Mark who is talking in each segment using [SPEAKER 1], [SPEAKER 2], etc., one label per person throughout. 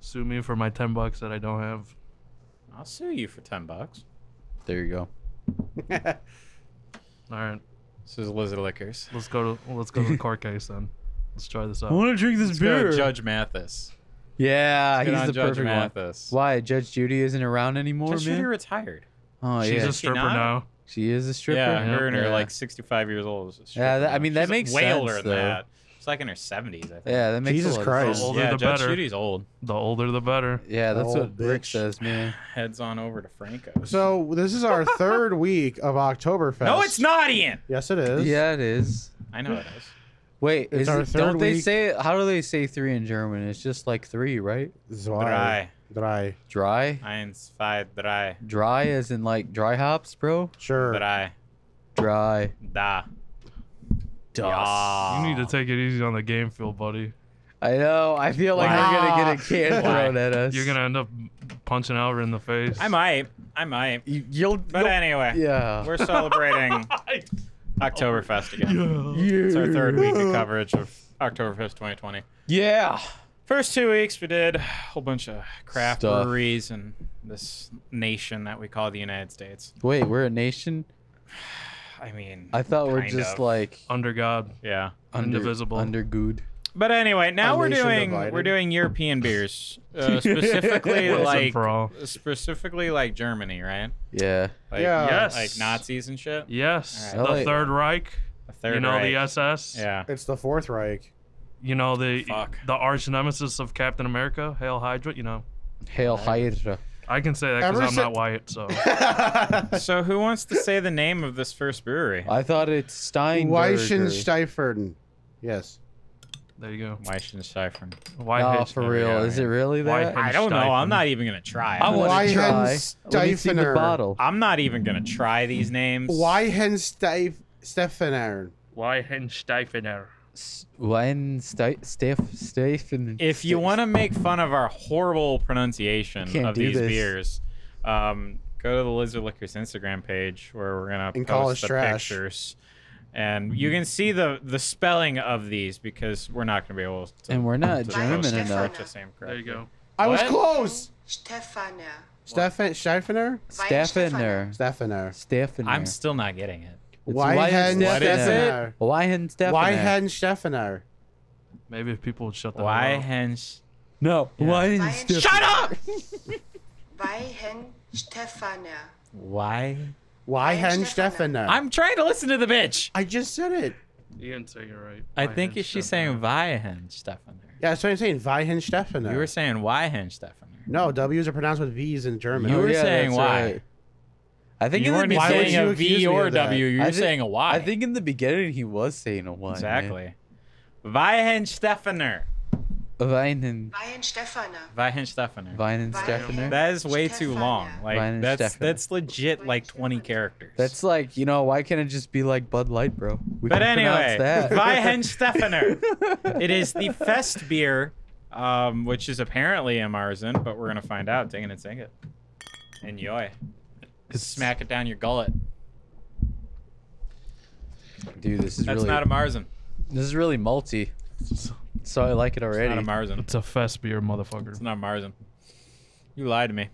[SPEAKER 1] sue me for my ten bucks that I don't have.
[SPEAKER 2] I'll sue you for ten bucks.
[SPEAKER 3] There you go.
[SPEAKER 1] All right,
[SPEAKER 2] This is Lizard Liquors.
[SPEAKER 1] let's go to let's go to the court case then. Let's try this out.
[SPEAKER 3] I want to drink this
[SPEAKER 2] Let's go
[SPEAKER 3] beer.
[SPEAKER 2] to Judge Mathis.
[SPEAKER 3] yeah,
[SPEAKER 2] Get
[SPEAKER 3] Uh, he's
[SPEAKER 2] on
[SPEAKER 3] the
[SPEAKER 2] Judge
[SPEAKER 3] perfect
[SPEAKER 2] Mathis.
[SPEAKER 3] one. Why Judge Judy isn't around anymore,
[SPEAKER 2] Judge
[SPEAKER 3] man?
[SPEAKER 2] Judy retired.
[SPEAKER 3] oh
[SPEAKER 1] She's
[SPEAKER 3] yeah,
[SPEAKER 1] a stripper
[SPEAKER 2] not?
[SPEAKER 1] now.
[SPEAKER 3] she is a stripper.
[SPEAKER 2] Yeah,
[SPEAKER 1] yeah.
[SPEAKER 2] her and her
[SPEAKER 3] Yeah.
[SPEAKER 2] like 65 years old. is a stripper
[SPEAKER 3] Yeah, that- I
[SPEAKER 2] now.
[SPEAKER 3] mean, that
[SPEAKER 2] She's
[SPEAKER 3] makes
[SPEAKER 2] way older
[SPEAKER 3] sense,
[SPEAKER 2] than
[SPEAKER 3] though.
[SPEAKER 2] that. She's like in her 70s, I think.
[SPEAKER 3] Yeah, that makes a
[SPEAKER 4] Jesus
[SPEAKER 3] lot of
[SPEAKER 4] Christ.
[SPEAKER 3] sense.
[SPEAKER 1] The older
[SPEAKER 2] yeah,
[SPEAKER 1] the
[SPEAKER 2] Judge
[SPEAKER 1] better.
[SPEAKER 2] Judy's old.
[SPEAKER 1] The older the better.
[SPEAKER 3] Yeah, that's
[SPEAKER 4] Old
[SPEAKER 3] what Rick
[SPEAKER 4] bitch.
[SPEAKER 3] says, man.
[SPEAKER 2] Heads on over to Franco's.
[SPEAKER 4] So this is our third week of Oktoberfest.
[SPEAKER 2] no, it's not Ian.
[SPEAKER 4] Yes, it is.
[SPEAKER 3] Yeah, it is.
[SPEAKER 2] I know it is.
[SPEAKER 3] Wait,
[SPEAKER 4] It's
[SPEAKER 3] is
[SPEAKER 4] our
[SPEAKER 3] it,
[SPEAKER 4] third
[SPEAKER 3] don't they
[SPEAKER 4] week.
[SPEAKER 3] say how do they say three in German? It's just like three, right?
[SPEAKER 4] Zwei.
[SPEAKER 2] Dry.
[SPEAKER 4] Dry.
[SPEAKER 3] Dry,
[SPEAKER 2] Eins, zwei, drei.
[SPEAKER 3] dry as in like dry hops, bro.
[SPEAKER 4] Sure.
[SPEAKER 2] Drei.
[SPEAKER 3] Dry.
[SPEAKER 2] Da.
[SPEAKER 3] Dust.
[SPEAKER 1] You need to take it easy on the game field, buddy.
[SPEAKER 3] I know. I feel like we're gonna
[SPEAKER 2] Wow.
[SPEAKER 3] get a can thrown at us.
[SPEAKER 1] You're gonna end up punching Albert in the face.
[SPEAKER 2] I might. I might.
[SPEAKER 3] You, you'll.
[SPEAKER 2] But
[SPEAKER 3] you'll-
[SPEAKER 2] anyway,
[SPEAKER 3] yeah.
[SPEAKER 2] we're celebrating Oktoberfest again.
[SPEAKER 1] Yeah.
[SPEAKER 2] It's our third week of coverage of Oktoberfest 2020.
[SPEAKER 3] Yeah.
[SPEAKER 2] First two weeks, we did a whole bunch of craft
[SPEAKER 3] Stuff.
[SPEAKER 2] breweries and this nation that we call the United States.
[SPEAKER 3] Wait, we're a nation.
[SPEAKER 2] I mean,
[SPEAKER 3] I thought we're
[SPEAKER 2] kind
[SPEAKER 3] just
[SPEAKER 2] of.
[SPEAKER 3] like
[SPEAKER 1] Under God.
[SPEAKER 2] yeah.
[SPEAKER 3] under,
[SPEAKER 1] Indivisible.
[SPEAKER 3] Under good.
[SPEAKER 2] But anyway, now
[SPEAKER 4] A
[SPEAKER 2] we're
[SPEAKER 4] nation
[SPEAKER 2] doing we're
[SPEAKER 4] divided.
[SPEAKER 2] doing European beers, uh, specifically
[SPEAKER 1] Once and
[SPEAKER 2] like
[SPEAKER 1] for all.
[SPEAKER 2] specifically like Germany, right?
[SPEAKER 3] Yeah.
[SPEAKER 2] Like,
[SPEAKER 4] Yeah.
[SPEAKER 1] Yes.
[SPEAKER 2] Like Nazis and shit.
[SPEAKER 1] Yes.
[SPEAKER 2] All
[SPEAKER 3] right.
[SPEAKER 1] The
[SPEAKER 3] Like-
[SPEAKER 1] Third Reich.
[SPEAKER 2] The Third
[SPEAKER 1] you know
[SPEAKER 2] Reich.
[SPEAKER 1] the SS.
[SPEAKER 2] Yeah.
[SPEAKER 4] It's the Fourth Reich.
[SPEAKER 1] You know the
[SPEAKER 2] Fuck.
[SPEAKER 1] the arch nemesis of Captain America, Hail Hydra. You know,
[SPEAKER 3] Hail Hydra.
[SPEAKER 1] I can say that because
[SPEAKER 4] Ever
[SPEAKER 1] I'm not
[SPEAKER 4] since-
[SPEAKER 1] white. So
[SPEAKER 2] So who wants to say the name of this first brewery?
[SPEAKER 3] I thought it's Stein.
[SPEAKER 4] Weissensteiferten. Yes.
[SPEAKER 1] there you go.
[SPEAKER 2] Weissensteifen.
[SPEAKER 1] Why
[SPEAKER 3] Oh, for real?
[SPEAKER 2] Yeah,
[SPEAKER 3] Is
[SPEAKER 2] yeah.
[SPEAKER 3] it really
[SPEAKER 1] Why
[SPEAKER 3] that?
[SPEAKER 1] Hydra?
[SPEAKER 2] I don't know. I'm not even gonna try.
[SPEAKER 3] I
[SPEAKER 2] I'm,
[SPEAKER 4] want-
[SPEAKER 3] want to try. Let me see the
[SPEAKER 4] Weihensteifener.
[SPEAKER 3] bottle.
[SPEAKER 2] I'm not even gonna try these names.
[SPEAKER 4] Weihensteiferner.
[SPEAKER 1] Why Hensteifener?
[SPEAKER 3] When Ste- Steph Stephen.
[SPEAKER 2] If you want to make fun of our horrible pronunciation
[SPEAKER 3] Can't
[SPEAKER 2] of
[SPEAKER 3] do
[SPEAKER 2] these
[SPEAKER 3] this.
[SPEAKER 2] beers,
[SPEAKER 3] beers,
[SPEAKER 2] um, go to the Lizard Liquors Instagram page where we're gonna
[SPEAKER 4] And
[SPEAKER 2] post
[SPEAKER 4] call us
[SPEAKER 2] the
[SPEAKER 4] trash.
[SPEAKER 2] pictures, and you can see the the spelling of these because we're not gonna be able to.
[SPEAKER 3] And we're not
[SPEAKER 2] to
[SPEAKER 3] German
[SPEAKER 2] post them
[SPEAKER 3] enough.
[SPEAKER 2] to the same
[SPEAKER 1] There you go.
[SPEAKER 4] I was
[SPEAKER 2] What?
[SPEAKER 4] close.
[SPEAKER 5] Stefaner.
[SPEAKER 4] Stefan Steifener?
[SPEAKER 3] Steffener.
[SPEAKER 4] Stefaner.
[SPEAKER 3] Steffener.
[SPEAKER 2] I'm still not getting it.
[SPEAKER 4] Weihensteiferner.
[SPEAKER 3] Weihen Steffener.
[SPEAKER 4] Weihensteiferner.
[SPEAKER 1] Maybe if people would shut the
[SPEAKER 2] Why
[SPEAKER 1] hell up.
[SPEAKER 2] hence?
[SPEAKER 3] No. Weihen Steffener.
[SPEAKER 5] Shut up! Weihen Stefaner.
[SPEAKER 2] Why?
[SPEAKER 4] Weihensteiferner.
[SPEAKER 2] I'm trying to listen to the bitch.
[SPEAKER 4] I just said it.
[SPEAKER 1] You didn't say you're right.
[SPEAKER 2] I
[SPEAKER 1] Why
[SPEAKER 2] think she's saying
[SPEAKER 1] Hensteifener?
[SPEAKER 2] Weihen Stefaner.
[SPEAKER 4] Yeah, that's what I'm saying. Weihensteiferner.
[SPEAKER 2] You were saying Weihen Stefaner.
[SPEAKER 4] no, W's are pronounced with V's in German.
[SPEAKER 2] You
[SPEAKER 3] Oh,
[SPEAKER 2] were
[SPEAKER 3] yeah,
[SPEAKER 2] saying
[SPEAKER 3] that's
[SPEAKER 2] why.
[SPEAKER 3] right. I think
[SPEAKER 2] You
[SPEAKER 3] in
[SPEAKER 2] weren't
[SPEAKER 3] the
[SPEAKER 4] Why would
[SPEAKER 2] saying
[SPEAKER 3] beginning.
[SPEAKER 4] you
[SPEAKER 2] a
[SPEAKER 4] accuse
[SPEAKER 2] V
[SPEAKER 4] me
[SPEAKER 2] or a
[SPEAKER 4] of that?
[SPEAKER 2] W. You were
[SPEAKER 3] uh, I thi-
[SPEAKER 2] saying a Y.
[SPEAKER 3] I think in the beginning he was saying a Y.
[SPEAKER 2] Exactly. Weihenstephaner.
[SPEAKER 3] Weinen.
[SPEAKER 5] Weihen Stefaner.
[SPEAKER 2] Weihenstephaner.
[SPEAKER 3] Weinen
[SPEAKER 5] Weihen.
[SPEAKER 3] Steffener.
[SPEAKER 2] that is way too
[SPEAKER 5] Stefania.
[SPEAKER 2] long. Like
[SPEAKER 3] Mine is
[SPEAKER 2] that's
[SPEAKER 3] Stefania.
[SPEAKER 2] that's legit like 20 characters.
[SPEAKER 3] That's like, you know, why can't it just be like Bud Light, bro? We
[SPEAKER 2] but
[SPEAKER 3] can
[SPEAKER 2] anyway,
[SPEAKER 3] pronounce
[SPEAKER 2] Weihenstephaner. it is the fest beer, um, which is apparently Amarzen, but we're gonna find out. Ding it and sing it. Enjoy. Smack it down your gullet.
[SPEAKER 3] that. Dude, this is
[SPEAKER 2] That's
[SPEAKER 3] really
[SPEAKER 2] not Amarzen.
[SPEAKER 3] this is really malty. So I like it already.
[SPEAKER 2] Not Amarzen.
[SPEAKER 1] It's a fest beer,
[SPEAKER 2] It's
[SPEAKER 1] motherfucker.
[SPEAKER 2] not Amarzen. You lied to me.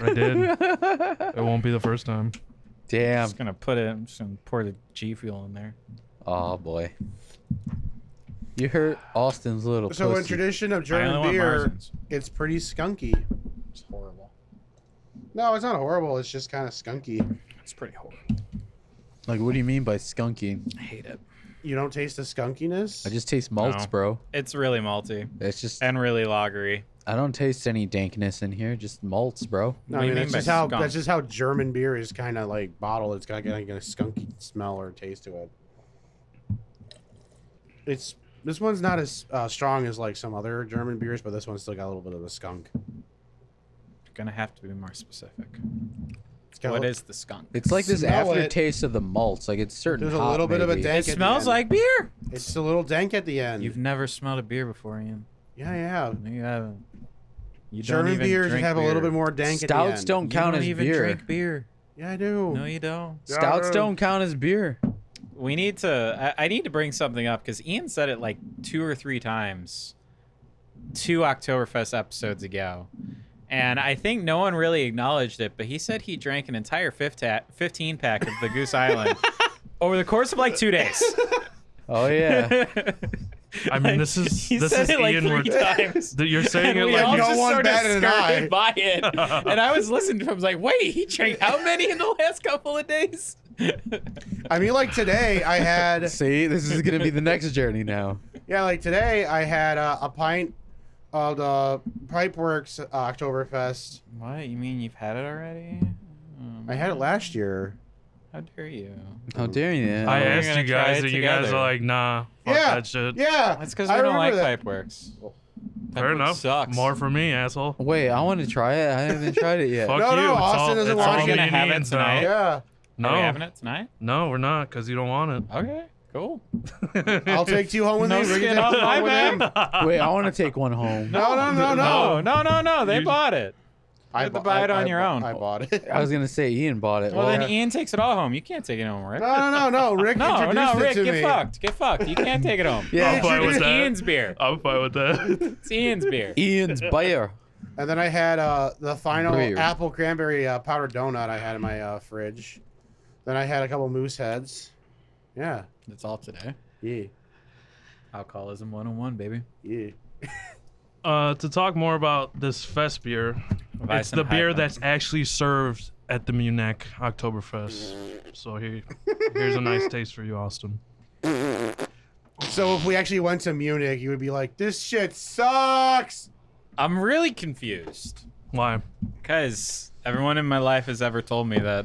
[SPEAKER 1] I did. It won't be the first time.
[SPEAKER 2] I'm
[SPEAKER 3] Damn.
[SPEAKER 2] just gonna put it. I'm just gonna pour the G fuel in there.
[SPEAKER 3] Oh boy. You heard Austin's little
[SPEAKER 4] So in
[SPEAKER 3] pussy.
[SPEAKER 4] tradition of
[SPEAKER 2] I
[SPEAKER 4] German
[SPEAKER 2] only
[SPEAKER 4] beer,
[SPEAKER 2] want Marzens.
[SPEAKER 4] it's pretty skunky.
[SPEAKER 2] It's horrible.
[SPEAKER 4] No, it's not horrible. It's just kind of skunky.
[SPEAKER 2] It's pretty horrible.
[SPEAKER 3] like, what do you mean by skunky?
[SPEAKER 2] I hate it.
[SPEAKER 4] You don't taste the skunkiness.
[SPEAKER 3] I just taste malts,
[SPEAKER 2] No.
[SPEAKER 3] bro.
[SPEAKER 2] It's really malty
[SPEAKER 3] It's just
[SPEAKER 2] and really lagery.
[SPEAKER 3] I don't taste any dankness in here. Just malts, bro.
[SPEAKER 2] What
[SPEAKER 4] No, I
[SPEAKER 2] do you mean
[SPEAKER 4] mean, that's
[SPEAKER 2] by
[SPEAKER 4] just how
[SPEAKER 2] skunk?
[SPEAKER 4] that's just how German beer is kind of like bottled. It's got like, a skunky smell or taste to it. It's this one's not as uh, strong as like some other German beers, but this one's still got a little bit of a skunk.
[SPEAKER 2] You're gonna have to be more specific.
[SPEAKER 4] It's got a
[SPEAKER 2] What
[SPEAKER 4] li-
[SPEAKER 2] is the skunk?
[SPEAKER 3] It's like this
[SPEAKER 4] Smell it.
[SPEAKER 3] aftertaste of the malts. Like it's certain.
[SPEAKER 4] There's a
[SPEAKER 3] hop,
[SPEAKER 4] little bit of a
[SPEAKER 3] maybe.
[SPEAKER 4] dank.
[SPEAKER 2] It
[SPEAKER 4] at the
[SPEAKER 2] smells
[SPEAKER 4] end.
[SPEAKER 2] like beer.
[SPEAKER 4] It's a little dank at the end.
[SPEAKER 2] You've never smelled a beer before, Ian.
[SPEAKER 4] yeah, yeah.
[SPEAKER 2] No, you haven't. You don't
[SPEAKER 4] German
[SPEAKER 2] even
[SPEAKER 4] beers
[SPEAKER 2] drink
[SPEAKER 4] have a little
[SPEAKER 2] beer.
[SPEAKER 4] bit more dank at the end.
[SPEAKER 3] Stouts don't
[SPEAKER 2] You
[SPEAKER 3] count
[SPEAKER 2] don't
[SPEAKER 3] as
[SPEAKER 2] even
[SPEAKER 3] beer.
[SPEAKER 2] drink beer.
[SPEAKER 4] Yeah, I do.
[SPEAKER 2] No, you don't.
[SPEAKER 3] Stouts don't count as beer.
[SPEAKER 2] We need to. I, I need to bring something up because Ian said it like two or three times two Oktoberfest episodes ago, and I think no one really acknowledged it, but he said he drank an entire 15 pack of the Goose Island over the course of like two days.
[SPEAKER 3] Oh yeah.
[SPEAKER 1] I mean, this is-
[SPEAKER 2] he
[SPEAKER 1] this
[SPEAKER 2] said
[SPEAKER 1] is
[SPEAKER 2] it like
[SPEAKER 1] Ian
[SPEAKER 2] three
[SPEAKER 1] Ward-
[SPEAKER 2] times.
[SPEAKER 1] Th- You're saying it
[SPEAKER 2] And we
[SPEAKER 1] like
[SPEAKER 2] all
[SPEAKER 1] you-
[SPEAKER 4] No
[SPEAKER 2] just
[SPEAKER 4] one
[SPEAKER 2] so
[SPEAKER 4] better than
[SPEAKER 2] discouraged
[SPEAKER 4] I.
[SPEAKER 2] by it. And I was listening to him, I was like, wait, he drank how many in the last couple of days?
[SPEAKER 4] I mean, like today I had
[SPEAKER 3] See, this is gonna be the next journey now.
[SPEAKER 4] yeah, like today I had uh, a pint of the Pipeworks uh, Oktoberfest.
[SPEAKER 2] What? You mean you've had it already? Um,
[SPEAKER 4] I had it last year.
[SPEAKER 2] How dare you?
[SPEAKER 3] How dare you?
[SPEAKER 1] I
[SPEAKER 2] we're
[SPEAKER 1] asked
[SPEAKER 2] gonna
[SPEAKER 1] you
[SPEAKER 2] try
[SPEAKER 1] guys,
[SPEAKER 2] it
[SPEAKER 1] and you guys
[SPEAKER 2] together.
[SPEAKER 1] are like, nah, fuck
[SPEAKER 4] Yeah.
[SPEAKER 1] that shit.
[SPEAKER 4] Yeah,
[SPEAKER 2] That's because we
[SPEAKER 4] I
[SPEAKER 2] don't like
[SPEAKER 4] remember that.
[SPEAKER 2] Pipeworks.
[SPEAKER 1] Fair
[SPEAKER 2] Pipeworks
[SPEAKER 1] enough.
[SPEAKER 2] Sucks.
[SPEAKER 1] More for me, asshole.
[SPEAKER 3] Wait, I want to try it. I haven't tried it yet.
[SPEAKER 1] Fuck
[SPEAKER 4] No,
[SPEAKER 1] you.
[SPEAKER 4] no,
[SPEAKER 1] it's
[SPEAKER 4] Austin
[SPEAKER 1] all,
[SPEAKER 4] doesn't
[SPEAKER 1] it's
[SPEAKER 4] want
[SPEAKER 1] all
[SPEAKER 4] it.
[SPEAKER 1] the
[SPEAKER 4] Gonna
[SPEAKER 2] have it
[SPEAKER 1] Indians now.
[SPEAKER 2] tonight?
[SPEAKER 4] Yeah,
[SPEAKER 1] No,
[SPEAKER 2] Are we having it tonight?
[SPEAKER 1] no, we're not, because you don't want
[SPEAKER 2] Okay, cool.
[SPEAKER 1] it.
[SPEAKER 4] I'll take two home with
[SPEAKER 2] No
[SPEAKER 4] me. We can
[SPEAKER 2] skin
[SPEAKER 4] take
[SPEAKER 2] off
[SPEAKER 4] two
[SPEAKER 2] my
[SPEAKER 4] home with
[SPEAKER 2] back.
[SPEAKER 4] him.
[SPEAKER 3] Wait, I want to take one home.
[SPEAKER 4] No, no, no,
[SPEAKER 2] No,
[SPEAKER 4] no.
[SPEAKER 2] no, no, no. They
[SPEAKER 1] You-
[SPEAKER 2] bought it.
[SPEAKER 4] I
[SPEAKER 2] had to
[SPEAKER 4] bu-
[SPEAKER 2] buy it
[SPEAKER 4] I-
[SPEAKER 2] on
[SPEAKER 4] I
[SPEAKER 2] your
[SPEAKER 4] bu-
[SPEAKER 2] own.
[SPEAKER 4] I bought it.
[SPEAKER 3] I was gonna say Ian bought
[SPEAKER 4] Oh,
[SPEAKER 3] it.
[SPEAKER 2] Well,
[SPEAKER 3] Well,
[SPEAKER 2] then Ian takes it all home. You can't take it home, Rick.
[SPEAKER 4] No, no, no, no. Rick
[SPEAKER 2] No,
[SPEAKER 4] Ah, introduced
[SPEAKER 2] no,
[SPEAKER 4] it
[SPEAKER 2] Rick,
[SPEAKER 4] to
[SPEAKER 2] get
[SPEAKER 4] me.
[SPEAKER 2] fucked. Get fucked. You can't take it
[SPEAKER 1] I'll
[SPEAKER 2] home.
[SPEAKER 4] Yeah,
[SPEAKER 1] buy
[SPEAKER 4] you
[SPEAKER 1] what's
[SPEAKER 2] It's
[SPEAKER 4] did.
[SPEAKER 1] that?
[SPEAKER 2] Ian's beer.
[SPEAKER 1] I'm fine with that.
[SPEAKER 2] It's Ian's beer.
[SPEAKER 3] Ian's buyer.
[SPEAKER 4] And then I had uh, the final
[SPEAKER 3] Weird.
[SPEAKER 4] apple cranberry uh, powdered donut I had in my uh, fridge. Then I had a couple moose heads. Yeah.
[SPEAKER 2] That's all today.
[SPEAKER 4] Yeah.
[SPEAKER 2] Alcoholism 101, baby.
[SPEAKER 4] Yeah.
[SPEAKER 1] Uh, to talk more about this fest beer, it's the beer that's actually served at the Munich Oktoberfest. So here, here's a nice taste for you, Austin.
[SPEAKER 4] So if we actually went to Munich, you would be like, this shit sucks.
[SPEAKER 2] I'm really confused
[SPEAKER 1] Why?
[SPEAKER 2] because everyone in my life has ever told me that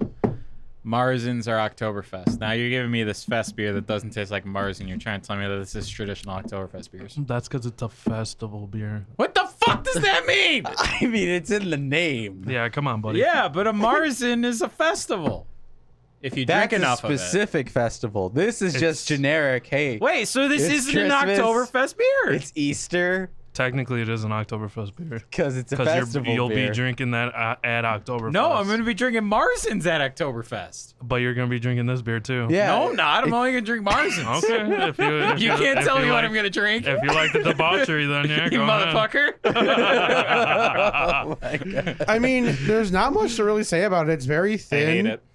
[SPEAKER 2] Marzins are Oktoberfest. Now you're giving me this fest beer that doesn't taste like Marzen. You're trying to tell me that this is traditional Oktoberfest beers.
[SPEAKER 1] That's because it's a festival beer.
[SPEAKER 2] What the fuck does that mean?
[SPEAKER 3] I mean, it's in the name.
[SPEAKER 1] Yeah, come on, buddy.
[SPEAKER 2] yeah, but a Marzen is a festival. If you drink
[SPEAKER 3] That's a
[SPEAKER 2] enough of
[SPEAKER 3] specific festival. This is
[SPEAKER 1] It's-
[SPEAKER 3] just generic. Hey,
[SPEAKER 2] it. Wait, so this
[SPEAKER 3] It's
[SPEAKER 2] isn't
[SPEAKER 3] Christmas.
[SPEAKER 2] an Oktoberfest beer?
[SPEAKER 3] it's Easter
[SPEAKER 1] Technically, it is an Oktoberfest beer.
[SPEAKER 3] because it's a
[SPEAKER 1] Because
[SPEAKER 3] festival
[SPEAKER 1] you'll
[SPEAKER 3] beer.
[SPEAKER 1] be drinking that uh, at Oktoberfest.
[SPEAKER 2] no, I'm gonna be drinking Marzins at Oktoberfest.
[SPEAKER 1] But you're gonna be drinking this beer too.
[SPEAKER 3] Yeah.
[SPEAKER 2] No, I'm not. I'm only gonna drink Marzins.
[SPEAKER 1] Okay. If you, if
[SPEAKER 2] You can't
[SPEAKER 1] if
[SPEAKER 2] tell
[SPEAKER 1] you
[SPEAKER 2] me what
[SPEAKER 1] like-
[SPEAKER 2] I'm gonna drink.
[SPEAKER 1] If you like the debauchery, then yeah,
[SPEAKER 2] you
[SPEAKER 1] go ahead.
[SPEAKER 2] motherfucker.
[SPEAKER 3] Oh my God.
[SPEAKER 4] I mean, there's not much to really say about it. It's very thin.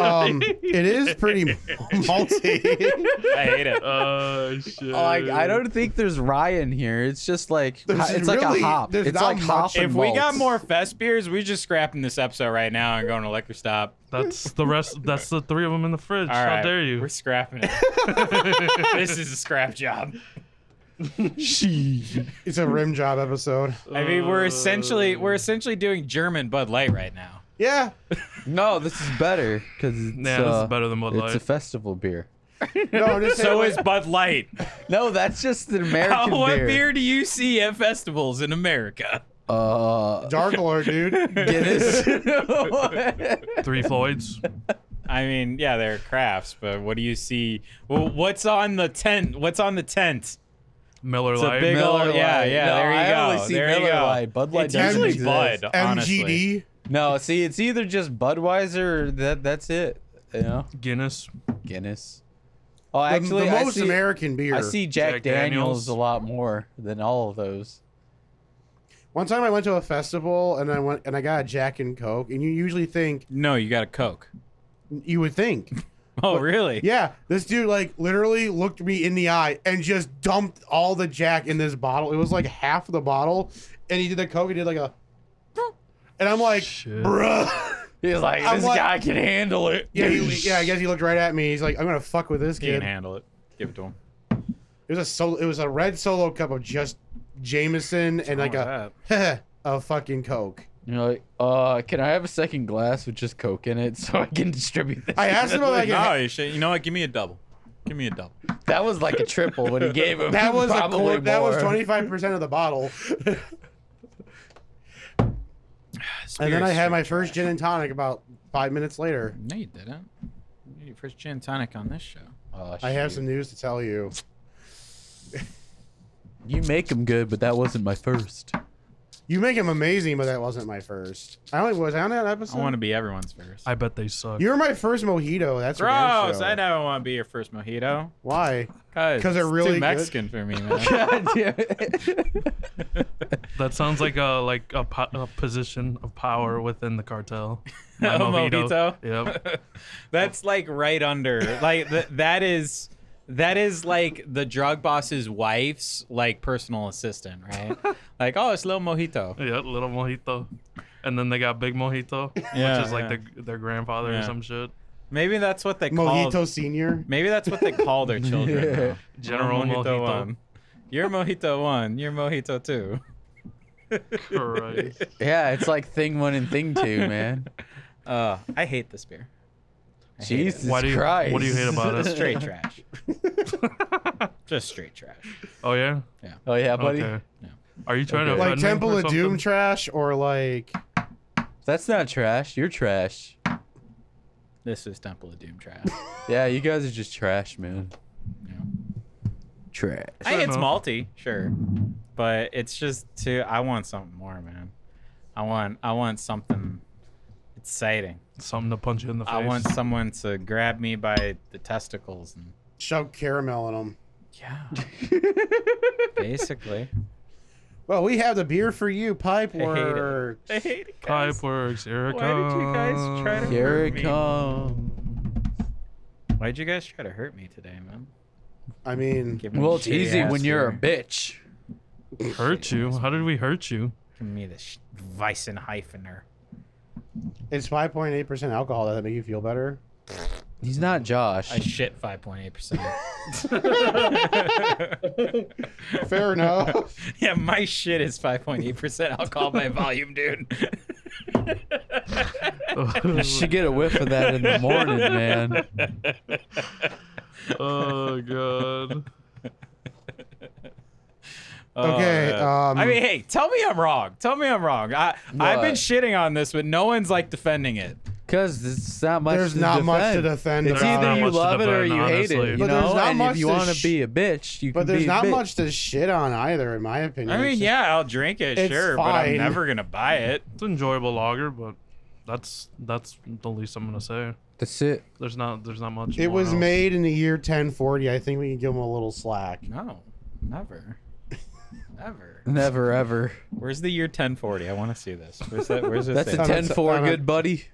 [SPEAKER 4] Um, it is pretty malty.
[SPEAKER 2] I hate it.
[SPEAKER 1] Oh shit.
[SPEAKER 3] like I don't think there's rye in here. It's just like
[SPEAKER 4] There's
[SPEAKER 3] it's like
[SPEAKER 4] really-
[SPEAKER 3] a hop.
[SPEAKER 4] there's
[SPEAKER 3] It's
[SPEAKER 4] not
[SPEAKER 3] like hop.
[SPEAKER 4] much-
[SPEAKER 3] and
[SPEAKER 2] If we got
[SPEAKER 3] malts.
[SPEAKER 2] more fest beers, we just scrapping this episode right now and going to liquor stop.
[SPEAKER 1] That's the rest. That's the three of them in the fridge.
[SPEAKER 2] All
[SPEAKER 1] How
[SPEAKER 2] right,
[SPEAKER 1] dare you?
[SPEAKER 2] We're scrapping it. this is a scrap job.
[SPEAKER 4] it's a rim job episode.
[SPEAKER 2] I mean, we're essentially
[SPEAKER 1] Uh,
[SPEAKER 2] we're essentially doing German Bud Light right now.
[SPEAKER 4] Yeah.
[SPEAKER 3] No, this is better because it's,
[SPEAKER 1] Yeah, this
[SPEAKER 3] uh,
[SPEAKER 1] is better than Bud
[SPEAKER 3] it's a
[SPEAKER 1] Light.
[SPEAKER 3] festival beer.
[SPEAKER 4] No, I'm just saying,
[SPEAKER 2] So
[SPEAKER 4] like-
[SPEAKER 2] is Bud Light.
[SPEAKER 3] No, that's just an
[SPEAKER 2] How,
[SPEAKER 3] American
[SPEAKER 2] what
[SPEAKER 3] beer.
[SPEAKER 2] beer do you see at festivals in America?
[SPEAKER 3] Uh,
[SPEAKER 4] Dark Lord, dude.
[SPEAKER 3] Guinness.
[SPEAKER 1] Three Floyds.
[SPEAKER 2] I mean, yeah, they're crafts, but what do you see? Well, what's on the tent? What's on the tent?
[SPEAKER 1] Miller
[SPEAKER 2] It's a
[SPEAKER 1] Lite.
[SPEAKER 2] big
[SPEAKER 3] Miller
[SPEAKER 2] ol' yeah,
[SPEAKER 3] Lite.
[SPEAKER 2] yeah.
[SPEAKER 3] No,
[SPEAKER 2] there you
[SPEAKER 3] I
[SPEAKER 2] go.
[SPEAKER 3] only see
[SPEAKER 2] there you
[SPEAKER 3] Miller
[SPEAKER 2] go.
[SPEAKER 3] Lite. Bud Light
[SPEAKER 2] it's
[SPEAKER 3] doesn't
[SPEAKER 2] usually
[SPEAKER 3] exist.
[SPEAKER 2] Bud, honestly.
[SPEAKER 4] MGD.
[SPEAKER 3] no, see, it's either just Budweiser. Or that that's it. You know,
[SPEAKER 1] Guinness.
[SPEAKER 3] Guinness. Oh,
[SPEAKER 4] The-
[SPEAKER 3] actually,
[SPEAKER 4] the most
[SPEAKER 3] I see,
[SPEAKER 4] American beer.
[SPEAKER 3] I see Jack,
[SPEAKER 1] Jack
[SPEAKER 3] Daniels.
[SPEAKER 1] Daniels.
[SPEAKER 3] a lot more than all of those.
[SPEAKER 4] One time I went to a festival and I went and I got a Jack and Coke, and you usually think
[SPEAKER 2] No, you got a Coke.
[SPEAKER 4] you would think,
[SPEAKER 2] Oh, really?
[SPEAKER 4] yeah, this dude like literally looked me in the eye and just dumped all the Jack in this bottle. It was like half the bottle, and he did the Coke. He did like a, and I'm like,
[SPEAKER 1] Shit.
[SPEAKER 4] bruh.
[SPEAKER 3] He's like,
[SPEAKER 4] I'm
[SPEAKER 3] this
[SPEAKER 4] like-
[SPEAKER 3] guy can handle it.
[SPEAKER 4] Yeah, he, yeah. I guess he looked right at me. He's like, I'm gonna fuck with this
[SPEAKER 2] He can
[SPEAKER 4] kid. It
[SPEAKER 2] handle it. Give it to him.
[SPEAKER 4] was a solo. It was a red solo cup of just Jameson and like a a fucking Coke.
[SPEAKER 3] You're like, uh, can I have a second glass with just Coke in it so I can distribute this?
[SPEAKER 4] I asked him if I could
[SPEAKER 2] No, you should. You know what? Give me a double. Give me a double.
[SPEAKER 3] That was like a triple when he gave him.
[SPEAKER 4] That was a
[SPEAKER 3] probably
[SPEAKER 4] quar- that was
[SPEAKER 3] more.
[SPEAKER 4] twenty five percent of the bottle. and then I had my first gin and tonic about five minutes later.
[SPEAKER 2] No, you didn't. You need your first gin and tonic on this show.
[SPEAKER 3] Oh,
[SPEAKER 4] I have
[SPEAKER 3] shoot.
[SPEAKER 4] some news to tell you.
[SPEAKER 3] You make them good, but that wasn't my first.
[SPEAKER 4] You make him amazing, but that wasn't my first. I only was I on that episode.
[SPEAKER 2] I want to be everyone's first.
[SPEAKER 1] I bet they suck.
[SPEAKER 4] You were my first mojito. That's for damn
[SPEAKER 2] Gross!
[SPEAKER 4] sure.
[SPEAKER 2] I never want to be your first mojito.
[SPEAKER 4] Why?
[SPEAKER 2] Cause,
[SPEAKER 4] 'Cause they're
[SPEAKER 2] it's
[SPEAKER 4] really
[SPEAKER 2] too
[SPEAKER 4] good.
[SPEAKER 2] Mexican for me, man.
[SPEAKER 3] God damn it.
[SPEAKER 1] that sounds like a like a, po- a position of power within the cartel. My
[SPEAKER 2] A mojito?
[SPEAKER 1] Yep.
[SPEAKER 2] That's like right under. Like th- that is that is like the drug boss's wife's like personal assistant, right? like, oh, it's little mojito.
[SPEAKER 1] Yeah, little mojito. And then they got big mojito,
[SPEAKER 2] Yeah,
[SPEAKER 1] which is like
[SPEAKER 2] yeah.
[SPEAKER 1] their, their grandfather
[SPEAKER 2] Yeah.
[SPEAKER 1] or some shit.
[SPEAKER 2] Maybe that's what they call.
[SPEAKER 4] Mojito Senior.
[SPEAKER 2] Maybe that's what they call their children.
[SPEAKER 3] Yeah.
[SPEAKER 2] now.
[SPEAKER 1] General
[SPEAKER 2] Little
[SPEAKER 1] Mojito.
[SPEAKER 2] One. You're mojito one. You're mojito two.
[SPEAKER 1] Christ.
[SPEAKER 3] yeah, it's like thing one and thing two, man.
[SPEAKER 2] Uh, I hate this beer. I hate it.
[SPEAKER 3] Jesus
[SPEAKER 1] Why do you-
[SPEAKER 3] Christ.
[SPEAKER 1] what do you hate about it?
[SPEAKER 2] Just straight trash. Just straight trash.
[SPEAKER 1] Oh yeah.
[SPEAKER 3] Oh yeah, buddy.
[SPEAKER 1] Okay.
[SPEAKER 2] Yeah.
[SPEAKER 1] Are you trying
[SPEAKER 3] Okay.
[SPEAKER 1] to
[SPEAKER 4] Like
[SPEAKER 1] offend me
[SPEAKER 4] Temple
[SPEAKER 1] or
[SPEAKER 4] of Doom
[SPEAKER 1] something?
[SPEAKER 4] trash or like
[SPEAKER 3] That's not trash. You're trash.
[SPEAKER 2] This is Temple of Doom trash.
[SPEAKER 3] Yeah, you guys are just trash, man.
[SPEAKER 2] Yeah.
[SPEAKER 3] Trash.
[SPEAKER 2] I,
[SPEAKER 1] Fair
[SPEAKER 2] it's
[SPEAKER 1] enough.
[SPEAKER 2] malty, sure, but it's just too. I want something more, man. I want. I want something exciting.
[SPEAKER 1] Something to punch you in the face.
[SPEAKER 2] I want someone to grab me by the testicles and
[SPEAKER 4] shove caramel in them?
[SPEAKER 2] yeah, basically.
[SPEAKER 4] Well, we have the beer for you, pipe
[SPEAKER 2] I hate it.
[SPEAKER 4] work.
[SPEAKER 2] I hate it, guys.
[SPEAKER 1] Pipe works. Here it
[SPEAKER 2] Why did you guys
[SPEAKER 1] comes.
[SPEAKER 2] try to-
[SPEAKER 3] Here
[SPEAKER 2] Me.
[SPEAKER 3] it comes.
[SPEAKER 2] Why'd you guys try to hurt me today, man?
[SPEAKER 4] I mean,
[SPEAKER 2] Give me
[SPEAKER 3] Well,
[SPEAKER 2] the
[SPEAKER 3] it's easy
[SPEAKER 2] shitty-ass
[SPEAKER 3] when you're a
[SPEAKER 2] beer.
[SPEAKER 3] bitch.
[SPEAKER 1] hurt you? How did we hurt you?
[SPEAKER 2] Give me the sh- Weissen hyphener.
[SPEAKER 4] it's five point eight percent alcohol. Does that make you feel better?
[SPEAKER 3] He's not Josh.
[SPEAKER 2] I shit 5.8%.
[SPEAKER 4] Fair enough.
[SPEAKER 2] yeah, my shit is 5.8% alcohol by volume, dude.
[SPEAKER 3] You should get a whiff of that in the morning, man.
[SPEAKER 1] oh god.
[SPEAKER 4] Okay,
[SPEAKER 2] Uh, I
[SPEAKER 4] um,
[SPEAKER 2] mean, hey, tell me I'm wrong. Tell me I'm wrong. I, I've been
[SPEAKER 3] What?
[SPEAKER 2] shitting on this, but no one's like defending it.
[SPEAKER 3] Because it's not much.
[SPEAKER 4] There's
[SPEAKER 3] to
[SPEAKER 4] not much to
[SPEAKER 3] defend.
[SPEAKER 4] defend
[SPEAKER 3] It's
[SPEAKER 4] about
[SPEAKER 3] either you
[SPEAKER 4] it.
[SPEAKER 1] Not much to
[SPEAKER 3] love it or
[SPEAKER 1] defend,
[SPEAKER 3] you hate
[SPEAKER 1] honestly.
[SPEAKER 3] it. You
[SPEAKER 4] But there's
[SPEAKER 3] know,
[SPEAKER 4] not
[SPEAKER 3] and
[SPEAKER 4] much
[SPEAKER 3] if you
[SPEAKER 4] to
[SPEAKER 3] want to
[SPEAKER 4] sh-
[SPEAKER 3] be a bitch, you can
[SPEAKER 4] But
[SPEAKER 3] be
[SPEAKER 4] there's
[SPEAKER 3] a
[SPEAKER 4] not
[SPEAKER 3] bitch.
[SPEAKER 4] much to shit on either, in my opinion.
[SPEAKER 2] I mean,
[SPEAKER 4] It's just-
[SPEAKER 2] yeah, I'll drink it,
[SPEAKER 4] It's
[SPEAKER 2] sure, but I'm
[SPEAKER 4] fine.
[SPEAKER 2] never going to buy it.
[SPEAKER 1] It's an enjoyable lager, but that's that's the least I'm gonna say.
[SPEAKER 3] That's it.
[SPEAKER 1] There's not there's not much.
[SPEAKER 4] It
[SPEAKER 1] more
[SPEAKER 4] was
[SPEAKER 1] else.
[SPEAKER 4] made in the year 1040. I think we can give them a little slack.
[SPEAKER 2] No, never. Never.
[SPEAKER 3] Never ever.
[SPEAKER 2] Where's the year 1040? I want to see this. Where's that? Where's this?
[SPEAKER 3] That's a
[SPEAKER 2] thing?
[SPEAKER 4] Son of-
[SPEAKER 3] 10-4,
[SPEAKER 4] son of-
[SPEAKER 3] good buddy.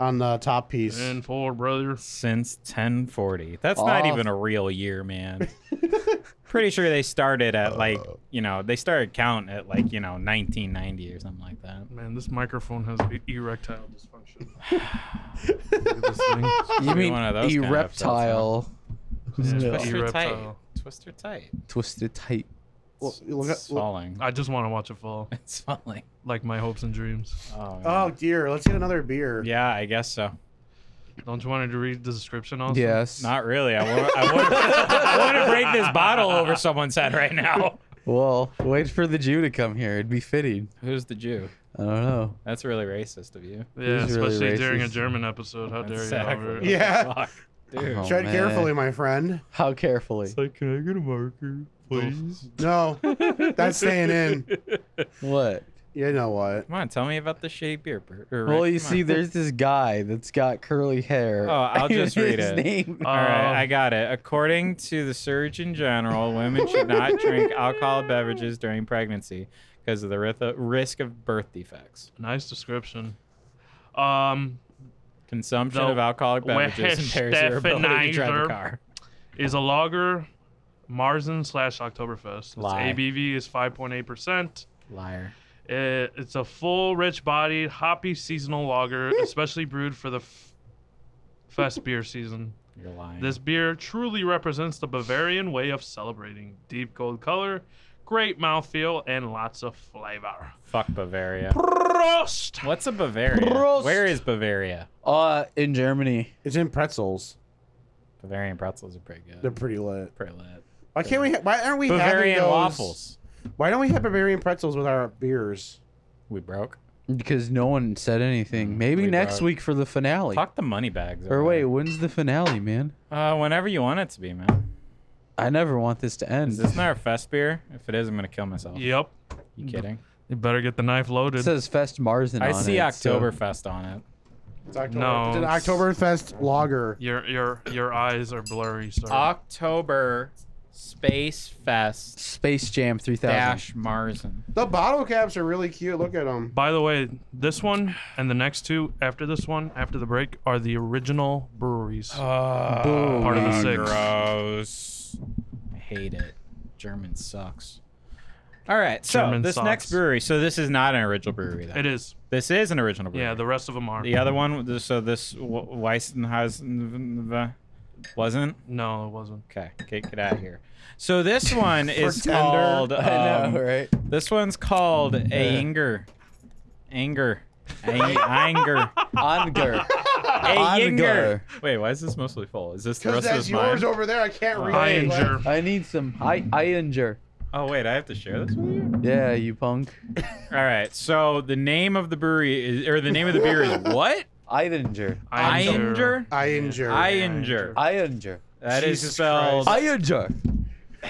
[SPEAKER 4] on the top piece.
[SPEAKER 1] And four brother.
[SPEAKER 2] since 1040. That's not
[SPEAKER 3] Off.
[SPEAKER 2] even a real year, man. Pretty sure they started
[SPEAKER 4] Uh,
[SPEAKER 2] at like, you know, they started count at like, you know, 1990 or something like that.
[SPEAKER 1] Man, this microphone has e- erectile dysfunction. Look at this thing.
[SPEAKER 3] You
[SPEAKER 2] be
[SPEAKER 3] mean
[SPEAKER 2] one of those kind of episodes, huh?
[SPEAKER 3] erectile,
[SPEAKER 1] Yeah,
[SPEAKER 3] Yeah.
[SPEAKER 2] Twister tight.
[SPEAKER 1] erectile.
[SPEAKER 2] Twister tight.
[SPEAKER 3] twisted tight?
[SPEAKER 4] Well,
[SPEAKER 2] It's,
[SPEAKER 4] look
[SPEAKER 2] it's
[SPEAKER 4] at- look-
[SPEAKER 2] falling.
[SPEAKER 1] I just want to watch it fall,
[SPEAKER 2] It's falling.
[SPEAKER 1] like my hopes and dreams.
[SPEAKER 2] Oh,
[SPEAKER 4] oh
[SPEAKER 2] man.
[SPEAKER 4] dear, let's get another beer.
[SPEAKER 2] yeah, I guess so.
[SPEAKER 1] Don't you want to read the description also?
[SPEAKER 3] Yes.
[SPEAKER 2] Not really. I want, I want, I want to break this bottle over someone's head right now.
[SPEAKER 3] Well, wait for the Jew to come here. It'd be fitting.
[SPEAKER 2] Who's the Jew?
[SPEAKER 3] I don't know.
[SPEAKER 2] That's really racist of you.
[SPEAKER 1] Yeah,
[SPEAKER 3] He's really
[SPEAKER 1] especially during a
[SPEAKER 3] racist.
[SPEAKER 1] German episode.
[SPEAKER 2] Oh,
[SPEAKER 1] How dare you? Albert.
[SPEAKER 4] Yeah.
[SPEAKER 2] Fuck, Dude.
[SPEAKER 3] Oh,
[SPEAKER 4] Tread
[SPEAKER 3] man.
[SPEAKER 4] carefully, my friend.
[SPEAKER 3] How carefully.
[SPEAKER 1] like, can I get a marker, please?
[SPEAKER 4] No, that's staying in.
[SPEAKER 3] What?
[SPEAKER 4] You know what?
[SPEAKER 2] Come on, tell me about the shitty beer. Bert- or
[SPEAKER 3] Well,
[SPEAKER 2] Rick,
[SPEAKER 3] you
[SPEAKER 2] come
[SPEAKER 3] see,
[SPEAKER 2] on.
[SPEAKER 3] there's this guy that's got curly hair.
[SPEAKER 2] Oh, I'll just read
[SPEAKER 3] His
[SPEAKER 2] it.
[SPEAKER 3] name.
[SPEAKER 1] Uh,
[SPEAKER 2] All right,
[SPEAKER 1] Um,
[SPEAKER 3] Oh.
[SPEAKER 2] I got it. According to the Surgeon General, women should not drink alcohol beverages during pregnancy because of the rith- risk of birth defects.
[SPEAKER 1] Nice description. Um,
[SPEAKER 2] Consumption
[SPEAKER 1] The
[SPEAKER 2] of alcoholic beverages impairs your ability to drive a
[SPEAKER 1] Westphenizer.
[SPEAKER 2] car.
[SPEAKER 1] is a lager, Marzen slash Oktoberfest. Its
[SPEAKER 2] Lie.
[SPEAKER 1] ABV is 5.8 percent.
[SPEAKER 2] Liar.
[SPEAKER 1] It, it's a full, rich-bodied, hoppy seasonal lager, especially brewed for the f- fest beer season.
[SPEAKER 2] You're lying.
[SPEAKER 1] This beer truly represents the Bavarian way of celebrating: deep gold color, great mouthfeel, and lots of flavor.
[SPEAKER 2] Fuck Bavaria.
[SPEAKER 1] Prost!
[SPEAKER 2] What's a Bavaria?
[SPEAKER 3] Prost.
[SPEAKER 2] Where is Bavaria?
[SPEAKER 3] Uh, in Germany.
[SPEAKER 4] It's in pretzels.
[SPEAKER 2] Bavarian pretzels are pretty good.
[SPEAKER 4] They're pretty lit.
[SPEAKER 2] pretty lit.
[SPEAKER 4] Why can't we? Ha- why aren't we having
[SPEAKER 2] Bavarian
[SPEAKER 4] those-
[SPEAKER 2] waffles.
[SPEAKER 4] Why don't we have Bavarian pretzels with our beers?
[SPEAKER 2] We broke.
[SPEAKER 3] Because no one said anything. Maybe
[SPEAKER 2] We
[SPEAKER 3] next
[SPEAKER 2] brought-
[SPEAKER 3] week for the finale.
[SPEAKER 2] Talk the money bags.
[SPEAKER 3] or
[SPEAKER 2] over
[SPEAKER 3] wait,
[SPEAKER 2] there.
[SPEAKER 3] when's the finale, man?
[SPEAKER 2] Uh, whenever you want it to be, man.
[SPEAKER 3] I never want this to end.
[SPEAKER 2] Is this not our fest beer? If it is, I'm gonna kill myself.
[SPEAKER 1] Yep.
[SPEAKER 2] You kidding?
[SPEAKER 1] You better get the knife loaded.
[SPEAKER 3] It says Fest Marzen.
[SPEAKER 2] I
[SPEAKER 3] on
[SPEAKER 2] see
[SPEAKER 3] it, so-
[SPEAKER 2] Oktoberfest on it.
[SPEAKER 4] It's October.
[SPEAKER 1] No.
[SPEAKER 4] It's an Oktoberfest lager.
[SPEAKER 1] your your your eyes are blurry, sir.
[SPEAKER 2] October Space Fest
[SPEAKER 3] Space Jam 3000.
[SPEAKER 2] dash Marzen.
[SPEAKER 4] The bottle caps are really cute. Look at them.
[SPEAKER 1] By the way, this one and the next two after this one, after the break, are the original breweries.
[SPEAKER 2] Oh,
[SPEAKER 3] Uh,
[SPEAKER 2] uh,
[SPEAKER 1] part of the six.
[SPEAKER 2] Gross. Hate it. German sucks. All right, so
[SPEAKER 1] German
[SPEAKER 2] this
[SPEAKER 1] sucks.
[SPEAKER 2] next brewery. So this is not an original brewery. Then.
[SPEAKER 1] It is.
[SPEAKER 2] This is an original brewery.
[SPEAKER 1] Yeah, the rest of them are.
[SPEAKER 2] the other one. So this W- Weissenhausen wasn't.
[SPEAKER 1] No, it wasn't.
[SPEAKER 2] Okay, get, get out of here. So this one is
[SPEAKER 4] Pretender.
[SPEAKER 2] called.
[SPEAKER 3] I
[SPEAKER 2] um,
[SPEAKER 3] know, right?
[SPEAKER 2] This one's called Anger. Anger. Ang- Anger.
[SPEAKER 3] Onger.
[SPEAKER 2] Anger.
[SPEAKER 3] Anger.
[SPEAKER 2] Wait, why is this mostly full? Is this the
[SPEAKER 4] Because
[SPEAKER 2] rest of
[SPEAKER 4] that's
[SPEAKER 2] this
[SPEAKER 4] yours
[SPEAKER 2] mine?
[SPEAKER 4] over there. I can't read.
[SPEAKER 1] I
[SPEAKER 4] it.
[SPEAKER 1] injure.
[SPEAKER 3] I need some. I Inger.
[SPEAKER 2] Oh wait, I have to share this with you.
[SPEAKER 3] Yeah, you punk.
[SPEAKER 2] All right. So the name of the brewery is, or the name of the beer is what?
[SPEAKER 3] Inger.
[SPEAKER 1] Inger.
[SPEAKER 2] Inger.
[SPEAKER 4] I injure.
[SPEAKER 2] Inger.
[SPEAKER 3] Inger.
[SPEAKER 2] That is
[SPEAKER 4] Jesus
[SPEAKER 2] spelled.
[SPEAKER 3] Inger.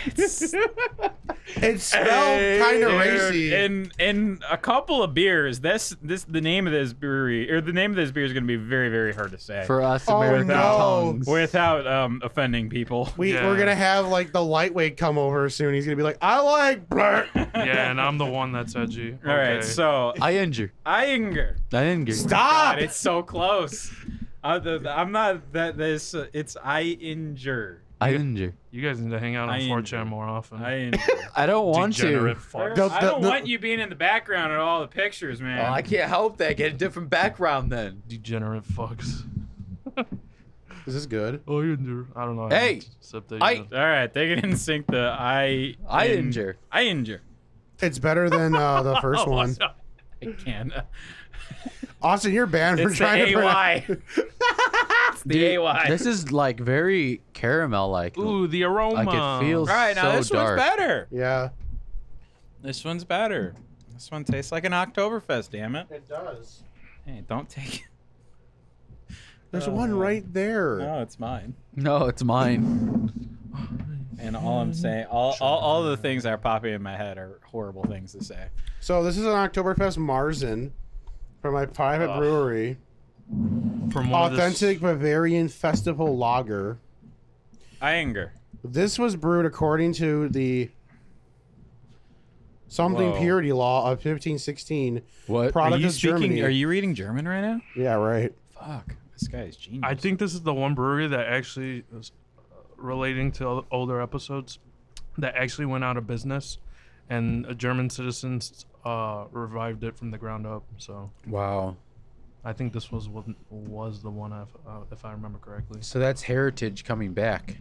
[SPEAKER 4] It's spelled kind of
[SPEAKER 2] Dude,
[SPEAKER 4] racy.
[SPEAKER 2] In in a couple of beers, this this the name of this brewery or the name of this beer is going to be very very hard to say
[SPEAKER 3] For us
[SPEAKER 4] Oh,
[SPEAKER 3] American
[SPEAKER 4] no.
[SPEAKER 3] tongues.
[SPEAKER 2] without um offending people.
[SPEAKER 4] we,
[SPEAKER 1] Yeah.
[SPEAKER 4] We're going to have like the lightweight come over soon. He's going to be like, I like blurt.
[SPEAKER 1] Yeah, and I'm the one that's edgy. Okay.
[SPEAKER 2] All right, so
[SPEAKER 3] Inger.
[SPEAKER 2] Inger.
[SPEAKER 3] Inger.
[SPEAKER 4] Stop.
[SPEAKER 2] God, it's so close. Uh, the, the- I'm not that this. Uh, it's I injure.
[SPEAKER 3] Inger.
[SPEAKER 1] you guys need to hang out on
[SPEAKER 2] Inger.
[SPEAKER 1] 4chan more often.
[SPEAKER 2] I injure.
[SPEAKER 3] I don't want
[SPEAKER 1] Degenerate
[SPEAKER 3] to.
[SPEAKER 1] fuck.
[SPEAKER 4] The-
[SPEAKER 2] I don't
[SPEAKER 4] the-
[SPEAKER 2] want you being in the background in all the pictures,
[SPEAKER 3] Oh,
[SPEAKER 2] man.
[SPEAKER 3] I can't help that. Get a different background then.
[SPEAKER 1] Degenerate fucks.
[SPEAKER 4] Is this good?
[SPEAKER 1] Oh, you do. I don't know.
[SPEAKER 3] Hey,
[SPEAKER 1] Sip that,
[SPEAKER 3] I-
[SPEAKER 1] you know.
[SPEAKER 2] All right, they can sync the I.
[SPEAKER 3] I injure.
[SPEAKER 2] I injure.
[SPEAKER 4] It's better than uh, the first
[SPEAKER 1] Oh,
[SPEAKER 4] one.
[SPEAKER 1] what's up?
[SPEAKER 2] I can't.
[SPEAKER 4] Austin, you're banned for
[SPEAKER 2] It's the
[SPEAKER 4] trying to
[SPEAKER 2] AY.
[SPEAKER 4] pronounce-
[SPEAKER 2] it's the AY.
[SPEAKER 3] This is like very caramel like.
[SPEAKER 1] Ooh, the aroma.
[SPEAKER 3] I could feel
[SPEAKER 2] all right, now
[SPEAKER 3] so
[SPEAKER 2] this
[SPEAKER 3] dark.
[SPEAKER 2] one's better.
[SPEAKER 4] Yeah.
[SPEAKER 2] This one's better. This one tastes like an Oktoberfest, damn it.
[SPEAKER 4] It does.
[SPEAKER 2] Hey, don't take it.
[SPEAKER 4] There's
[SPEAKER 2] Oh,
[SPEAKER 4] one
[SPEAKER 2] man.
[SPEAKER 4] right there.
[SPEAKER 2] No, it's mine.
[SPEAKER 3] No, it's mine.
[SPEAKER 2] And all I'm saying, all, all, all the things that are popping in my head are horrible things to say.
[SPEAKER 4] So this is an Oktoberfest Marzen from my private
[SPEAKER 1] Ugh.
[SPEAKER 4] brewery.
[SPEAKER 1] From one of this-
[SPEAKER 4] Authentic Bavarian Festival Lager.
[SPEAKER 2] Inger.
[SPEAKER 4] This was brewed according to the something
[SPEAKER 2] Whoa.
[SPEAKER 4] purity law of 1516.
[SPEAKER 3] What?
[SPEAKER 4] Product
[SPEAKER 2] Are you
[SPEAKER 4] of Germany.
[SPEAKER 2] speaking? Are you reading German right now?
[SPEAKER 4] Yeah, right.
[SPEAKER 2] Fuck, this guy is genius.
[SPEAKER 1] I think this is the one brewery that actually is uh, relating to o- older episodes that actually went out of business and uh, German citizens uh, revived it from the ground up. So
[SPEAKER 3] Wow.
[SPEAKER 1] I think this was what was the one if, uh, if I remember correctly.
[SPEAKER 3] So that's heritage coming back.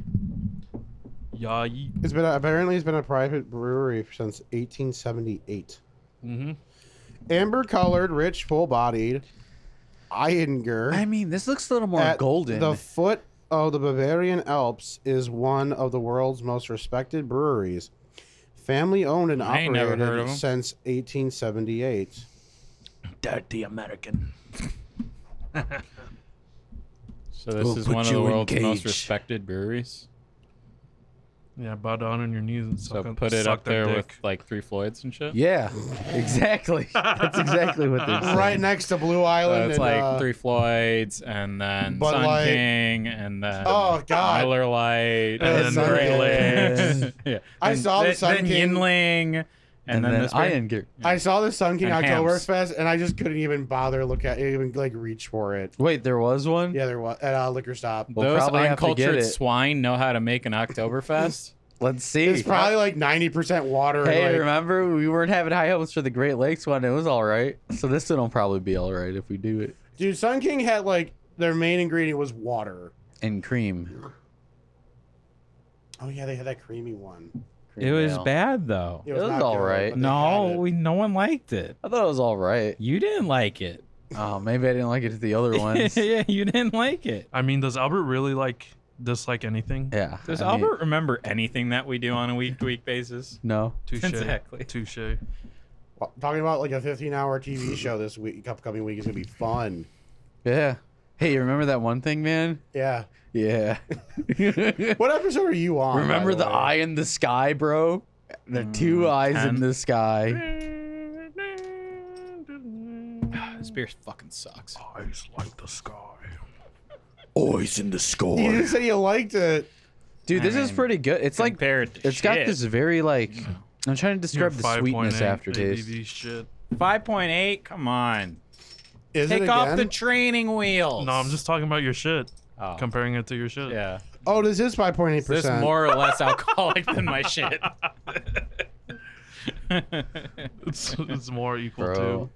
[SPEAKER 1] Yeah. ye-
[SPEAKER 4] It's been apparently it's been a private brewery since 1878.
[SPEAKER 1] Mhm.
[SPEAKER 4] Amber colored, rich, full bodied. Eyinger.
[SPEAKER 3] I mean, this looks a little more
[SPEAKER 4] at
[SPEAKER 3] golden.
[SPEAKER 4] The foot of the Bavarian Alps is one of the world's most respected breweries. Family owned and
[SPEAKER 2] I ain't never
[SPEAKER 4] operated
[SPEAKER 2] heard of 'em.
[SPEAKER 4] since 1878.
[SPEAKER 1] Dirty American.
[SPEAKER 2] so. This
[SPEAKER 3] We'll
[SPEAKER 2] is
[SPEAKER 3] put
[SPEAKER 2] one of
[SPEAKER 3] you
[SPEAKER 2] the
[SPEAKER 3] in
[SPEAKER 2] world's most
[SPEAKER 3] cage.
[SPEAKER 2] respected breweries.
[SPEAKER 1] Yeah, bow down on your knees and
[SPEAKER 2] So
[SPEAKER 1] suck on-
[SPEAKER 2] put it
[SPEAKER 1] suck
[SPEAKER 2] up
[SPEAKER 1] their
[SPEAKER 2] there with
[SPEAKER 1] dick.
[SPEAKER 2] like Three Floyds and shit.
[SPEAKER 3] yeah, exactly. That's exactly what they're saying.
[SPEAKER 4] Right next to Blue Island.
[SPEAKER 2] So it's
[SPEAKER 4] and,
[SPEAKER 2] like
[SPEAKER 4] uh,
[SPEAKER 2] Three Floyds and then
[SPEAKER 4] Bud
[SPEAKER 2] Sun
[SPEAKER 4] Light.
[SPEAKER 2] King and then
[SPEAKER 4] Oh, God.
[SPEAKER 2] Miller Light
[SPEAKER 1] And
[SPEAKER 2] and,
[SPEAKER 4] then
[SPEAKER 2] Great
[SPEAKER 4] Sun
[SPEAKER 2] Lakes. yeah.
[SPEAKER 4] I
[SPEAKER 2] And
[SPEAKER 4] saw the
[SPEAKER 2] th-
[SPEAKER 4] Sun
[SPEAKER 2] then
[SPEAKER 4] King.
[SPEAKER 2] Yinling and,
[SPEAKER 3] And,
[SPEAKER 2] then,
[SPEAKER 3] then,
[SPEAKER 2] this
[SPEAKER 3] I
[SPEAKER 2] beer.
[SPEAKER 3] Inger.
[SPEAKER 4] I saw the Sun King
[SPEAKER 2] And hams.
[SPEAKER 4] Oktoberfest and I just couldn't even bother look at even like reach for it.
[SPEAKER 3] Wait, there was one.
[SPEAKER 4] Yeah, there was at a liquor stop.
[SPEAKER 3] We'll
[SPEAKER 2] Those
[SPEAKER 3] probably have to get
[SPEAKER 2] uncultured
[SPEAKER 3] it.
[SPEAKER 2] swine know how to make an Oktoberfest.
[SPEAKER 3] Let's see.
[SPEAKER 4] It's probably like 90% water. and,
[SPEAKER 3] Hey,
[SPEAKER 4] like-
[SPEAKER 3] remember we weren't having high hopes for the Great Lakes one. It was all right. So this one will probably be all right if we do it.
[SPEAKER 4] dude, Sun King had like their main ingredient was water.
[SPEAKER 3] And cream.
[SPEAKER 4] Oh yeah, they had that creamy one.
[SPEAKER 3] Cream ale.
[SPEAKER 2] bad though.
[SPEAKER 3] It was
[SPEAKER 4] not
[SPEAKER 3] all
[SPEAKER 4] good,
[SPEAKER 3] right.
[SPEAKER 4] but they had it.
[SPEAKER 2] no one liked it.
[SPEAKER 3] I thought it was all right.
[SPEAKER 2] You didn't like it.
[SPEAKER 3] Oh, maybe I didn't like it to the other ones. yeah.
[SPEAKER 2] you didn't like it.
[SPEAKER 1] I mean, does Albert really like dislike anything?
[SPEAKER 2] Does
[SPEAKER 3] I mean,
[SPEAKER 2] Albert remember anything that we do on a week to week basis?
[SPEAKER 3] No.
[SPEAKER 1] Touche.
[SPEAKER 2] Exactly.
[SPEAKER 1] Touche.
[SPEAKER 4] Well, talking about like a 15 hour TV show this week, upcoming week is gonna be fun.
[SPEAKER 3] Yeah. Hey, you remember that one thing, man?
[SPEAKER 4] Yeah.
[SPEAKER 3] Yeah.
[SPEAKER 4] What episode are you on? by
[SPEAKER 3] remember the,
[SPEAKER 4] way?
[SPEAKER 2] Mm,
[SPEAKER 3] eye in the sky, bro? The two eyes in
[SPEAKER 2] ten.
[SPEAKER 3] the sky.
[SPEAKER 2] This beer fucking sucks.
[SPEAKER 1] Eyes like the sky.
[SPEAKER 4] You just said you liked it.
[SPEAKER 3] Dude, this is
[SPEAKER 2] Mm.
[SPEAKER 3] pretty good. It's like
[SPEAKER 2] Compared to
[SPEAKER 3] it's got
[SPEAKER 2] shit.
[SPEAKER 3] this very like I'm trying to describe
[SPEAKER 1] Your
[SPEAKER 3] the
[SPEAKER 1] 5.8
[SPEAKER 3] sweetness aftertaste.
[SPEAKER 1] ABV shit.
[SPEAKER 2] 5.8. Come on.
[SPEAKER 4] Is it
[SPEAKER 2] Take
[SPEAKER 4] again?
[SPEAKER 2] off the training wheels.
[SPEAKER 1] No, I'm just talking about your shit.
[SPEAKER 2] Oh.
[SPEAKER 1] Comparing it to your shit.
[SPEAKER 2] yeah.
[SPEAKER 4] oh, this is five point eight
[SPEAKER 2] Is this
[SPEAKER 4] percent.
[SPEAKER 2] more or less alcoholic than my shit?
[SPEAKER 1] It's, it's more equal
[SPEAKER 3] Bro.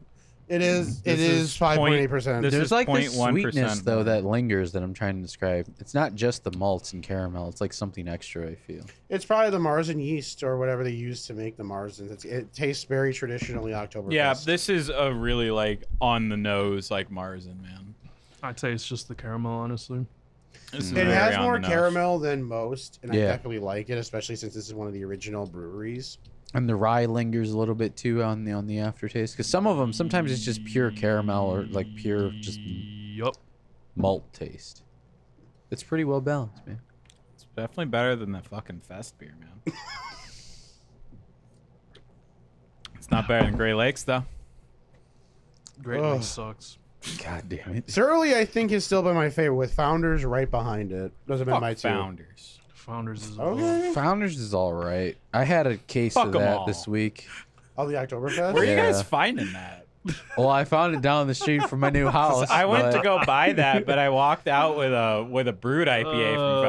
[SPEAKER 4] It is. It
[SPEAKER 2] This is
[SPEAKER 4] is five point eight
[SPEAKER 2] this
[SPEAKER 4] percent.
[SPEAKER 2] is
[SPEAKER 3] There's like this
[SPEAKER 2] 0.1%
[SPEAKER 3] sweetness though
[SPEAKER 2] more.
[SPEAKER 3] that lingers that I'm trying to describe. It's not just the malts and caramel. It's like something extra. I feel.
[SPEAKER 4] It's probably the Marzen yeast or whatever they use to make the Marzen. It's, it tastes very traditionally October.
[SPEAKER 2] yeah, this is a really like on the nose like Marzen, man.
[SPEAKER 1] to. I'd say it's just the caramel, honestly.
[SPEAKER 2] This is
[SPEAKER 4] It
[SPEAKER 2] very
[SPEAKER 4] has
[SPEAKER 2] on
[SPEAKER 4] more
[SPEAKER 2] the nose.
[SPEAKER 4] caramel than most, and I
[SPEAKER 3] Yeah.
[SPEAKER 4] definitely like it, especially since this is one of the original breweries.
[SPEAKER 3] And the rye lingers a little bit too on the on the aftertaste because some of them sometimes it's just pure caramel or like pure just
[SPEAKER 1] Yup.
[SPEAKER 3] malt taste. It's pretty well balanced, man.
[SPEAKER 2] It's definitely better than that fucking fest beer, man. it's not better than Gray Lakes though.
[SPEAKER 1] Great
[SPEAKER 4] Ugh.
[SPEAKER 1] Lakes sucks.
[SPEAKER 3] God damn it.
[SPEAKER 4] Surly, I think, is still been my favorite, with Founders right behind it. Those have been
[SPEAKER 2] Fuck
[SPEAKER 4] my two.
[SPEAKER 2] Founders.
[SPEAKER 1] Founders is
[SPEAKER 4] Okay.
[SPEAKER 1] okay.
[SPEAKER 3] Founders is all right. I had a case
[SPEAKER 2] Fuck
[SPEAKER 3] of
[SPEAKER 2] 'em
[SPEAKER 3] that
[SPEAKER 2] all.
[SPEAKER 3] this week.
[SPEAKER 4] Oh, the Oktoberfest?
[SPEAKER 2] Where are you guys
[SPEAKER 3] Yeah.
[SPEAKER 2] finding that?
[SPEAKER 3] Well, I found it down the street from my new house.
[SPEAKER 2] I went to
[SPEAKER 3] but
[SPEAKER 2] go buy that, but I walked out with a with a brewed IPA from
[SPEAKER 1] Uh,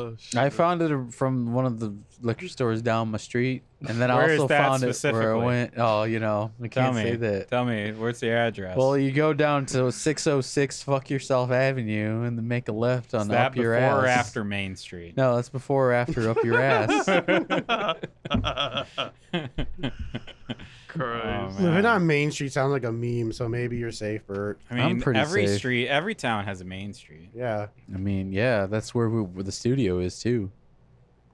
[SPEAKER 2] Founders.
[SPEAKER 3] I found it from one of the liquor stores down my street, and then
[SPEAKER 2] Where
[SPEAKER 3] I
[SPEAKER 2] is
[SPEAKER 3] also
[SPEAKER 2] that
[SPEAKER 3] found it where I
[SPEAKER 2] specifically?
[SPEAKER 3] went. Oh, you know, I
[SPEAKER 2] Tell
[SPEAKER 3] can't
[SPEAKER 2] me,
[SPEAKER 3] say that.
[SPEAKER 2] tell me, where's the address?
[SPEAKER 3] Well, you go down to 606 Fuck Yourself Avenue, and then make a left
[SPEAKER 2] Is
[SPEAKER 3] on
[SPEAKER 2] that
[SPEAKER 3] up your
[SPEAKER 2] before
[SPEAKER 3] ass.
[SPEAKER 2] or after Main Street?
[SPEAKER 3] No, that's before or after up your ass.
[SPEAKER 1] Christ.
[SPEAKER 2] Oh, man.
[SPEAKER 4] Living on Main Street sounds like a meme, so maybe you're safe, Bert.
[SPEAKER 2] I
[SPEAKER 3] I'm
[SPEAKER 2] mean,
[SPEAKER 3] pretty
[SPEAKER 2] every
[SPEAKER 3] safe.
[SPEAKER 2] street, every town has a main street.
[SPEAKER 4] Yeah,
[SPEAKER 3] I mean, yeah, that's where, we, where the studio is too.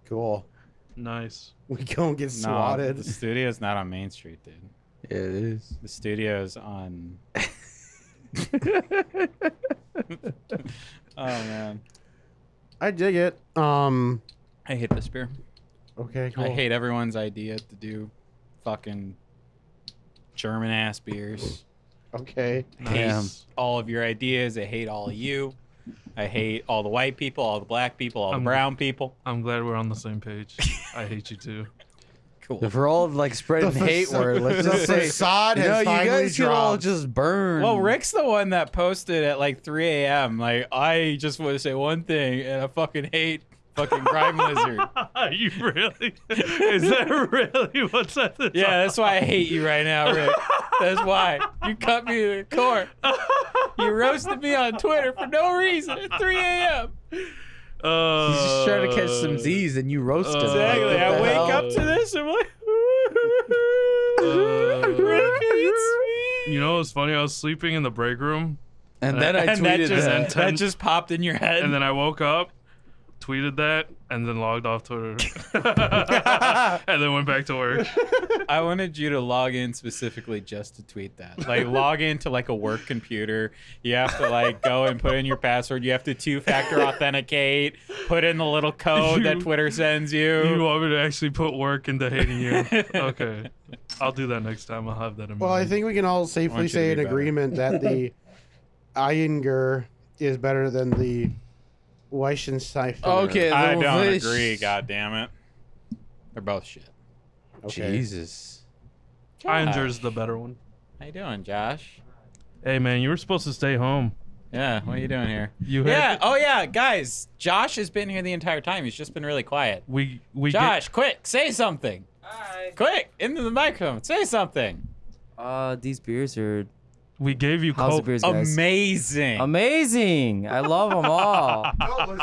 [SPEAKER 4] cool.
[SPEAKER 1] nice.
[SPEAKER 4] We go and get
[SPEAKER 2] No,
[SPEAKER 4] swatted.
[SPEAKER 2] the studio's not on Main Street, dude.
[SPEAKER 3] Yeah, it is.
[SPEAKER 2] The studio's on. oh man,
[SPEAKER 4] I dig it. Um.
[SPEAKER 2] I hate this beer.
[SPEAKER 4] Okay. Cool.
[SPEAKER 2] I hate everyone's idea to do fucking German ass beers.
[SPEAKER 4] Okay.
[SPEAKER 1] Nice.
[SPEAKER 2] All of your ideas, I hate all of you. I hate all the white people, all the black people, all the
[SPEAKER 1] I'm-
[SPEAKER 2] brown people.
[SPEAKER 1] I'm glad we're on the same page. I hate you too.
[SPEAKER 2] Cool.
[SPEAKER 3] If we're all like spreading
[SPEAKER 4] The
[SPEAKER 3] hate
[SPEAKER 4] fac-
[SPEAKER 3] word, let's
[SPEAKER 4] the
[SPEAKER 3] just say
[SPEAKER 4] facade
[SPEAKER 3] you
[SPEAKER 4] has
[SPEAKER 3] know, you
[SPEAKER 4] finally
[SPEAKER 3] guys should all
[SPEAKER 4] dropped.
[SPEAKER 3] just burn.
[SPEAKER 2] Well, Rick's the one that posted at like 3 a.m. Like, I just want to say one thing, and I fucking hate fucking Grime Lizard.
[SPEAKER 1] you really? Is that really what's at the
[SPEAKER 2] Yeah, that's why I hate you right now, Rick. That's why. You cut me to the core. You roasted me on Twitter for no reason at 3 a.m.
[SPEAKER 1] top? Uh,
[SPEAKER 3] He's just trying to catch some Z's and you roast him.
[SPEAKER 2] uh, Exactly.
[SPEAKER 3] What the
[SPEAKER 2] I wake
[SPEAKER 3] hell?
[SPEAKER 2] up to this and I'm like,
[SPEAKER 3] Uh,
[SPEAKER 2] Rick hates me.
[SPEAKER 1] You know, it's funny. I was sleeping in the break room,
[SPEAKER 3] And then I
[SPEAKER 2] and that
[SPEAKER 3] tweeted
[SPEAKER 2] just,
[SPEAKER 1] And
[SPEAKER 3] that.
[SPEAKER 1] then
[SPEAKER 2] that just popped in your head.
[SPEAKER 1] and then I woke up, tweeted that, and then logged off Twitter, and then went back to work.
[SPEAKER 2] I wanted you to log in specifically just to tweet that. Like log into like a work computer. You have to like go and put in your password. You have to two factor authenticate. Put in the little code that
[SPEAKER 1] You-
[SPEAKER 2] Twitter sends
[SPEAKER 1] You
[SPEAKER 2] you.
[SPEAKER 1] want me to actually put work into hating you? Okay, I'll do that next time. I'll have that in mind.
[SPEAKER 4] Well, I think we can all
[SPEAKER 2] want
[SPEAKER 4] safely
[SPEAKER 2] you to
[SPEAKER 4] say
[SPEAKER 2] be
[SPEAKER 4] in
[SPEAKER 2] better.
[SPEAKER 4] agreement that the Eyinger is better than the Weissensteifen.
[SPEAKER 3] Okay.
[SPEAKER 2] I
[SPEAKER 3] Little
[SPEAKER 2] don't
[SPEAKER 3] fish.
[SPEAKER 2] agree, god damn it. They're both shit.
[SPEAKER 4] Okay.
[SPEAKER 3] Jesus.
[SPEAKER 1] Einger's the better one.
[SPEAKER 2] How you doing, Josh?
[SPEAKER 1] Hey man, you were supposed to stay home.
[SPEAKER 2] Yeah, what are you doing here?
[SPEAKER 1] You had,
[SPEAKER 2] Yeah, oh yeah, guys. Josh has been here the entire time. He's just been really quiet.
[SPEAKER 1] we we
[SPEAKER 2] Josh, quick, say something.
[SPEAKER 6] Hi.
[SPEAKER 2] Quick, into the microphone. Say something.
[SPEAKER 6] Uh, these beers are
[SPEAKER 1] ga- we gave you
[SPEAKER 6] how's the
[SPEAKER 1] cold.
[SPEAKER 6] beers, guys?
[SPEAKER 2] Amazing.
[SPEAKER 6] Amazing! I love them all.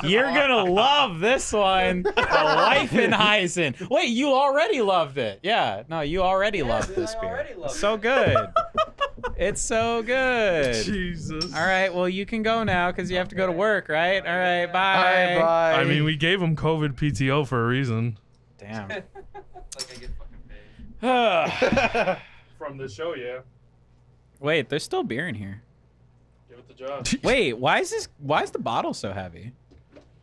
[SPEAKER 2] You're gonna love this one, The Leifenheisen. Wait, you already loved it? Yeah, no, you already loved this beer. so good. it's so good.
[SPEAKER 1] Oh, Jesus.
[SPEAKER 2] All right, well you can go now because you have to go to work, right? All right, bye.
[SPEAKER 3] All right, bye.
[SPEAKER 1] I mean, we gave him COVID PTO for a reason.
[SPEAKER 2] Damn.
[SPEAKER 1] From the show, yeah.
[SPEAKER 2] Wait, there's still beer in here.
[SPEAKER 1] Give it to Josh.
[SPEAKER 2] Wait, why is this? Why is the bottle so heavy?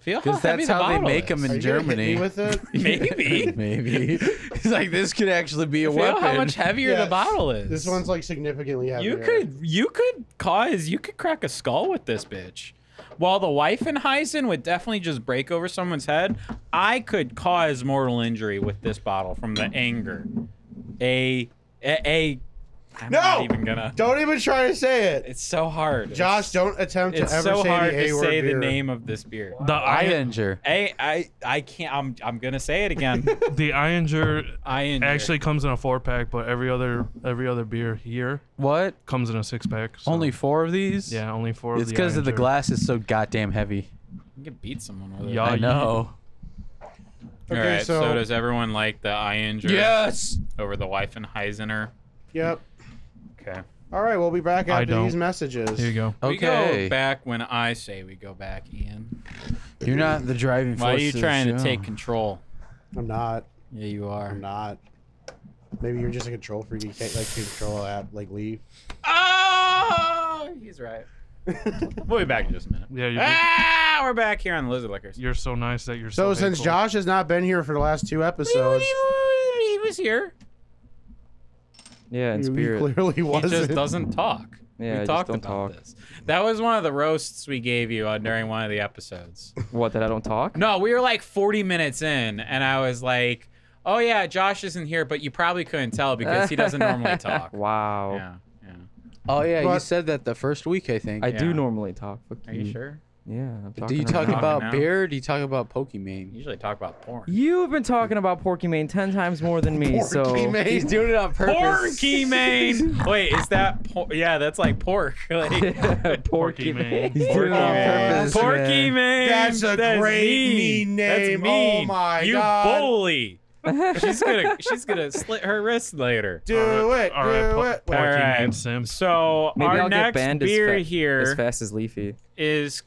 [SPEAKER 2] Feel
[SPEAKER 3] Because
[SPEAKER 2] heavy
[SPEAKER 3] that's
[SPEAKER 2] the
[SPEAKER 3] how they
[SPEAKER 2] bottle
[SPEAKER 3] make them
[SPEAKER 2] is.
[SPEAKER 3] in
[SPEAKER 4] Are you gonna hit me
[SPEAKER 3] Germany.
[SPEAKER 4] with it?
[SPEAKER 2] Maybe.
[SPEAKER 3] Maybe. He's like, this could actually be a
[SPEAKER 2] Feel
[SPEAKER 3] weapon.
[SPEAKER 2] how much heavier
[SPEAKER 4] Yeah,
[SPEAKER 2] the bottle is.
[SPEAKER 4] This one's like significantly heavier.
[SPEAKER 2] You could you could cause you could crack a skull with this bitch. While the Weiffenheisen would definitely just break over someone's head, I could cause mortal injury with this bottle from the anger. A a, a I'm
[SPEAKER 4] No!
[SPEAKER 2] not even gonna.
[SPEAKER 4] Don't even try to say it.
[SPEAKER 2] It's so hard.
[SPEAKER 4] Josh, don't attempt to
[SPEAKER 2] it's,
[SPEAKER 4] ever
[SPEAKER 2] it's so
[SPEAKER 4] say
[SPEAKER 2] hard
[SPEAKER 4] the A
[SPEAKER 2] to
[SPEAKER 4] word
[SPEAKER 2] say
[SPEAKER 4] beer.
[SPEAKER 2] the name of this beer.
[SPEAKER 1] The Iron,
[SPEAKER 3] Iinger.
[SPEAKER 2] I I I can't. I'm I'm gonna say it again.
[SPEAKER 1] the Iinger
[SPEAKER 2] I injure.
[SPEAKER 1] actually comes in a four pack, but every other every other beer here
[SPEAKER 3] What?
[SPEAKER 1] comes in a six pack. so-
[SPEAKER 3] Only four of these?
[SPEAKER 1] yeah, only four.
[SPEAKER 3] It's because
[SPEAKER 1] because
[SPEAKER 3] of the glass is so goddamn heavy.
[SPEAKER 2] you could beat someone with it.
[SPEAKER 1] Yeah.
[SPEAKER 3] I
[SPEAKER 1] Oh, you-
[SPEAKER 3] know.
[SPEAKER 2] All
[SPEAKER 4] Okay,
[SPEAKER 2] right. So,
[SPEAKER 4] so-
[SPEAKER 2] does everyone like the I injure
[SPEAKER 3] Yes.
[SPEAKER 2] over the Weiffenheisener?
[SPEAKER 4] Yep.
[SPEAKER 2] Okay.
[SPEAKER 4] All right, we'll be back
[SPEAKER 1] I
[SPEAKER 4] after these
[SPEAKER 1] don't.
[SPEAKER 4] messages.
[SPEAKER 1] Here you go.
[SPEAKER 2] We
[SPEAKER 3] Okay.
[SPEAKER 2] go back when I say we go back, Ian.
[SPEAKER 3] You're not the driving force.
[SPEAKER 2] Why are you
[SPEAKER 3] of the
[SPEAKER 2] trying to
[SPEAKER 3] show.
[SPEAKER 2] take control?
[SPEAKER 4] I'm not.
[SPEAKER 2] Yeah, you are.
[SPEAKER 4] I'm not. Maybe you're just a control freak. You can't like control that. Like leave.
[SPEAKER 2] Oh, he's right. we'll be back in just a minute.
[SPEAKER 1] Yeah, you're,
[SPEAKER 2] Ah, we're back here on Lizard Liquors.
[SPEAKER 1] you're so nice that you're
[SPEAKER 4] So
[SPEAKER 1] so.
[SPEAKER 4] since
[SPEAKER 1] hateful.
[SPEAKER 4] Josh has not been here for the last two episodes,
[SPEAKER 2] He was here.
[SPEAKER 6] Yeah, in
[SPEAKER 4] he
[SPEAKER 6] spirit.
[SPEAKER 4] clearly
[SPEAKER 2] He
[SPEAKER 4] wasn't.
[SPEAKER 2] just doesn't talk.
[SPEAKER 6] Yeah, I
[SPEAKER 2] we
[SPEAKER 6] just
[SPEAKER 2] talked
[SPEAKER 6] don't
[SPEAKER 2] about
[SPEAKER 6] talk.
[SPEAKER 2] this. That was one of the roasts we gave you uh, during one of the episodes.
[SPEAKER 6] What, that I don't talk?
[SPEAKER 2] No, we were like 40 minutes in, and I was like, "Oh yeah, Josh isn't here, but you probably couldn't tell because he doesn't normally talk."
[SPEAKER 6] Wow.
[SPEAKER 2] Yeah, yeah.
[SPEAKER 3] Oh yeah, you
[SPEAKER 4] But-
[SPEAKER 3] said that the first week, I think.
[SPEAKER 6] I
[SPEAKER 2] Yeah.
[SPEAKER 6] do normally talk. Fuck
[SPEAKER 2] Are you sure?
[SPEAKER 6] Yeah. I'm
[SPEAKER 3] do you
[SPEAKER 6] talking
[SPEAKER 3] talk
[SPEAKER 6] right now.
[SPEAKER 3] about
[SPEAKER 2] now.
[SPEAKER 3] beer? Or do you talk about
[SPEAKER 2] You
[SPEAKER 3] Pokimane?
[SPEAKER 2] usually talk about porn.
[SPEAKER 6] You've been talking about Porky Maine ten times more than me, so
[SPEAKER 3] He's doing it on purpose.
[SPEAKER 2] Porky Maine. Wait, is that por- yeah? That's like pork. Like,
[SPEAKER 1] Porky Maine.
[SPEAKER 6] He's doing
[SPEAKER 1] Porky
[SPEAKER 6] it on
[SPEAKER 3] Maine.
[SPEAKER 6] purpose,
[SPEAKER 2] Porky
[SPEAKER 6] man.
[SPEAKER 2] Maine.
[SPEAKER 4] That's a great mean name.
[SPEAKER 2] That's mean.
[SPEAKER 4] Oh my
[SPEAKER 2] you
[SPEAKER 4] God.
[SPEAKER 2] bully. she's gonna she's gonna slit her wrist later.
[SPEAKER 4] do it.
[SPEAKER 1] All right,
[SPEAKER 4] do
[SPEAKER 1] all
[SPEAKER 4] it.
[SPEAKER 1] right,
[SPEAKER 2] All
[SPEAKER 1] Porky
[SPEAKER 2] right.
[SPEAKER 1] Maine Sims.
[SPEAKER 2] So
[SPEAKER 6] Maybe
[SPEAKER 2] our
[SPEAKER 6] I'll get
[SPEAKER 2] next
[SPEAKER 6] banned as
[SPEAKER 2] beer
[SPEAKER 6] fa-
[SPEAKER 2] here is
[SPEAKER 6] as fast as Leafy.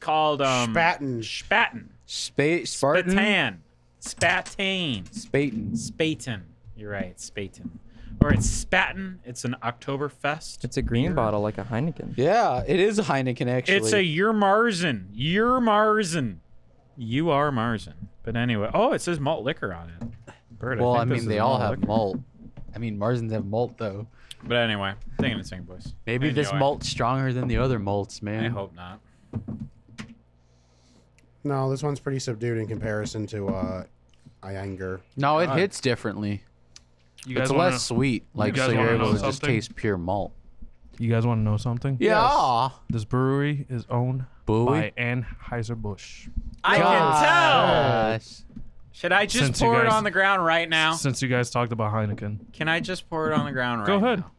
[SPEAKER 2] called um
[SPEAKER 4] Spatin.
[SPEAKER 2] Spaten.
[SPEAKER 3] Spa- Spartan.
[SPEAKER 2] Spatan. Spatane.
[SPEAKER 3] Spaten.
[SPEAKER 2] Spaten. You're right, Spaten. Or it's Spaten. It's an Oktoberfest.
[SPEAKER 6] It's a green bottle like a Heineken.
[SPEAKER 3] Yeah, it is a Heineken actually.
[SPEAKER 2] It's a you're Marzen. You're Marzen. You are Marzen. But anyway, oh, it says malt liquor on it. Bird,
[SPEAKER 3] Well, I
[SPEAKER 2] think this
[SPEAKER 3] mean,
[SPEAKER 2] is
[SPEAKER 3] they
[SPEAKER 2] a
[SPEAKER 3] all
[SPEAKER 2] malt
[SPEAKER 3] have
[SPEAKER 2] liquor.
[SPEAKER 3] malt. I mean, Marzens have malt though.
[SPEAKER 2] But anyway, thinking it's thing, boys.
[SPEAKER 3] Maybe this
[SPEAKER 2] Anyway,
[SPEAKER 3] malt's stronger than the other malts, man.
[SPEAKER 2] I hope not.
[SPEAKER 4] No, this one's pretty subdued in comparison to uh, Ianger.
[SPEAKER 3] No, it
[SPEAKER 2] God.
[SPEAKER 3] hits differently.
[SPEAKER 1] You guys
[SPEAKER 3] It's
[SPEAKER 1] wanna-
[SPEAKER 3] less sweet. Like
[SPEAKER 1] guys
[SPEAKER 3] so, you're
[SPEAKER 1] wanna
[SPEAKER 3] able
[SPEAKER 1] know
[SPEAKER 3] to just
[SPEAKER 1] something?
[SPEAKER 3] taste pure malt.
[SPEAKER 1] You guys want to know something?
[SPEAKER 3] Yeah.
[SPEAKER 1] This brewery is owned by
[SPEAKER 3] Bowie.
[SPEAKER 1] Anheuser Busch.
[SPEAKER 2] I can tell.
[SPEAKER 3] Gosh.
[SPEAKER 2] Should I just
[SPEAKER 1] Since you
[SPEAKER 2] pour it
[SPEAKER 1] guys-
[SPEAKER 2] on the ground right now?
[SPEAKER 1] Since you guys talked about Heineken,
[SPEAKER 2] Can I just pour it on the ground right
[SPEAKER 1] go ahead.
[SPEAKER 2] now?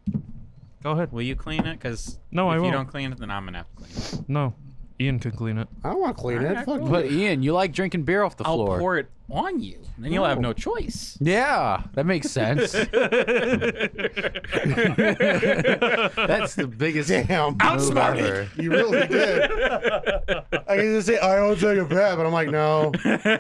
[SPEAKER 1] Go ahead.
[SPEAKER 2] Will you clean it? Because
[SPEAKER 1] No,
[SPEAKER 2] if
[SPEAKER 1] I
[SPEAKER 2] you
[SPEAKER 1] won't.
[SPEAKER 2] don't clean it, then I'm gonna have to clean it.
[SPEAKER 1] No, Ian can clean it.
[SPEAKER 4] I don't want to clean
[SPEAKER 2] All
[SPEAKER 4] it.
[SPEAKER 2] right,
[SPEAKER 4] Fuck
[SPEAKER 2] cool.
[SPEAKER 4] you.
[SPEAKER 3] But Ian, you like drinking beer off the
[SPEAKER 2] I'll
[SPEAKER 3] floor. Oh.
[SPEAKER 2] pour it on you. Then you'll have no choice.
[SPEAKER 3] yeah, that makes sense. That's the biggest
[SPEAKER 4] Damn.
[SPEAKER 3] outsmarted.
[SPEAKER 4] You really did. I can just say I don't take a bath, but I'm like, no,
[SPEAKER 3] Oh.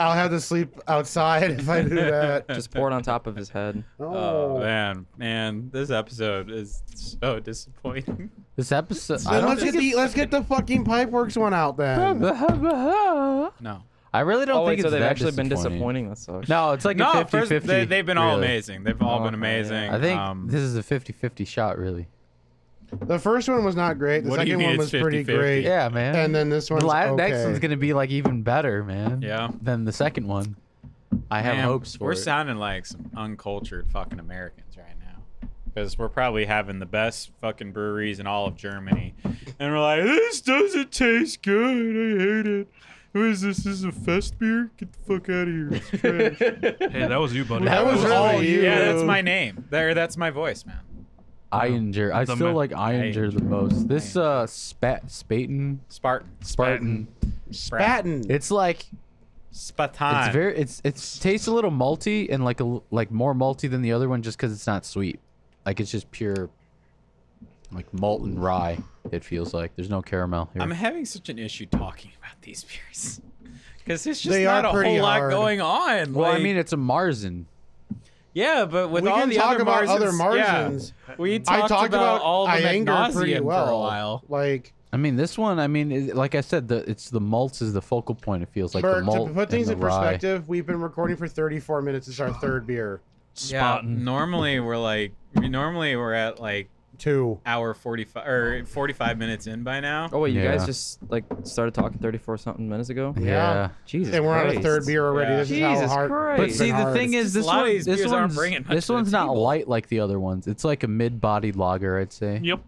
[SPEAKER 4] I'll have to sleep outside if I do that.
[SPEAKER 6] Just pour it on top of his head.
[SPEAKER 2] Oh
[SPEAKER 4] oh,
[SPEAKER 2] man, man, this episode is so disappointing.
[SPEAKER 3] This episode, I
[SPEAKER 4] then
[SPEAKER 3] don't
[SPEAKER 4] let's get
[SPEAKER 3] think.
[SPEAKER 4] the let's get the fucking pipeworks one out then.
[SPEAKER 2] No.
[SPEAKER 3] I really don't
[SPEAKER 6] oh,
[SPEAKER 3] think
[SPEAKER 6] wait,
[SPEAKER 3] it's
[SPEAKER 6] so they've
[SPEAKER 3] that
[SPEAKER 6] actually been disappointing. That sucks.
[SPEAKER 3] No, it's like a 50-50.
[SPEAKER 2] they, they've been all
[SPEAKER 3] really.
[SPEAKER 2] amazing. They've all been
[SPEAKER 6] Oh, yeah.
[SPEAKER 2] amazing.
[SPEAKER 3] I think
[SPEAKER 2] Um,
[SPEAKER 3] this is a 50-50 shot, really.
[SPEAKER 4] The first one was not great. The
[SPEAKER 2] What do you
[SPEAKER 4] second
[SPEAKER 2] mean
[SPEAKER 4] one was
[SPEAKER 2] it's
[SPEAKER 4] pretty
[SPEAKER 2] 50-50?
[SPEAKER 4] great.
[SPEAKER 3] Yeah, man.
[SPEAKER 4] And then this one's
[SPEAKER 3] the la- next
[SPEAKER 4] okay.
[SPEAKER 3] one's gonna be like even better, man.
[SPEAKER 2] Yeah.
[SPEAKER 3] Than the second one. I have
[SPEAKER 2] man,
[SPEAKER 3] hopes for
[SPEAKER 2] We're
[SPEAKER 3] it.
[SPEAKER 2] sounding like some uncultured fucking Americans right now. Because we're probably having the best fucking breweries in all of Germany. And we're like, this doesn't taste good. I hate it. What is this? This is a fest beer? Get the fuck out of here. It's trash."
[SPEAKER 1] Hey, that was you, buddy.
[SPEAKER 4] That was all you.
[SPEAKER 2] Yeah, that's my name. There, that's my voice, man.
[SPEAKER 3] Iinger. I
[SPEAKER 1] The
[SPEAKER 3] still
[SPEAKER 1] ma-
[SPEAKER 3] like Iinger the most. This uh spat Spaten
[SPEAKER 2] Spartan.
[SPEAKER 3] Spartan.
[SPEAKER 4] Spatin.
[SPEAKER 3] It's like
[SPEAKER 2] Spatan.
[SPEAKER 3] it's very it's it's tastes a little malty and like a l- like more malty than the other one just because it's not sweet. Like it's just pure like malt and rye. It feels like there's no caramel here.
[SPEAKER 2] I'm having such an issue talking about these beers. Because there's just
[SPEAKER 4] They
[SPEAKER 2] not
[SPEAKER 4] are
[SPEAKER 2] a
[SPEAKER 4] pretty
[SPEAKER 2] whole lot
[SPEAKER 4] hard.
[SPEAKER 2] going on.
[SPEAKER 3] well, I
[SPEAKER 2] like-
[SPEAKER 3] mean it's a Marzen.
[SPEAKER 2] Yeah, but with
[SPEAKER 4] We
[SPEAKER 2] all
[SPEAKER 4] can
[SPEAKER 2] the
[SPEAKER 4] talk
[SPEAKER 2] other
[SPEAKER 4] about
[SPEAKER 2] Marzens,
[SPEAKER 4] other
[SPEAKER 2] yeah.
[SPEAKER 4] Marzens.
[SPEAKER 2] we
[SPEAKER 4] I
[SPEAKER 2] talked, about, all the
[SPEAKER 4] Ianger
[SPEAKER 2] nauseum for a while.
[SPEAKER 4] Like
[SPEAKER 3] I mean, this one. I mean, it, like I said, the it's the malts is the focal point. It feels like the
[SPEAKER 4] Bert,
[SPEAKER 3] malt
[SPEAKER 4] to put things in
[SPEAKER 3] and the rye.
[SPEAKER 4] perspective, we've been recording for 34 minutes. It's our third beer.
[SPEAKER 1] Spotting.
[SPEAKER 2] Normally we're like, we- normally we're at like
[SPEAKER 4] Two.
[SPEAKER 2] hour forty five or forty five minutes in by now.
[SPEAKER 6] Oh wait, you
[SPEAKER 3] Yeah.
[SPEAKER 6] guys just like started talking 34 something minutes ago.
[SPEAKER 3] Yeah.
[SPEAKER 4] Yeah.
[SPEAKER 6] Jesus.
[SPEAKER 4] and we're on a
[SPEAKER 6] Christ.
[SPEAKER 4] third beer already.
[SPEAKER 2] Yeah.
[SPEAKER 4] This is how
[SPEAKER 6] Jesus
[SPEAKER 4] hard.
[SPEAKER 6] Christ.
[SPEAKER 3] But
[SPEAKER 6] It's
[SPEAKER 3] see,
[SPEAKER 4] been
[SPEAKER 3] the
[SPEAKER 4] hard.
[SPEAKER 3] thing is,
[SPEAKER 2] A
[SPEAKER 3] this
[SPEAKER 2] lot of
[SPEAKER 3] one,
[SPEAKER 2] these
[SPEAKER 3] this
[SPEAKER 2] beers aren't
[SPEAKER 3] one's,
[SPEAKER 2] bringing much
[SPEAKER 3] this
[SPEAKER 2] to the
[SPEAKER 3] one's not
[SPEAKER 2] table.
[SPEAKER 3] light like the other ones. It's like a mid-bodied lager, I'd say.
[SPEAKER 1] Yep.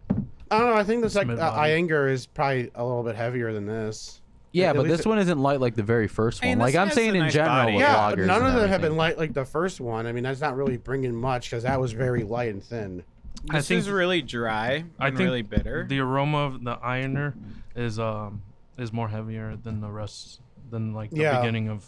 [SPEAKER 4] I don't know. I think the sec-
[SPEAKER 1] Mid
[SPEAKER 4] uh,
[SPEAKER 1] body.
[SPEAKER 4] Ianger is probably a little bit heavier than this.
[SPEAKER 3] Yeah,
[SPEAKER 4] At
[SPEAKER 3] but
[SPEAKER 4] least
[SPEAKER 3] this
[SPEAKER 4] it-
[SPEAKER 3] one isn't light like the very first
[SPEAKER 2] I
[SPEAKER 3] one.
[SPEAKER 2] mean,
[SPEAKER 3] like
[SPEAKER 2] this
[SPEAKER 3] I'm
[SPEAKER 2] has
[SPEAKER 3] saying
[SPEAKER 2] a
[SPEAKER 3] in
[SPEAKER 2] nice
[SPEAKER 3] general,
[SPEAKER 2] body.
[SPEAKER 3] with
[SPEAKER 4] yeah,
[SPEAKER 3] lagers
[SPEAKER 4] but none
[SPEAKER 3] and
[SPEAKER 4] of them have been
[SPEAKER 3] everything.
[SPEAKER 4] light like the first one. I mean, that's not really bringing much because that was very light and thin.
[SPEAKER 1] I
[SPEAKER 2] This
[SPEAKER 1] think-
[SPEAKER 2] is really dry and
[SPEAKER 1] I think
[SPEAKER 2] really bitter.
[SPEAKER 1] The aroma of the ironer is um is more heavier than the rest than like the
[SPEAKER 4] Yeah.
[SPEAKER 1] beginning of.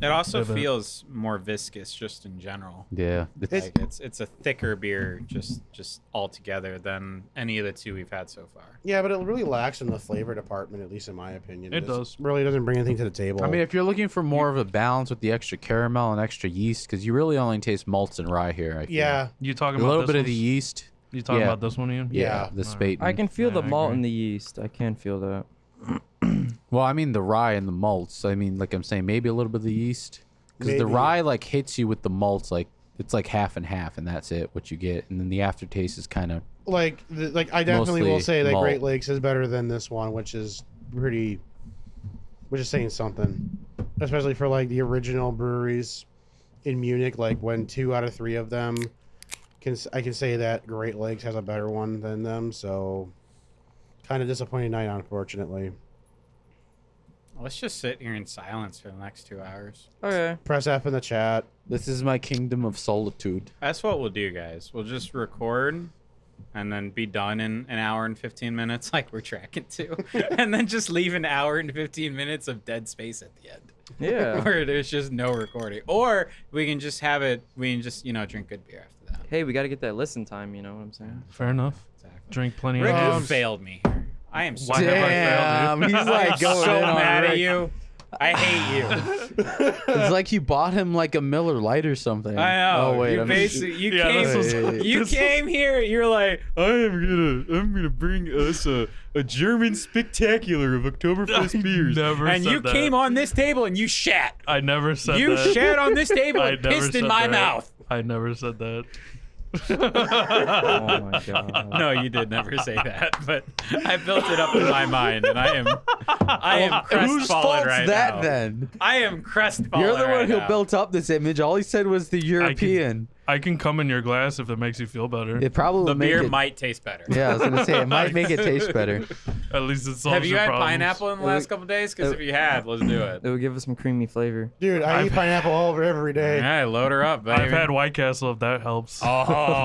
[SPEAKER 2] it also
[SPEAKER 1] the- the-
[SPEAKER 2] feels more viscous just in general.
[SPEAKER 3] Yeah, it's,
[SPEAKER 2] like it's it's a thicker beer just just altogether than any of the two we've had so far.
[SPEAKER 4] Yeah, but it really lacks in the flavor department, at least in my opinion.
[SPEAKER 1] It
[SPEAKER 4] This
[SPEAKER 1] does.
[SPEAKER 4] Really doesn't bring anything to the table.
[SPEAKER 3] I mean, if you're looking for more of a balance with the extra caramel and extra yeast, because you really only taste malts and rye here. I feel.
[SPEAKER 4] yeah,
[SPEAKER 1] You talking
[SPEAKER 3] a
[SPEAKER 1] about
[SPEAKER 3] little
[SPEAKER 1] this
[SPEAKER 3] bit of the
[SPEAKER 1] one's-
[SPEAKER 3] yeast.
[SPEAKER 1] You talking
[SPEAKER 3] yeah.
[SPEAKER 1] about this one, Ian?
[SPEAKER 3] Yeah,
[SPEAKER 4] Yeah.
[SPEAKER 3] the
[SPEAKER 1] Alright.
[SPEAKER 3] spatin.
[SPEAKER 6] I can feel
[SPEAKER 1] Yeah,
[SPEAKER 6] the
[SPEAKER 1] I
[SPEAKER 6] malt
[SPEAKER 1] agree.
[SPEAKER 6] and the yeast. I can feel that.
[SPEAKER 3] Well, I mean the rye and the malts. I mean, like I'm saying, maybe a little bit of the yeast, because the
[SPEAKER 4] Maybe.
[SPEAKER 3] rye like hits you with the malts, like it's like half and half, and that's it. What you get, and then the aftertaste is kind of
[SPEAKER 4] like the, like I definitely will
[SPEAKER 3] Mostly
[SPEAKER 4] say that
[SPEAKER 3] malt.
[SPEAKER 4] Great Lakes is better than this one, which is pretty, which is saying something, especially for like the original breweries in Munich. Like when two out of three of them can, s- I can say that Great Lakes has a better one than them. So, kind of disappointing night, unfortunately.
[SPEAKER 2] Let's just sit here in silence for the next two hours.
[SPEAKER 6] Okay.
[SPEAKER 4] Press F in the chat.
[SPEAKER 3] this is my kingdom of solitude.
[SPEAKER 2] That's what we'll do, guys. We'll just record and then be done in an hour and 15 minutes, like we're tracking to. and then just leave an hour and 15 minutes of dead space at the end
[SPEAKER 6] Yeah.
[SPEAKER 2] where there's just no recording. Or we can just have it, we can just, you know, drink good beer after that.
[SPEAKER 6] hey, we got to get that listen time. You know what I'm saying?
[SPEAKER 1] Fair enough.
[SPEAKER 2] Exactly.
[SPEAKER 1] Drink plenty
[SPEAKER 2] Rick,
[SPEAKER 1] of
[SPEAKER 2] you
[SPEAKER 4] Um,
[SPEAKER 2] failed me. here. I am so,
[SPEAKER 1] Why have I failed,
[SPEAKER 3] Damn,
[SPEAKER 1] dude?
[SPEAKER 3] he's like going
[SPEAKER 2] so
[SPEAKER 3] in on
[SPEAKER 2] mad at
[SPEAKER 3] Rick.
[SPEAKER 2] you. I hate you.
[SPEAKER 3] It's like you bought him like a Miller Light or something.
[SPEAKER 2] I know.
[SPEAKER 3] Oh wait,
[SPEAKER 2] you
[SPEAKER 3] I'm
[SPEAKER 2] basically you
[SPEAKER 1] Yeah,
[SPEAKER 2] came
[SPEAKER 1] this
[SPEAKER 3] was-
[SPEAKER 2] you
[SPEAKER 1] this
[SPEAKER 2] came here. You're like
[SPEAKER 7] I am gonna I'm gonna bring us a, a German spectacular of Oktoberfest beers.
[SPEAKER 1] Never
[SPEAKER 2] and
[SPEAKER 1] said
[SPEAKER 2] you
[SPEAKER 1] that.
[SPEAKER 2] came on this table and you shat.
[SPEAKER 1] I never said
[SPEAKER 2] you
[SPEAKER 1] that.
[SPEAKER 2] shat on this table
[SPEAKER 1] I
[SPEAKER 2] and
[SPEAKER 1] never
[SPEAKER 2] pissed in
[SPEAKER 1] said
[SPEAKER 2] my
[SPEAKER 1] that.
[SPEAKER 2] mouth.
[SPEAKER 1] I never said that.
[SPEAKER 6] Oh my god.
[SPEAKER 2] No, you did never say that, but I built it up in my mind, and I am, I am
[SPEAKER 3] Oh, Whose fault's
[SPEAKER 2] crestfallen right
[SPEAKER 3] that
[SPEAKER 2] now.
[SPEAKER 3] then?
[SPEAKER 2] I am crestfallen.
[SPEAKER 3] You're the one
[SPEAKER 2] right
[SPEAKER 3] who
[SPEAKER 2] now.
[SPEAKER 3] built up this image. All he said was the European.
[SPEAKER 1] I can come in your glass if it makes you feel better.
[SPEAKER 3] It probably
[SPEAKER 2] the
[SPEAKER 3] would make
[SPEAKER 2] beer.
[SPEAKER 3] it-
[SPEAKER 2] Might taste better.
[SPEAKER 3] Yeah, I was gonna say it might make it taste better.
[SPEAKER 1] At least it solves
[SPEAKER 2] Have you
[SPEAKER 1] your
[SPEAKER 2] had
[SPEAKER 1] problems.
[SPEAKER 2] pineapple in the
[SPEAKER 6] It
[SPEAKER 2] last
[SPEAKER 6] would-
[SPEAKER 2] couple days? Because
[SPEAKER 6] it-
[SPEAKER 2] if you had, let's do it.
[SPEAKER 6] It would give us some creamy flavor.
[SPEAKER 4] Dude, I eat pineapple all over every day.
[SPEAKER 2] Yeah, load her up, baby.
[SPEAKER 1] I've had White Castle if that helps.
[SPEAKER 2] Oh,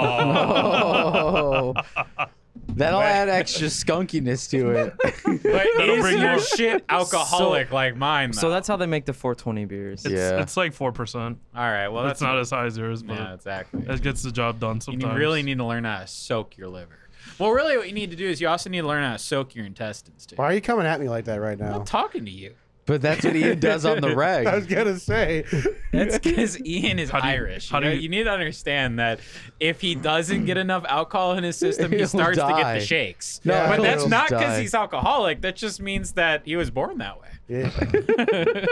[SPEAKER 3] Oh, that'll add extra skunkiness to it.
[SPEAKER 2] but
[SPEAKER 1] That'll
[SPEAKER 2] is
[SPEAKER 1] bring
[SPEAKER 2] your
[SPEAKER 1] more-
[SPEAKER 2] shit alcoholic like mine? Though?
[SPEAKER 6] So that's how they make the 420 beers.
[SPEAKER 1] It's,
[SPEAKER 3] Yeah.
[SPEAKER 1] it's like four percent.
[SPEAKER 2] all right. Well,
[SPEAKER 1] That's
[SPEAKER 2] that's
[SPEAKER 1] not as high as yours, but
[SPEAKER 2] Yeah, exactly.
[SPEAKER 1] it gets the job done
[SPEAKER 2] You
[SPEAKER 1] sometimes.
[SPEAKER 2] need- really need to learn how to soak your liver. Well, really, what you need to do is you also need to learn how to soak your intestines too.
[SPEAKER 4] Why are you coming at me like that right
[SPEAKER 2] I'm
[SPEAKER 4] now?
[SPEAKER 2] not talking to you.
[SPEAKER 3] but that's what Ian does on the reg.
[SPEAKER 4] I was gonna say.
[SPEAKER 2] That's because Ian is
[SPEAKER 1] How do you-
[SPEAKER 2] Irish.
[SPEAKER 1] how
[SPEAKER 2] you,
[SPEAKER 1] do
[SPEAKER 2] know?
[SPEAKER 1] you-
[SPEAKER 2] You need to understand that if he doesn't get enough alcohol in his system, he
[SPEAKER 3] He'll
[SPEAKER 2] starts to get
[SPEAKER 3] die.
[SPEAKER 2] the shakes.
[SPEAKER 3] No,
[SPEAKER 2] but that's
[SPEAKER 4] he'll
[SPEAKER 2] not because
[SPEAKER 3] die.
[SPEAKER 2] he's alcoholic. That just means that he was born that way.
[SPEAKER 4] Yeah.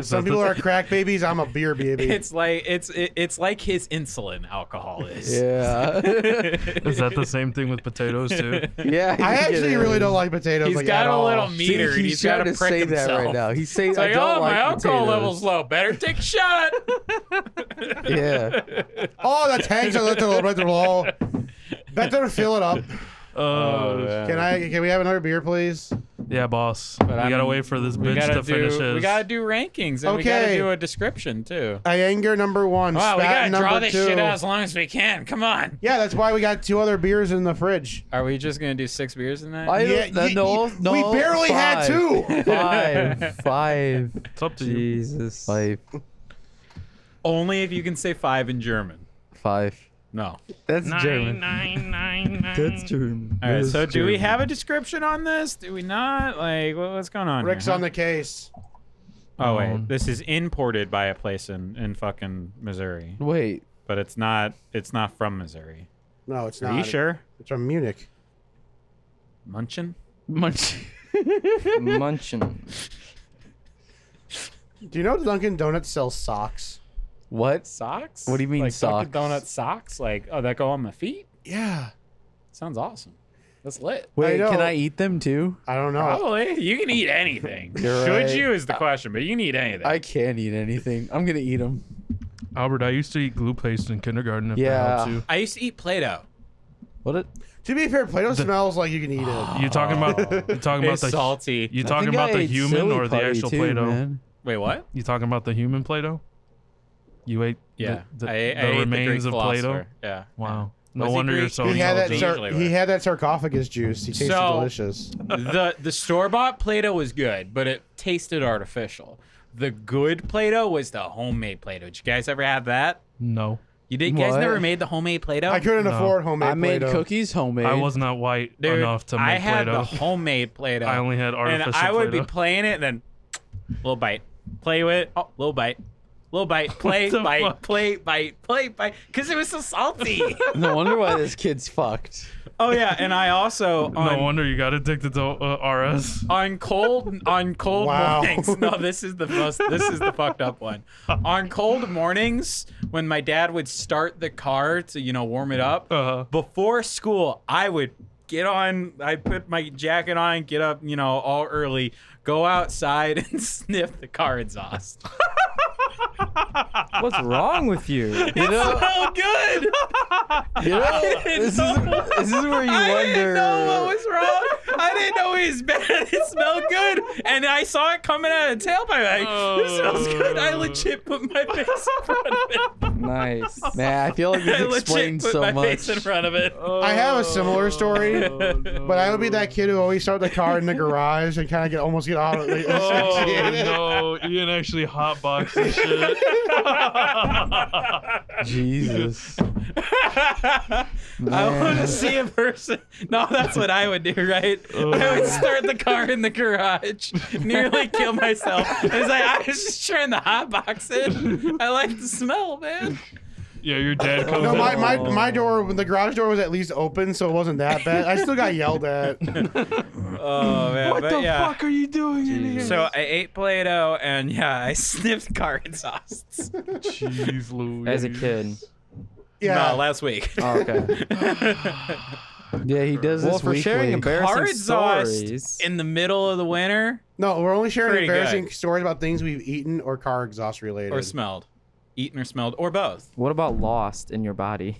[SPEAKER 4] Some people are crack babies. I'm a beer baby.
[SPEAKER 2] It's like it's it, it's like his insulin alcohol is.
[SPEAKER 3] Yeah.
[SPEAKER 1] Is that the same thing with potatoes too?
[SPEAKER 3] yeah.
[SPEAKER 4] I
[SPEAKER 3] think it
[SPEAKER 4] actually really
[SPEAKER 3] is.
[SPEAKER 4] don't like potatoes.
[SPEAKER 2] He's
[SPEAKER 4] like,
[SPEAKER 2] got
[SPEAKER 4] at
[SPEAKER 2] a
[SPEAKER 4] all.
[SPEAKER 2] little
[SPEAKER 3] See,
[SPEAKER 2] meter. and
[SPEAKER 3] he's
[SPEAKER 2] he's got
[SPEAKER 3] trying to
[SPEAKER 2] prick
[SPEAKER 3] say
[SPEAKER 2] himself.
[SPEAKER 3] that right now. He's saying
[SPEAKER 2] It's
[SPEAKER 3] I
[SPEAKER 2] like,
[SPEAKER 3] don't
[SPEAKER 2] oh,
[SPEAKER 3] like
[SPEAKER 2] my alcohol
[SPEAKER 3] potatoes."
[SPEAKER 2] level's low. Better take a shot.
[SPEAKER 3] Yeah.
[SPEAKER 4] Oh, the tanks are left a little bit low. Better fill it up.
[SPEAKER 1] Oh,
[SPEAKER 4] Can I? Can we have another beer, please?
[SPEAKER 1] yeah, boss. we gotta
[SPEAKER 2] I'm-
[SPEAKER 1] wait for this
[SPEAKER 2] We
[SPEAKER 1] bitch
[SPEAKER 2] gotta
[SPEAKER 1] to finish
[SPEAKER 2] do.
[SPEAKER 1] his.
[SPEAKER 2] We gotta do rankings and we gotta
[SPEAKER 4] Okay.
[SPEAKER 2] do a description too.
[SPEAKER 4] Ianger number one.
[SPEAKER 2] Wow, we
[SPEAKER 4] Spat
[SPEAKER 2] gotta
[SPEAKER 4] number
[SPEAKER 2] draw this
[SPEAKER 4] two.
[SPEAKER 2] shit out as long as we can. Come on.
[SPEAKER 4] Yeah, that's why we got two other beers in the fridge.
[SPEAKER 2] Are we just gonna do six beers tonight?
[SPEAKER 3] I
[SPEAKER 4] Yeah,
[SPEAKER 3] don't, no,
[SPEAKER 4] you-
[SPEAKER 3] no,
[SPEAKER 4] you- we barely
[SPEAKER 3] five.
[SPEAKER 4] had two.
[SPEAKER 3] Five, five,
[SPEAKER 1] It's up to you.
[SPEAKER 6] Jesus.
[SPEAKER 3] five,
[SPEAKER 2] Only if you can say five in German.
[SPEAKER 3] five.
[SPEAKER 2] No.
[SPEAKER 3] That's German.
[SPEAKER 1] nine, nine, nine.
[SPEAKER 6] That's German.
[SPEAKER 2] All right. So do we have a description on this? Do we not? Like, what, what's going on?
[SPEAKER 4] Rick's
[SPEAKER 2] here,
[SPEAKER 4] on the case.
[SPEAKER 2] huh? Oh
[SPEAKER 1] Um,
[SPEAKER 2] wait, this is imported by a place in in fucking Missouri,
[SPEAKER 3] Wait,
[SPEAKER 2] but it's not. It's not from Missouri.
[SPEAKER 4] No, it's
[SPEAKER 2] Are
[SPEAKER 4] not.
[SPEAKER 2] you sure?
[SPEAKER 4] It's from Munich.
[SPEAKER 2] Munchen?
[SPEAKER 3] Munch.
[SPEAKER 6] Munching.
[SPEAKER 4] Do you know Dunkin' Donuts sells socks?
[SPEAKER 3] what?
[SPEAKER 2] Socks?
[SPEAKER 3] What do you mean
[SPEAKER 2] like Dunkin'
[SPEAKER 3] socks?
[SPEAKER 2] Donut socks? Like, oh, that go on my feet?
[SPEAKER 4] Yeah.
[SPEAKER 2] Sounds awesome. That's lit.
[SPEAKER 3] Wait, can
[SPEAKER 4] know.
[SPEAKER 3] I eat them too?
[SPEAKER 4] I don't know.
[SPEAKER 2] Probably. You can eat anything.
[SPEAKER 3] You're
[SPEAKER 2] Should
[SPEAKER 3] right.
[SPEAKER 2] you is the question, but you can eat anything.
[SPEAKER 3] I can't eat anything. I'm gonna eat them.
[SPEAKER 1] Albert, I used to eat glue paste in kindergarten if
[SPEAKER 3] Yeah.
[SPEAKER 1] that helps you.
[SPEAKER 2] I used to eat Play-Doh.
[SPEAKER 3] What? It,
[SPEAKER 4] To be fair, Play-Doh smells like you can eat it.
[SPEAKER 1] You talking about you talking about
[SPEAKER 2] It's
[SPEAKER 1] the
[SPEAKER 2] salty.
[SPEAKER 1] you
[SPEAKER 3] I
[SPEAKER 1] talking
[SPEAKER 3] think
[SPEAKER 1] about
[SPEAKER 3] I
[SPEAKER 1] the
[SPEAKER 3] ate
[SPEAKER 1] human
[SPEAKER 3] Silly
[SPEAKER 1] or the
[SPEAKER 3] Putty
[SPEAKER 1] actual
[SPEAKER 3] too,
[SPEAKER 1] Play-Doh?
[SPEAKER 3] man.
[SPEAKER 2] Wait, what?
[SPEAKER 1] You talking about the human Play-Doh? You ate the-
[SPEAKER 2] Yeah.
[SPEAKER 1] the,
[SPEAKER 2] I, I
[SPEAKER 1] the
[SPEAKER 2] ate
[SPEAKER 1] remains
[SPEAKER 2] the Greek
[SPEAKER 1] of Play-Doh.
[SPEAKER 2] philosopher. Yeah.
[SPEAKER 1] Wow, no
[SPEAKER 2] Was he
[SPEAKER 1] wonder you're
[SPEAKER 2] Greek?
[SPEAKER 1] so
[SPEAKER 4] He had that.
[SPEAKER 1] intelligent.
[SPEAKER 4] sar-
[SPEAKER 2] usually
[SPEAKER 4] he
[SPEAKER 2] work.
[SPEAKER 4] had that sarcophagus juice. He tasted
[SPEAKER 2] So-
[SPEAKER 4] delicious.
[SPEAKER 2] the the store bought Play-Doh was good, but it tasted artificial. The good Play-Doh was the homemade Play-Doh. Did you guys ever have that?
[SPEAKER 1] No,
[SPEAKER 2] You did. You guys
[SPEAKER 3] What?
[SPEAKER 2] never made the homemade Play-Doh.
[SPEAKER 4] I couldn't
[SPEAKER 1] No.
[SPEAKER 4] afford homemade
[SPEAKER 3] I made
[SPEAKER 4] Play-Doh.
[SPEAKER 3] cookies homemade.
[SPEAKER 1] I was not white
[SPEAKER 2] Dude,
[SPEAKER 1] enough to make
[SPEAKER 2] I had
[SPEAKER 1] Play-Doh.
[SPEAKER 2] the homemade Play-Doh.
[SPEAKER 1] I only had artificial
[SPEAKER 2] and I would
[SPEAKER 1] Play-Doh.
[SPEAKER 2] be playing it, and then little bite, play with, oh, little bite, little bite, play,
[SPEAKER 1] the
[SPEAKER 2] bite,
[SPEAKER 1] fuck?
[SPEAKER 2] play, bite, play, bite, because it was so salty.
[SPEAKER 3] No wonder why this kid's fucked.
[SPEAKER 2] oh yeah, and I also on
[SPEAKER 1] no wonder you got addicted to uh, RS.
[SPEAKER 2] on cold on cold
[SPEAKER 4] Wow.
[SPEAKER 2] mornings. No, this is the most this is the fucked up one. On cold mornings when my dad would start the car to, you know, warm it up,
[SPEAKER 1] Uh-huh.
[SPEAKER 2] before school, I would get on I put my jacket on, get up, you know, all early, go outside and sniff the car exhaust.
[SPEAKER 6] What's wrong with you?
[SPEAKER 3] You know,
[SPEAKER 2] so good.
[SPEAKER 3] you know this, is,
[SPEAKER 2] know.
[SPEAKER 3] this is where you
[SPEAKER 2] I
[SPEAKER 3] wonder.
[SPEAKER 2] didn't know what was wrong. I didn't know it was bad. It smelled good, and I saw it coming out of the tailpipe. Like, this smells good. I legit put my face in front of it.
[SPEAKER 6] Nice.
[SPEAKER 3] Man, I feel like
[SPEAKER 2] I
[SPEAKER 3] we've
[SPEAKER 2] legit
[SPEAKER 3] explained
[SPEAKER 2] put
[SPEAKER 3] so
[SPEAKER 2] my
[SPEAKER 3] much.
[SPEAKER 2] face in front of it.
[SPEAKER 4] I have a similar
[SPEAKER 2] Oh.
[SPEAKER 4] story,
[SPEAKER 1] Oh,
[SPEAKER 4] but I would be that kid who always started the car in the garage and kind of get almost get out. Like,
[SPEAKER 1] Oh no, Ian actually hotboxed and shit.
[SPEAKER 3] Jesus.
[SPEAKER 2] I want to see a person. No, that's what I would do, right? I would start the car in the garage, nearly kill myself. I was like, I was just trying to hotbox it. I like the smell, man.
[SPEAKER 1] Yeah, your dad comes.
[SPEAKER 4] No,
[SPEAKER 1] in-
[SPEAKER 4] my, my, my door, the garage door was at least open, so it wasn't that bad. I still got yelled at.
[SPEAKER 2] Oh man,
[SPEAKER 1] what the fuck are you doing in here?
[SPEAKER 2] So I ate Play-Doh and yeah, I sniffed car exhausts.
[SPEAKER 1] Jeez, Louise.
[SPEAKER 6] As a kid.
[SPEAKER 4] Yeah.
[SPEAKER 2] No, last week.
[SPEAKER 6] Oh, okay.
[SPEAKER 3] Yeah, he does
[SPEAKER 6] well,
[SPEAKER 3] this
[SPEAKER 6] for sharing
[SPEAKER 3] weekly.
[SPEAKER 2] Car
[SPEAKER 6] embarrassing stories.
[SPEAKER 2] exhaust in the middle of the winter
[SPEAKER 4] no, we're only sharing
[SPEAKER 2] Pretty
[SPEAKER 4] embarrassing
[SPEAKER 2] good.
[SPEAKER 4] stories about things we've eaten or car exhaust related.
[SPEAKER 2] or smelled, eaten or smelled or both.
[SPEAKER 6] What about lost in your body?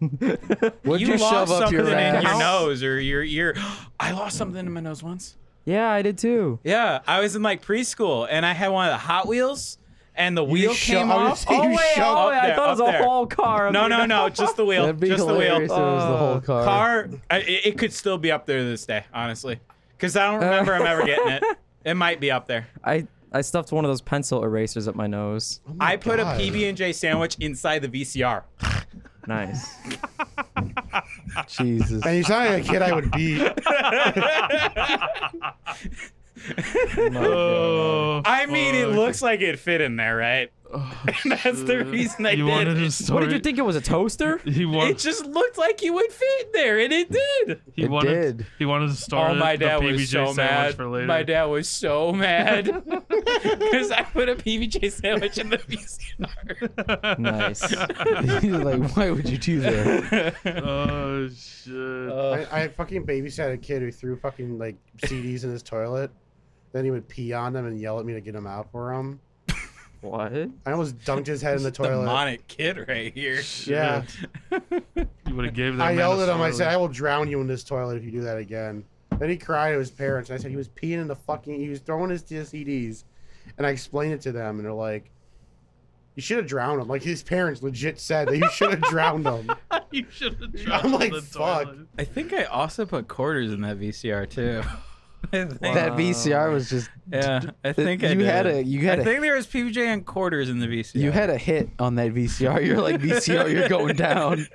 [SPEAKER 3] What'd you,
[SPEAKER 2] you
[SPEAKER 3] shove
[SPEAKER 2] lost
[SPEAKER 3] up
[SPEAKER 2] something
[SPEAKER 3] your
[SPEAKER 2] in
[SPEAKER 3] ass?
[SPEAKER 2] your nose or your ear. I lost something in my nose once.
[SPEAKER 6] Yeah, I did too.
[SPEAKER 2] Yeah, I was in like preschool and I had one of the Hot Wheels and the wheel
[SPEAKER 4] sho-
[SPEAKER 2] came
[SPEAKER 4] I was
[SPEAKER 2] off.
[SPEAKER 4] gonna say
[SPEAKER 2] Oh,
[SPEAKER 4] you
[SPEAKER 2] wait,
[SPEAKER 4] shoved-
[SPEAKER 2] oh,
[SPEAKER 6] Oh,
[SPEAKER 2] wait,
[SPEAKER 6] I thought it was a whole car. up
[SPEAKER 2] No,
[SPEAKER 6] your
[SPEAKER 2] no, no,
[SPEAKER 6] nose.
[SPEAKER 2] just the wheel,
[SPEAKER 3] That'd be
[SPEAKER 2] just the wheel.
[SPEAKER 3] hilarious. if it was the whole
[SPEAKER 6] Uh,
[SPEAKER 3] car.
[SPEAKER 2] Car, I, it it could still be up there to this day, honestly, because I don't
[SPEAKER 3] Uh.
[SPEAKER 2] remember I'm ever getting it. It might be up there.
[SPEAKER 6] I I stuffed one of those pencil erasers up my nose.
[SPEAKER 4] Oh my
[SPEAKER 2] I put a
[SPEAKER 4] God.
[SPEAKER 2] PB and J sandwich inside the VCR.
[SPEAKER 6] Nice.
[SPEAKER 3] Jesus.
[SPEAKER 4] And you sound like a kid I would beat.
[SPEAKER 1] Oh,
[SPEAKER 2] I mean, it
[SPEAKER 1] fuck.
[SPEAKER 2] looks like it fit in there, right? That's the reason I
[SPEAKER 1] you
[SPEAKER 2] did.
[SPEAKER 1] wanted
[SPEAKER 2] it.
[SPEAKER 1] a story.
[SPEAKER 6] What did you think it was a toaster?
[SPEAKER 1] He wanted.
[SPEAKER 2] It just looked like you would fit in there, and it did.
[SPEAKER 1] he
[SPEAKER 3] It
[SPEAKER 1] wanted.
[SPEAKER 3] did.
[SPEAKER 1] He wanted to start
[SPEAKER 2] oh, my
[SPEAKER 1] the
[SPEAKER 2] dad
[SPEAKER 1] PBJ
[SPEAKER 2] was so
[SPEAKER 1] sandwich
[SPEAKER 2] mad.
[SPEAKER 1] for later.
[SPEAKER 2] My dad was so mad because I put a PBJ sandwich in the VCR.
[SPEAKER 6] Nice.
[SPEAKER 3] He's like, why would you do that?
[SPEAKER 1] Oh shit.
[SPEAKER 4] I, I fucking babysat a kid who threw fucking like CDs in his toilet. Then he would pee on them and yell at me to get them out for him.
[SPEAKER 6] What?
[SPEAKER 4] I almost dunked his head in the toilet.
[SPEAKER 2] Demonic kid right here.
[SPEAKER 4] Yeah.
[SPEAKER 1] you would have gave that.
[SPEAKER 4] I
[SPEAKER 1] man
[SPEAKER 4] yelled
[SPEAKER 1] a
[SPEAKER 4] at him. I
[SPEAKER 1] story.
[SPEAKER 4] said, "I will drown you in this toilet if you do that again." Then he cried to his parents, and I said he was peeing in the fucking. He was throwing his CDs, and I explained it to them, and they're like, "You should have drowned him." Like his parents legit said that you should have drowned him.
[SPEAKER 1] you should have dropped
[SPEAKER 4] I'm like,
[SPEAKER 1] the
[SPEAKER 4] "Fuck."
[SPEAKER 1] toilet.
[SPEAKER 2] I think I also put quarters in that VCR too. I think,
[SPEAKER 3] That VCR was just.
[SPEAKER 2] yeah, I think I
[SPEAKER 3] you
[SPEAKER 2] did.
[SPEAKER 3] had a you had
[SPEAKER 2] I
[SPEAKER 3] a
[SPEAKER 2] think there was PBJ and quarters in the VCR.
[SPEAKER 3] you had a hit on that VCR. You're like VCR, you're going down.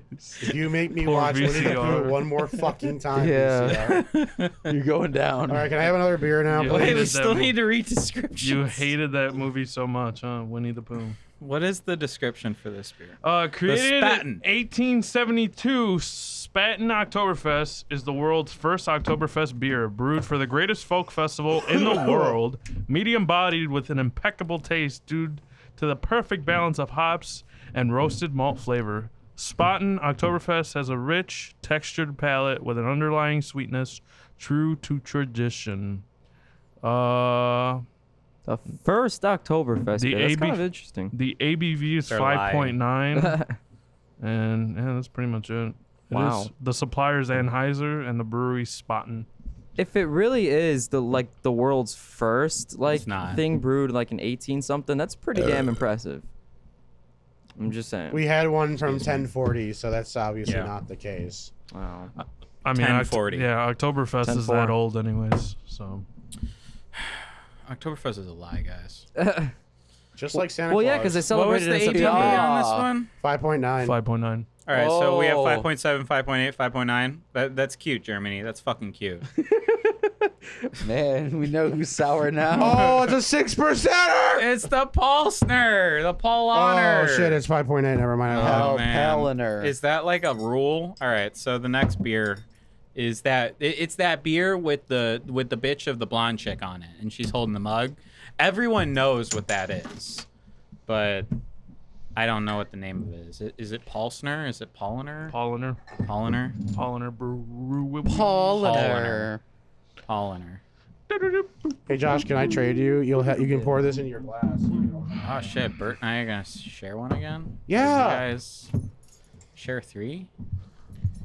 [SPEAKER 4] If you make me
[SPEAKER 1] Poor
[SPEAKER 4] watch Winnie the
[SPEAKER 1] VCR.
[SPEAKER 4] Pooh one more fucking time,
[SPEAKER 3] Yeah.
[SPEAKER 4] VCR.
[SPEAKER 3] You're going down.
[SPEAKER 4] All right, can I have another beer now,
[SPEAKER 1] Yeah.
[SPEAKER 2] Wait,
[SPEAKER 4] please?
[SPEAKER 2] we
[SPEAKER 1] hated
[SPEAKER 2] still
[SPEAKER 1] that-
[SPEAKER 2] need to read descriptions.
[SPEAKER 1] You hated that movie so much, huh? Winnie the Pooh.
[SPEAKER 2] What is the description for this beer?
[SPEAKER 1] Uh, created in
[SPEAKER 2] Spaten.
[SPEAKER 1] 1872, S- Spaten Oktoberfest is the world's first Oktoberfest beer, brewed for the greatest folk festival in the world, medium bodied with an impeccable taste due to the perfect balance of hops and roasted malt flavor. Spaten Oktoberfest has a rich, textured palate with an underlying sweetness true to tradition. Uh,
[SPEAKER 6] The first Oktoberfest.
[SPEAKER 1] The
[SPEAKER 6] beer. That's kind
[SPEAKER 1] AB
[SPEAKER 6] of interesting.
[SPEAKER 1] the ABV is
[SPEAKER 2] They're
[SPEAKER 1] five point
[SPEAKER 2] lying.
[SPEAKER 1] nine, and yeah, that's pretty much it. It is-
[SPEAKER 6] Wow.
[SPEAKER 1] the supplier's Anheuser and the brewery Spaten.
[SPEAKER 6] if it really is the like the world's first like
[SPEAKER 2] not.
[SPEAKER 6] thing brewed like in 18 something, that's pretty damn impressive. I'm just saying.
[SPEAKER 4] We had one from 1040, so that's obviously
[SPEAKER 2] Yeah.
[SPEAKER 4] not the case.
[SPEAKER 6] wow.
[SPEAKER 1] I mean, Oct-
[SPEAKER 2] 1040.
[SPEAKER 1] yeah, Oktoberfest is that
[SPEAKER 6] 10-4.
[SPEAKER 1] old, anyways. So
[SPEAKER 2] Oktoberfest is a lie, guys.
[SPEAKER 4] Just like Santa
[SPEAKER 6] Well,
[SPEAKER 4] Claus.
[SPEAKER 6] yeah, because they
[SPEAKER 4] Oh,
[SPEAKER 2] What was
[SPEAKER 6] celebrated
[SPEAKER 2] the
[SPEAKER 6] in
[SPEAKER 2] ABV
[SPEAKER 6] September.
[SPEAKER 2] on this one?
[SPEAKER 4] 5.9.
[SPEAKER 1] five point nine.
[SPEAKER 2] All right, so we have
[SPEAKER 6] Oh.
[SPEAKER 2] 5.7, 5.8, 5.9. That, that's cute, Germany. That's fucking cute.
[SPEAKER 3] Man, we know who's sour now.
[SPEAKER 4] Oh, it's a six percenter.
[SPEAKER 2] it's the Paulsner, the Paul
[SPEAKER 4] Oh
[SPEAKER 2] Honor.
[SPEAKER 4] shit, it's 5.8. Never mind. I lied.
[SPEAKER 2] Oh,
[SPEAKER 3] Oh,
[SPEAKER 2] man.
[SPEAKER 3] Palliner.
[SPEAKER 2] Is that like a rule? All right, so the next beer is that it- it's that beer with the with the bitch of the blonde chick on it, and she's holding the mug. Everyone knows what that is, but I don't know what the name of it is. Is it, is it Paulsner? Is it Polliner?
[SPEAKER 1] Polliner,
[SPEAKER 2] Polliner?
[SPEAKER 1] Polliner brew.
[SPEAKER 2] Pauliner. Polliner.
[SPEAKER 4] Hey Josh, can I trade you? You'll ha- you can pour this in your glass.
[SPEAKER 2] Oh shit, Bert and I are gonna share one again.
[SPEAKER 4] Yeah.
[SPEAKER 2] You guys, share three.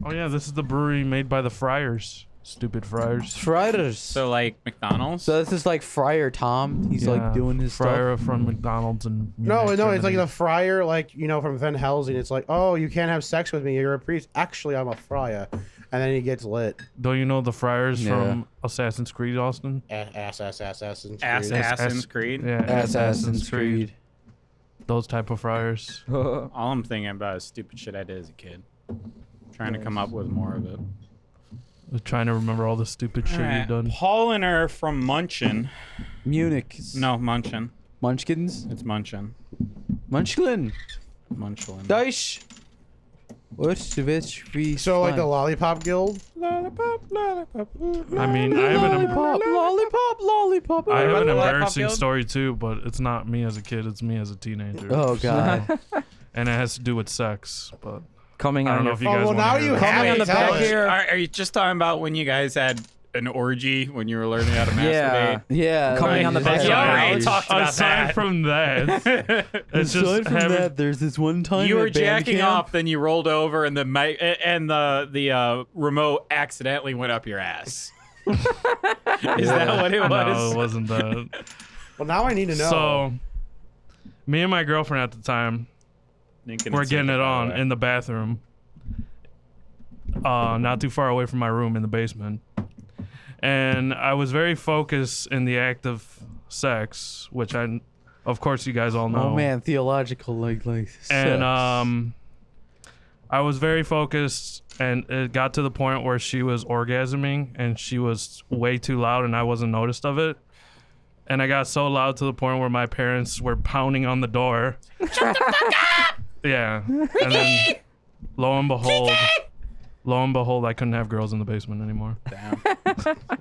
[SPEAKER 1] Oh yeah, this is the brewery made by the Friars. Stupid Friars.
[SPEAKER 3] Friars.
[SPEAKER 2] So like McDonald's.
[SPEAKER 3] So this is like Friar Tom. He's
[SPEAKER 1] Yeah,
[SPEAKER 3] like doing his
[SPEAKER 1] Friar from McDonald's and
[SPEAKER 4] No, no, it's like the friar, like you know, from Van Helsing. It's like, oh, you can't have sex with me. You're a priest. Actually, I'm a friar, and then he gets lit.
[SPEAKER 1] Don't you know the Friars
[SPEAKER 3] Yeah.
[SPEAKER 1] from Assassin's Creed, Austin?
[SPEAKER 4] A- Ass, ass, ass, ass, and
[SPEAKER 2] Ass,
[SPEAKER 4] screws.
[SPEAKER 2] Assassin's Creed.
[SPEAKER 1] Yeah,
[SPEAKER 3] stuff. Assassin's Creed.
[SPEAKER 1] Those type of Friars.
[SPEAKER 2] All I'm thinking about is stupid shit I did as a kid. Trying to come up with more of it.
[SPEAKER 1] We're trying to remember all the stupid shit you've done.
[SPEAKER 2] Polliner from Munchin.
[SPEAKER 3] Munich.
[SPEAKER 2] No, Munchin.
[SPEAKER 3] Munchkins.
[SPEAKER 2] It's Munchin.
[SPEAKER 3] Munchlin.
[SPEAKER 2] Munchin.
[SPEAKER 3] Deutsch. Urswitch. We.
[SPEAKER 4] So like the Lollipop Guild.
[SPEAKER 1] I mean, I have an, em-
[SPEAKER 3] lollipop, lollipop, lollipop.
[SPEAKER 1] I have an
[SPEAKER 2] Lollipop
[SPEAKER 1] embarrassing
[SPEAKER 2] Guild?
[SPEAKER 1] story too, but it's not me as a kid. It's me as a teenager.
[SPEAKER 3] Oh god.
[SPEAKER 1] And it has to do with sex, but
[SPEAKER 6] Coming
[SPEAKER 1] I
[SPEAKER 6] out
[SPEAKER 1] don't know
[SPEAKER 6] of
[SPEAKER 1] if you
[SPEAKER 4] Oh,
[SPEAKER 1] guys.
[SPEAKER 4] well,
[SPEAKER 1] wanna
[SPEAKER 4] now
[SPEAKER 1] hear
[SPEAKER 4] you
[SPEAKER 1] it.
[SPEAKER 4] have
[SPEAKER 2] Hey,
[SPEAKER 4] it on the
[SPEAKER 2] tell
[SPEAKER 4] back
[SPEAKER 2] us,
[SPEAKER 4] here.
[SPEAKER 2] Are, are you just talking about when you guys had an orgy when you were learning how to masturbate?
[SPEAKER 6] Yeah.
[SPEAKER 3] Yeah.
[SPEAKER 6] Coming on the
[SPEAKER 2] Yeah,
[SPEAKER 6] back of
[SPEAKER 2] we
[SPEAKER 6] our
[SPEAKER 2] already
[SPEAKER 6] house.
[SPEAKER 2] talked about
[SPEAKER 1] Aside
[SPEAKER 2] that.
[SPEAKER 1] from that, it's just
[SPEAKER 3] Aside from
[SPEAKER 1] having,
[SPEAKER 3] that, there's this one time
[SPEAKER 2] you
[SPEAKER 3] at
[SPEAKER 2] were
[SPEAKER 3] band
[SPEAKER 2] jacking
[SPEAKER 3] camp-
[SPEAKER 2] off, then you rolled over, and the mi- and the the uh, remote accidentally went up your ass. Is that what it
[SPEAKER 1] No,
[SPEAKER 2] was?
[SPEAKER 1] it wasn't that.
[SPEAKER 4] Well, now I need to know.
[SPEAKER 1] So, me and my girlfriend at the time,
[SPEAKER 2] Thinking
[SPEAKER 1] we're
[SPEAKER 2] it's
[SPEAKER 1] getting
[SPEAKER 2] something
[SPEAKER 1] it
[SPEAKER 2] about
[SPEAKER 1] on in the bathroom, uh, not too far away from my room in the basement, and I was very focused in the act of sex, which I, of course, you guys all know.
[SPEAKER 3] Oh man, theological like like. sex.
[SPEAKER 1] and um i was very focused and it got to the point where she was orgasming and she was way too loud and i wasn't noticed of it and i got so loud to the point where my parents were pounding on the door yeah and then lo and behold lo and behold i couldn't have girls in the basement anymore
[SPEAKER 2] Damn.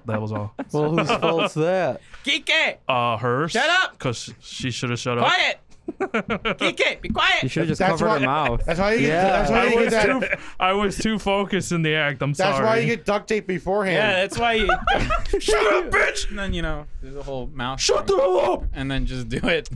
[SPEAKER 1] that was all
[SPEAKER 3] Well, whose fault's that?
[SPEAKER 2] Kike,
[SPEAKER 1] uh hers
[SPEAKER 2] Shut up!
[SPEAKER 1] because she should have shut up
[SPEAKER 2] quiet. Kike, be
[SPEAKER 6] You
[SPEAKER 2] quiet.
[SPEAKER 6] should have just
[SPEAKER 4] That's
[SPEAKER 6] covered
[SPEAKER 4] why-
[SPEAKER 6] her mouth.
[SPEAKER 4] that's why you get. That's why
[SPEAKER 1] I
[SPEAKER 4] you get
[SPEAKER 1] was,
[SPEAKER 4] that.
[SPEAKER 1] too, I was too focused in the act. I'm
[SPEAKER 4] that's
[SPEAKER 1] sorry.
[SPEAKER 4] why you get duct tape beforehand.
[SPEAKER 2] Yeah, that's why you. Shut up, bitch! And then you know, there's a whole mouth. Shut the hell up! And then just do it.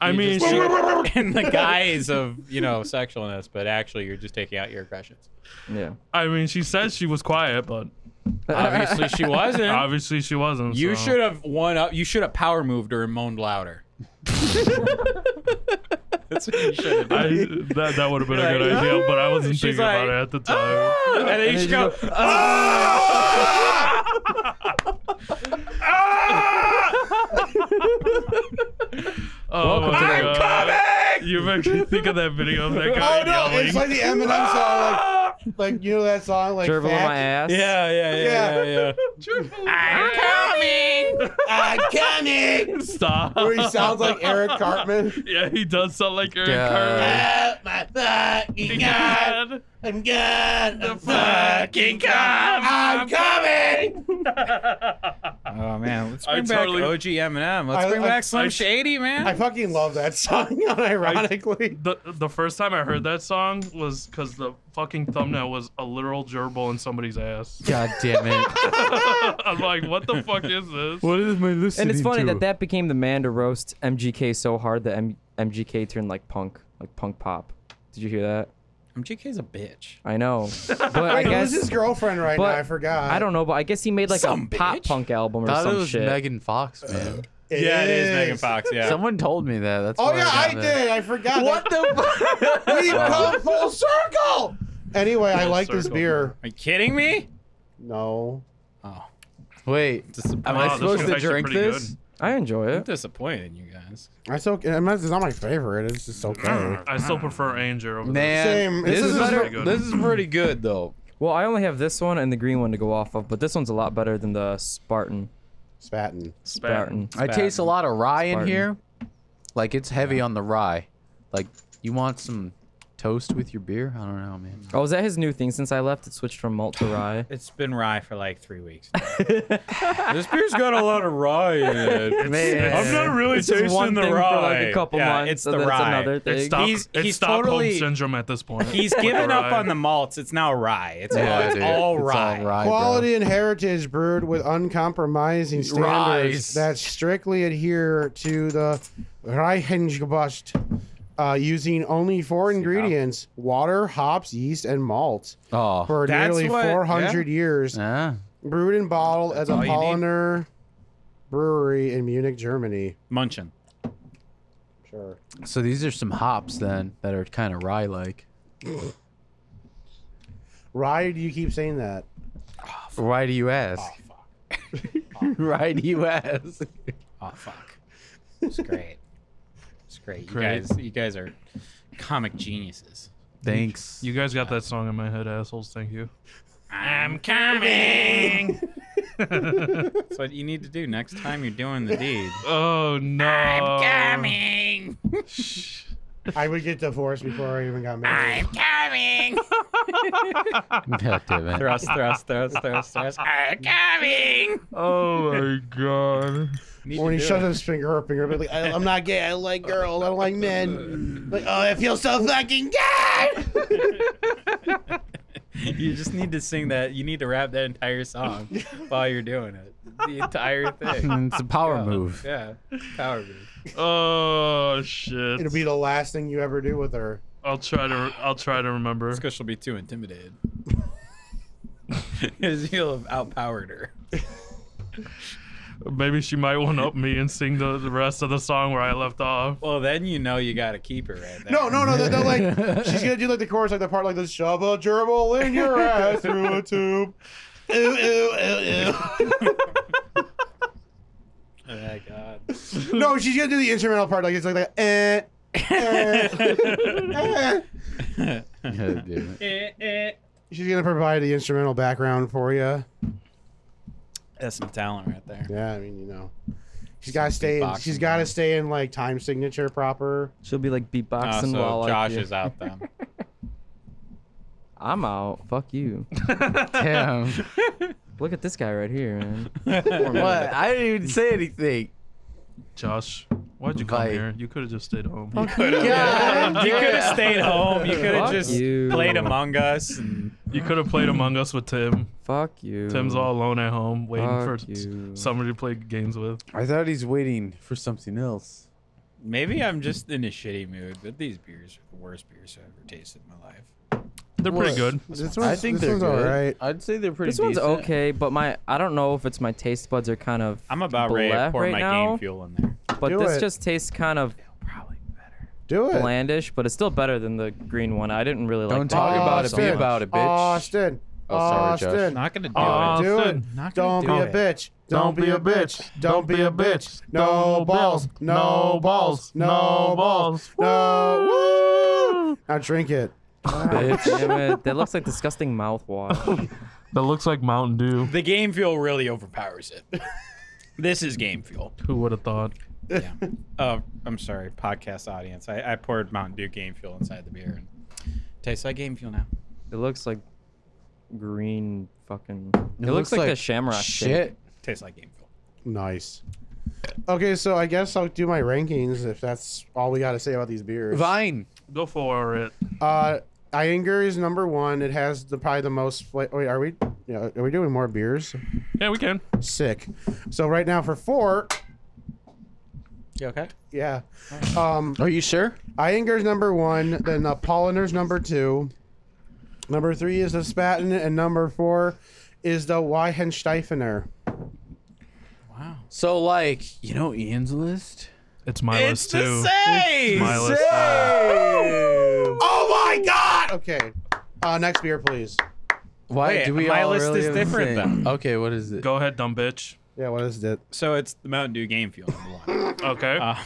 [SPEAKER 1] I
[SPEAKER 2] You
[SPEAKER 1] mean,
[SPEAKER 2] just
[SPEAKER 1] she,
[SPEAKER 2] do it in the guise of you know sexualness, but actually you're just taking out your aggressions.
[SPEAKER 6] Yeah.
[SPEAKER 1] I mean, she said she was quiet, but
[SPEAKER 2] Obviously, she wasn't.
[SPEAKER 1] obviously she wasn't.
[SPEAKER 2] You
[SPEAKER 1] so.
[SPEAKER 2] should have one up. You should have power moved her and moaned louder. That's what you should have
[SPEAKER 1] I,
[SPEAKER 2] done.
[SPEAKER 1] that that would have been a
[SPEAKER 2] Like,
[SPEAKER 1] good idea, but I wasn't
[SPEAKER 2] she's
[SPEAKER 1] thinking about
[SPEAKER 2] like, "Ah!"
[SPEAKER 1] it at the time.
[SPEAKER 2] and then you should go. "Ah!"
[SPEAKER 1] oh my
[SPEAKER 2] to the-
[SPEAKER 1] God. You make me think of that video of that guy
[SPEAKER 4] Oh no!
[SPEAKER 1] yelling.
[SPEAKER 4] It's like the Eminem's song. Like, like you know that song like
[SPEAKER 6] Gerbil in
[SPEAKER 4] Fat?
[SPEAKER 6] my ass.
[SPEAKER 2] Yeah, yeah, yeah, yeah, yeah.
[SPEAKER 6] I'm coming.
[SPEAKER 4] I'm coming.
[SPEAKER 1] Stop.
[SPEAKER 4] Where he sounds like Eric Cartman.
[SPEAKER 1] Yeah, he does sound like Eric
[SPEAKER 3] Yeah.
[SPEAKER 1] Cartman.
[SPEAKER 4] Oh my fucking god!
[SPEAKER 1] God.
[SPEAKER 4] I'm god!
[SPEAKER 1] The fucking god.
[SPEAKER 4] I'm coming!
[SPEAKER 2] Oh man, let's
[SPEAKER 1] I
[SPEAKER 2] bring back
[SPEAKER 1] totally-
[SPEAKER 2] OG Eminem. Let's
[SPEAKER 4] I-
[SPEAKER 2] bring
[SPEAKER 4] I-
[SPEAKER 2] back Slim
[SPEAKER 1] I-
[SPEAKER 2] Shady, man.
[SPEAKER 4] I fucking love that song, unironically.
[SPEAKER 1] The, the first time I heard that song was because the fucking thumbnail was a literal gerbil in somebody's ass.
[SPEAKER 3] God damn it.
[SPEAKER 1] I'm like, what the fuck is this?
[SPEAKER 3] is my listening
[SPEAKER 6] And it's funny that that became the man to roast MGK so hard that M- MGK turned like punk, like punk pop. Did you hear that?
[SPEAKER 2] MGK's a bitch.
[SPEAKER 6] I know, but I
[SPEAKER 4] Wait,
[SPEAKER 6] guess
[SPEAKER 4] who's his girlfriend right
[SPEAKER 6] but
[SPEAKER 4] now? I forgot.
[SPEAKER 6] I don't know, but I guess he made like
[SPEAKER 2] Some
[SPEAKER 6] a pop
[SPEAKER 2] bitch.
[SPEAKER 6] punk album or
[SPEAKER 3] thought
[SPEAKER 6] some
[SPEAKER 3] it was
[SPEAKER 6] shit.
[SPEAKER 3] Megan Fox, man.
[SPEAKER 2] yeah, it is Megan Fox. Yeah.
[SPEAKER 3] Someone told me that. That's
[SPEAKER 4] Oh
[SPEAKER 3] where
[SPEAKER 4] yeah,
[SPEAKER 3] got
[SPEAKER 4] I
[SPEAKER 3] that.
[SPEAKER 4] did. I forgot.
[SPEAKER 6] What the?
[SPEAKER 4] the? We come full circle. Anyway, I
[SPEAKER 1] Full
[SPEAKER 4] like this
[SPEAKER 1] circle.
[SPEAKER 4] beer.
[SPEAKER 2] Are you kidding me?
[SPEAKER 4] No.
[SPEAKER 2] Oh,
[SPEAKER 3] Wait, am
[SPEAKER 1] Wow,
[SPEAKER 3] I
[SPEAKER 1] this
[SPEAKER 3] supposed
[SPEAKER 1] one's
[SPEAKER 3] to
[SPEAKER 1] actually
[SPEAKER 3] drink
[SPEAKER 1] pretty
[SPEAKER 3] this?
[SPEAKER 6] I enjoy
[SPEAKER 2] I'm
[SPEAKER 6] it.
[SPEAKER 2] disappointed in you guys.
[SPEAKER 4] That's okay. I'm not, it's not my favorite. It's just okay.
[SPEAKER 2] Mm.
[SPEAKER 1] I still prefer Anger over this.
[SPEAKER 3] Man,
[SPEAKER 4] Same.
[SPEAKER 3] this,
[SPEAKER 4] This
[SPEAKER 3] is,
[SPEAKER 4] is
[SPEAKER 1] pretty
[SPEAKER 3] better.
[SPEAKER 1] good.
[SPEAKER 3] This is pretty good though.
[SPEAKER 6] Well, I only have this one and the green one to go off of, but this one's a lot better than the Spartan.
[SPEAKER 4] Spatin.
[SPEAKER 6] Spartan.
[SPEAKER 3] I taste a lot of rye in
[SPEAKER 6] Spartan.
[SPEAKER 3] here. Like it's heavy on the rye. Like you want some toast with your beer? I don't know, man.
[SPEAKER 6] Oh, is that his new thing? Since I left, it switched from malt to rye.
[SPEAKER 2] It's been rye for like three weeks. this beer's got a lot of rye in it. I'm not really
[SPEAKER 6] It's
[SPEAKER 2] tasting
[SPEAKER 6] just one
[SPEAKER 2] the
[SPEAKER 6] thing
[SPEAKER 2] rye.
[SPEAKER 6] for like a couple
[SPEAKER 2] yeah,
[SPEAKER 6] months.
[SPEAKER 2] it's
[SPEAKER 6] and
[SPEAKER 2] the
[SPEAKER 6] then
[SPEAKER 2] rye.
[SPEAKER 6] another thing.
[SPEAKER 1] It's Stock,
[SPEAKER 2] He's-
[SPEAKER 1] it's
[SPEAKER 2] he's
[SPEAKER 1] Stockholm
[SPEAKER 2] totally-
[SPEAKER 1] syndrome at this point.
[SPEAKER 2] He's
[SPEAKER 1] With the
[SPEAKER 2] given up
[SPEAKER 1] rye.
[SPEAKER 2] on the malts. It's now rye. It's, all, it's
[SPEAKER 3] dude.
[SPEAKER 2] all
[SPEAKER 3] It's
[SPEAKER 2] rye.
[SPEAKER 3] rye, bro.
[SPEAKER 4] Quality and heritage brewed with uncompromising standards
[SPEAKER 3] Rise.
[SPEAKER 4] that strictly adhere to the Reichengebust, uh, using only four ingredients water, hops, yeast, and malt
[SPEAKER 3] Oh.
[SPEAKER 4] for
[SPEAKER 2] That's
[SPEAKER 4] nearly
[SPEAKER 2] what-
[SPEAKER 4] 400 years.
[SPEAKER 3] Yeah.
[SPEAKER 4] Brewed and bottled at the
[SPEAKER 2] all you need.
[SPEAKER 4] Polliner Brewery in Munich, Germany.
[SPEAKER 2] Munchin.
[SPEAKER 4] Sure.
[SPEAKER 3] So these are some hops then that are kind of rye like.
[SPEAKER 4] Rye, do you keep saying that?
[SPEAKER 3] Why do you ask? Why do you ask?
[SPEAKER 2] Oh fuck. It's great. It's great. You
[SPEAKER 1] Great.
[SPEAKER 2] guys you guys are comic geniuses.
[SPEAKER 3] Thanks.
[SPEAKER 1] You guys got that song in my head, assholes. Thank you.
[SPEAKER 2] I'm coming. That's what you need to do next time you're doing the deed.
[SPEAKER 1] Oh no.
[SPEAKER 2] coming.
[SPEAKER 4] I would get divorced before I even got married.
[SPEAKER 2] Coming.
[SPEAKER 3] God damn it.
[SPEAKER 2] thrust, thrust, thrust, thrust, thrust. I'm coming.
[SPEAKER 1] Oh my god.
[SPEAKER 2] Need
[SPEAKER 4] When
[SPEAKER 2] to
[SPEAKER 4] he
[SPEAKER 2] do
[SPEAKER 4] shoves
[SPEAKER 2] it.
[SPEAKER 4] his finger up and you're like, I, I'm not gay. I like girls. I don't like men. Like, oh, it feels so fucking good.
[SPEAKER 2] You just need to sing that. You need to rap that entire song while you're doing it. The entire thing.
[SPEAKER 3] It's a power move.
[SPEAKER 2] Yeah. Power move.
[SPEAKER 1] Oh shit.
[SPEAKER 4] It'll be the last thing you ever do with her.
[SPEAKER 1] I'll try to. I'll try to remember.
[SPEAKER 2] It's because she'll be too intimidated. Because you'll have outpowered her.
[SPEAKER 1] Maybe she might one up me and sing the, the rest of the song where I left off.
[SPEAKER 2] Well, then you know you got to keep her right there.
[SPEAKER 4] No, no, no. They're, they're like, she's gonna do like the chorus, like the part, like the shove a gerbil in your ass through a tube. Ooh, ooh, ooh,
[SPEAKER 2] Oh, my God.
[SPEAKER 4] ooh. No, she's gonna do the instrumental part, like it's like that. Eh, eh, eh.
[SPEAKER 3] God damn it.
[SPEAKER 4] She's gonna provide the instrumental background for you.
[SPEAKER 2] That's some talent right there.
[SPEAKER 4] Yeah, I mean, you know, she's gotta stay. In,
[SPEAKER 2] beatboxing
[SPEAKER 4] she's gotta stay in like time signature proper.
[SPEAKER 6] She'll be like
[SPEAKER 2] Oh,
[SPEAKER 6] beatboxing while
[SPEAKER 2] so
[SPEAKER 6] I
[SPEAKER 2] Josh
[SPEAKER 6] do-
[SPEAKER 2] is out then.
[SPEAKER 6] I'm out. Fuck you.
[SPEAKER 3] Damn.
[SPEAKER 6] Look at this guy right here, man.
[SPEAKER 3] What? I didn't even say anything.
[SPEAKER 1] Josh, why'd you come
[SPEAKER 3] Bye.
[SPEAKER 1] here? You could have just stayed home.
[SPEAKER 2] you could have stayed home. You could have
[SPEAKER 6] Fuck
[SPEAKER 2] just
[SPEAKER 6] you.
[SPEAKER 2] played Among Us. And
[SPEAKER 1] You could have played Among Us with Tim.
[SPEAKER 6] Fuck you.
[SPEAKER 1] Tim's all alone at home waiting for
[SPEAKER 6] Fuck
[SPEAKER 1] s-
[SPEAKER 6] you.
[SPEAKER 1] somebody to play games with.
[SPEAKER 3] I thought he's waiting for something else.
[SPEAKER 2] maybe I'm just in a shitty mood, but these beers are the worst beers I've ever tasted in my life.
[SPEAKER 1] They're pretty good.
[SPEAKER 4] This one's,
[SPEAKER 3] I think
[SPEAKER 4] this
[SPEAKER 3] they're
[SPEAKER 4] one's
[SPEAKER 3] good.
[SPEAKER 4] all right.
[SPEAKER 3] I'd say they're pretty.
[SPEAKER 6] This one's
[SPEAKER 3] decent.
[SPEAKER 6] okay, but my I don't know if it's my taste buds are kind of
[SPEAKER 2] I'm about ready to
[SPEAKER 6] blah
[SPEAKER 2] pour
[SPEAKER 6] right
[SPEAKER 2] my
[SPEAKER 6] now,
[SPEAKER 2] game fuel in there.
[SPEAKER 6] but
[SPEAKER 4] Do
[SPEAKER 6] this
[SPEAKER 4] it.
[SPEAKER 6] just tastes kind of
[SPEAKER 4] Do it.
[SPEAKER 6] blandish, but it's still better than the green one. I didn't really like.
[SPEAKER 3] Don't
[SPEAKER 6] that
[SPEAKER 3] talk
[SPEAKER 6] one
[SPEAKER 3] about it.
[SPEAKER 6] so
[SPEAKER 3] Be
[SPEAKER 6] much.
[SPEAKER 3] about it, bitch.
[SPEAKER 4] Austin.
[SPEAKER 3] Oh, sorry, Josh.
[SPEAKER 4] Austin.
[SPEAKER 2] Not gonna do
[SPEAKER 1] Uh,
[SPEAKER 2] it.
[SPEAKER 4] do it.
[SPEAKER 1] Austin.
[SPEAKER 2] Not gonna
[SPEAKER 4] Don't be a
[SPEAKER 2] do it.
[SPEAKER 4] bitch. Don't be a bitch. Don't be a bitch. No balls. No balls. No balls. No. Woo! Now drink it.
[SPEAKER 3] bitch.
[SPEAKER 6] Damn it, that looks like disgusting mouthwash.
[SPEAKER 1] That looks like Mountain Dew.
[SPEAKER 2] The game fuel really overpowers it. this is game fuel.
[SPEAKER 1] Who would have thought?
[SPEAKER 2] Yeah. Uh, I'm sorry, podcast audience. I, I poured Mountain Dew game fuel inside the beer and tastes like game fuel now.
[SPEAKER 6] It looks like green fucking. It,
[SPEAKER 3] It looks
[SPEAKER 6] looks, like, the
[SPEAKER 3] like
[SPEAKER 6] Shamrock shake.
[SPEAKER 3] Shit.
[SPEAKER 2] Tastes like game fuel.
[SPEAKER 4] Nice. Okay, so I guess I'll do my rankings if that's all we got to say about these beers.
[SPEAKER 3] Vine.
[SPEAKER 1] Go for it.
[SPEAKER 4] Uh, Iyengar is number one. It has the probably the most. Fla- Wait, are we? Yeah, are we doing more beers?
[SPEAKER 1] Yeah, we can.
[SPEAKER 4] Sick. So right now for four,
[SPEAKER 2] You okay?
[SPEAKER 4] yeah. Um,
[SPEAKER 3] Are you sure?
[SPEAKER 4] Iyengar's number one. Then uh, Polliner's number two. Number three is the Spaten, and number four is the Weihensteifener.
[SPEAKER 2] Wow.
[SPEAKER 3] So like, you know Ian's list?
[SPEAKER 1] It's my list
[SPEAKER 2] It's the
[SPEAKER 1] too.
[SPEAKER 2] same.
[SPEAKER 1] My list. too.
[SPEAKER 4] Oh my God! Okay. Uh, next beer, please.
[SPEAKER 3] Why
[SPEAKER 2] Wait,
[SPEAKER 3] do we
[SPEAKER 2] my
[SPEAKER 3] all
[SPEAKER 2] list
[SPEAKER 3] really
[SPEAKER 2] is
[SPEAKER 3] have
[SPEAKER 2] different,
[SPEAKER 3] the same- Okay, what is it?
[SPEAKER 1] Go ahead, dumb bitch.
[SPEAKER 4] Yeah, what is it?
[SPEAKER 2] So it's the Mountain Dew game fuel. Number one.
[SPEAKER 1] Okay.
[SPEAKER 2] Uh,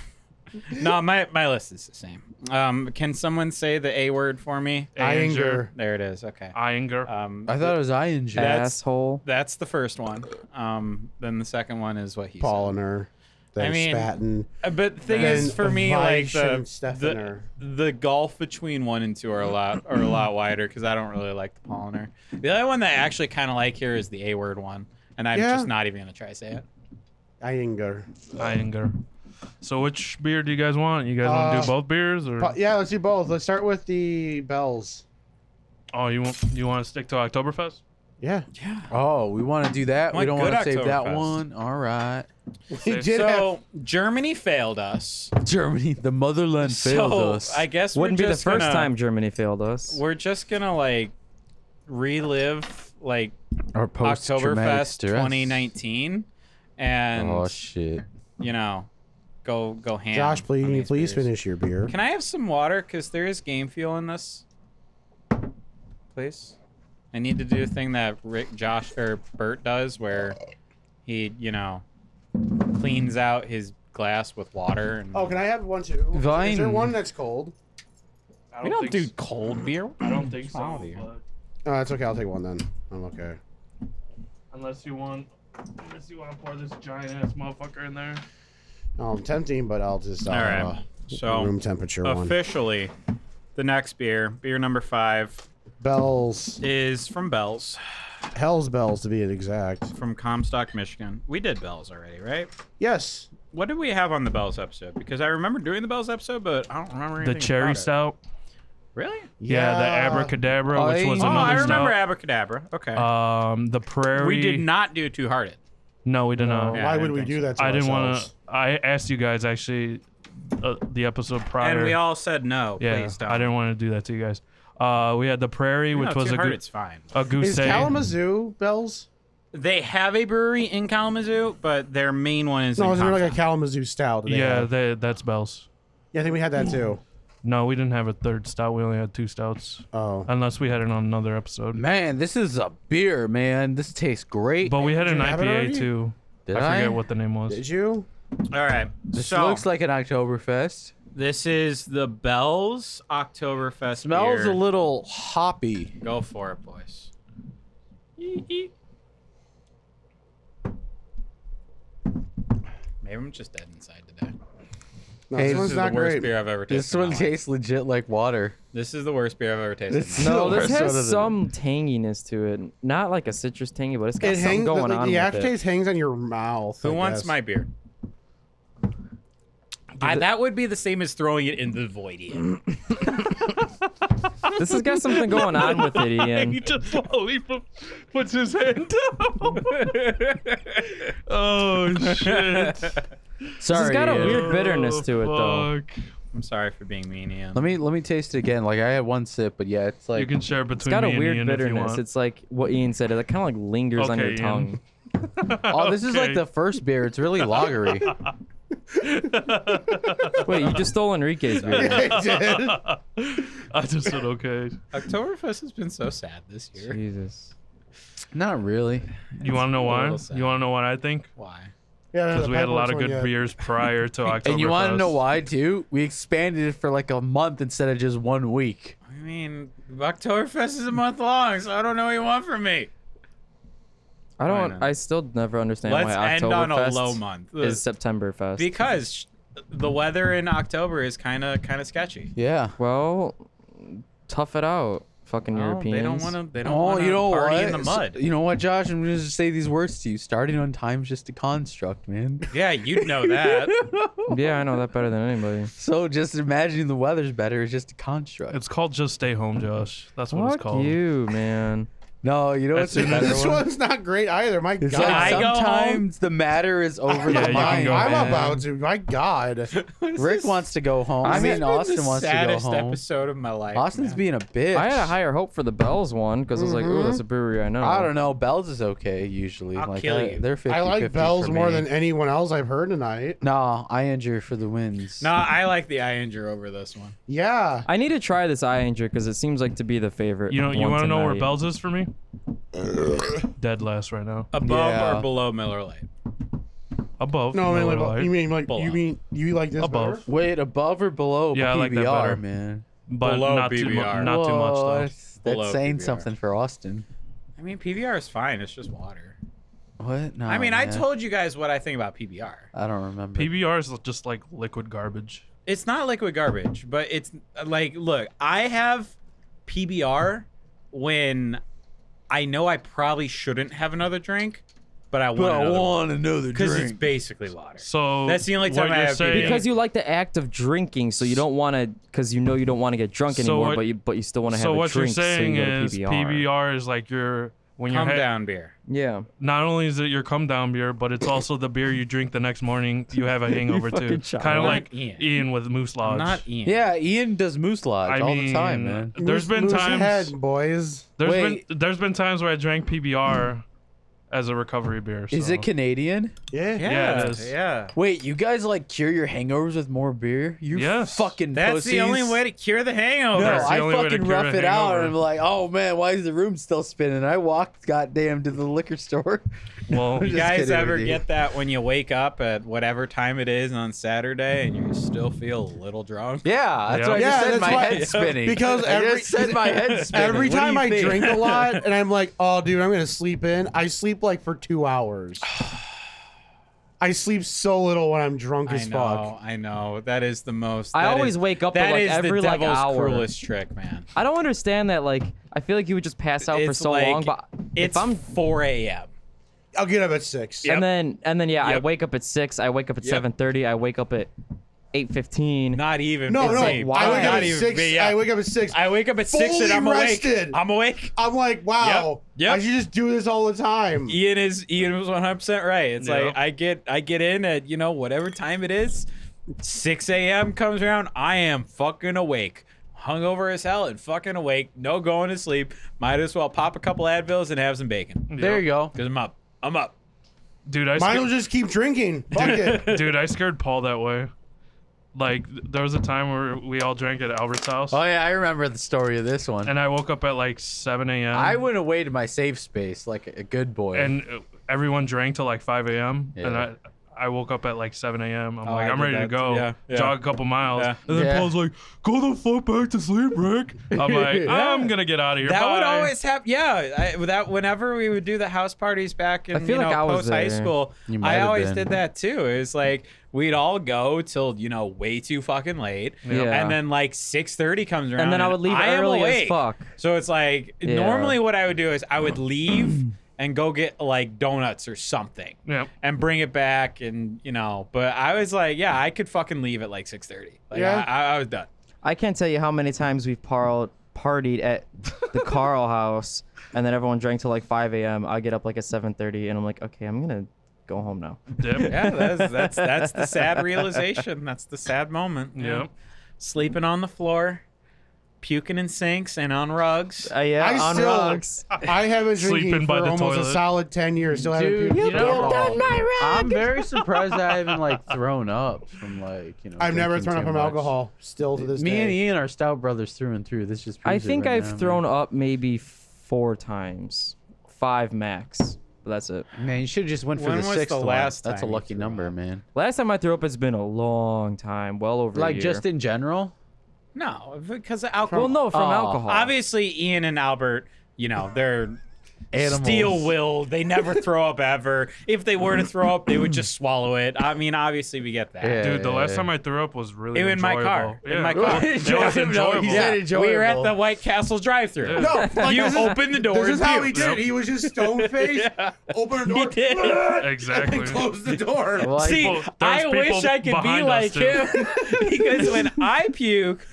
[SPEAKER 2] no, my, my list is the same. Um, can someone say the A word for me?
[SPEAKER 4] Iyengar.
[SPEAKER 2] There it is. Okay.
[SPEAKER 1] Iyengar.
[SPEAKER 2] Um,
[SPEAKER 3] I thought it was Ian Jack.
[SPEAKER 2] That's-
[SPEAKER 6] Asshole.
[SPEAKER 2] that's the first one. Um, then the second one is what he said.
[SPEAKER 4] Polliner. Then
[SPEAKER 2] I mean,
[SPEAKER 4] Spaten.
[SPEAKER 2] Uh, But the thing
[SPEAKER 4] Then
[SPEAKER 2] is, for me, like the, the
[SPEAKER 4] Weissenstefaner.
[SPEAKER 2] the gulf between one and two are a lot are a lot wider because I don't really like the polliner. The other one that I actually kind of like here is the A word one, and I'm
[SPEAKER 4] Yeah.
[SPEAKER 2] just not even gonna try to say it.
[SPEAKER 4] Iyengar.
[SPEAKER 1] Iyengar. So which beer do you guys want? You guys want to
[SPEAKER 4] Uh,
[SPEAKER 1] do both beers or?
[SPEAKER 4] Po- yeah, let's do both. Let's start with the bells.
[SPEAKER 1] Oh, you want you want to stick to Oktoberfest?
[SPEAKER 4] Yeah.
[SPEAKER 2] Yeah.
[SPEAKER 3] Oh, we want to do that.
[SPEAKER 2] My
[SPEAKER 3] we don't
[SPEAKER 2] good
[SPEAKER 3] want to save that
[SPEAKER 2] Oktoberfest.
[SPEAKER 3] one. All right.
[SPEAKER 4] We
[SPEAKER 1] Safe.
[SPEAKER 4] did have-
[SPEAKER 2] So Germany failed us.
[SPEAKER 3] Germany, the motherland failed
[SPEAKER 2] so
[SPEAKER 3] us.
[SPEAKER 2] I guess we're
[SPEAKER 6] Wouldn't be the
[SPEAKER 2] just
[SPEAKER 6] 1st
[SPEAKER 2] gonna-
[SPEAKER 6] time Germany failed us.
[SPEAKER 2] We're just gonna like relive like
[SPEAKER 3] Our post-traumatic
[SPEAKER 2] Oktoberfest
[SPEAKER 3] stress.
[SPEAKER 2] 2019, and
[SPEAKER 3] Oh shit.
[SPEAKER 2] you know, go go ham.
[SPEAKER 4] Josh, please,
[SPEAKER 2] on
[SPEAKER 4] you
[SPEAKER 2] these
[SPEAKER 4] please
[SPEAKER 2] beers.
[SPEAKER 4] finish your beer.
[SPEAKER 2] Can I have some water? Because there is game fuel in this. Please. I need to do a thing that Rick, Josh, or Bert does where he, you know, cleans out his glass with water. And
[SPEAKER 4] Oh, can I have one too?
[SPEAKER 3] Vine.
[SPEAKER 4] Is there one that's cold?
[SPEAKER 1] I
[SPEAKER 2] We don't do cold beer.
[SPEAKER 1] I don't think
[SPEAKER 2] What's wrong
[SPEAKER 1] so.
[SPEAKER 2] with you?
[SPEAKER 1] but
[SPEAKER 4] Oh, that's okay. I'll take one then. I'm okay.
[SPEAKER 1] Unless you want, unless you want to pour this giant ass motherfucker in there.
[SPEAKER 4] Oh, I'm tempting, but I'll just. Uh,
[SPEAKER 2] All right.
[SPEAKER 4] room
[SPEAKER 2] So,
[SPEAKER 4] temperature one.
[SPEAKER 2] officially, the next beer, beer number five,
[SPEAKER 4] Bells.
[SPEAKER 2] is from Bell's,
[SPEAKER 4] Hell's bells, to be exact.
[SPEAKER 2] from Comstock, Michigan. We did Bell's already, right?
[SPEAKER 4] Yes.
[SPEAKER 2] What did we have on the Bell's episode? Because I remember doing the Bell's episode, but I don't remember anything
[SPEAKER 1] The cherry
[SPEAKER 2] about it.
[SPEAKER 1] stout.
[SPEAKER 2] Really?
[SPEAKER 1] Yeah, the abracadabra, which was
[SPEAKER 3] I-
[SPEAKER 2] Oh,
[SPEAKER 1] another
[SPEAKER 2] I remember
[SPEAKER 1] stout.
[SPEAKER 2] Abracadabra. Okay.
[SPEAKER 1] Um, the prairie.
[SPEAKER 2] we did not do Too Hearted.
[SPEAKER 1] No, we did not.
[SPEAKER 2] Yeah, I
[SPEAKER 4] Why would
[SPEAKER 2] didn't
[SPEAKER 4] we
[SPEAKER 2] think
[SPEAKER 4] do
[SPEAKER 2] so.
[SPEAKER 4] that to
[SPEAKER 1] I didn't want
[SPEAKER 4] want
[SPEAKER 1] to. I asked you guys actually uh, the episode prior.
[SPEAKER 2] And we all said no.
[SPEAKER 1] yeah,
[SPEAKER 2] please don't.
[SPEAKER 1] I didn't want to do that to you guys. Uh, we had the prairie,
[SPEAKER 2] No,
[SPEAKER 1] which was
[SPEAKER 2] Too
[SPEAKER 1] a,
[SPEAKER 2] Hearted.
[SPEAKER 1] goo
[SPEAKER 2] It's fine.
[SPEAKER 1] a goose
[SPEAKER 4] Is
[SPEAKER 1] egg.
[SPEAKER 4] Kalamazoo bells?
[SPEAKER 2] They have a brewery in Kalamazoo, but their main one is
[SPEAKER 4] No,
[SPEAKER 2] in
[SPEAKER 4] isn't there like a
[SPEAKER 2] Comstock.
[SPEAKER 4] Kalamazoo stout? that they
[SPEAKER 1] yeah,
[SPEAKER 4] had?
[SPEAKER 1] they, that's bells.
[SPEAKER 4] yeah, I think we had that too.
[SPEAKER 1] No, we didn't have a third stout. We only had two stouts,
[SPEAKER 4] Oh.
[SPEAKER 1] unless we had it on another episode.
[SPEAKER 3] Man, this is a beer, man. This tastes great.
[SPEAKER 1] But we had
[SPEAKER 4] Did
[SPEAKER 1] an
[SPEAKER 4] you have it already?
[SPEAKER 1] IPA too.
[SPEAKER 3] Did
[SPEAKER 1] I forget
[SPEAKER 3] I?
[SPEAKER 1] what the name was.
[SPEAKER 4] Did you?
[SPEAKER 2] All right.
[SPEAKER 3] This
[SPEAKER 2] so
[SPEAKER 3] looks like an Oktoberfest.
[SPEAKER 2] this is the Bell's Oktoberfest.
[SPEAKER 3] Smells
[SPEAKER 2] beer.
[SPEAKER 3] a little hoppy.
[SPEAKER 2] Go for it, boys. Maybe I'm just dead inside today.
[SPEAKER 4] No,
[SPEAKER 3] Hey, this
[SPEAKER 4] this
[SPEAKER 2] This
[SPEAKER 4] one's
[SPEAKER 2] is the
[SPEAKER 4] not
[SPEAKER 2] worst
[SPEAKER 4] great.
[SPEAKER 2] beer I've ever tasted.
[SPEAKER 3] This
[SPEAKER 2] in my
[SPEAKER 3] one
[SPEAKER 2] life.
[SPEAKER 3] tastes legit like water.
[SPEAKER 2] This is the worst beer I've ever tasted.
[SPEAKER 4] This
[SPEAKER 2] in
[SPEAKER 4] is
[SPEAKER 2] my life.
[SPEAKER 6] No,
[SPEAKER 4] the
[SPEAKER 6] this
[SPEAKER 4] worst soda
[SPEAKER 6] has
[SPEAKER 4] that-
[SPEAKER 6] some tanginess to it. Not like a citrus tangy, but it's got
[SPEAKER 4] It
[SPEAKER 6] something
[SPEAKER 4] hangs.
[SPEAKER 6] going
[SPEAKER 4] the,
[SPEAKER 6] on
[SPEAKER 4] the
[SPEAKER 6] with it.
[SPEAKER 4] aftertaste hangs on your mouth.
[SPEAKER 2] Who
[SPEAKER 4] I
[SPEAKER 2] wants
[SPEAKER 4] guess.
[SPEAKER 2] my beer? I, that would be the same as throwing it in the void. Ian.
[SPEAKER 6] This has got something going on with it,
[SPEAKER 1] he
[SPEAKER 6] Ian.
[SPEAKER 1] just slowly pu- puts his hand down. oh shit! Oh,
[SPEAKER 3] Sorry.
[SPEAKER 6] got a
[SPEAKER 3] Ian.
[SPEAKER 6] weird- bitterness to it, though.
[SPEAKER 1] fuck.
[SPEAKER 2] I'm sorry for being mean, Ian.
[SPEAKER 3] Let me let me taste it again. Like I had one sip, but yeah, it's like
[SPEAKER 1] You can share
[SPEAKER 6] It's
[SPEAKER 1] between
[SPEAKER 6] got a
[SPEAKER 1] me and
[SPEAKER 6] weird
[SPEAKER 1] Ian if you
[SPEAKER 6] bitterness.
[SPEAKER 1] want.
[SPEAKER 6] It's like what Ian said. It kind of like lingers on
[SPEAKER 1] Okay,
[SPEAKER 6] your
[SPEAKER 1] Ian.
[SPEAKER 6] tongue.
[SPEAKER 3] oh, this is like the first beer. It's really lagery.
[SPEAKER 6] Wait, you just stole Enrique's beer.
[SPEAKER 4] I did.
[SPEAKER 1] I just said okay.
[SPEAKER 2] Oktoberfest has been so sad this year.
[SPEAKER 6] Jesus.
[SPEAKER 3] Not really.
[SPEAKER 1] You want to know
[SPEAKER 2] a
[SPEAKER 1] why?
[SPEAKER 2] little sad.
[SPEAKER 1] You want to know what I think?
[SPEAKER 2] Why?
[SPEAKER 4] Yeah,
[SPEAKER 1] because
[SPEAKER 4] Uh, the
[SPEAKER 1] we had a lot
[SPEAKER 4] Pipeworks
[SPEAKER 1] of
[SPEAKER 4] one,
[SPEAKER 1] good
[SPEAKER 4] yeah.
[SPEAKER 1] beers prior to October.
[SPEAKER 3] And you want to know why too? We expanded it for like a month instead of just one week.
[SPEAKER 2] I mean, Oktoberfest is a month long, so I don't know what you want from me.
[SPEAKER 6] I
[SPEAKER 2] Why
[SPEAKER 6] don't.
[SPEAKER 2] not?
[SPEAKER 6] I still never understand
[SPEAKER 2] Let's
[SPEAKER 6] why
[SPEAKER 2] end on a low
[SPEAKER 6] Oktoberfest
[SPEAKER 2] month.
[SPEAKER 6] is Septemberfest.
[SPEAKER 2] because sh- the weather in October is kind of kind of sketchy.
[SPEAKER 3] Yeah.
[SPEAKER 6] well, tough it out, fucking
[SPEAKER 2] No,
[SPEAKER 6] Europeans.
[SPEAKER 2] Oh, they don't want to. They don't
[SPEAKER 3] Oh,
[SPEAKER 2] want to
[SPEAKER 3] you know
[SPEAKER 2] party
[SPEAKER 3] what?
[SPEAKER 2] in the
[SPEAKER 3] S-
[SPEAKER 2] mud.
[SPEAKER 3] You know what, Josh? I'm gonna just say these words to you. Starting on time's just a construct, man.
[SPEAKER 2] yeah, you'd know that.
[SPEAKER 6] Yeah, I know that better than anybody.
[SPEAKER 3] So just imagining the weather's better is just a construct.
[SPEAKER 1] It's called Just Stay Home, Josh. That's what it's
[SPEAKER 6] Fuck
[SPEAKER 1] called.
[SPEAKER 6] you, man.
[SPEAKER 3] no, you know
[SPEAKER 1] That's
[SPEAKER 3] what's a
[SPEAKER 1] it.
[SPEAKER 3] better
[SPEAKER 4] This
[SPEAKER 3] one?
[SPEAKER 4] one's not great either. My
[SPEAKER 3] It's
[SPEAKER 4] God,
[SPEAKER 3] like
[SPEAKER 2] I go home-
[SPEAKER 3] sometimes the matter is over
[SPEAKER 1] Yeah, you
[SPEAKER 3] the
[SPEAKER 1] can
[SPEAKER 3] mind.
[SPEAKER 1] go
[SPEAKER 4] I'm
[SPEAKER 1] man.
[SPEAKER 4] about to. My God.
[SPEAKER 3] Rick wants to go home. I
[SPEAKER 2] This
[SPEAKER 3] mean,
[SPEAKER 2] has been
[SPEAKER 3] Austin
[SPEAKER 2] the
[SPEAKER 3] wants to go
[SPEAKER 2] saddest
[SPEAKER 3] home.
[SPEAKER 2] episode of my life.
[SPEAKER 3] Austin's
[SPEAKER 2] man.
[SPEAKER 3] being a bitch.
[SPEAKER 6] I had a higher hope for the Bells one because I was like, ooh,
[SPEAKER 2] Mm-hmm.
[SPEAKER 6] that's a brewery I know.
[SPEAKER 3] I don't know. Bells is okay usually.
[SPEAKER 2] I'll
[SPEAKER 3] like
[SPEAKER 2] kill
[SPEAKER 3] I,
[SPEAKER 2] you.
[SPEAKER 3] They're 50,
[SPEAKER 4] I like
[SPEAKER 3] 50
[SPEAKER 4] Bells
[SPEAKER 3] for
[SPEAKER 4] more
[SPEAKER 3] me.
[SPEAKER 4] than anyone else I've heard tonight.
[SPEAKER 3] No, Ianger for the wins.
[SPEAKER 2] No, I like the Ianger over this one.
[SPEAKER 4] Yeah.
[SPEAKER 6] I need to try this Ianger because it seems like to be the favorite.
[SPEAKER 1] You know, you
[SPEAKER 6] want to
[SPEAKER 1] know where Bell's is for me? Dead last right now.
[SPEAKER 2] Above
[SPEAKER 3] Yeah.
[SPEAKER 2] or below Miller Lite?
[SPEAKER 1] Above.
[SPEAKER 4] No, I mean,
[SPEAKER 1] Miller
[SPEAKER 4] like,
[SPEAKER 1] Lite,
[SPEAKER 4] you mean like
[SPEAKER 2] Below.
[SPEAKER 4] you mean you like this
[SPEAKER 1] Above.
[SPEAKER 4] better?
[SPEAKER 3] Wait, above or below
[SPEAKER 1] Yeah, I
[SPEAKER 3] PBR,
[SPEAKER 1] like that better.
[SPEAKER 3] man.
[SPEAKER 1] but
[SPEAKER 2] below
[SPEAKER 1] not too mu-
[SPEAKER 2] BBR.
[SPEAKER 1] not too much
[SPEAKER 3] Whoa,
[SPEAKER 1] though.
[SPEAKER 3] That's,
[SPEAKER 2] Below
[SPEAKER 3] that's saying
[SPEAKER 2] PBR.
[SPEAKER 3] something for Austin.
[SPEAKER 2] I mean, PBR is fine. It's just water.
[SPEAKER 3] What? No.
[SPEAKER 2] I mean, I
[SPEAKER 3] man.
[SPEAKER 2] told you guys what I think about PBR.
[SPEAKER 3] I don't remember.
[SPEAKER 1] PBR is just like liquid garbage.
[SPEAKER 2] It's not liquid garbage, but it's like, look, I have PBR when I know I probably shouldn't have another drink, but I want another
[SPEAKER 3] another
[SPEAKER 2] because it's basically water.
[SPEAKER 1] So
[SPEAKER 2] That's the only
[SPEAKER 1] what
[SPEAKER 2] time I
[SPEAKER 1] you're
[SPEAKER 2] have
[SPEAKER 1] saying,
[SPEAKER 2] PBR.
[SPEAKER 6] Because you like the act of drinking, so you don't want to, because you know you don't want to get drunk
[SPEAKER 1] So
[SPEAKER 6] anymore,
[SPEAKER 1] what-
[SPEAKER 6] but you but you still want to
[SPEAKER 1] So
[SPEAKER 6] have
[SPEAKER 1] what
[SPEAKER 6] a drink.
[SPEAKER 1] you're saying
[SPEAKER 6] so you go to
[SPEAKER 1] is
[SPEAKER 6] PBR.
[SPEAKER 1] PBR is like your when you're
[SPEAKER 2] Calm
[SPEAKER 1] ha-
[SPEAKER 2] down, beer.
[SPEAKER 6] Yeah.
[SPEAKER 1] not only is it your come down beer, but it's also the beer you drink the next morning. You have a hangover too,
[SPEAKER 6] fucking child.
[SPEAKER 1] kind of
[SPEAKER 2] Not
[SPEAKER 1] like
[SPEAKER 2] Ian.
[SPEAKER 1] Ian. with Moose Lodge.
[SPEAKER 2] I'm not Ian.
[SPEAKER 3] Yeah, Ian does Moose Lodge
[SPEAKER 1] I
[SPEAKER 3] all
[SPEAKER 1] mean,
[SPEAKER 3] the time, man.
[SPEAKER 1] there's
[SPEAKER 4] Moose-
[SPEAKER 1] been
[SPEAKER 4] moose
[SPEAKER 1] times
[SPEAKER 4] ahead, boys.
[SPEAKER 1] There's
[SPEAKER 3] Wait.
[SPEAKER 1] been there's been times where I drank PBR as a recovery beer.
[SPEAKER 3] Is
[SPEAKER 1] so-
[SPEAKER 3] it Canadian?
[SPEAKER 4] Yeah.
[SPEAKER 2] Yeah.
[SPEAKER 1] Yeah, it is.
[SPEAKER 2] yeah.
[SPEAKER 3] Wait, you guys like cure your hangovers with more beer? You
[SPEAKER 1] Yes.
[SPEAKER 3] fucking
[SPEAKER 2] That's the
[SPEAKER 3] pussies.
[SPEAKER 2] only way to cure the hangover.
[SPEAKER 3] No,
[SPEAKER 1] Oh, That's the
[SPEAKER 3] I
[SPEAKER 1] only way to
[SPEAKER 3] fucking
[SPEAKER 1] cure a
[SPEAKER 3] rough it out, and
[SPEAKER 1] hangover.
[SPEAKER 3] I'm like, oh man, why is the room still spinning? I walked, goddamn, to the liquor store.
[SPEAKER 1] Well,
[SPEAKER 2] you
[SPEAKER 3] just
[SPEAKER 2] guys
[SPEAKER 3] kidding
[SPEAKER 2] ever
[SPEAKER 3] with you.
[SPEAKER 2] get that when you wake up at whatever time it is on Saturday and you still feel a little drunk?
[SPEAKER 3] Yeah,
[SPEAKER 1] that's Yeah. what I
[SPEAKER 3] yeah,
[SPEAKER 1] just
[SPEAKER 4] said,
[SPEAKER 3] That's
[SPEAKER 4] my
[SPEAKER 3] why-
[SPEAKER 4] head's
[SPEAKER 3] spinning.
[SPEAKER 4] Because
[SPEAKER 3] I
[SPEAKER 4] every-
[SPEAKER 3] just said my head's spinning.
[SPEAKER 4] Every
[SPEAKER 3] What do
[SPEAKER 4] time
[SPEAKER 3] you
[SPEAKER 4] I
[SPEAKER 3] think?
[SPEAKER 4] drink a lot and I'm like, oh, dude, I'm going to sleep in, I sleep like for two hours. I sleep so little when I'm drunk
[SPEAKER 2] I
[SPEAKER 4] as
[SPEAKER 2] know,
[SPEAKER 4] fuck.
[SPEAKER 2] I know. That is the most.
[SPEAKER 6] I
[SPEAKER 2] that
[SPEAKER 6] always
[SPEAKER 2] is-
[SPEAKER 6] wake up at,
[SPEAKER 2] That
[SPEAKER 6] like,
[SPEAKER 2] is
[SPEAKER 6] every,
[SPEAKER 2] the
[SPEAKER 6] like,
[SPEAKER 2] devil's
[SPEAKER 6] hour.
[SPEAKER 2] cruelest trick, man.
[SPEAKER 6] I don't understand that. Like, I feel like you would just pass out for
[SPEAKER 2] It's
[SPEAKER 6] so
[SPEAKER 2] like-
[SPEAKER 6] long, but
[SPEAKER 2] It's
[SPEAKER 6] if I'm
[SPEAKER 2] 4 a.m.
[SPEAKER 4] I'll get up at six.
[SPEAKER 2] Yeah. Yep.
[SPEAKER 6] and then and then yeah, I
[SPEAKER 2] Yep.
[SPEAKER 6] wake up at six. I wake up at
[SPEAKER 2] Yep.
[SPEAKER 6] seven thirty. I wake up at eight fifteen.
[SPEAKER 2] Not even.
[SPEAKER 4] No,
[SPEAKER 2] it's
[SPEAKER 4] no.
[SPEAKER 2] like,
[SPEAKER 6] why
[SPEAKER 4] I wake
[SPEAKER 6] not
[SPEAKER 4] up at
[SPEAKER 2] even
[SPEAKER 4] six.
[SPEAKER 2] be- yeah.
[SPEAKER 4] I wake up at six.
[SPEAKER 2] I wake up at six and
[SPEAKER 4] Fully
[SPEAKER 2] I'm
[SPEAKER 4] rested.
[SPEAKER 2] awake. I'm awake.
[SPEAKER 4] I'm like, wow.
[SPEAKER 2] Yep.
[SPEAKER 4] I should just do this all the time.
[SPEAKER 2] Ian is Ian was 100 percent right. It's
[SPEAKER 1] Yeah.
[SPEAKER 2] like I get I get in at you know whatever time it is. 6 a.m. comes around. I am fucking awake, hungover as hell and fucking awake. No going to sleep. Might as well pop a couple Advils and have some bacon
[SPEAKER 3] There you go.
[SPEAKER 2] because I'm up. I'm up.
[SPEAKER 1] dude. I
[SPEAKER 4] Mine
[SPEAKER 1] sca-
[SPEAKER 4] will just keep drinking. Fuck it.
[SPEAKER 1] dude, I scared Paul that way. Like th- there was a time where we all drank at Albert's house,
[SPEAKER 3] Oh yeah, I remember the story of this one.
[SPEAKER 1] and I woke up at like 7 a.m.
[SPEAKER 3] I went away to my safe space like a good boy.
[SPEAKER 1] and uh, everyone drank till like 5 a.m. And
[SPEAKER 3] Yeah.
[SPEAKER 1] I, I woke up at like 7 a.m. I'm
[SPEAKER 2] Oh,
[SPEAKER 1] like,
[SPEAKER 2] I
[SPEAKER 1] I'm
[SPEAKER 2] did
[SPEAKER 1] ready to
[SPEAKER 2] that
[SPEAKER 1] go,
[SPEAKER 2] too. Yeah, yeah.
[SPEAKER 1] jog a couple miles.
[SPEAKER 2] Yeah.
[SPEAKER 1] And then
[SPEAKER 3] Yeah.
[SPEAKER 1] Paul's like, go the fuck back to sleep, Rick. I'm like, I'm gonna get out of here.
[SPEAKER 2] That would
[SPEAKER 1] Bye."
[SPEAKER 2] always happen. Yeah, I, that whenever we would do the house parties back in
[SPEAKER 6] I feel
[SPEAKER 2] you
[SPEAKER 6] like
[SPEAKER 2] know,
[SPEAKER 6] I was
[SPEAKER 2] post high
[SPEAKER 6] there.
[SPEAKER 2] school,
[SPEAKER 3] You might
[SPEAKER 2] I
[SPEAKER 3] have
[SPEAKER 2] always
[SPEAKER 3] been.
[SPEAKER 2] did that too. It was like we'd all go till you know way too fucking late,
[SPEAKER 6] Yeah.
[SPEAKER 2] and then like six thirty comes around,
[SPEAKER 6] and then I would leave
[SPEAKER 2] am
[SPEAKER 6] early
[SPEAKER 2] awake.
[SPEAKER 6] as fuck.
[SPEAKER 2] So it's like
[SPEAKER 6] Yeah.
[SPEAKER 2] normally what I would do is I would leave and go get like donuts or something.
[SPEAKER 1] Yeah.
[SPEAKER 2] And bring it back, and you know. But I was like, yeah, I could fucking leave at like six thirty. Like,
[SPEAKER 4] Yeah.
[SPEAKER 2] I, I, I was done.
[SPEAKER 6] I can't tell you how many times we've parled, partied at the Carl house, and then everyone drank till like 5 a.m. I get up like at 7:30, and I'm like, okay, I'm gonna go home now.
[SPEAKER 1] Dip. Yeah.
[SPEAKER 2] yeah, that's that's that's the sad realization. That's the sad moment.
[SPEAKER 1] Yeah.
[SPEAKER 2] Sleeping on the floor, puking in sinks and on rugs.
[SPEAKER 6] Uh, yeah,
[SPEAKER 4] I
[SPEAKER 6] on
[SPEAKER 4] still-
[SPEAKER 6] rugs.
[SPEAKER 4] I haven't been
[SPEAKER 1] Sleeping
[SPEAKER 4] drinking
[SPEAKER 1] by
[SPEAKER 4] for
[SPEAKER 1] the
[SPEAKER 4] almost a
[SPEAKER 1] toilet.
[SPEAKER 4] solid 10 years. Still haven't
[SPEAKER 3] Dude,
[SPEAKER 4] puked
[SPEAKER 3] you
[SPEAKER 4] at all.
[SPEAKER 3] know, I'm very surprised I haven't like thrown up from like you know.
[SPEAKER 4] I've never
[SPEAKER 3] drinking
[SPEAKER 4] thrown up
[SPEAKER 3] too
[SPEAKER 4] from
[SPEAKER 3] much.
[SPEAKER 4] alcohol. Still to this
[SPEAKER 3] Me
[SPEAKER 4] day.
[SPEAKER 3] and Ian are stout brothers through and through. This just.
[SPEAKER 6] I
[SPEAKER 3] proves it
[SPEAKER 6] think
[SPEAKER 3] right
[SPEAKER 6] I've
[SPEAKER 3] now,
[SPEAKER 6] thrown up maybe four times, five max. that's it.
[SPEAKER 3] Man, you should have just went for
[SPEAKER 2] When
[SPEAKER 3] the
[SPEAKER 2] was
[SPEAKER 3] sixth
[SPEAKER 2] the
[SPEAKER 3] one.
[SPEAKER 2] last
[SPEAKER 3] That's a
[SPEAKER 2] time you
[SPEAKER 3] lucky
[SPEAKER 2] threw
[SPEAKER 3] number,
[SPEAKER 2] up?
[SPEAKER 3] man.
[SPEAKER 6] Last time I threw up, it's been a long time, well over.
[SPEAKER 3] Like
[SPEAKER 6] a year.
[SPEAKER 3] just in general.
[SPEAKER 2] No, because of alcohol.
[SPEAKER 6] well, no, from
[SPEAKER 3] Oh.
[SPEAKER 6] alcohol.
[SPEAKER 2] Obviously, Ian and Albert, you know, they're
[SPEAKER 3] Animals.
[SPEAKER 2] steel willed. They never throw up ever. If they were to throw up, they would just swallow it. I mean, obviously, we get that.
[SPEAKER 3] Yeah.
[SPEAKER 1] Dude, the last time I threw up was really
[SPEAKER 2] In my
[SPEAKER 1] enjoyable.
[SPEAKER 2] car. In
[SPEAKER 1] Yeah.
[SPEAKER 2] my car.
[SPEAKER 1] It was enjoyable.
[SPEAKER 3] he said
[SPEAKER 2] We were at
[SPEAKER 3] enjoyable.
[SPEAKER 2] the White Castle drive through.
[SPEAKER 1] Yeah.
[SPEAKER 2] you opened the door.
[SPEAKER 4] This
[SPEAKER 2] and
[SPEAKER 4] is how he
[SPEAKER 2] puked.
[SPEAKER 4] did it. He was just stone faced, open a door,
[SPEAKER 2] did.
[SPEAKER 1] Exactly.
[SPEAKER 4] and close the door.
[SPEAKER 3] Well, I-
[SPEAKER 2] See,
[SPEAKER 1] People- there's
[SPEAKER 2] I wish
[SPEAKER 1] people
[SPEAKER 2] I could be
[SPEAKER 1] behind us,
[SPEAKER 2] like
[SPEAKER 1] too.
[SPEAKER 2] him because when I puke,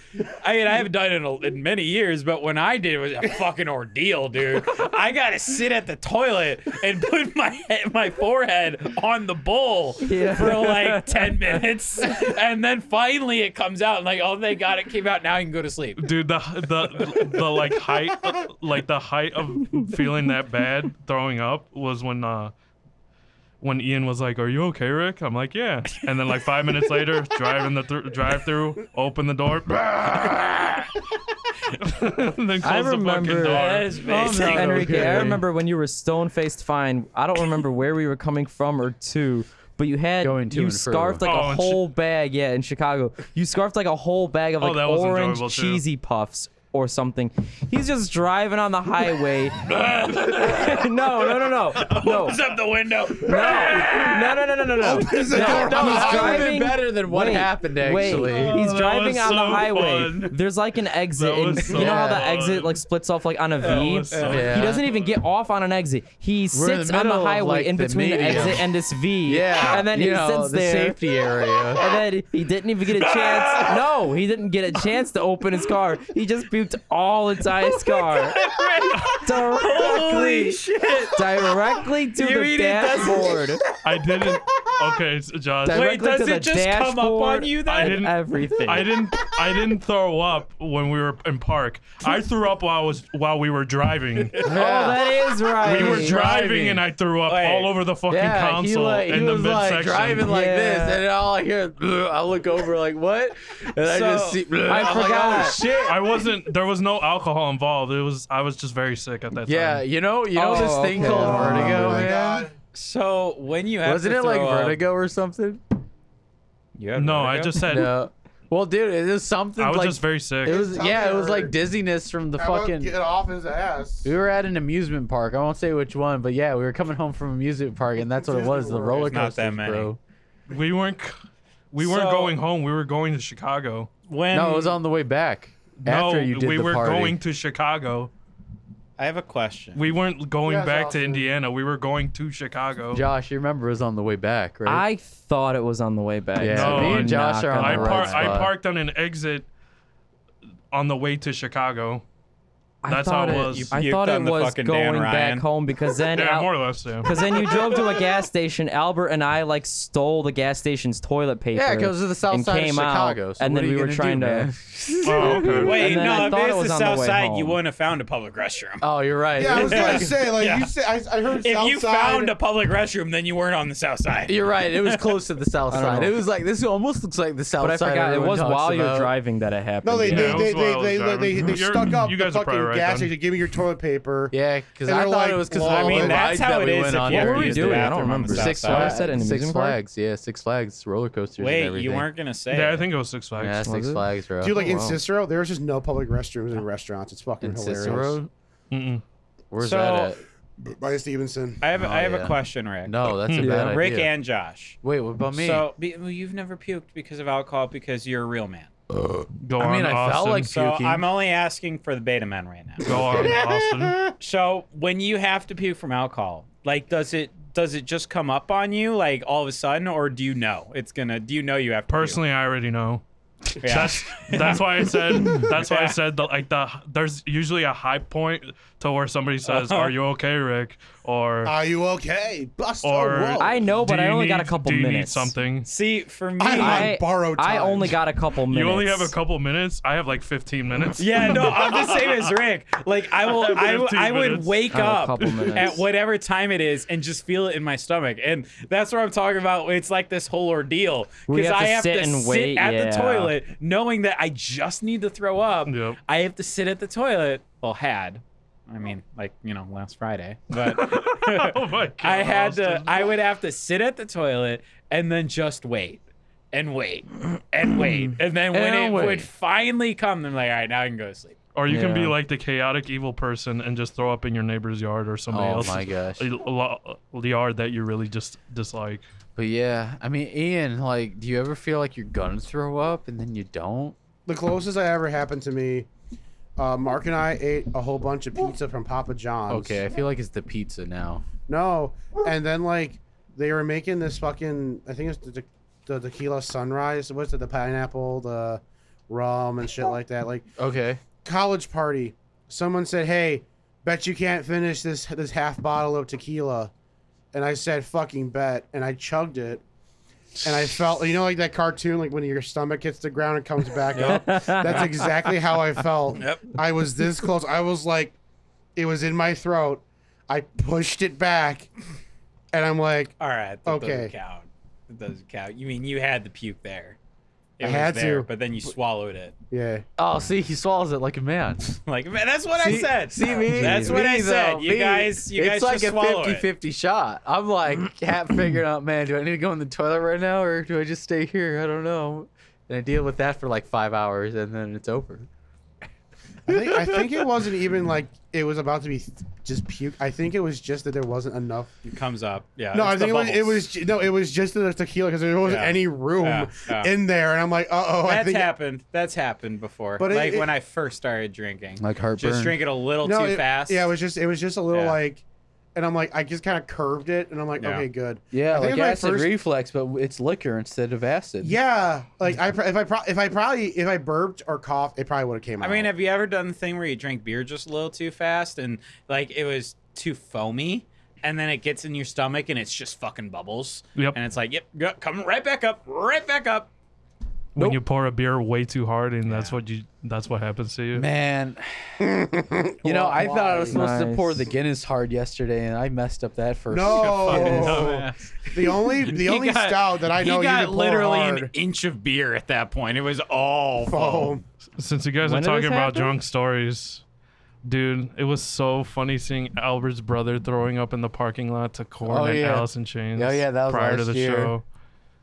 [SPEAKER 2] I mean, I haven't done it in, a, in many years, but when I did, it was a fucking ordeal, dude. I gotta sit at the toilet and put my head, my forehead on the bowl for like ten minutes, and then finally it comes out. And like, oh, they got it came out. Now you can go to sleep.
[SPEAKER 1] Dude, the the the like height, like the height of feeling that bad throwing up was when uh when Ian was like, "Are you okay, Rick?" I'm like, "Yeah," and then like five minutes later, driving the th- drive through, open the door, then close
[SPEAKER 6] I
[SPEAKER 1] the fucking
[SPEAKER 2] That
[SPEAKER 6] remember-
[SPEAKER 1] door. Oh,
[SPEAKER 2] is amazing.
[SPEAKER 6] Enrique, I
[SPEAKER 3] okay.
[SPEAKER 6] remember when you were stone faced fine. I don't remember where we were coming from or to, but you had
[SPEAKER 3] Going to
[SPEAKER 6] you
[SPEAKER 3] and fro.
[SPEAKER 6] scarfed like
[SPEAKER 1] Oh,
[SPEAKER 6] a
[SPEAKER 1] in Chi-
[SPEAKER 6] whole bag, yeah, in Chicago. You scarfed like a whole bag of
[SPEAKER 1] Oh,
[SPEAKER 6] like
[SPEAKER 1] that was
[SPEAKER 6] orange
[SPEAKER 1] enjoyable, too.
[SPEAKER 6] cheesy puffs or something. He's just driving on the highway. no, no, no, no. No.
[SPEAKER 2] Opens up the window.
[SPEAKER 6] No, no, no, no, no, no.
[SPEAKER 4] Opens the
[SPEAKER 6] No,
[SPEAKER 4] door.
[SPEAKER 6] no,
[SPEAKER 4] He's
[SPEAKER 6] he's
[SPEAKER 3] driving-
[SPEAKER 6] driving
[SPEAKER 3] better than what happened, actually.
[SPEAKER 6] Wait. He's
[SPEAKER 1] Oh, that
[SPEAKER 6] driving
[SPEAKER 1] was
[SPEAKER 6] on the
[SPEAKER 1] so
[SPEAKER 6] highway.
[SPEAKER 1] fun.
[SPEAKER 6] There's like an exit,
[SPEAKER 1] That
[SPEAKER 6] and
[SPEAKER 1] was so
[SPEAKER 6] you know how the
[SPEAKER 1] fun.
[SPEAKER 6] exit like splits off like on a
[SPEAKER 1] That
[SPEAKER 6] V.
[SPEAKER 1] was so
[SPEAKER 3] Yeah.
[SPEAKER 6] He doesn't even get off on an exit. He
[SPEAKER 3] We're in the
[SPEAKER 6] sits on the
[SPEAKER 3] middle of,
[SPEAKER 6] highway
[SPEAKER 3] like,
[SPEAKER 6] in
[SPEAKER 3] the
[SPEAKER 6] between the,
[SPEAKER 3] median.
[SPEAKER 6] exit and this V.
[SPEAKER 3] Yeah.
[SPEAKER 6] and then
[SPEAKER 3] you
[SPEAKER 6] he
[SPEAKER 3] know,
[SPEAKER 6] sits
[SPEAKER 3] the
[SPEAKER 6] there.
[SPEAKER 3] safety area.
[SPEAKER 6] And then he didn't even get a chance. No, he didn't get a chance to open his car. He just puked all
[SPEAKER 1] Oh
[SPEAKER 6] inside his car.
[SPEAKER 2] Holy
[SPEAKER 6] directly,
[SPEAKER 2] shit!
[SPEAKER 6] directly to
[SPEAKER 2] You
[SPEAKER 6] the
[SPEAKER 2] mean it doesn't-
[SPEAKER 6] dashboard.
[SPEAKER 1] I didn't. Okay, so Josh,
[SPEAKER 6] That-
[SPEAKER 2] Wait,
[SPEAKER 6] Directly
[SPEAKER 2] does
[SPEAKER 6] to the
[SPEAKER 2] it just come up on
[SPEAKER 6] dashboard.
[SPEAKER 2] you
[SPEAKER 1] I
[SPEAKER 2] then?
[SPEAKER 1] didn't-
[SPEAKER 6] Everything.
[SPEAKER 1] I didn't. I didn't throw up when we were in park. I threw up while I was while we were driving.
[SPEAKER 6] Oh, that is right.
[SPEAKER 1] We were driving,
[SPEAKER 3] Driving.
[SPEAKER 1] and I threw up
[SPEAKER 2] Wait.
[SPEAKER 1] all over the fucking
[SPEAKER 3] Yeah, he,
[SPEAKER 1] console
[SPEAKER 3] like, he
[SPEAKER 1] in the
[SPEAKER 3] was
[SPEAKER 1] midsection.
[SPEAKER 3] like driving like this,
[SPEAKER 6] Yeah.
[SPEAKER 3] and then all I hear, I look over like what, and I
[SPEAKER 2] So,
[SPEAKER 3] just see.
[SPEAKER 6] I
[SPEAKER 3] I'm like,
[SPEAKER 6] forgot.
[SPEAKER 3] oh shit.
[SPEAKER 1] I wasn't. There was no alcohol involved. It was. I was just very sick at that
[SPEAKER 3] Yeah,
[SPEAKER 1] time.
[SPEAKER 3] you know, you know
[SPEAKER 6] Oh,
[SPEAKER 3] this thing
[SPEAKER 6] okay.
[SPEAKER 3] called
[SPEAKER 6] Oh,
[SPEAKER 3] vertigo,
[SPEAKER 4] Oh my
[SPEAKER 3] man.
[SPEAKER 4] God.
[SPEAKER 2] So when you have
[SPEAKER 3] Wasn't
[SPEAKER 2] to
[SPEAKER 3] it like
[SPEAKER 2] throw up-
[SPEAKER 3] vertigo or something?
[SPEAKER 2] You have
[SPEAKER 1] No, I
[SPEAKER 2] vertigo?
[SPEAKER 1] just had.
[SPEAKER 3] No. Well, dude, it was something
[SPEAKER 1] I was
[SPEAKER 3] like
[SPEAKER 1] just very sick.
[SPEAKER 3] it was.
[SPEAKER 4] Tell
[SPEAKER 3] Yeah,
[SPEAKER 4] me
[SPEAKER 3] it was like
[SPEAKER 4] where-
[SPEAKER 3] dizziness from the
[SPEAKER 4] I won't
[SPEAKER 3] fucking.
[SPEAKER 4] get off his ass.
[SPEAKER 3] We were at an amusement park. I won't say which one, but yeah, we were coming home from amusement park, and that's what it
[SPEAKER 4] Disney
[SPEAKER 3] was—the
[SPEAKER 4] World.
[SPEAKER 3] roller
[SPEAKER 2] It's not
[SPEAKER 3] coaster,
[SPEAKER 2] that many.
[SPEAKER 3] bro.
[SPEAKER 1] we weren't. We weren't
[SPEAKER 2] So-
[SPEAKER 1] going home. We were going to Chicago.
[SPEAKER 2] when
[SPEAKER 3] No, it was on the way back after
[SPEAKER 1] no,
[SPEAKER 3] you did
[SPEAKER 1] we
[SPEAKER 3] the
[SPEAKER 1] were
[SPEAKER 3] party.
[SPEAKER 1] going to Chicago.
[SPEAKER 2] I have a question.
[SPEAKER 1] We weren't going
[SPEAKER 4] guys
[SPEAKER 1] back
[SPEAKER 4] also-
[SPEAKER 1] to Indiana. We were going to Chicago.
[SPEAKER 3] Josh, you remember, it was on the way back, right?
[SPEAKER 6] I thought it was on the way back.
[SPEAKER 3] Yeah,
[SPEAKER 1] No, me and
[SPEAKER 3] Josh are on
[SPEAKER 1] I,
[SPEAKER 3] the right
[SPEAKER 1] par- I
[SPEAKER 3] spot.
[SPEAKER 1] parked on an exit on the way to Chicago. That's how
[SPEAKER 6] thought
[SPEAKER 1] it was. You
[SPEAKER 6] I
[SPEAKER 2] puked
[SPEAKER 6] thought it
[SPEAKER 2] on the
[SPEAKER 6] was
[SPEAKER 2] fucking
[SPEAKER 6] going
[SPEAKER 2] Dan Ryan.
[SPEAKER 6] back home because then
[SPEAKER 1] Yeah,
[SPEAKER 6] Al-
[SPEAKER 1] more or less. Yeah.
[SPEAKER 6] Because then you drove to a gas station. Albert and I like stole the gas station's toilet paper.
[SPEAKER 3] Yeah, 'cause it's the south
[SPEAKER 6] and
[SPEAKER 3] side of
[SPEAKER 6] came
[SPEAKER 3] Chicago,
[SPEAKER 6] Out,
[SPEAKER 3] so
[SPEAKER 6] and
[SPEAKER 3] what
[SPEAKER 6] then
[SPEAKER 3] are you
[SPEAKER 6] we were
[SPEAKER 3] gonna do,
[SPEAKER 6] trying
[SPEAKER 3] man?
[SPEAKER 6] to.
[SPEAKER 1] Oh, okay.
[SPEAKER 2] Wait,
[SPEAKER 6] And then
[SPEAKER 2] no,
[SPEAKER 6] I thought it
[SPEAKER 2] if it's
[SPEAKER 6] was
[SPEAKER 2] the
[SPEAKER 6] on the
[SPEAKER 2] South
[SPEAKER 6] way
[SPEAKER 2] Side, you
[SPEAKER 6] home.
[SPEAKER 2] wouldn't have found a public restroom.
[SPEAKER 3] Oh, you're right.
[SPEAKER 4] Yeah, I was gonna say like you said. I, I heard
[SPEAKER 2] if
[SPEAKER 4] South
[SPEAKER 2] you
[SPEAKER 4] Side-
[SPEAKER 2] found a public restroom, then you weren't on the South Side.
[SPEAKER 3] You're right. It was close to the south
[SPEAKER 6] I don't
[SPEAKER 3] side.
[SPEAKER 6] know.
[SPEAKER 3] It was like this almost looks like the south
[SPEAKER 6] But I
[SPEAKER 3] side.
[SPEAKER 6] forgot it
[SPEAKER 3] everyone
[SPEAKER 6] was
[SPEAKER 3] talks
[SPEAKER 6] while you were
[SPEAKER 3] about.
[SPEAKER 6] driving that it happened.
[SPEAKER 4] No, they
[SPEAKER 1] Yeah,
[SPEAKER 4] they
[SPEAKER 1] it
[SPEAKER 4] they
[SPEAKER 1] was while I
[SPEAKER 4] they
[SPEAKER 1] was
[SPEAKER 4] they, they,
[SPEAKER 1] driving.
[SPEAKER 4] they,
[SPEAKER 1] You're-
[SPEAKER 4] stuck up
[SPEAKER 1] you
[SPEAKER 4] the
[SPEAKER 1] guys are
[SPEAKER 4] fucking
[SPEAKER 1] probably right
[SPEAKER 4] gas
[SPEAKER 1] then.
[SPEAKER 4] station to give me your toilet paper.
[SPEAKER 3] Yeah, because
[SPEAKER 4] And
[SPEAKER 3] I
[SPEAKER 4] they're
[SPEAKER 3] thought
[SPEAKER 4] like,
[SPEAKER 3] it was because
[SPEAKER 4] well,
[SPEAKER 3] of
[SPEAKER 4] I
[SPEAKER 3] the
[SPEAKER 2] I mean,
[SPEAKER 4] Well,
[SPEAKER 2] that's
[SPEAKER 3] rides that
[SPEAKER 2] how it
[SPEAKER 3] we
[SPEAKER 2] is
[SPEAKER 3] went
[SPEAKER 2] if
[SPEAKER 3] on
[SPEAKER 2] you
[SPEAKER 3] after
[SPEAKER 2] ever
[SPEAKER 6] were we
[SPEAKER 3] you
[SPEAKER 2] use
[SPEAKER 3] did
[SPEAKER 2] the
[SPEAKER 6] doing? I
[SPEAKER 3] that.
[SPEAKER 6] don't
[SPEAKER 2] bathroom on the
[SPEAKER 6] remember.
[SPEAKER 2] South
[SPEAKER 3] Six
[SPEAKER 2] Side.
[SPEAKER 3] Flags.
[SPEAKER 6] At an
[SPEAKER 3] Six
[SPEAKER 6] amusement park?
[SPEAKER 3] Flags. Yeah, Six Flags roller coaster.
[SPEAKER 2] Wait, you weren't going to say
[SPEAKER 1] Yeah,
[SPEAKER 2] it.
[SPEAKER 1] I think it was Six Flags.
[SPEAKER 3] Yeah, Six
[SPEAKER 6] it?
[SPEAKER 3] Flags, bro.
[SPEAKER 4] Dude, like in
[SPEAKER 6] wow.
[SPEAKER 4] Cicero, there's just no public restrooms in restaurants. It's fucking
[SPEAKER 3] in
[SPEAKER 4] hilarious.
[SPEAKER 3] Cicero.
[SPEAKER 1] Mm-mm.
[SPEAKER 3] Where's
[SPEAKER 2] So-
[SPEAKER 3] that at?
[SPEAKER 4] By Stevenson.
[SPEAKER 2] I have, I have
[SPEAKER 3] Oh, yeah.
[SPEAKER 2] a question, Rick.
[SPEAKER 3] No, that's a
[SPEAKER 6] Yeah.
[SPEAKER 3] bad
[SPEAKER 2] Rick
[SPEAKER 3] idea.
[SPEAKER 2] and Josh.
[SPEAKER 3] Wait, what about me?
[SPEAKER 2] So be, well, you've never puked because of alcohol because you're a real man.
[SPEAKER 1] Go
[SPEAKER 3] I
[SPEAKER 1] on,
[SPEAKER 3] mean, I felt
[SPEAKER 1] Austin.
[SPEAKER 3] like
[SPEAKER 2] So
[SPEAKER 3] puking.
[SPEAKER 2] I'm only asking for the beta men right now.
[SPEAKER 1] Go on, Austin.
[SPEAKER 2] So when you have to puke from alcohol, like does it does it just come up on you like all of a sudden, or do you know it's gonna? Do you know you have to puke?
[SPEAKER 1] Personally, I already know.
[SPEAKER 2] Yeah.
[SPEAKER 1] That's that's why I said that's why I said the, like the there's usually a high point to where somebody says,
[SPEAKER 3] Uh-huh.
[SPEAKER 1] "Are you okay, Rick?" or
[SPEAKER 4] Are you okay, Buster?
[SPEAKER 1] Or-
[SPEAKER 4] Whoa.
[SPEAKER 6] I know, but
[SPEAKER 1] "Do
[SPEAKER 6] I
[SPEAKER 1] you
[SPEAKER 6] only got
[SPEAKER 1] need-
[SPEAKER 6] a couple
[SPEAKER 1] do you need
[SPEAKER 6] minutes.
[SPEAKER 1] something.
[SPEAKER 2] See, for me,
[SPEAKER 4] I'm
[SPEAKER 6] I-
[SPEAKER 4] on borrowed time.
[SPEAKER 6] I only got a couple minutes.
[SPEAKER 1] You only have a couple minutes. I have like 15 minutes.
[SPEAKER 2] Yeah, no, I'm the same as Rick. Like I will, I, w-
[SPEAKER 1] 15
[SPEAKER 2] I would
[SPEAKER 1] minutes.
[SPEAKER 2] wake
[SPEAKER 6] I have a
[SPEAKER 2] up
[SPEAKER 6] couple minutes.
[SPEAKER 2] at whatever time it is and just feel it in my stomach, and that's what I'm talking about. It's like this whole ordeal
[SPEAKER 6] We
[SPEAKER 2] because
[SPEAKER 6] have to
[SPEAKER 2] I have
[SPEAKER 6] sit
[SPEAKER 2] to
[SPEAKER 6] and
[SPEAKER 2] sit
[SPEAKER 6] wait,
[SPEAKER 2] at
[SPEAKER 6] yeah.
[SPEAKER 2] the toilet, knowing that I just need to throw up.
[SPEAKER 1] Yep.
[SPEAKER 2] I have to sit at the toilet. Well, had I mean, like you know, last Friday. But
[SPEAKER 1] Oh my god.
[SPEAKER 2] I had to.
[SPEAKER 1] Austin.
[SPEAKER 2] I would have to sit at the toilet and then just wait and wait and wait, and then when
[SPEAKER 3] And
[SPEAKER 2] it
[SPEAKER 3] wait.
[SPEAKER 2] would finally come, I'm like, all right, now I can go to sleep.
[SPEAKER 1] Or you can be
[SPEAKER 3] Yeah.
[SPEAKER 1] like the chaotic evil person and just throw up in your neighbor's yard or somebody
[SPEAKER 3] Oh
[SPEAKER 1] else's
[SPEAKER 3] my gosh.
[SPEAKER 1] lo- yard that you really just dislike.
[SPEAKER 3] But yeah, I mean, Ian, like, do you ever feel like you're gonna throw up and then you don't?
[SPEAKER 4] The closest I ever happened to me, uh, Mark and I ate a whole bunch of pizza from Papa John's.
[SPEAKER 3] Okay, I feel like it's the pizza now.
[SPEAKER 4] No, and then like they were making this fucking I think it's the, te- the tequila sunrise. What's it? The pineapple, the rum, and shit like that. Like
[SPEAKER 3] Okay.
[SPEAKER 4] college party. Someone said, "Hey, bet you can't finish this this half bottle of tequila," and I said, "Fucking bet," and I chugged it. And I felt, you know, like that cartoon, like when your stomach hits the ground and comes back up. That's exactly how I felt. Yep. I was this close. I was like, it was in my throat. I pushed it back, and I'm like,
[SPEAKER 2] All right, that doesn't
[SPEAKER 4] Okay.
[SPEAKER 2] count. That doesn't count. You mean you had the puke there? It
[SPEAKER 4] I
[SPEAKER 2] was
[SPEAKER 4] had
[SPEAKER 2] there,
[SPEAKER 4] to.
[SPEAKER 2] but then you swallowed it.
[SPEAKER 4] yeah.
[SPEAKER 3] Oh, see, he swallows it like a man.
[SPEAKER 2] Like man, that's what I said.
[SPEAKER 3] See me?
[SPEAKER 2] That's what
[SPEAKER 3] Me,
[SPEAKER 2] I said.
[SPEAKER 3] though,
[SPEAKER 2] you
[SPEAKER 3] me.
[SPEAKER 2] guys, you
[SPEAKER 3] it's
[SPEAKER 2] guys
[SPEAKER 3] like
[SPEAKER 2] just
[SPEAKER 3] a
[SPEAKER 2] swallow it.
[SPEAKER 3] 50-50 shot. I'm like half figuring out, man, do I need to go in the toilet right now or do I just stay here? I don't know. And I deal with that for like five hours and then it's over.
[SPEAKER 4] I think, I think it wasn't even like it was about to be th- just puke. I think it was just that there wasn't enough
[SPEAKER 2] It comes up. Yeah.
[SPEAKER 4] No,
[SPEAKER 2] it's
[SPEAKER 4] I
[SPEAKER 2] the
[SPEAKER 4] think it was, it
[SPEAKER 2] bubbles.
[SPEAKER 4] was ju- no, it was just the tequila because there wasn't
[SPEAKER 2] Yeah.
[SPEAKER 4] any room
[SPEAKER 2] Yeah, yeah.
[SPEAKER 4] in there, and I'm like, uh oh, I
[SPEAKER 2] That's
[SPEAKER 4] think
[SPEAKER 2] happened. That's happened before.
[SPEAKER 4] But it-
[SPEAKER 2] like
[SPEAKER 4] it-
[SPEAKER 2] when I first started drinking.
[SPEAKER 3] Like heartburn.
[SPEAKER 2] just drink it a little
[SPEAKER 4] no,
[SPEAKER 2] too
[SPEAKER 4] it-
[SPEAKER 2] fast.
[SPEAKER 4] Yeah, it was just it was just a little
[SPEAKER 2] Yeah.
[SPEAKER 4] like, and I'm like, I just kind of curved it, and I'm like,
[SPEAKER 2] Yeah.
[SPEAKER 4] okay, good. I
[SPEAKER 3] Yeah,
[SPEAKER 4] think it was
[SPEAKER 3] like
[SPEAKER 4] my
[SPEAKER 3] acid
[SPEAKER 4] first-
[SPEAKER 3] reflex, but it's liquor instead of acid.
[SPEAKER 4] Yeah, like I pr- if I pro- if I probably if I burped or coughed, it probably would have came
[SPEAKER 2] I
[SPEAKER 4] out.
[SPEAKER 2] mean, have you ever done the thing where you drink beer just a little too fast and like it was too foamy, and then it gets in your stomach and it's just fucking bubbles.
[SPEAKER 1] Yep.
[SPEAKER 2] And it's like, yep, go, come right back up, right back up.
[SPEAKER 1] When you pour a beer way too hard and that's what you that's what happens to you.
[SPEAKER 3] Man, you know, I thought I was supposed to pour
[SPEAKER 6] Nice.
[SPEAKER 3] the Guinness hard yesterday, and I messed up that first.
[SPEAKER 4] no, the only the
[SPEAKER 2] He
[SPEAKER 4] only
[SPEAKER 2] got-
[SPEAKER 4] stout that I know
[SPEAKER 2] he
[SPEAKER 4] you
[SPEAKER 2] got
[SPEAKER 4] can
[SPEAKER 2] literally
[SPEAKER 4] pour hard,
[SPEAKER 2] an inch of beer at that point. It was all foam.
[SPEAKER 4] foam.
[SPEAKER 1] Since you guys
[SPEAKER 6] When
[SPEAKER 1] are
[SPEAKER 6] did this
[SPEAKER 1] talking about
[SPEAKER 6] happen?
[SPEAKER 1] drunk stories, dude, it was so funny seeing Albert's brother throwing up in the parking lot to Corn
[SPEAKER 3] Oh,
[SPEAKER 1] and
[SPEAKER 3] yeah.
[SPEAKER 1] Alice in Chains.
[SPEAKER 3] Oh, yeah, that was
[SPEAKER 1] prior to
[SPEAKER 3] last
[SPEAKER 1] the
[SPEAKER 3] year.
[SPEAKER 1] show.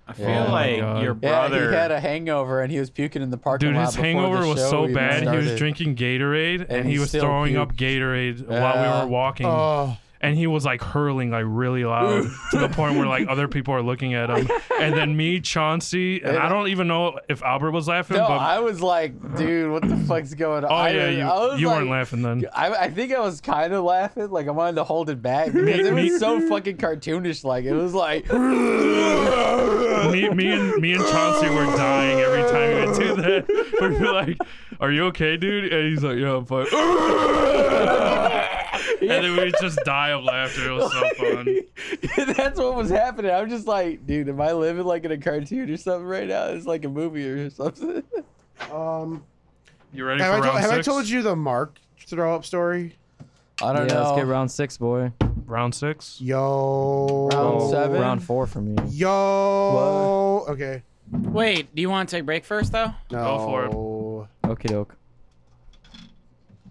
[SPEAKER 2] I feel
[SPEAKER 3] Yeah.
[SPEAKER 1] Oh my
[SPEAKER 2] like
[SPEAKER 1] God.
[SPEAKER 2] your
[SPEAKER 3] Yeah,
[SPEAKER 2] brother.
[SPEAKER 3] he had a hangover and he was puking in the parking
[SPEAKER 1] Dude,
[SPEAKER 3] lot.
[SPEAKER 1] his
[SPEAKER 3] before the
[SPEAKER 1] hangover was
[SPEAKER 3] show
[SPEAKER 1] so
[SPEAKER 3] even
[SPEAKER 1] bad. He was
[SPEAKER 3] started.
[SPEAKER 1] drinking Gatorade and,
[SPEAKER 3] And
[SPEAKER 1] he
[SPEAKER 3] he
[SPEAKER 1] was
[SPEAKER 3] still
[SPEAKER 1] throwing up
[SPEAKER 3] puked.
[SPEAKER 1] Gatorade while
[SPEAKER 3] Yeah.
[SPEAKER 1] we were walking.
[SPEAKER 4] Oh,
[SPEAKER 1] and he was like hurling like really loud to the point where like other people are looking at him. And then me, Chauncey, and I don't even know if Albert was laughing,
[SPEAKER 3] No,
[SPEAKER 1] but
[SPEAKER 3] I was like, dude, what the fuck's going on?
[SPEAKER 1] oh
[SPEAKER 3] I
[SPEAKER 1] yeah,
[SPEAKER 3] was-
[SPEAKER 1] you,
[SPEAKER 3] I was
[SPEAKER 1] you
[SPEAKER 3] like-
[SPEAKER 1] weren't laughing then.
[SPEAKER 3] I, I think I was kind of laughing, like I wanted to hold it back because it
[SPEAKER 1] me-
[SPEAKER 3] was so fucking cartoonish. Like it was like,
[SPEAKER 1] me, me and me and Chauncey were dying every time we do that. We'd be like, "Are you okay, dude?" And he's like, "Yeah, I'm fine." And then we would just die of laughter. It was so fun.
[SPEAKER 3] that's what was happening. I'm just like, dude, am I living like in a cartoon or something right now? It's like a movie or something.
[SPEAKER 4] um,
[SPEAKER 1] You ready
[SPEAKER 4] have I
[SPEAKER 1] for
[SPEAKER 4] told,
[SPEAKER 1] round
[SPEAKER 4] have I
[SPEAKER 1] six?
[SPEAKER 4] told you the Mark throw up story?
[SPEAKER 3] I don't
[SPEAKER 6] yeah,
[SPEAKER 3] know.
[SPEAKER 6] let's get round six, boy.
[SPEAKER 1] Round six.
[SPEAKER 4] Yo,
[SPEAKER 3] Round
[SPEAKER 6] Oh,
[SPEAKER 3] seven?
[SPEAKER 6] Round four for me.
[SPEAKER 4] Yo. Okay.
[SPEAKER 2] Wait, do you want to take a break first though?
[SPEAKER 4] No.
[SPEAKER 1] Go for it.
[SPEAKER 6] Okie doke.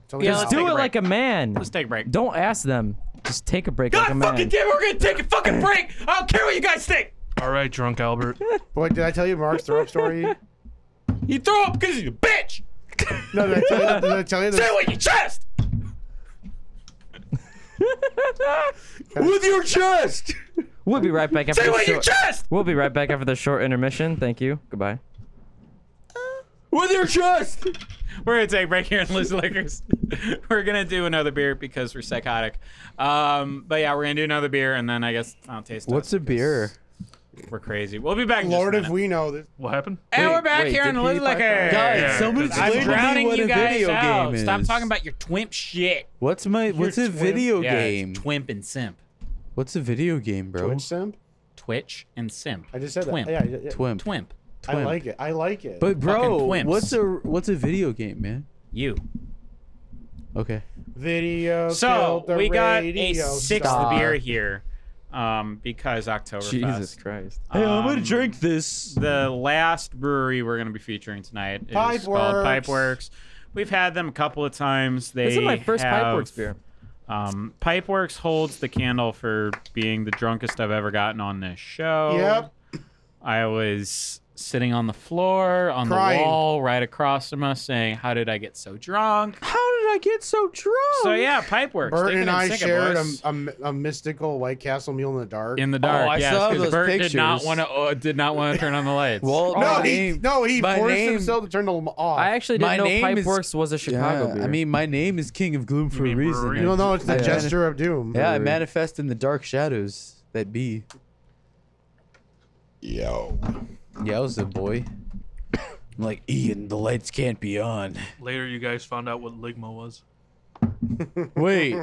[SPEAKER 4] Tell me
[SPEAKER 2] Yeah,
[SPEAKER 4] about
[SPEAKER 2] let's
[SPEAKER 6] Just
[SPEAKER 2] take a
[SPEAKER 6] do it
[SPEAKER 2] break.
[SPEAKER 6] like a man.
[SPEAKER 2] Let's take a break.
[SPEAKER 6] Don't ask them. Just take a break like a
[SPEAKER 2] God
[SPEAKER 6] man.
[SPEAKER 2] fucking damn it, we're gonna take a fucking break. I don't care what you guys think.
[SPEAKER 1] All right, drunk Albert.
[SPEAKER 4] Boy, did I tell you Mark's throw up story? No,
[SPEAKER 2] You throw up because he's a bitch.
[SPEAKER 4] did I tell you, did I tell you
[SPEAKER 2] Say
[SPEAKER 4] the,
[SPEAKER 2] what you chest.
[SPEAKER 3] with your chest.
[SPEAKER 6] We'll be right back after
[SPEAKER 2] Say
[SPEAKER 6] the
[SPEAKER 2] what you
[SPEAKER 6] short.
[SPEAKER 2] chest.
[SPEAKER 6] We'll be right back after the short intermission. Thank you. Goodbye.
[SPEAKER 3] With your chest.
[SPEAKER 2] We're gonna take a break here and lose liquors. we're gonna do another beer because we're psychotic. Um, but yeah, we're gonna do another beer and then I guess I'll taste.
[SPEAKER 3] What's
[SPEAKER 2] us
[SPEAKER 3] a beer?
[SPEAKER 2] because We're crazy. We'll be back. in just a
[SPEAKER 4] Lord, if
[SPEAKER 2] minute.
[SPEAKER 4] we know this.
[SPEAKER 1] What happened?
[SPEAKER 2] And
[SPEAKER 3] Wait,
[SPEAKER 2] we're back
[SPEAKER 3] wait,
[SPEAKER 2] here on
[SPEAKER 3] did
[SPEAKER 2] Lose
[SPEAKER 3] PewDiePie find
[SPEAKER 2] Liquor.
[SPEAKER 3] out? Guys,
[SPEAKER 1] Yeah,
[SPEAKER 3] someone
[SPEAKER 1] it's-
[SPEAKER 3] explain
[SPEAKER 2] I'm
[SPEAKER 3] to me
[SPEAKER 2] drowning
[SPEAKER 3] what
[SPEAKER 2] you
[SPEAKER 3] a
[SPEAKER 2] guys
[SPEAKER 3] video
[SPEAKER 2] out.
[SPEAKER 3] game
[SPEAKER 2] Stop
[SPEAKER 3] is.
[SPEAKER 2] talking about your twimp shit.
[SPEAKER 3] What's my? What's a
[SPEAKER 2] Your twimp-
[SPEAKER 3] video
[SPEAKER 2] yeah, it's
[SPEAKER 3] game?
[SPEAKER 2] Twimp and simp.
[SPEAKER 3] What's a video game, bro?
[SPEAKER 4] Twitch simp?
[SPEAKER 2] Twitch and simp.
[SPEAKER 4] I just said
[SPEAKER 2] twimp.
[SPEAKER 4] that. Yeah, yeah, yeah.
[SPEAKER 3] Twimp.
[SPEAKER 2] Twimp.
[SPEAKER 4] I like it. I like it.
[SPEAKER 3] But bro,
[SPEAKER 2] Fucking twimps.
[SPEAKER 3] what's a what's a video game, man?
[SPEAKER 2] You.
[SPEAKER 3] Okay.
[SPEAKER 4] video.
[SPEAKER 2] So
[SPEAKER 4] killed the
[SPEAKER 2] we got a
[SPEAKER 4] radio
[SPEAKER 2] sixth
[SPEAKER 4] star.
[SPEAKER 2] beer here, um, because October.
[SPEAKER 6] Jesus Christ.
[SPEAKER 3] Hey, I'm
[SPEAKER 2] Um,
[SPEAKER 3] gonna drink this.
[SPEAKER 2] The last brewery we're gonna be featuring tonight is
[SPEAKER 4] Pipeworks.
[SPEAKER 2] called Pipeworks. We've had them a couple of times. They
[SPEAKER 6] This is my first
[SPEAKER 2] have-
[SPEAKER 6] Pipeworks beer.
[SPEAKER 2] Um, Pipeworks holds the candle for being the drunkest I've ever gotten on this show.
[SPEAKER 4] Yep.
[SPEAKER 2] I was sitting on the floor, on
[SPEAKER 4] Crying.
[SPEAKER 2] the wall, right across from us, saying, "How did I get so drunk?"
[SPEAKER 3] How did I get so drunk?
[SPEAKER 2] So yeah, Pipeworks.
[SPEAKER 4] Bert
[SPEAKER 2] sticking
[SPEAKER 4] and I
[SPEAKER 2] sticking,
[SPEAKER 4] shared a,
[SPEAKER 2] boys.
[SPEAKER 4] a- a mystical White Castle meal in the dark.
[SPEAKER 2] in the dark.
[SPEAKER 3] Oh, I
[SPEAKER 2] yes,
[SPEAKER 3] saw
[SPEAKER 2] 'cause
[SPEAKER 3] those
[SPEAKER 2] Bert did not
[SPEAKER 3] pictures.
[SPEAKER 2] want to. Uh, did not want to turn on the lights.
[SPEAKER 3] Well,
[SPEAKER 4] no,
[SPEAKER 3] my
[SPEAKER 4] he
[SPEAKER 3] name-
[SPEAKER 4] no he
[SPEAKER 3] my
[SPEAKER 4] forced
[SPEAKER 3] name-
[SPEAKER 4] himself to turn them off.
[SPEAKER 6] I actually
[SPEAKER 3] My
[SPEAKER 6] didn't know
[SPEAKER 3] name is-
[SPEAKER 6] Pipeworks was a Chicago
[SPEAKER 3] Yeah,
[SPEAKER 6] beer.
[SPEAKER 3] I mean, my name is King of Gloom for a
[SPEAKER 1] mean
[SPEAKER 3] reason.
[SPEAKER 1] brewery?
[SPEAKER 3] I-
[SPEAKER 4] you don't know it's the
[SPEAKER 3] I-
[SPEAKER 4] gesture of doom.
[SPEAKER 3] Yeah, I
[SPEAKER 4] Brewery.
[SPEAKER 3] manifest in the dark shadows that be. Yo. Yeah, I was a boy. I'm like, Ian, the lights can't be on.
[SPEAKER 1] Later, you guys found out what Ligma was.
[SPEAKER 3] Wait.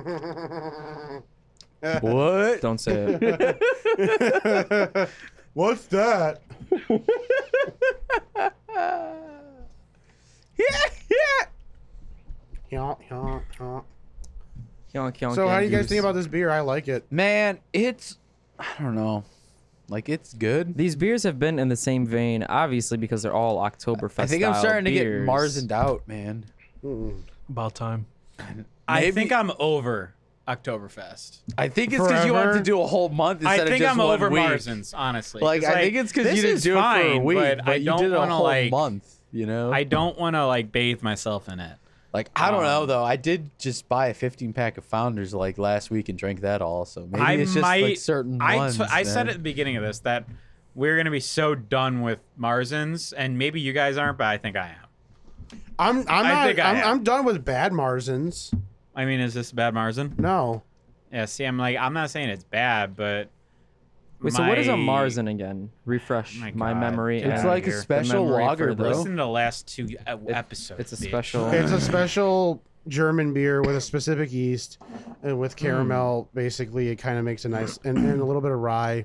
[SPEAKER 3] what?
[SPEAKER 6] Don't say it.
[SPEAKER 4] What's that? Yeah, yeah, yeah.
[SPEAKER 6] Yonk, yonk,
[SPEAKER 4] So, how do
[SPEAKER 6] yonk.
[SPEAKER 4] you guys think about this beer? I like it.
[SPEAKER 3] Man, it's. I don't know. Like, it's good.
[SPEAKER 6] These beers have been in the same vein, obviously, because they're all Oktoberfest.
[SPEAKER 3] I think I'm
[SPEAKER 6] style
[SPEAKER 3] starting to get
[SPEAKER 6] beers.
[SPEAKER 3] Mars and out, man.
[SPEAKER 1] About time.
[SPEAKER 2] I
[SPEAKER 3] Maybe-
[SPEAKER 2] think I'm over Oktoberfest.
[SPEAKER 3] I think it's because you wanted to
[SPEAKER 4] Forever?
[SPEAKER 3] do a whole month instead
[SPEAKER 2] I think
[SPEAKER 3] of just
[SPEAKER 2] I'm
[SPEAKER 3] one
[SPEAKER 2] over
[SPEAKER 3] week.
[SPEAKER 2] Marzens, honestly.
[SPEAKER 3] Like,
[SPEAKER 2] 'Cause,
[SPEAKER 3] I think it's because
[SPEAKER 2] this
[SPEAKER 3] you didn't
[SPEAKER 2] is
[SPEAKER 3] do it for a
[SPEAKER 2] fine,
[SPEAKER 3] week,
[SPEAKER 2] but, I
[SPEAKER 3] you
[SPEAKER 2] don't
[SPEAKER 3] did a
[SPEAKER 2] wanna,
[SPEAKER 3] whole
[SPEAKER 2] like,
[SPEAKER 3] month. You know,
[SPEAKER 2] I don't want to like bathe myself in it.
[SPEAKER 3] Like I don't
[SPEAKER 2] Um,
[SPEAKER 3] know though. I did just buy a 15 pack of Founders like last week and drank that all. So maybe
[SPEAKER 2] I
[SPEAKER 3] it's just
[SPEAKER 2] might.
[SPEAKER 3] like certain
[SPEAKER 2] I, t-
[SPEAKER 3] ones.
[SPEAKER 2] I said at
[SPEAKER 3] man.
[SPEAKER 2] the beginning of this that we're gonna be so done with Marzens, and maybe you guys aren't, but I think I am.
[SPEAKER 4] I'm I'm
[SPEAKER 2] I
[SPEAKER 4] not,
[SPEAKER 2] think I
[SPEAKER 4] I'm,
[SPEAKER 2] am.
[SPEAKER 4] I'm done with bad Marzens.
[SPEAKER 2] I mean, is this a bad Marzen?
[SPEAKER 4] No,
[SPEAKER 2] Yeah. See, I'm like, I'm not saying it's bad, but
[SPEAKER 6] Wait, so what is a
[SPEAKER 2] my-
[SPEAKER 6] Marzen again? Refresh
[SPEAKER 2] My
[SPEAKER 6] my,
[SPEAKER 2] God.
[SPEAKER 6] memory.
[SPEAKER 3] It's
[SPEAKER 6] and
[SPEAKER 3] like a
[SPEAKER 6] the
[SPEAKER 3] special
[SPEAKER 6] memory
[SPEAKER 3] lager,
[SPEAKER 6] for
[SPEAKER 3] bro.
[SPEAKER 6] this.
[SPEAKER 2] Listen to the last two uh, episodes.
[SPEAKER 6] It's a
[SPEAKER 2] bitch.
[SPEAKER 6] special.
[SPEAKER 4] it's a special German beer with a specific yeast and with caramel. Basically, it kind of makes a nice and, and a little bit of rye.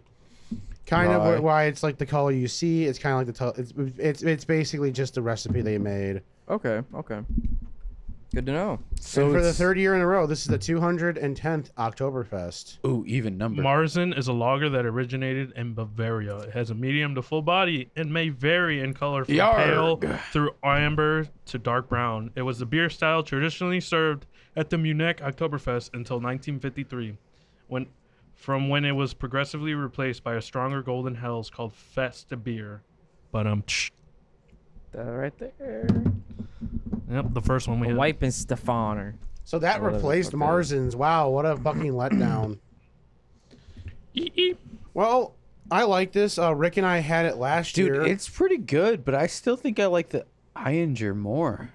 [SPEAKER 4] Kind
[SPEAKER 3] Rye.
[SPEAKER 4] of wh- why it's like the color you see. It's kind of like the t- it's, it's it's basically just the recipe they made.
[SPEAKER 6] Okay, okay. Good to know.
[SPEAKER 3] so
[SPEAKER 4] and for the
[SPEAKER 3] it's-
[SPEAKER 4] third year in a row, this is the 210th Oktoberfest.
[SPEAKER 3] Ooh, even number.
[SPEAKER 1] Marzen is a lager that originated in Bavaria. It has a medium to full body and may vary in color from pale through amber to dark brown. It was the beer style traditionally served at the Munich Oktoberfest until 1953, when from when it was progressively replaced by a stronger golden hells called Festa beer. But um, tsh,
[SPEAKER 6] That right there.
[SPEAKER 1] yep, the first one we
[SPEAKER 6] A
[SPEAKER 1] hit.
[SPEAKER 6] wiping Stefaner.
[SPEAKER 4] So that
[SPEAKER 3] Oh,
[SPEAKER 6] Whatever the
[SPEAKER 4] replaced
[SPEAKER 6] fuck that is.
[SPEAKER 4] Marzens. Wow, what a fucking letdown.
[SPEAKER 1] Eep, eep.
[SPEAKER 4] Well, I like this. Uh, Rick and I had it last
[SPEAKER 3] Dude,
[SPEAKER 4] year.
[SPEAKER 3] it's pretty good, but I still think I like the Iinger more.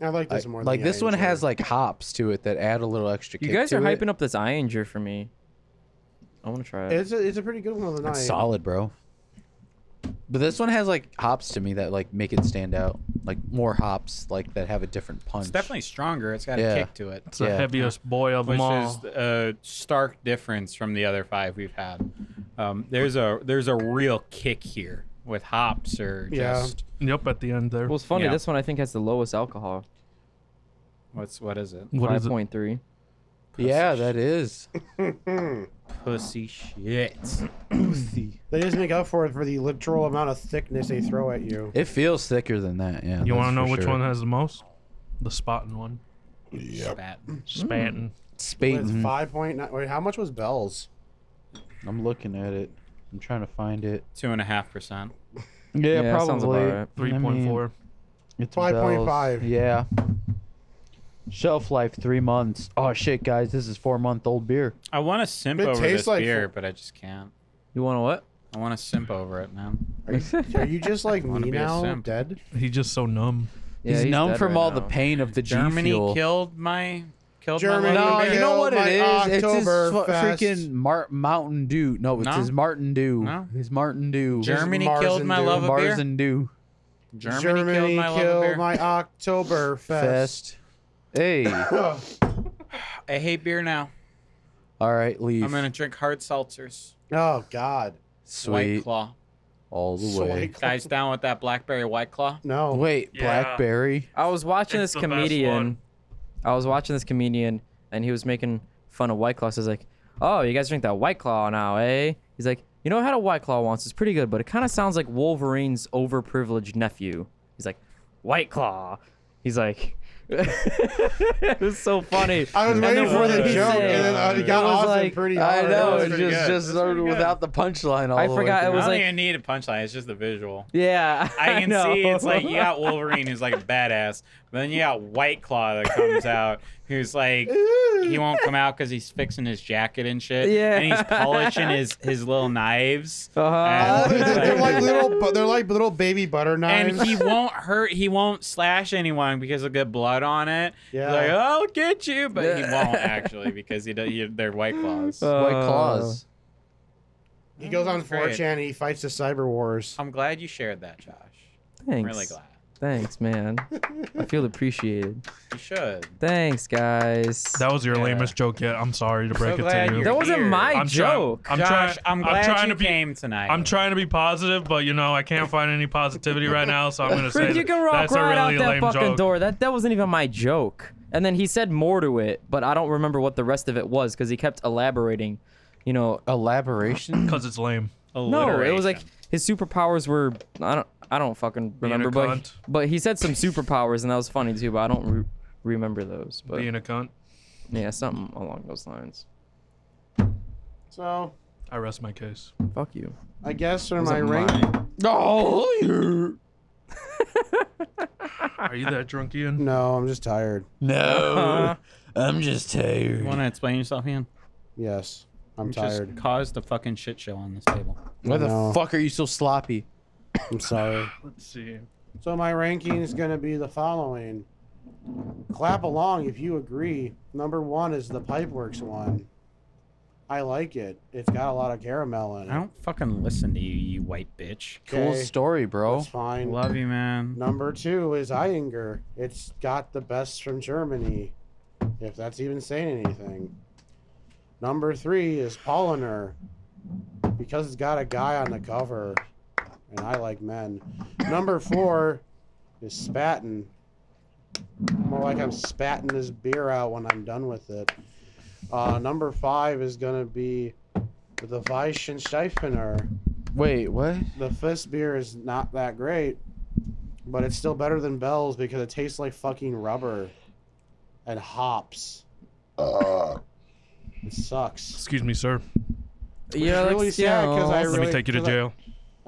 [SPEAKER 4] I like this
[SPEAKER 3] I-
[SPEAKER 4] more.
[SPEAKER 3] like
[SPEAKER 4] than the
[SPEAKER 3] this one
[SPEAKER 4] Iron
[SPEAKER 3] has
[SPEAKER 4] Jar.
[SPEAKER 3] like hops to it that add a little extra.
[SPEAKER 6] You
[SPEAKER 3] kick
[SPEAKER 6] guys
[SPEAKER 3] to
[SPEAKER 6] are
[SPEAKER 3] it.
[SPEAKER 6] hyping up this Iinger for me. I want to try it.
[SPEAKER 4] It's a, it's a pretty good one of the night.
[SPEAKER 3] It's solid, bro. But this one has like hops to me that like make it stand out. Like more hops, like that have a different punch.
[SPEAKER 2] It's definitely stronger. It's got
[SPEAKER 3] Yeah.
[SPEAKER 2] a kick to it.
[SPEAKER 1] It's the
[SPEAKER 3] Yeah.
[SPEAKER 1] heaviest boy of
[SPEAKER 2] which
[SPEAKER 1] them all.
[SPEAKER 2] is a stark difference from the other five we've had. Um, there's a there's a real kick here with hops or
[SPEAKER 4] Yeah.
[SPEAKER 2] just
[SPEAKER 1] yep, at the end there.
[SPEAKER 6] Well, it's funny.
[SPEAKER 2] Yeah.
[SPEAKER 6] This one I think has the lowest alcohol.
[SPEAKER 2] what's what is it?
[SPEAKER 1] What is it?
[SPEAKER 6] 5.3.
[SPEAKER 3] Yeah, that is.
[SPEAKER 2] Pussy shit.
[SPEAKER 4] They just make up for it for the literal amount of thickness they throw at you.
[SPEAKER 3] It feels thicker than that. Yeah.
[SPEAKER 1] You want to
[SPEAKER 3] that's
[SPEAKER 1] know
[SPEAKER 3] for
[SPEAKER 1] which
[SPEAKER 3] sure.
[SPEAKER 1] one has the most? The Spaten one.
[SPEAKER 2] Spat.
[SPEAKER 3] Mm.
[SPEAKER 1] Spaten.
[SPEAKER 4] It's
[SPEAKER 3] Spaten.
[SPEAKER 4] five point nine. Wait, how much was Bell's?
[SPEAKER 3] I'm looking at it. I'm trying to find it.
[SPEAKER 2] Two and a half percent.
[SPEAKER 3] Yeah,
[SPEAKER 6] Yeah, sounds
[SPEAKER 3] probably.
[SPEAKER 6] about right.
[SPEAKER 1] Three point four.
[SPEAKER 3] It's
[SPEAKER 4] 5.5.
[SPEAKER 3] Bell's. Yeah. Shelf life three months. Oh shit, guys, this is four month old beer.
[SPEAKER 2] I want to simp
[SPEAKER 4] It
[SPEAKER 2] over
[SPEAKER 4] tastes
[SPEAKER 2] this
[SPEAKER 4] like
[SPEAKER 2] beer,
[SPEAKER 4] fu-
[SPEAKER 2] but I just can't.
[SPEAKER 6] You want to what?
[SPEAKER 2] I want to simp over it, man.
[SPEAKER 4] Are you just like
[SPEAKER 2] Wanna
[SPEAKER 4] me
[SPEAKER 2] be a
[SPEAKER 4] now?
[SPEAKER 2] simp.
[SPEAKER 4] Dead?
[SPEAKER 1] He's just so numb.
[SPEAKER 6] Yeah,
[SPEAKER 3] he's, numb
[SPEAKER 6] dead
[SPEAKER 3] from
[SPEAKER 6] right
[SPEAKER 3] all the
[SPEAKER 6] now.
[SPEAKER 3] pain of the G
[SPEAKER 2] Germany
[SPEAKER 3] fuel.
[SPEAKER 2] killed my killed my
[SPEAKER 4] Germany-
[SPEAKER 3] No,
[SPEAKER 2] love
[SPEAKER 4] Killed
[SPEAKER 3] you know what it
[SPEAKER 4] my
[SPEAKER 3] is? It's his fu-
[SPEAKER 4] Oktoberfest.
[SPEAKER 3] freaking Mar- Mountain Dew. No, it's
[SPEAKER 2] No.
[SPEAKER 3] his Martin Dew.
[SPEAKER 2] No.
[SPEAKER 3] His Martin Dew.
[SPEAKER 2] Germany
[SPEAKER 4] Mars
[SPEAKER 2] killed
[SPEAKER 4] and
[SPEAKER 2] my
[SPEAKER 4] Doom.
[SPEAKER 2] love of beer.
[SPEAKER 3] Marzen Dew
[SPEAKER 2] Germany, killed my love of beer.
[SPEAKER 4] killed my Oktoberfest.
[SPEAKER 3] Fest. Hey.
[SPEAKER 2] I hate beer now.
[SPEAKER 3] all right, leave.
[SPEAKER 2] I'm gonna drink hard seltzers.
[SPEAKER 4] Oh God.
[SPEAKER 2] White
[SPEAKER 3] Sweet
[SPEAKER 2] claw.
[SPEAKER 3] all the way.
[SPEAKER 4] Swank.
[SPEAKER 2] Guys down with that blackberry white claw.
[SPEAKER 4] No.
[SPEAKER 3] Wait,
[SPEAKER 1] Yeah.
[SPEAKER 3] Blackberry.
[SPEAKER 6] I was watching
[SPEAKER 1] It's
[SPEAKER 6] this
[SPEAKER 1] the best
[SPEAKER 6] comedian.
[SPEAKER 1] one.
[SPEAKER 6] I was watching this comedian, and he was making fun of White Claw. So he's like, "Oh, you guys drink that White Claw now, eh?" He's like, "You know, I had a White Claw once. It's pretty good, but it kind of sounds like Wolverine's overprivileged nephew." He's like, "White Claw." He's like, it was so funny.
[SPEAKER 4] I was
[SPEAKER 6] And
[SPEAKER 4] waiting
[SPEAKER 6] the
[SPEAKER 4] for the joke,
[SPEAKER 6] one he said-
[SPEAKER 4] and then uh, it got
[SPEAKER 6] It was
[SPEAKER 4] awesome
[SPEAKER 6] like-
[SPEAKER 4] pretty
[SPEAKER 3] I
[SPEAKER 4] hard.
[SPEAKER 3] know,
[SPEAKER 4] That was
[SPEAKER 3] it's
[SPEAKER 4] pretty
[SPEAKER 3] just
[SPEAKER 4] good.
[SPEAKER 3] just started without the punchline. All
[SPEAKER 6] I
[SPEAKER 3] the way
[SPEAKER 6] forgot it
[SPEAKER 3] through.
[SPEAKER 6] was
[SPEAKER 2] I don't
[SPEAKER 6] like-
[SPEAKER 2] even need a punchline. It's just the visual.
[SPEAKER 6] Yeah,
[SPEAKER 2] I can
[SPEAKER 6] know.
[SPEAKER 2] see it's like you got Wolverine who's like a badass, but then you got White Claw that comes out who's like he won't come out because he's fixing his jacket and shit.
[SPEAKER 6] Yeah.
[SPEAKER 2] and he's polishing his his little knives.
[SPEAKER 6] Uh-huh.
[SPEAKER 4] Oh, they're, they're
[SPEAKER 2] Like-
[SPEAKER 4] like little, bu- they're like little baby butter knives.
[SPEAKER 2] And he won't hurt. He won't slash anyone because he'll get blood on it.
[SPEAKER 4] Yeah.
[SPEAKER 2] He's like, "I'll get you," but he
[SPEAKER 6] Yeah.
[SPEAKER 2] won't actually because he, does- he they're white claws.
[SPEAKER 6] Uh,
[SPEAKER 3] White Claws.
[SPEAKER 4] He goes on
[SPEAKER 2] Mm, Great. Um,
[SPEAKER 4] 4chan and he fights the cyber wars.
[SPEAKER 2] I'm glad you shared that, Josh. I'm
[SPEAKER 6] Thanks.
[SPEAKER 2] really glad.
[SPEAKER 6] Thanks, man. I feel appreciated.
[SPEAKER 2] You should.
[SPEAKER 6] Thanks, guys.
[SPEAKER 1] That was your
[SPEAKER 2] Yeah.
[SPEAKER 1] lamest joke yet. I'm sorry to break it
[SPEAKER 2] glad
[SPEAKER 1] to you.
[SPEAKER 2] you're
[SPEAKER 6] That wasn't
[SPEAKER 2] here.
[SPEAKER 6] my
[SPEAKER 1] I'm trying-
[SPEAKER 6] joke.
[SPEAKER 1] I'm
[SPEAKER 2] Josh,
[SPEAKER 1] trying-
[SPEAKER 2] I'm
[SPEAKER 1] I'm
[SPEAKER 2] glad
[SPEAKER 1] trying
[SPEAKER 2] you
[SPEAKER 1] to be-
[SPEAKER 2] came tonight.
[SPEAKER 1] I'm trying to be positive, but you know I can't find any positivity right now, so I'm gonna say
[SPEAKER 6] Frick, you can
[SPEAKER 1] that-
[SPEAKER 6] rock
[SPEAKER 1] that's a
[SPEAKER 6] right
[SPEAKER 1] really
[SPEAKER 6] out that
[SPEAKER 1] lame
[SPEAKER 6] fucking
[SPEAKER 1] joke.
[SPEAKER 6] door. That that wasn't even my joke. And then he said more to it, but I don't remember what the rest of it was because he kept elaborating. You know,
[SPEAKER 3] Elaboration.
[SPEAKER 1] Cause it's lame.
[SPEAKER 6] no, it was like
[SPEAKER 2] Alliteration.
[SPEAKER 6] his superpowers were I don't I don't fucking
[SPEAKER 1] a
[SPEAKER 6] remember, but
[SPEAKER 1] cunt.
[SPEAKER 6] but he said some superpowers and that was funny too, but I don't re- remember those. But
[SPEAKER 1] Being a cunt.
[SPEAKER 6] yeah, something along those lines.
[SPEAKER 4] So,
[SPEAKER 1] I rest my case.
[SPEAKER 6] Fuck you.
[SPEAKER 4] I guess for
[SPEAKER 6] Those
[SPEAKER 4] my
[SPEAKER 6] are
[SPEAKER 4] ring.
[SPEAKER 6] mine.
[SPEAKER 3] No.
[SPEAKER 1] Are you that drunk, Ian?
[SPEAKER 4] No, I'm just tired.
[SPEAKER 3] No. I'm just tired.
[SPEAKER 2] You want to explain yourself, Ian?
[SPEAKER 4] Yes, I'm
[SPEAKER 2] You
[SPEAKER 4] tired.
[SPEAKER 2] Just caused a fucking shit show on this table.
[SPEAKER 3] Why the
[SPEAKER 4] No.
[SPEAKER 3] fuck are you so sloppy?
[SPEAKER 4] I'm sorry.
[SPEAKER 1] Let's see.
[SPEAKER 4] So my ranking is going to be the following. Clap along if you agree. Number one is the Pipeworks one. I like it. It's got a lot of caramel in it.
[SPEAKER 2] I don't fucking listen to you, you white bitch.
[SPEAKER 3] Cool
[SPEAKER 4] Okay,
[SPEAKER 3] story, bro.
[SPEAKER 4] That's fine.
[SPEAKER 2] Love you, man.
[SPEAKER 4] Number two is Eyinger. It's got the best from Germany, if that's even saying anything. Number three is Polliner, because it's got a guy on the cover, and I like men. Number four is Spatin. More like I'm spatting this beer out when I'm done with it. Uh, number five is gonna be the Weissensteifener.
[SPEAKER 3] Wait, what?
[SPEAKER 4] The fist beer is not that great, but it's still better than Bell's because it tastes like fucking rubber and hops. It sucks.
[SPEAKER 1] Excuse me, sir.
[SPEAKER 6] Yeah,
[SPEAKER 4] really
[SPEAKER 6] like,
[SPEAKER 4] sad 'cause I
[SPEAKER 6] skills.
[SPEAKER 1] Let me
[SPEAKER 4] Really?
[SPEAKER 1] take you to
[SPEAKER 4] Cause I-
[SPEAKER 1] jail.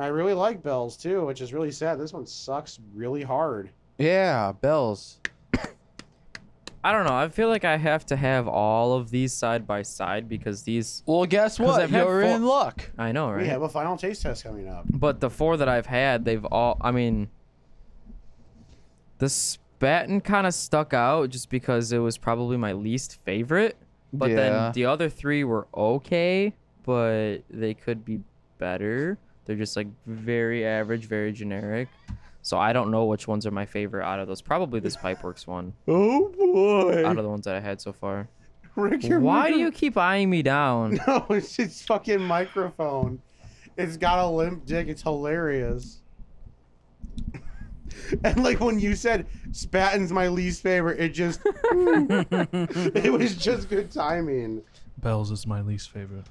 [SPEAKER 4] I really like Bell's too, which is really sad. This one sucks really hard.
[SPEAKER 3] Yeah, bells.
[SPEAKER 6] I don't know. I feel like I have to have all of these side by side because these.
[SPEAKER 3] Well, guess
[SPEAKER 6] 'Cause
[SPEAKER 3] what?
[SPEAKER 6] I've had
[SPEAKER 3] You're
[SPEAKER 6] four-
[SPEAKER 3] in luck.
[SPEAKER 6] I know, right?
[SPEAKER 4] We have a final taste test coming up.
[SPEAKER 6] But the four that I've had, they've all. I mean, the Spaten kind of stuck out just because it was probably my least favorite. But
[SPEAKER 3] Yeah.
[SPEAKER 6] then the other three were okay, but they could be better. They're just like very average, very generic. So I don't know which ones are my favorite out of those. Probably this Pipeworks one
[SPEAKER 4] Oh
[SPEAKER 6] out
[SPEAKER 4] boy,
[SPEAKER 6] of the ones that I had so far.
[SPEAKER 4] Rick, your
[SPEAKER 6] Why do
[SPEAKER 4] micro-
[SPEAKER 6] you keep eyeing me down?
[SPEAKER 4] No, Oh, it's just fucking microphone. It's got a limp dick. It's hilarious. And like when you said Spatin's my least favorite, it just it was just good timing.
[SPEAKER 1] Bells is my least favorite.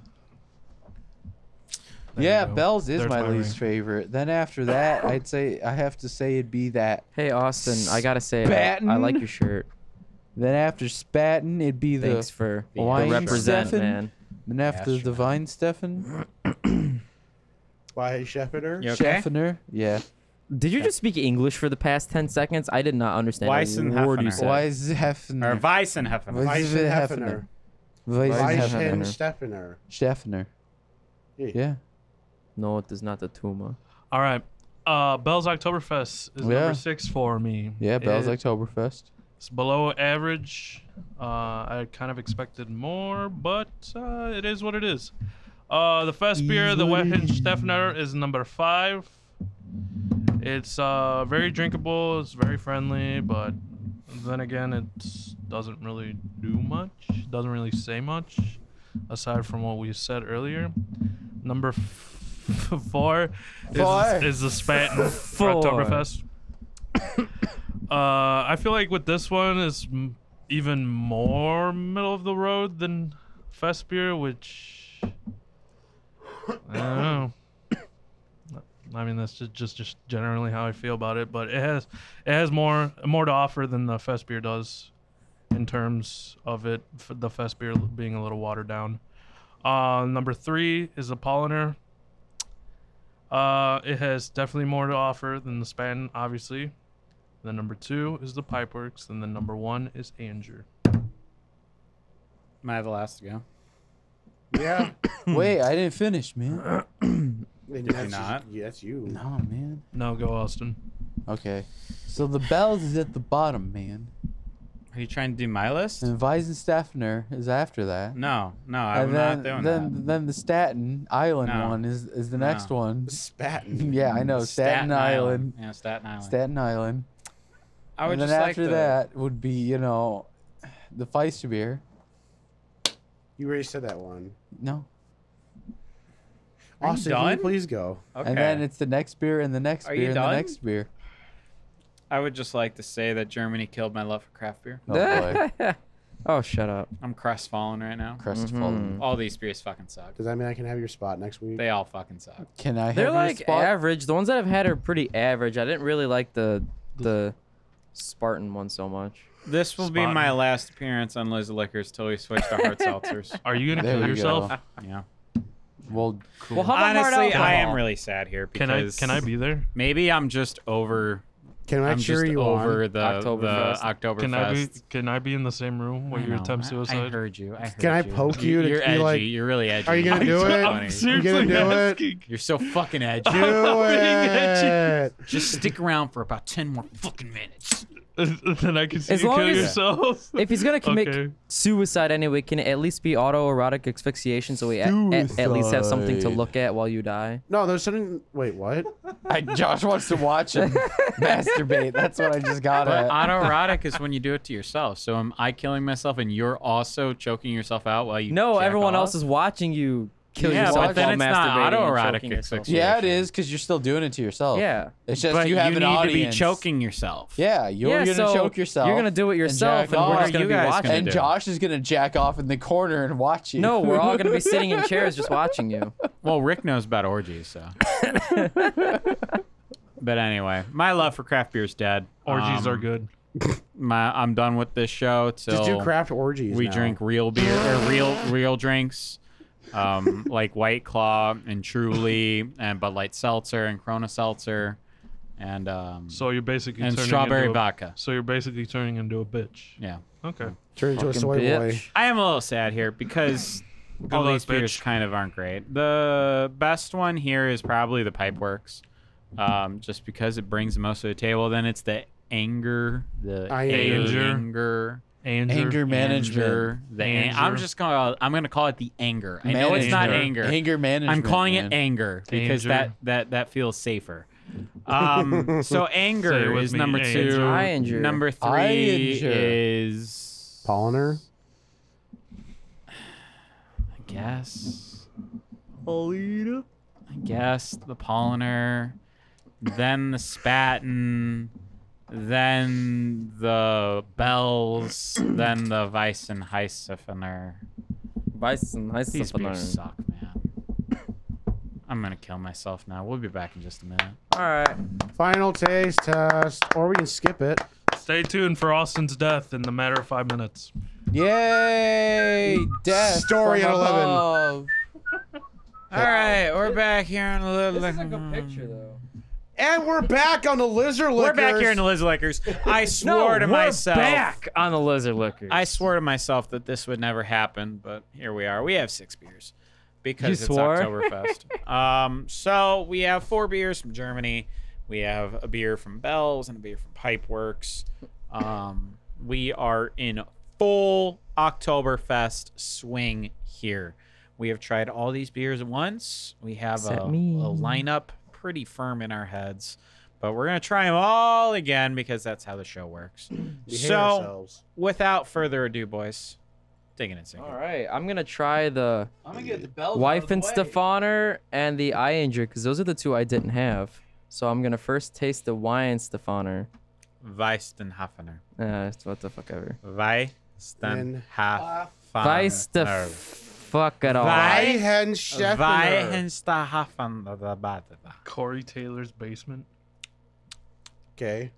[SPEAKER 1] There you
[SPEAKER 3] yeah,
[SPEAKER 1] go.
[SPEAKER 3] bells is
[SPEAKER 1] There's
[SPEAKER 3] my,
[SPEAKER 1] my
[SPEAKER 3] least favorite. Then after that, I'd say I have to say it'd be that.
[SPEAKER 6] Hey Austin, I gotta say I, I
[SPEAKER 3] Spaten?
[SPEAKER 6] like your shirt.
[SPEAKER 3] Then after Spatin, it'd be the.
[SPEAKER 6] Thanks for the
[SPEAKER 3] Wine
[SPEAKER 6] represent,
[SPEAKER 3] Stefan?
[SPEAKER 6] man.
[SPEAKER 3] Then after the
[SPEAKER 2] Astronaut.
[SPEAKER 3] Vine Stefan,
[SPEAKER 4] By Shepherder.
[SPEAKER 2] You okay?
[SPEAKER 3] Schaffner. Yeah.
[SPEAKER 6] Did you just speak English for the past 10 seconds? I did not understand a word you
[SPEAKER 2] Weissenheffener.
[SPEAKER 6] said.
[SPEAKER 3] Why is
[SPEAKER 2] Or
[SPEAKER 3] Hefner?
[SPEAKER 2] Weissenheffener.
[SPEAKER 4] Weissenheffener.
[SPEAKER 3] Weizen Hefner.
[SPEAKER 4] Weissensteffener.
[SPEAKER 3] Schaffner.
[SPEAKER 4] Yeah.
[SPEAKER 3] Yeah.
[SPEAKER 6] No, it is not a tumor.
[SPEAKER 1] All right. Uh, Bell's Oktoberfest is
[SPEAKER 3] Yeah.
[SPEAKER 1] number six for me.
[SPEAKER 3] Yeah, Bell's
[SPEAKER 1] It-
[SPEAKER 3] Oktoberfest.
[SPEAKER 1] It's below average. Uh, I kind of expected more, but uh, it is what it is. Uh, the fest beer, the Wet Hinge Steffner, is number five. It's uh, very drinkable. It's very friendly, but then again, it doesn't really do much. Doesn't really say much, aside from what we said earlier. Number f- four,
[SPEAKER 3] Four.
[SPEAKER 1] Is, is the Spaten for Oktoberfest. Uh, I feel like with this one is m- even more middle of the road than Fest beer, which I don't know. I mean, that's just, just just generally how I feel about it. But it has it has more more to offer than the fest beer does, in terms of it f- the fest beer being a little watered down. Uh, number three is Apolliner. Uh, it has definitely more to offer than the Span, obviously. Then number two is the Pipeworks, and then number one is Andrew.
[SPEAKER 2] Am I the last to go?
[SPEAKER 4] Yeah.
[SPEAKER 2] Hmm.
[SPEAKER 3] Wait, I didn't finish, man.
[SPEAKER 4] And
[SPEAKER 2] Did you
[SPEAKER 4] that's
[SPEAKER 2] not?
[SPEAKER 4] Yeah, that's you.
[SPEAKER 3] No, man.
[SPEAKER 1] Now go Austin.
[SPEAKER 3] Okay. So the bells is at the bottom, man.
[SPEAKER 2] Are you trying to do my list?
[SPEAKER 3] And Weisenstaffner is after that.
[SPEAKER 2] No, no,
[SPEAKER 3] and
[SPEAKER 2] I'm
[SPEAKER 3] then,
[SPEAKER 2] not doing
[SPEAKER 3] then,
[SPEAKER 2] that.
[SPEAKER 3] then the Staten Island
[SPEAKER 2] No.
[SPEAKER 3] one is, is the
[SPEAKER 2] No.
[SPEAKER 3] next one.
[SPEAKER 4] Spatin.
[SPEAKER 3] Yeah, I know. Staten, Island.
[SPEAKER 2] Yeah, Staten Island.
[SPEAKER 3] Staten Island.
[SPEAKER 2] I would
[SPEAKER 3] and then
[SPEAKER 2] just like
[SPEAKER 3] after
[SPEAKER 2] to-
[SPEAKER 3] that would be, you know, the Feister beer.
[SPEAKER 4] You already said that one.
[SPEAKER 3] No.
[SPEAKER 2] Are you
[SPEAKER 4] Austin, can you
[SPEAKER 2] done?
[SPEAKER 4] please go.
[SPEAKER 2] Okay.
[SPEAKER 3] And then it's the next beer and the next
[SPEAKER 2] Are you
[SPEAKER 3] beer and the
[SPEAKER 2] done?
[SPEAKER 3] next beer.
[SPEAKER 2] I would just like to say that Germany killed my love for craft beer.
[SPEAKER 3] Oh boy.
[SPEAKER 6] oh, shut up.
[SPEAKER 2] I'm crestfallen right now.
[SPEAKER 3] Crestfallen.
[SPEAKER 2] All these beers fucking suck.
[SPEAKER 4] Does that mean I can have your spot next week?
[SPEAKER 2] They all fucking suck.
[SPEAKER 3] Can I
[SPEAKER 6] They're
[SPEAKER 3] have
[SPEAKER 6] like
[SPEAKER 3] your spot?
[SPEAKER 6] average. The ones that I've had are pretty average. I didn't really like the the Spartan one so much.
[SPEAKER 2] This will be
[SPEAKER 1] Spot
[SPEAKER 2] my
[SPEAKER 1] on.
[SPEAKER 2] last appearance on Liz Liquors till we switch to hard seltzers.
[SPEAKER 1] Are you gonna
[SPEAKER 3] There
[SPEAKER 1] kill
[SPEAKER 3] we
[SPEAKER 1] yourself?
[SPEAKER 3] go.
[SPEAKER 2] Yeah.
[SPEAKER 3] Well,
[SPEAKER 6] Well, how about hard
[SPEAKER 2] Honestly, I am
[SPEAKER 6] alcohol?
[SPEAKER 2] really sad here
[SPEAKER 1] Can I
[SPEAKER 2] because
[SPEAKER 1] can I be there?
[SPEAKER 2] Maybe I'm just over.
[SPEAKER 4] Can I
[SPEAKER 2] I'm
[SPEAKER 4] cheer
[SPEAKER 2] just
[SPEAKER 4] you
[SPEAKER 2] over the
[SPEAKER 6] Oktoberfest.
[SPEAKER 2] the Oktoberfest.
[SPEAKER 1] Can I be can I be in the same room
[SPEAKER 2] I
[SPEAKER 1] where you
[SPEAKER 2] know.
[SPEAKER 1] attempt
[SPEAKER 2] I-
[SPEAKER 1] suicide?
[SPEAKER 2] I heard you. I heard
[SPEAKER 4] Can I
[SPEAKER 2] you.
[SPEAKER 4] poke
[SPEAKER 2] You-
[SPEAKER 4] you to
[SPEAKER 2] You're
[SPEAKER 4] be
[SPEAKER 2] edgy.
[SPEAKER 4] like,
[SPEAKER 2] you're really edgy.
[SPEAKER 4] "Are you gonna
[SPEAKER 2] I'm
[SPEAKER 4] do
[SPEAKER 2] so
[SPEAKER 4] it?"
[SPEAKER 1] I'm Oh
[SPEAKER 2] funny.
[SPEAKER 1] seriously
[SPEAKER 4] do it?
[SPEAKER 1] asking.
[SPEAKER 2] You're so fucking edgy.
[SPEAKER 4] on? Do
[SPEAKER 1] being edgy.
[SPEAKER 4] it.
[SPEAKER 2] Just stick around for about ten more fucking minutes.
[SPEAKER 1] then I can see
[SPEAKER 6] As
[SPEAKER 1] you
[SPEAKER 6] long
[SPEAKER 1] kill
[SPEAKER 6] as-
[SPEAKER 1] yourself.
[SPEAKER 6] If he's gonna commit
[SPEAKER 1] Okay.
[SPEAKER 6] suicide anyway, can it at least be autoerotic asphyxiation so we at, at, at least have something to
[SPEAKER 3] Suicide.
[SPEAKER 6] look at while you die?
[SPEAKER 4] No, there's something. Wait, what?
[SPEAKER 3] I, Josh wants to watch him masturbate. That's what I just got
[SPEAKER 2] But
[SPEAKER 3] at.
[SPEAKER 2] autoerotic is when you do it to yourself. So am I killing myself and you're also choking yourself out while you
[SPEAKER 6] No,
[SPEAKER 2] jack
[SPEAKER 6] everyone
[SPEAKER 2] off?
[SPEAKER 6] else is watching you kill
[SPEAKER 2] Yeah,
[SPEAKER 6] yourself
[SPEAKER 2] but then
[SPEAKER 6] while
[SPEAKER 2] it's not
[SPEAKER 6] masturbating.
[SPEAKER 2] autoerotic
[SPEAKER 6] and choking yourself.
[SPEAKER 2] asphyxiation.
[SPEAKER 3] yeah, it is because you're still doing it to yourself.
[SPEAKER 6] Yeah.
[SPEAKER 3] It's just
[SPEAKER 2] but
[SPEAKER 3] you have
[SPEAKER 2] need
[SPEAKER 3] an
[SPEAKER 2] to
[SPEAKER 3] audience.
[SPEAKER 2] be choking yourself.
[SPEAKER 3] Yeah, you're
[SPEAKER 6] Yeah,
[SPEAKER 3] gonna
[SPEAKER 6] so
[SPEAKER 3] choke yourself.
[SPEAKER 6] You're gonna do it
[SPEAKER 3] and
[SPEAKER 6] yourself,
[SPEAKER 3] jack oh,
[SPEAKER 6] and, we're
[SPEAKER 3] off.
[SPEAKER 6] just gonna
[SPEAKER 2] You
[SPEAKER 6] be
[SPEAKER 2] guys
[SPEAKER 6] watching.
[SPEAKER 2] gonna
[SPEAKER 3] And
[SPEAKER 2] do.
[SPEAKER 3] Josh is gonna jack off in the corner and watch you.
[SPEAKER 6] No, we're all gonna be sitting in chairs just watching you.
[SPEAKER 2] Well, Rick knows about orgies, so. but anyway, my love for craft beer is dead.
[SPEAKER 1] Orgies
[SPEAKER 2] Um,
[SPEAKER 1] are good.
[SPEAKER 2] My, I'm done with this show. Till
[SPEAKER 4] Just do craft orgies.
[SPEAKER 2] We
[SPEAKER 4] now.
[SPEAKER 2] drink real beer or real real drinks, um, like White Claw and Truly and Bud Light Seltzer and Corona Seltzer, and um,
[SPEAKER 1] So you're basically
[SPEAKER 2] and
[SPEAKER 1] turning
[SPEAKER 2] strawberry
[SPEAKER 1] into a,
[SPEAKER 2] vodka.
[SPEAKER 1] So you're basically turning into a bitch.
[SPEAKER 2] Yeah,
[SPEAKER 1] Okay.
[SPEAKER 4] Turn into a
[SPEAKER 6] Fucking
[SPEAKER 4] soy boy.
[SPEAKER 6] bitch.
[SPEAKER 2] I am a little sad here because all
[SPEAKER 1] luck,
[SPEAKER 2] these beers
[SPEAKER 1] bitch.
[SPEAKER 2] kind of aren't great. The best one here is probably the Pipeworks, um, just because it brings the most to the table. Then it's the anger, the
[SPEAKER 4] I-
[SPEAKER 1] Anger.
[SPEAKER 2] anger.
[SPEAKER 1] Andrew.
[SPEAKER 3] anger management.
[SPEAKER 2] anger, the an- I'm
[SPEAKER 1] Anger.
[SPEAKER 2] just gonna I'm gonna call it the anger. I know it's not
[SPEAKER 1] Manager.
[SPEAKER 2] anger.
[SPEAKER 3] Anger management.
[SPEAKER 2] I'm calling
[SPEAKER 3] man.
[SPEAKER 2] it anger because
[SPEAKER 1] Danger.
[SPEAKER 2] that that that feels safer. Um, so
[SPEAKER 1] Say it
[SPEAKER 2] anger
[SPEAKER 1] with
[SPEAKER 2] is
[SPEAKER 1] me,
[SPEAKER 2] number
[SPEAKER 1] anger.
[SPEAKER 2] two.
[SPEAKER 6] Anger.
[SPEAKER 2] Number three
[SPEAKER 3] Anger.
[SPEAKER 2] is
[SPEAKER 4] Polliner.
[SPEAKER 2] I guess. Polina. I guess the polliner, then the spatin, then the bells, then the Weissenheissifener.
[SPEAKER 6] Bison, nice
[SPEAKER 2] These
[SPEAKER 6] stuff in
[SPEAKER 2] beers
[SPEAKER 6] there.
[SPEAKER 2] suck, man. I'm gonna kill myself now. We'll be back in just a minute.
[SPEAKER 6] All right.
[SPEAKER 4] Final taste test, or we can skip it.
[SPEAKER 1] Stay tuned for Austin's death in the matter of five minutes.
[SPEAKER 3] Yay! Death.
[SPEAKER 4] Story
[SPEAKER 3] from
[SPEAKER 4] at 11.
[SPEAKER 3] above.
[SPEAKER 2] All right, we're back here in a little.
[SPEAKER 6] though.
[SPEAKER 4] And we're back on the lizard
[SPEAKER 2] We're back here in the Liz Lickers. I
[SPEAKER 6] No,
[SPEAKER 2] swore to
[SPEAKER 6] we're
[SPEAKER 2] myself.
[SPEAKER 6] back on the lizard liquor.
[SPEAKER 2] I swore to myself that this would never happen, but here we are. We have six beers because
[SPEAKER 6] You
[SPEAKER 2] it's
[SPEAKER 6] swore?
[SPEAKER 2] Oktoberfest. um, so we have four beers from Germany. We have a beer from Bell's and a beer from Pipeworks. Um, we are in full Oktoberfest swing here. We have tried all these beers at once. We have a,
[SPEAKER 6] Except
[SPEAKER 2] a
[SPEAKER 6] me.
[SPEAKER 2] lineup pretty firm in our heads, but we're gonna try them all again because that's how the show works. so without further ado, boys, dig in and sink.
[SPEAKER 6] All
[SPEAKER 2] it.
[SPEAKER 6] right, I'm gonna try the
[SPEAKER 3] I'm gonna get the bell.
[SPEAKER 6] wife and Stefaner and the eye injury because those are the two I didn't have. So I'm gonna first taste the wine Stefaner.
[SPEAKER 2] Weistenhafener.
[SPEAKER 6] Uh, what the fuck ever.
[SPEAKER 2] Weistenhafener.
[SPEAKER 6] Weiss the f- fuck at all.
[SPEAKER 2] Why-
[SPEAKER 4] Weihenstephaner.
[SPEAKER 1] Corey Taylor's basement.
[SPEAKER 4] Okay.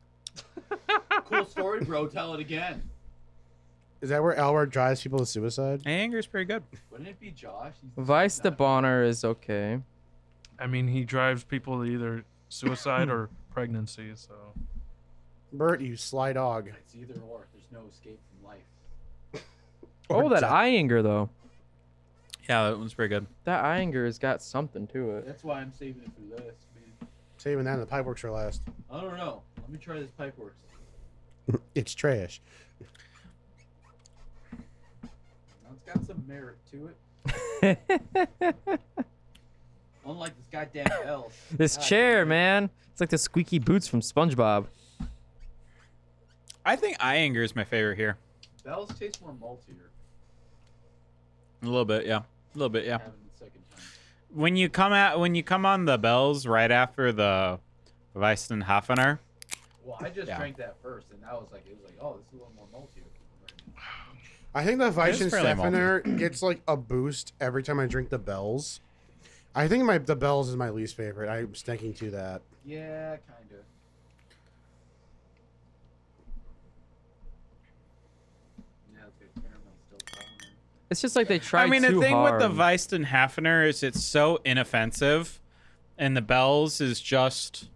[SPEAKER 8] Cool story, bro. Tell it again.
[SPEAKER 4] Is that where Albert drives people to suicide?
[SPEAKER 2] Anger's pretty good.
[SPEAKER 8] Wouldn't it be Josh? He's-
[SPEAKER 6] Vice the Bonner is okay.
[SPEAKER 1] I mean, he drives people to either suicide or pregnancy. So
[SPEAKER 4] Bert, you sly dog.
[SPEAKER 8] It's either or. There's no escape from life.
[SPEAKER 6] Oh, that eye anger though.
[SPEAKER 2] Yeah, that one's pretty good.
[SPEAKER 6] That eye anger has got something to it.
[SPEAKER 8] That's why I'm saving it for this, man.
[SPEAKER 4] Saving that in the pipeworks for last.
[SPEAKER 8] I don't know. Let me try this pipe works.
[SPEAKER 4] It's trash.
[SPEAKER 8] Now, it's got some merit to it. Unlike this goddamn L.
[SPEAKER 6] This
[SPEAKER 8] God,
[SPEAKER 6] chair, man. It's like the squeaky boots from SpongeBob.
[SPEAKER 2] I think Eye Anger is my favorite here.
[SPEAKER 8] Bells taste more maltier.
[SPEAKER 2] A little bit, yeah. A little bit, yeah.
[SPEAKER 8] Having it second time.
[SPEAKER 2] When you come out, when you come on the bells right after the Weissenhafener,
[SPEAKER 8] Well, I just
[SPEAKER 2] Yeah.
[SPEAKER 8] drank that first, and I was like, it was like, oh, this is a little more maltier.
[SPEAKER 4] I think the
[SPEAKER 2] fairly
[SPEAKER 4] Weissenstephaner gets like a boost every time I drink the Bells. I think my the Bells is my least favorite. I'm sticking to that.
[SPEAKER 8] Yeah, kind of. Yeah, the caramel's still falling.
[SPEAKER 6] It's just like they
[SPEAKER 2] I
[SPEAKER 6] tried
[SPEAKER 2] mean, the
[SPEAKER 6] too
[SPEAKER 2] thing with
[SPEAKER 6] hard.
[SPEAKER 2] the Weistenhafener is it's so inoffensive, and the bells is just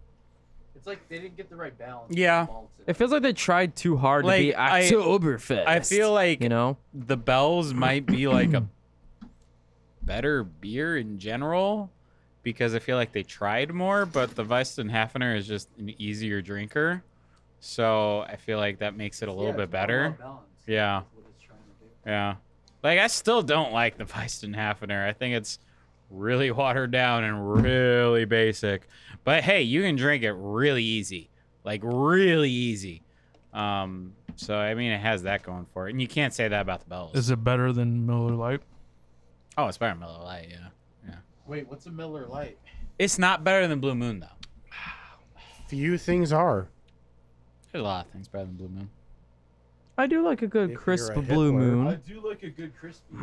[SPEAKER 8] It's like they didn't get the right balance. of
[SPEAKER 2] Yeah.
[SPEAKER 8] malts in
[SPEAKER 6] it feels like they tried too hard
[SPEAKER 2] Like,
[SPEAKER 6] to be
[SPEAKER 2] I-
[SPEAKER 6] Oktoberfest.
[SPEAKER 2] I feel like-
[SPEAKER 6] you know.
[SPEAKER 2] the bells might be like a better beer in general because I feel like they tried more, but the Weistenhafener is just an easier drinker, so I feel like that makes it a little
[SPEAKER 8] Yeah,
[SPEAKER 2] bit
[SPEAKER 8] it's more well
[SPEAKER 2] better.
[SPEAKER 8] balanced,
[SPEAKER 2] Yeah.
[SPEAKER 8] is what it's trying to do.
[SPEAKER 2] Yeah. Like I still don't like the Weistenhafener. I think it's really watered down and really basic. But hey, you can drink it really easy. Like really easy. Um so I mean it has that going for it. And you can't say that about the Bells.
[SPEAKER 1] is it better than Miller Lite?
[SPEAKER 2] oh, it's better than Miller Lite, yeah.
[SPEAKER 8] Wait, what's a Miller Light?
[SPEAKER 2] It's not better than Blue Moon though.
[SPEAKER 4] Few things are.
[SPEAKER 2] There's a lot of things better than Blue Moon.
[SPEAKER 6] I do like a
[SPEAKER 4] If
[SPEAKER 6] good
[SPEAKER 4] you're
[SPEAKER 6] crisp
[SPEAKER 4] a
[SPEAKER 6] blue
[SPEAKER 4] Hitler.
[SPEAKER 8] I
[SPEAKER 6] moon.
[SPEAKER 8] do like a good crispy.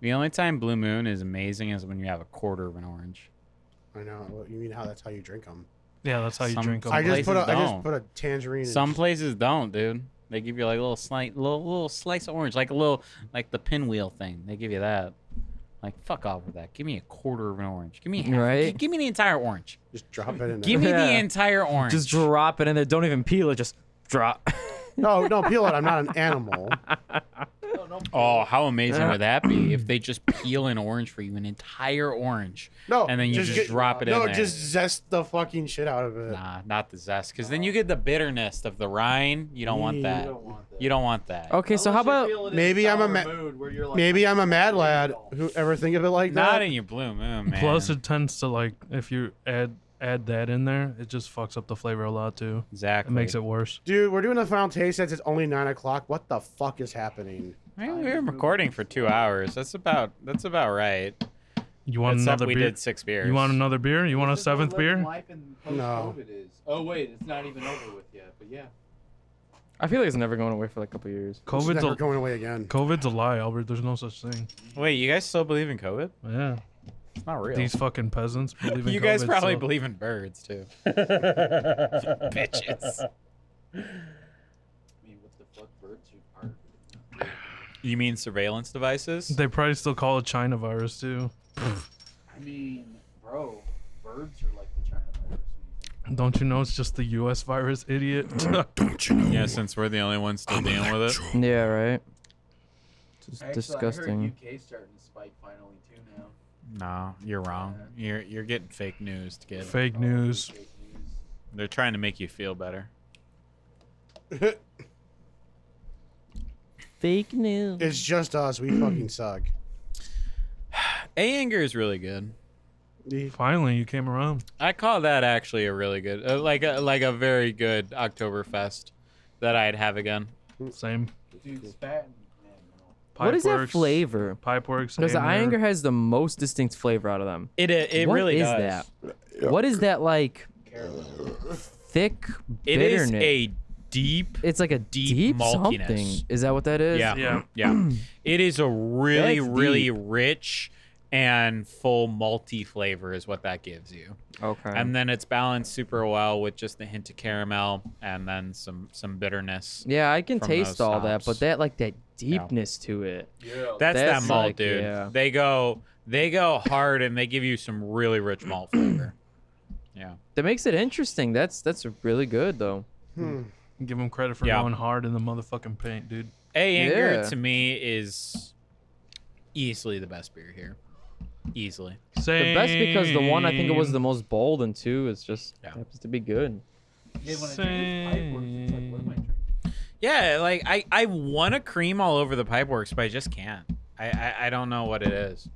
[SPEAKER 2] The only time Blue Moon is amazing is when you have a quarter of an orange.
[SPEAKER 4] I know. What You mean how that's how you drink them?
[SPEAKER 1] Yeah, that's how you
[SPEAKER 2] Some-
[SPEAKER 1] drink them.
[SPEAKER 4] I just put a,
[SPEAKER 2] places
[SPEAKER 4] I just
[SPEAKER 2] don't.
[SPEAKER 4] put a tangerine. and-
[SPEAKER 2] Some places don't, dude. They give you like a little slight, little little slice of orange, like a little like the pinwheel thing. They give you that. Like fuck off with that. Give me a quarter of an orange. Give me half.
[SPEAKER 6] Right?
[SPEAKER 2] Give me the entire orange.
[SPEAKER 4] just drop it in.
[SPEAKER 2] Give
[SPEAKER 4] There.
[SPEAKER 2] me the
[SPEAKER 6] Yeah.
[SPEAKER 2] entire orange.
[SPEAKER 6] Just drop it in there. Don't even peel it. Just drop.
[SPEAKER 4] No, no, peel it. I'm not an animal.
[SPEAKER 8] No, no,
[SPEAKER 2] Oh, how amazing would that be if they just peel an orange for you, an entire orange,
[SPEAKER 4] No.
[SPEAKER 2] and then you just,
[SPEAKER 4] get-
[SPEAKER 2] drop it in
[SPEAKER 4] No,
[SPEAKER 2] there.
[SPEAKER 4] just zest the fucking shit out of it.
[SPEAKER 2] nah, not the zest, because then you get the bitterness of the rind. You don't want
[SPEAKER 4] You
[SPEAKER 2] that.
[SPEAKER 8] you don't want that.
[SPEAKER 2] You don't want that.
[SPEAKER 6] okay, so how
[SPEAKER 8] Unless you're
[SPEAKER 6] about
[SPEAKER 8] feeling in
[SPEAKER 4] Maybe I'm a
[SPEAKER 8] sour
[SPEAKER 4] ma-
[SPEAKER 8] mood where you're like,
[SPEAKER 4] Maybe I'm a mad
[SPEAKER 8] feeling
[SPEAKER 4] lad.
[SPEAKER 8] all.
[SPEAKER 4] Who ever think of it like
[SPEAKER 2] Not
[SPEAKER 4] that?
[SPEAKER 2] in your blue moon, man.
[SPEAKER 1] Plus, it tends to like if you add add that in there, it just fucks up the flavor a lot too. It
[SPEAKER 2] exactly
[SPEAKER 1] makes it worse.
[SPEAKER 4] Dude, we're doing the final taste test. It's only nine o'clock. What the fuck is happening?
[SPEAKER 2] Maybe we were recording for two hours. That's about that's about right.
[SPEAKER 1] You want
[SPEAKER 2] Except
[SPEAKER 1] another
[SPEAKER 2] we
[SPEAKER 1] beer?
[SPEAKER 2] did six beers.
[SPEAKER 1] You want another beer? You want a
[SPEAKER 8] This is what
[SPEAKER 1] seventh
[SPEAKER 8] living
[SPEAKER 1] beer?
[SPEAKER 8] life in
[SPEAKER 4] No.
[SPEAKER 8] post-COVID Is. Oh wait, it's not even over with yet. But yeah,
[SPEAKER 6] I feel like it's never going away for like a couple years.
[SPEAKER 4] It's
[SPEAKER 1] COVID's
[SPEAKER 4] never
[SPEAKER 1] a,
[SPEAKER 4] going away again.
[SPEAKER 1] COVID's a lie, Albert. There's no such thing.
[SPEAKER 2] Wait, you guys still believe in COVID?
[SPEAKER 1] Yeah,
[SPEAKER 2] It's not real.
[SPEAKER 1] these fucking peasants believe in
[SPEAKER 2] you guys
[SPEAKER 1] COVID,
[SPEAKER 2] probably
[SPEAKER 1] so-
[SPEAKER 2] believe in birds too. Bitches.
[SPEAKER 8] I mean, what the fuck, birds are part.
[SPEAKER 2] You mean surveillance devices?
[SPEAKER 1] They probably still call it China virus too.
[SPEAKER 8] I mean, bro, birds are like the China virus.
[SPEAKER 1] Don't you know it's just the U.S. virus, idiot?
[SPEAKER 2] yeah, since we're the only ones still dealing with it.
[SPEAKER 6] Yeah, right. It's
[SPEAKER 8] Actually, I
[SPEAKER 6] disgusting.
[SPEAKER 8] heard UK starting to spike finally too now.
[SPEAKER 2] No, you're wrong. You're you're getting fake news to get.
[SPEAKER 1] Fake news.
[SPEAKER 8] Fake
[SPEAKER 2] They're trying to make you feel better.
[SPEAKER 6] Fake news.
[SPEAKER 4] It's just us. We fucking suck.
[SPEAKER 2] A anger is really good.
[SPEAKER 4] The-
[SPEAKER 1] Finally, you came around.
[SPEAKER 2] I call that actually a really good, uh, like a like a very good Oktoberfest that I'd have again.
[SPEAKER 1] Same.
[SPEAKER 8] news. Dude, spat. and- Man, no.
[SPEAKER 6] what is that
[SPEAKER 1] Pipeworks-
[SPEAKER 6] flavor?
[SPEAKER 1] Pipeworks.
[SPEAKER 6] Because the
[SPEAKER 1] Hanger.
[SPEAKER 6] Ianger has the most distinct flavor out of them.
[SPEAKER 2] It it, it
[SPEAKER 6] What
[SPEAKER 2] really
[SPEAKER 6] is
[SPEAKER 2] does.
[SPEAKER 6] that? What is that like
[SPEAKER 8] Caramel.
[SPEAKER 6] thick
[SPEAKER 2] It is
[SPEAKER 6] bitterness?
[SPEAKER 2] a deep.
[SPEAKER 6] It's like a
[SPEAKER 2] Deep
[SPEAKER 6] deep,
[SPEAKER 2] maltiness.
[SPEAKER 6] something. Is that what that is?
[SPEAKER 2] Yeah,
[SPEAKER 1] Yeah.
[SPEAKER 2] yeah. It is a really,
[SPEAKER 6] it's
[SPEAKER 2] really
[SPEAKER 6] deep.
[SPEAKER 2] rich and full malty flavor is what that gives you,
[SPEAKER 6] Okay.
[SPEAKER 2] and then it's balanced super well with just the hint of caramel and then some some bitterness.
[SPEAKER 6] yeah, I can
[SPEAKER 2] from
[SPEAKER 6] taste
[SPEAKER 2] those
[SPEAKER 6] all that,
[SPEAKER 2] hops.
[SPEAKER 6] but that like that deepness to it.
[SPEAKER 2] That's,
[SPEAKER 6] That's
[SPEAKER 2] that malt,
[SPEAKER 6] like-
[SPEAKER 2] dude.
[SPEAKER 6] yeah.
[SPEAKER 2] They go they go hard and they give you some really rich malt flavor. Yeah.
[SPEAKER 6] That makes it interesting. That's that's really good though.
[SPEAKER 4] hmm.
[SPEAKER 1] Give him credit for
[SPEAKER 2] Yeah.
[SPEAKER 1] going hard in the motherfucking paint, dude.
[SPEAKER 2] A Anger
[SPEAKER 6] Yeah.
[SPEAKER 2] to me is easily the best beer here. Easily.
[SPEAKER 1] Same.
[SPEAKER 6] The best because the one I think it was the most bold and two is just
[SPEAKER 2] Yeah.
[SPEAKER 6] happens to be good.
[SPEAKER 8] Yeah, when I drink this pipe works, it's like, what am I drinking?
[SPEAKER 2] Yeah, like I I want to cream all over the pipeworks, but I just can't. I, I I don't know what it is.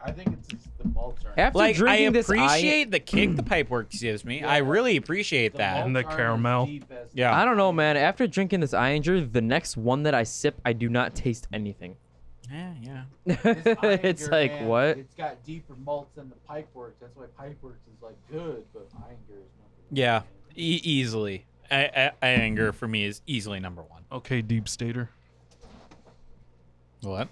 [SPEAKER 8] I think it's just the malts are.
[SPEAKER 6] After
[SPEAKER 2] like I
[SPEAKER 6] drinking this, I,
[SPEAKER 2] appreciate the kick the pipeworks gives me. I really appreciate
[SPEAKER 8] the
[SPEAKER 2] that.
[SPEAKER 8] malts
[SPEAKER 1] And the
[SPEAKER 8] aren't as
[SPEAKER 1] caramel.
[SPEAKER 8] deep as-
[SPEAKER 2] Yeah.
[SPEAKER 6] I don't know, man. After drinking this Iinger, the next one that I sip, I do not taste anything.
[SPEAKER 2] Yeah, yeah.
[SPEAKER 8] This Iron
[SPEAKER 6] it's
[SPEAKER 8] Gear,
[SPEAKER 6] like
[SPEAKER 8] man,
[SPEAKER 6] what?
[SPEAKER 8] It's got deeper malts than the Pipeworks. That's why Pipeworks is like good, but Iinger is number one.
[SPEAKER 2] Yeah. E- easily. I, I, I anger for me is easily number one.
[SPEAKER 1] Okay, deep stater.
[SPEAKER 2] What?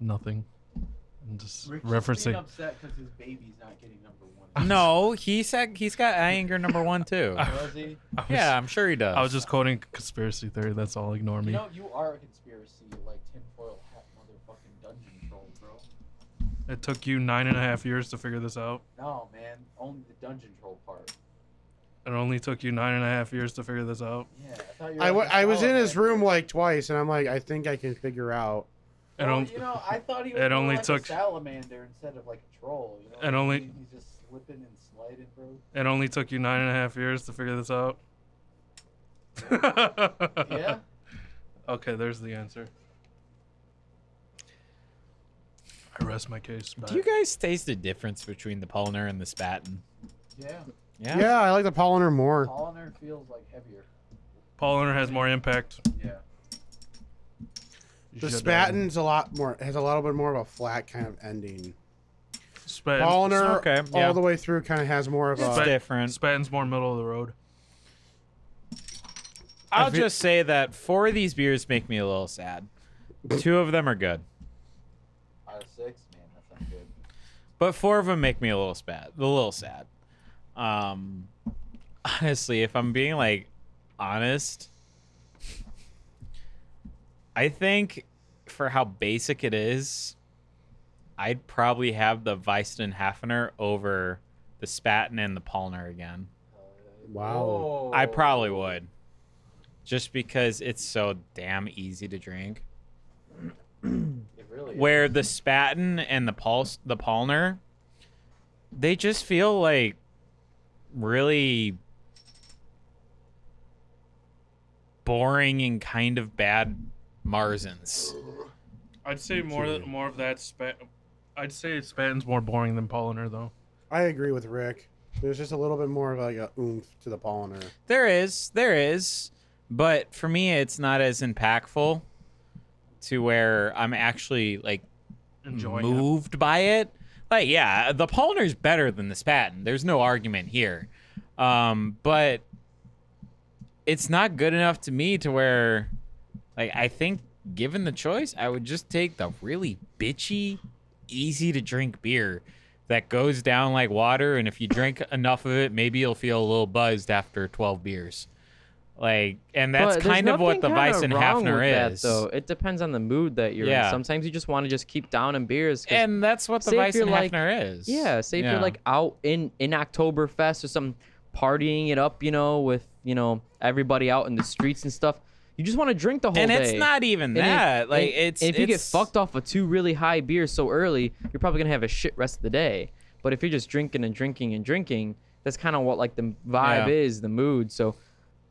[SPEAKER 1] Nothing. I'm just
[SPEAKER 8] Rick's being
[SPEAKER 1] referencing.
[SPEAKER 8] upset because his baby's not getting number one.
[SPEAKER 2] No, he said he's got I anger number one too.
[SPEAKER 8] Does he?
[SPEAKER 1] I was,
[SPEAKER 2] yeah, I'm sure he does.
[SPEAKER 1] I was just quoting conspiracy theory. That's all. Ignore
[SPEAKER 8] You
[SPEAKER 1] me.
[SPEAKER 8] know, you are a conspiracy, like tinfoil hat motherfucking dungeon troll, bro.
[SPEAKER 1] It took you nine and a half years to figure this out.
[SPEAKER 8] No, man. Only the dungeon troll part.
[SPEAKER 1] It only took you nine and a half years to figure this out.
[SPEAKER 8] Yeah. I, thought you were
[SPEAKER 4] I, w-
[SPEAKER 8] like a
[SPEAKER 4] I was in
[SPEAKER 8] solid
[SPEAKER 4] his
[SPEAKER 8] man.
[SPEAKER 4] room like twice, and I'm like, I think I can figure out.
[SPEAKER 1] It,
[SPEAKER 8] Well,
[SPEAKER 1] on-
[SPEAKER 8] you know, I thought he was
[SPEAKER 1] it
[SPEAKER 8] more
[SPEAKER 1] only
[SPEAKER 8] like
[SPEAKER 1] took-
[SPEAKER 8] a salamander instead of like a troll. You know,
[SPEAKER 1] It only-
[SPEAKER 8] He- he's just slipping and sliding, bro.
[SPEAKER 1] it only took you nine and a half years to figure this out.
[SPEAKER 8] Yeah.
[SPEAKER 1] Okay, there's the answer. I rest my case. Back.
[SPEAKER 2] Do you guys taste the difference between the Polliner and the Spaten?
[SPEAKER 8] Yeah.
[SPEAKER 4] Yeah, I like the polliner more.
[SPEAKER 8] Polliner feels like heavier.
[SPEAKER 1] Polliner has more impact.
[SPEAKER 8] Yeah.
[SPEAKER 4] The
[SPEAKER 2] uh,
[SPEAKER 1] Shut down.
[SPEAKER 4] spatin's a lot more has a little bit more of a flat kind of ending.
[SPEAKER 1] Spat-
[SPEAKER 4] Polliner
[SPEAKER 2] okay, yeah.
[SPEAKER 4] all the way through kind of has more of
[SPEAKER 2] It's
[SPEAKER 4] a.
[SPEAKER 2] different.
[SPEAKER 1] Spatin's more middle of the road.
[SPEAKER 2] I'll
[SPEAKER 4] I've hit-
[SPEAKER 2] just say that four of these beers make me a little sad. Two of them are good,
[SPEAKER 8] Out of six, man, that's not good.
[SPEAKER 2] but four of them make me a little sad. A little sad. Um, honestly, if I'm being like honest, I think for how basic it is, I'd probably have the Weisten Hafner over the Spaten and the Pollner again.
[SPEAKER 4] Wow.
[SPEAKER 2] I probably would. Just because it's so damn easy to drink.
[SPEAKER 8] It really is.
[SPEAKER 2] Where the spatin and the pulse the Palner, they just feel like really boring and kind of bad Marzens.
[SPEAKER 1] I'd say more more of that. Spat- I'd say Spatin's more boring than Polliner though.
[SPEAKER 4] I agree with Rick. There's just a little bit more of like a oomph to the polliner.
[SPEAKER 2] There is, there is, but for me it's not as impactful to where I'm actually like
[SPEAKER 1] Enjoying it.
[SPEAKER 2] moved by it. Like, yeah, the Pollner's better than the Spaten. There's no argument here. Um, but it's not good enough to me to where, like, I think given the choice, I would just take the really bitchy, easy to drink beer that goes down like water. And if you drink enough of it, maybe you'll feel a little buzzed after 12 beers. Like, and that's
[SPEAKER 6] But there's
[SPEAKER 2] kind of what
[SPEAKER 6] nothing
[SPEAKER 2] the
[SPEAKER 6] kinda
[SPEAKER 2] Weiss and
[SPEAKER 6] wrong
[SPEAKER 2] Hafner
[SPEAKER 6] with that,
[SPEAKER 2] is.
[SPEAKER 6] though. It depends on the mood that you're
[SPEAKER 2] Yeah.
[SPEAKER 6] in. Sometimes you just want to just keep down in beers. 'cause-
[SPEAKER 2] And that's what the
[SPEAKER 6] say if
[SPEAKER 2] Weiss
[SPEAKER 6] you're
[SPEAKER 2] and
[SPEAKER 6] like-
[SPEAKER 2] Hafner is.
[SPEAKER 6] yeah, say if
[SPEAKER 2] Yeah.
[SPEAKER 6] you're like out in in Oktoberfest or some partying it up, you know, with you know everybody out in the streets and stuff. You just want to drink the whole
[SPEAKER 2] and
[SPEAKER 6] day.
[SPEAKER 2] it's not even
[SPEAKER 6] And if-
[SPEAKER 2] that. like
[SPEAKER 6] and-
[SPEAKER 2] it's
[SPEAKER 6] and if you get
[SPEAKER 2] it's-
[SPEAKER 6] fucked off of two really high beers so early, you're probably gonna have a shit rest of the day. But if you're just drinking and drinking and drinking, that's kind of what like the
[SPEAKER 2] Yeah.
[SPEAKER 6] vibe is, the mood. So,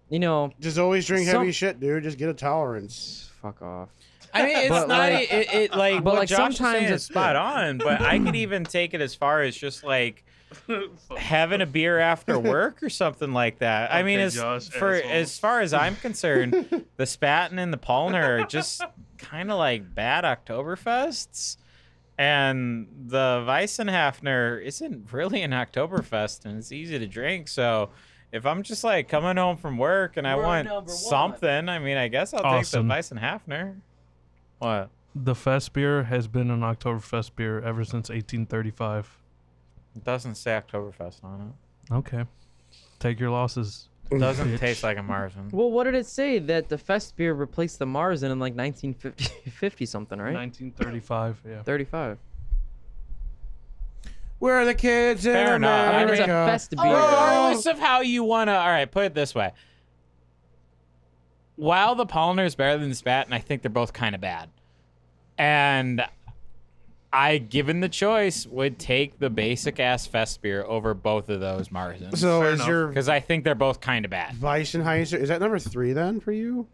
[SPEAKER 6] you know,
[SPEAKER 4] Just always drink
[SPEAKER 6] Some-
[SPEAKER 4] heavy shit, dude. Just get a tolerance.
[SPEAKER 6] fuck off.
[SPEAKER 2] I mean, it's
[SPEAKER 6] But,
[SPEAKER 2] not e,
[SPEAKER 6] like-
[SPEAKER 2] it, it. Like,
[SPEAKER 6] but,
[SPEAKER 2] what
[SPEAKER 6] like,
[SPEAKER 2] Josh is
[SPEAKER 6] sometimes
[SPEAKER 2] saying is
[SPEAKER 6] it's-
[SPEAKER 2] spot on. But I could even take it as far as just like having a beer after work or something like that. I mean,
[SPEAKER 1] Okay,
[SPEAKER 2] as
[SPEAKER 1] Josh,
[SPEAKER 2] for
[SPEAKER 1] asshole.
[SPEAKER 2] as far as I'm concerned, the Spaten and the Pollner are just kind of like bad Oktoberfests. And the Weissenhafner isn't really an Oktoberfest and it's easy to drink. So if I'm just like coming home from work and I
[SPEAKER 8] We're
[SPEAKER 2] want
[SPEAKER 8] number one.
[SPEAKER 2] something, I mean, I guess I'll
[SPEAKER 1] Awesome.
[SPEAKER 2] take the Weissen Hafner. What?
[SPEAKER 1] The Fest beer has been an Oktoberfest beer ever since 1835.
[SPEAKER 2] It doesn't say Oktoberfest on
[SPEAKER 1] Okay. Take your losses.
[SPEAKER 2] it. It doesn't
[SPEAKER 1] Bitch.
[SPEAKER 2] taste like a Marzen.
[SPEAKER 6] Well, what did it say that the Fest beer replaced the Marzen in like 1950 50 something, right?
[SPEAKER 1] 1935, yeah.
[SPEAKER 6] 35.
[SPEAKER 4] Where are the kids in
[SPEAKER 2] Fair enough. I
[SPEAKER 6] I mean, it's a
[SPEAKER 4] America?
[SPEAKER 6] Fest
[SPEAKER 2] Oh,
[SPEAKER 6] beer.
[SPEAKER 2] Regardless of how you want to, all right, put it this way. While the Polliner is better than the Spat, and I think they're both kind of bad, and I, given the choice, would take the basic ass Fest beer over both of those Marzens.
[SPEAKER 4] So
[SPEAKER 1] Fair
[SPEAKER 4] is
[SPEAKER 1] enoff.
[SPEAKER 4] your
[SPEAKER 2] because I think they're both kind of bad.
[SPEAKER 4] Weissenheiser is that number three then for you?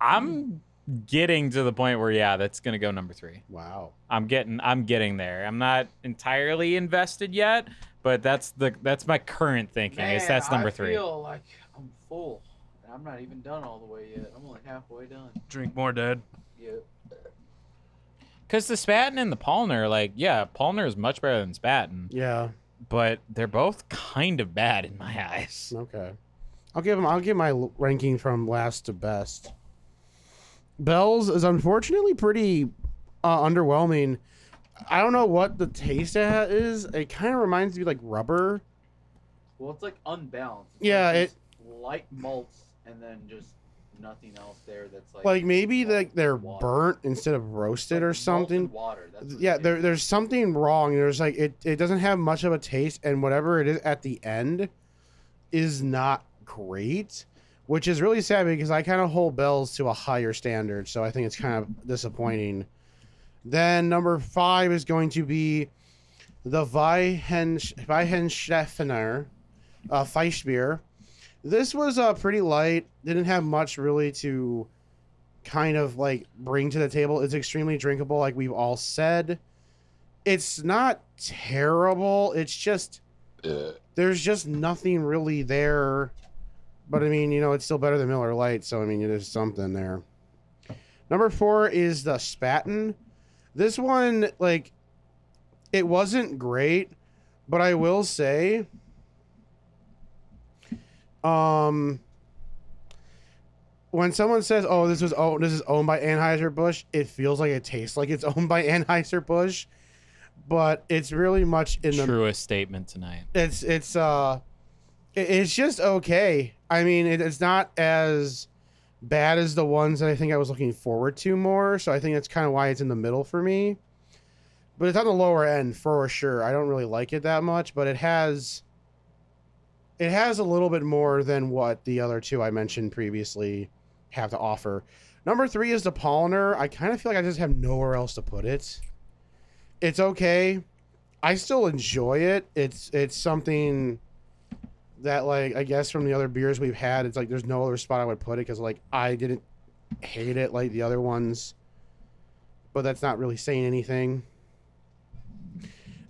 [SPEAKER 2] I'm getting to the point where yeah, that's gonna go number three.
[SPEAKER 4] Wow.
[SPEAKER 2] I'm getting I'm getting there. I'm not entirely invested yet, but that's the that's my current thinking. is that's number
[SPEAKER 8] I
[SPEAKER 2] three.
[SPEAKER 8] feel like I'm full, and I'm not even done all the way yet. I'm only halfway done.
[SPEAKER 1] Drink more, Dad.
[SPEAKER 8] Yep.
[SPEAKER 2] Because the Spaten and the Palner, like, yeah, Palner is much better than Spaten,
[SPEAKER 4] Yeah.
[SPEAKER 2] but they're both kind of bad in my eyes.
[SPEAKER 4] Okay. I'll give them. I'll give my l- ranking from last to best. Bell's is unfortunately pretty uh, underwhelming. I don't know what the taste it ha- is. It kind of reminds me like rubber.
[SPEAKER 8] Well, it's like unbalanced. It's
[SPEAKER 4] Yeah,
[SPEAKER 8] Like
[SPEAKER 4] it-
[SPEAKER 8] just light malts, and then just nothing else there. That's like
[SPEAKER 4] Like maybe
[SPEAKER 8] malt
[SPEAKER 4] like they're
[SPEAKER 8] and water.
[SPEAKER 4] burnt instead of roasted or
[SPEAKER 8] Like malt and
[SPEAKER 4] something.
[SPEAKER 8] Water. That's what
[SPEAKER 4] yeah
[SPEAKER 8] it
[SPEAKER 4] there,
[SPEAKER 8] is.
[SPEAKER 4] there's something wrong there's like it, it doesn't have much of a taste and whatever it is at the end is not great which is really sad because i kind of hold bells to a higher standard so i think it's kind of disappointing then number five is going to be the Weihenstephaner uh, Feischbier. This was uh, pretty light. Didn't have much really to kind of like bring to the table. It's extremely drinkable, like we've all said. It's not terrible. It's just there's just nothing really there. But I mean, you know, it's still better than Miller Lite, so I mean, it is something there. Number four is the Spaten. This one, like, it wasn't great, but I will say, um, when someone says, "Oh, this was oh this is owned by Anheuser Busch," it feels like it tastes like it's owned by Anheuser Busch, but it's really much in the
[SPEAKER 2] Truest statement tonight.
[SPEAKER 4] it's it's uh it- it's just okay i mean it, it's not as bad as the ones that i think i was looking forward to more so i think that's kind of why it's in the middle for me but it's on the lower end for sure i don't really like it that much but it has it has a little bit more than what the other two i mentioned previously have to offer number three is the polliner i kind of feel like i just have nowhere else to put it it's okay I still enjoy it. It's it's something that like I guess from the other beers we've had, it's like there's no other spot I would put it because like I didn't hate it like the other ones, but that's not really saying anything.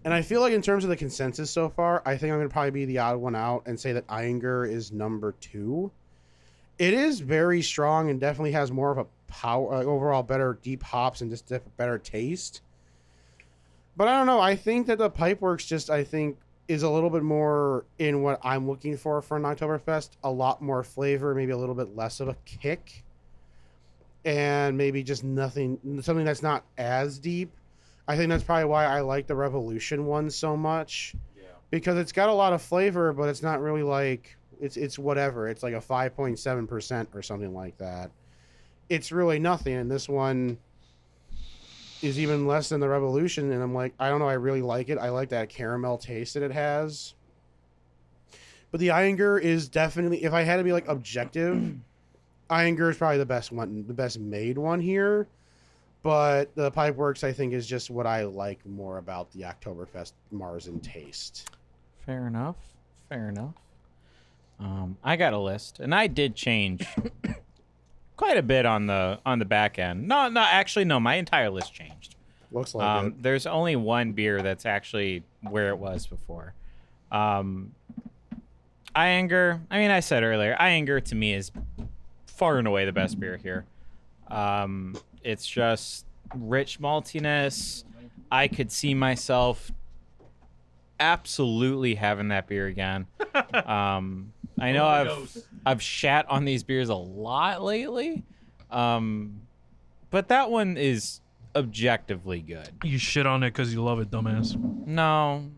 [SPEAKER 4] And I feel like in terms of the consensus so far, I think I'm gonna probably be the odd one out and say that Iinger is number two. It is very strong and definitely has more of a power, uh, overall better deep hops and just diff- better taste. But I don't know. I think that the Pipeworks just, I think, is a little bit more in what I'm looking for for an Oktoberfest. A lot more flavor, maybe a little bit less of a kick, and maybe just nothing, something that's not as deep. I think that's probably why I like the Revolution one so much
[SPEAKER 8] Yeah.
[SPEAKER 4] because it's got a lot of flavor, but it's not really like it's it's whatever. It's like a five point seven percent or something like that. It's really nothing, and this one is even less than the Revolution. And I'm like, I don't know. I really like it. I like that caramel taste that it has. But the Iinger is definitely, if I had to be like objective, Iinger is probably the best one, the best made one here. But the Pipeworks, I think, is just what I like more about the Oktoberfest Mars and taste.
[SPEAKER 2] Fair enough. Fair enough. Um, I got a list, and I did change quite a bit on the on the back end. No, no, actually, no. My entire list changed.
[SPEAKER 4] Looks like
[SPEAKER 2] Um, there's only one beer that's actually where it was before. Um, Ianger, I mean, I said earlier, Ianger to me is far and away the best beer here. Um, it's just rich maltiness. I could see myself absolutely having that beer again. Um, I know I've I've shat on these beers a lot lately, um, but that one is objectively good.
[SPEAKER 1] You shit on it because you love it, dumbass.
[SPEAKER 2] No,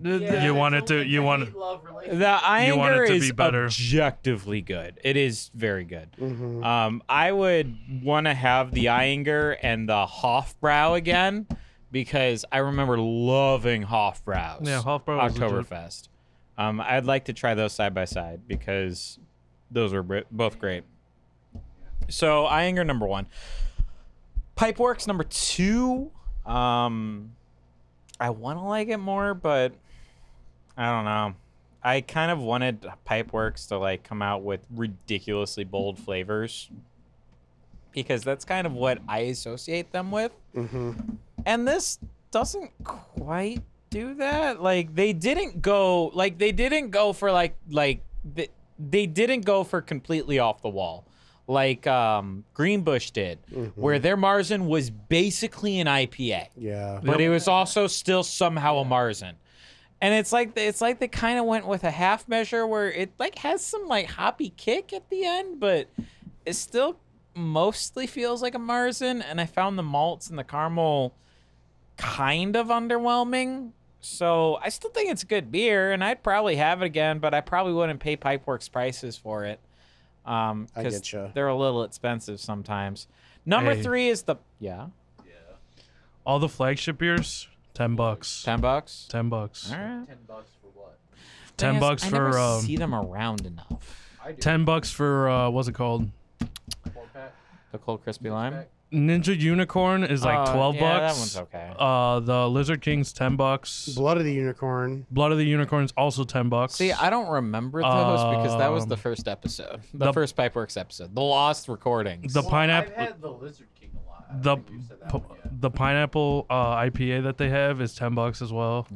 [SPEAKER 2] The- the-
[SPEAKER 1] you wanted to. You wanted.
[SPEAKER 2] The
[SPEAKER 1] You want it
[SPEAKER 2] anger
[SPEAKER 1] to
[SPEAKER 2] is
[SPEAKER 1] be better.
[SPEAKER 2] objectively good. It is very good.
[SPEAKER 4] Mhm.
[SPEAKER 2] Um, I would want to have the Iinger and the Hofbrau again because I remember loving Hofbraus.
[SPEAKER 1] Yeah, Hofbrau was legit.
[SPEAKER 2] Oktoberfest. Um, I'd like to try those side by side because those are br- both great. So Iinger number one, Pipeworks number two. Um, I want to like it more, but I don't know. I kind of wanted Pipeworks to like come out with ridiculously bold flavors because that's kind of what I associate them with.
[SPEAKER 4] hmm
[SPEAKER 2] And this doesn't quite do that. Like they didn't go like they didn't go for like like they, they didn't go for completely off the wall like um Greenbush did
[SPEAKER 4] Mm-hmm.
[SPEAKER 2] where their Marzen was basically an IPA
[SPEAKER 4] Yeah.
[SPEAKER 2] but it was also still somehow a Marzen. And it's like it's like they kind of went with a half measure where it like has some like hoppy kick at the end, but it still mostly feels like a Marzen. And I found the malts and the caramel kind of underwhelming. So I still think it's good beer, and I'd probably have it again, but I probably wouldn't pay Pipeworks prices for it. Um,
[SPEAKER 4] I
[SPEAKER 2] 'cause
[SPEAKER 4] getcha.
[SPEAKER 2] They're a little expensive sometimes. Number
[SPEAKER 1] Hey.
[SPEAKER 2] three is the yeah,
[SPEAKER 1] All the flagship beers, ten bucks.
[SPEAKER 2] ten bucks.
[SPEAKER 1] Ten bucks.
[SPEAKER 2] All right.
[SPEAKER 8] Ten bucks for what?
[SPEAKER 1] Ten
[SPEAKER 2] Thing is,
[SPEAKER 1] bucks
[SPEAKER 2] I
[SPEAKER 1] for
[SPEAKER 2] never
[SPEAKER 1] um.
[SPEAKER 2] see them around enough.
[SPEAKER 8] I do.
[SPEAKER 1] Ten bucks for uh, what's it called?
[SPEAKER 8] Four pack.
[SPEAKER 2] The cold crispy lime.
[SPEAKER 1] Ninja Unicorn is like
[SPEAKER 2] Uh,
[SPEAKER 1] twelve
[SPEAKER 2] yeah,
[SPEAKER 1] bucks.
[SPEAKER 2] That one's okay.
[SPEAKER 1] Uh, the Lizard King's ten bucks.
[SPEAKER 4] Blood of the Unicorn.
[SPEAKER 1] Blood of the Unicorn's also ten bucks.
[SPEAKER 2] See, I don't remember those because that was the
[SPEAKER 1] Um,
[SPEAKER 2] first episode, the,
[SPEAKER 1] the-
[SPEAKER 2] first Pipeworks episode, the lost recordings.
[SPEAKER 1] the pineapple.
[SPEAKER 8] I've had the Lizard King a lot. I don't
[SPEAKER 1] the
[SPEAKER 8] think you've said that
[SPEAKER 1] p-
[SPEAKER 8] one yet.
[SPEAKER 1] the pineapple uh, IPA that they have is ten bucks as well.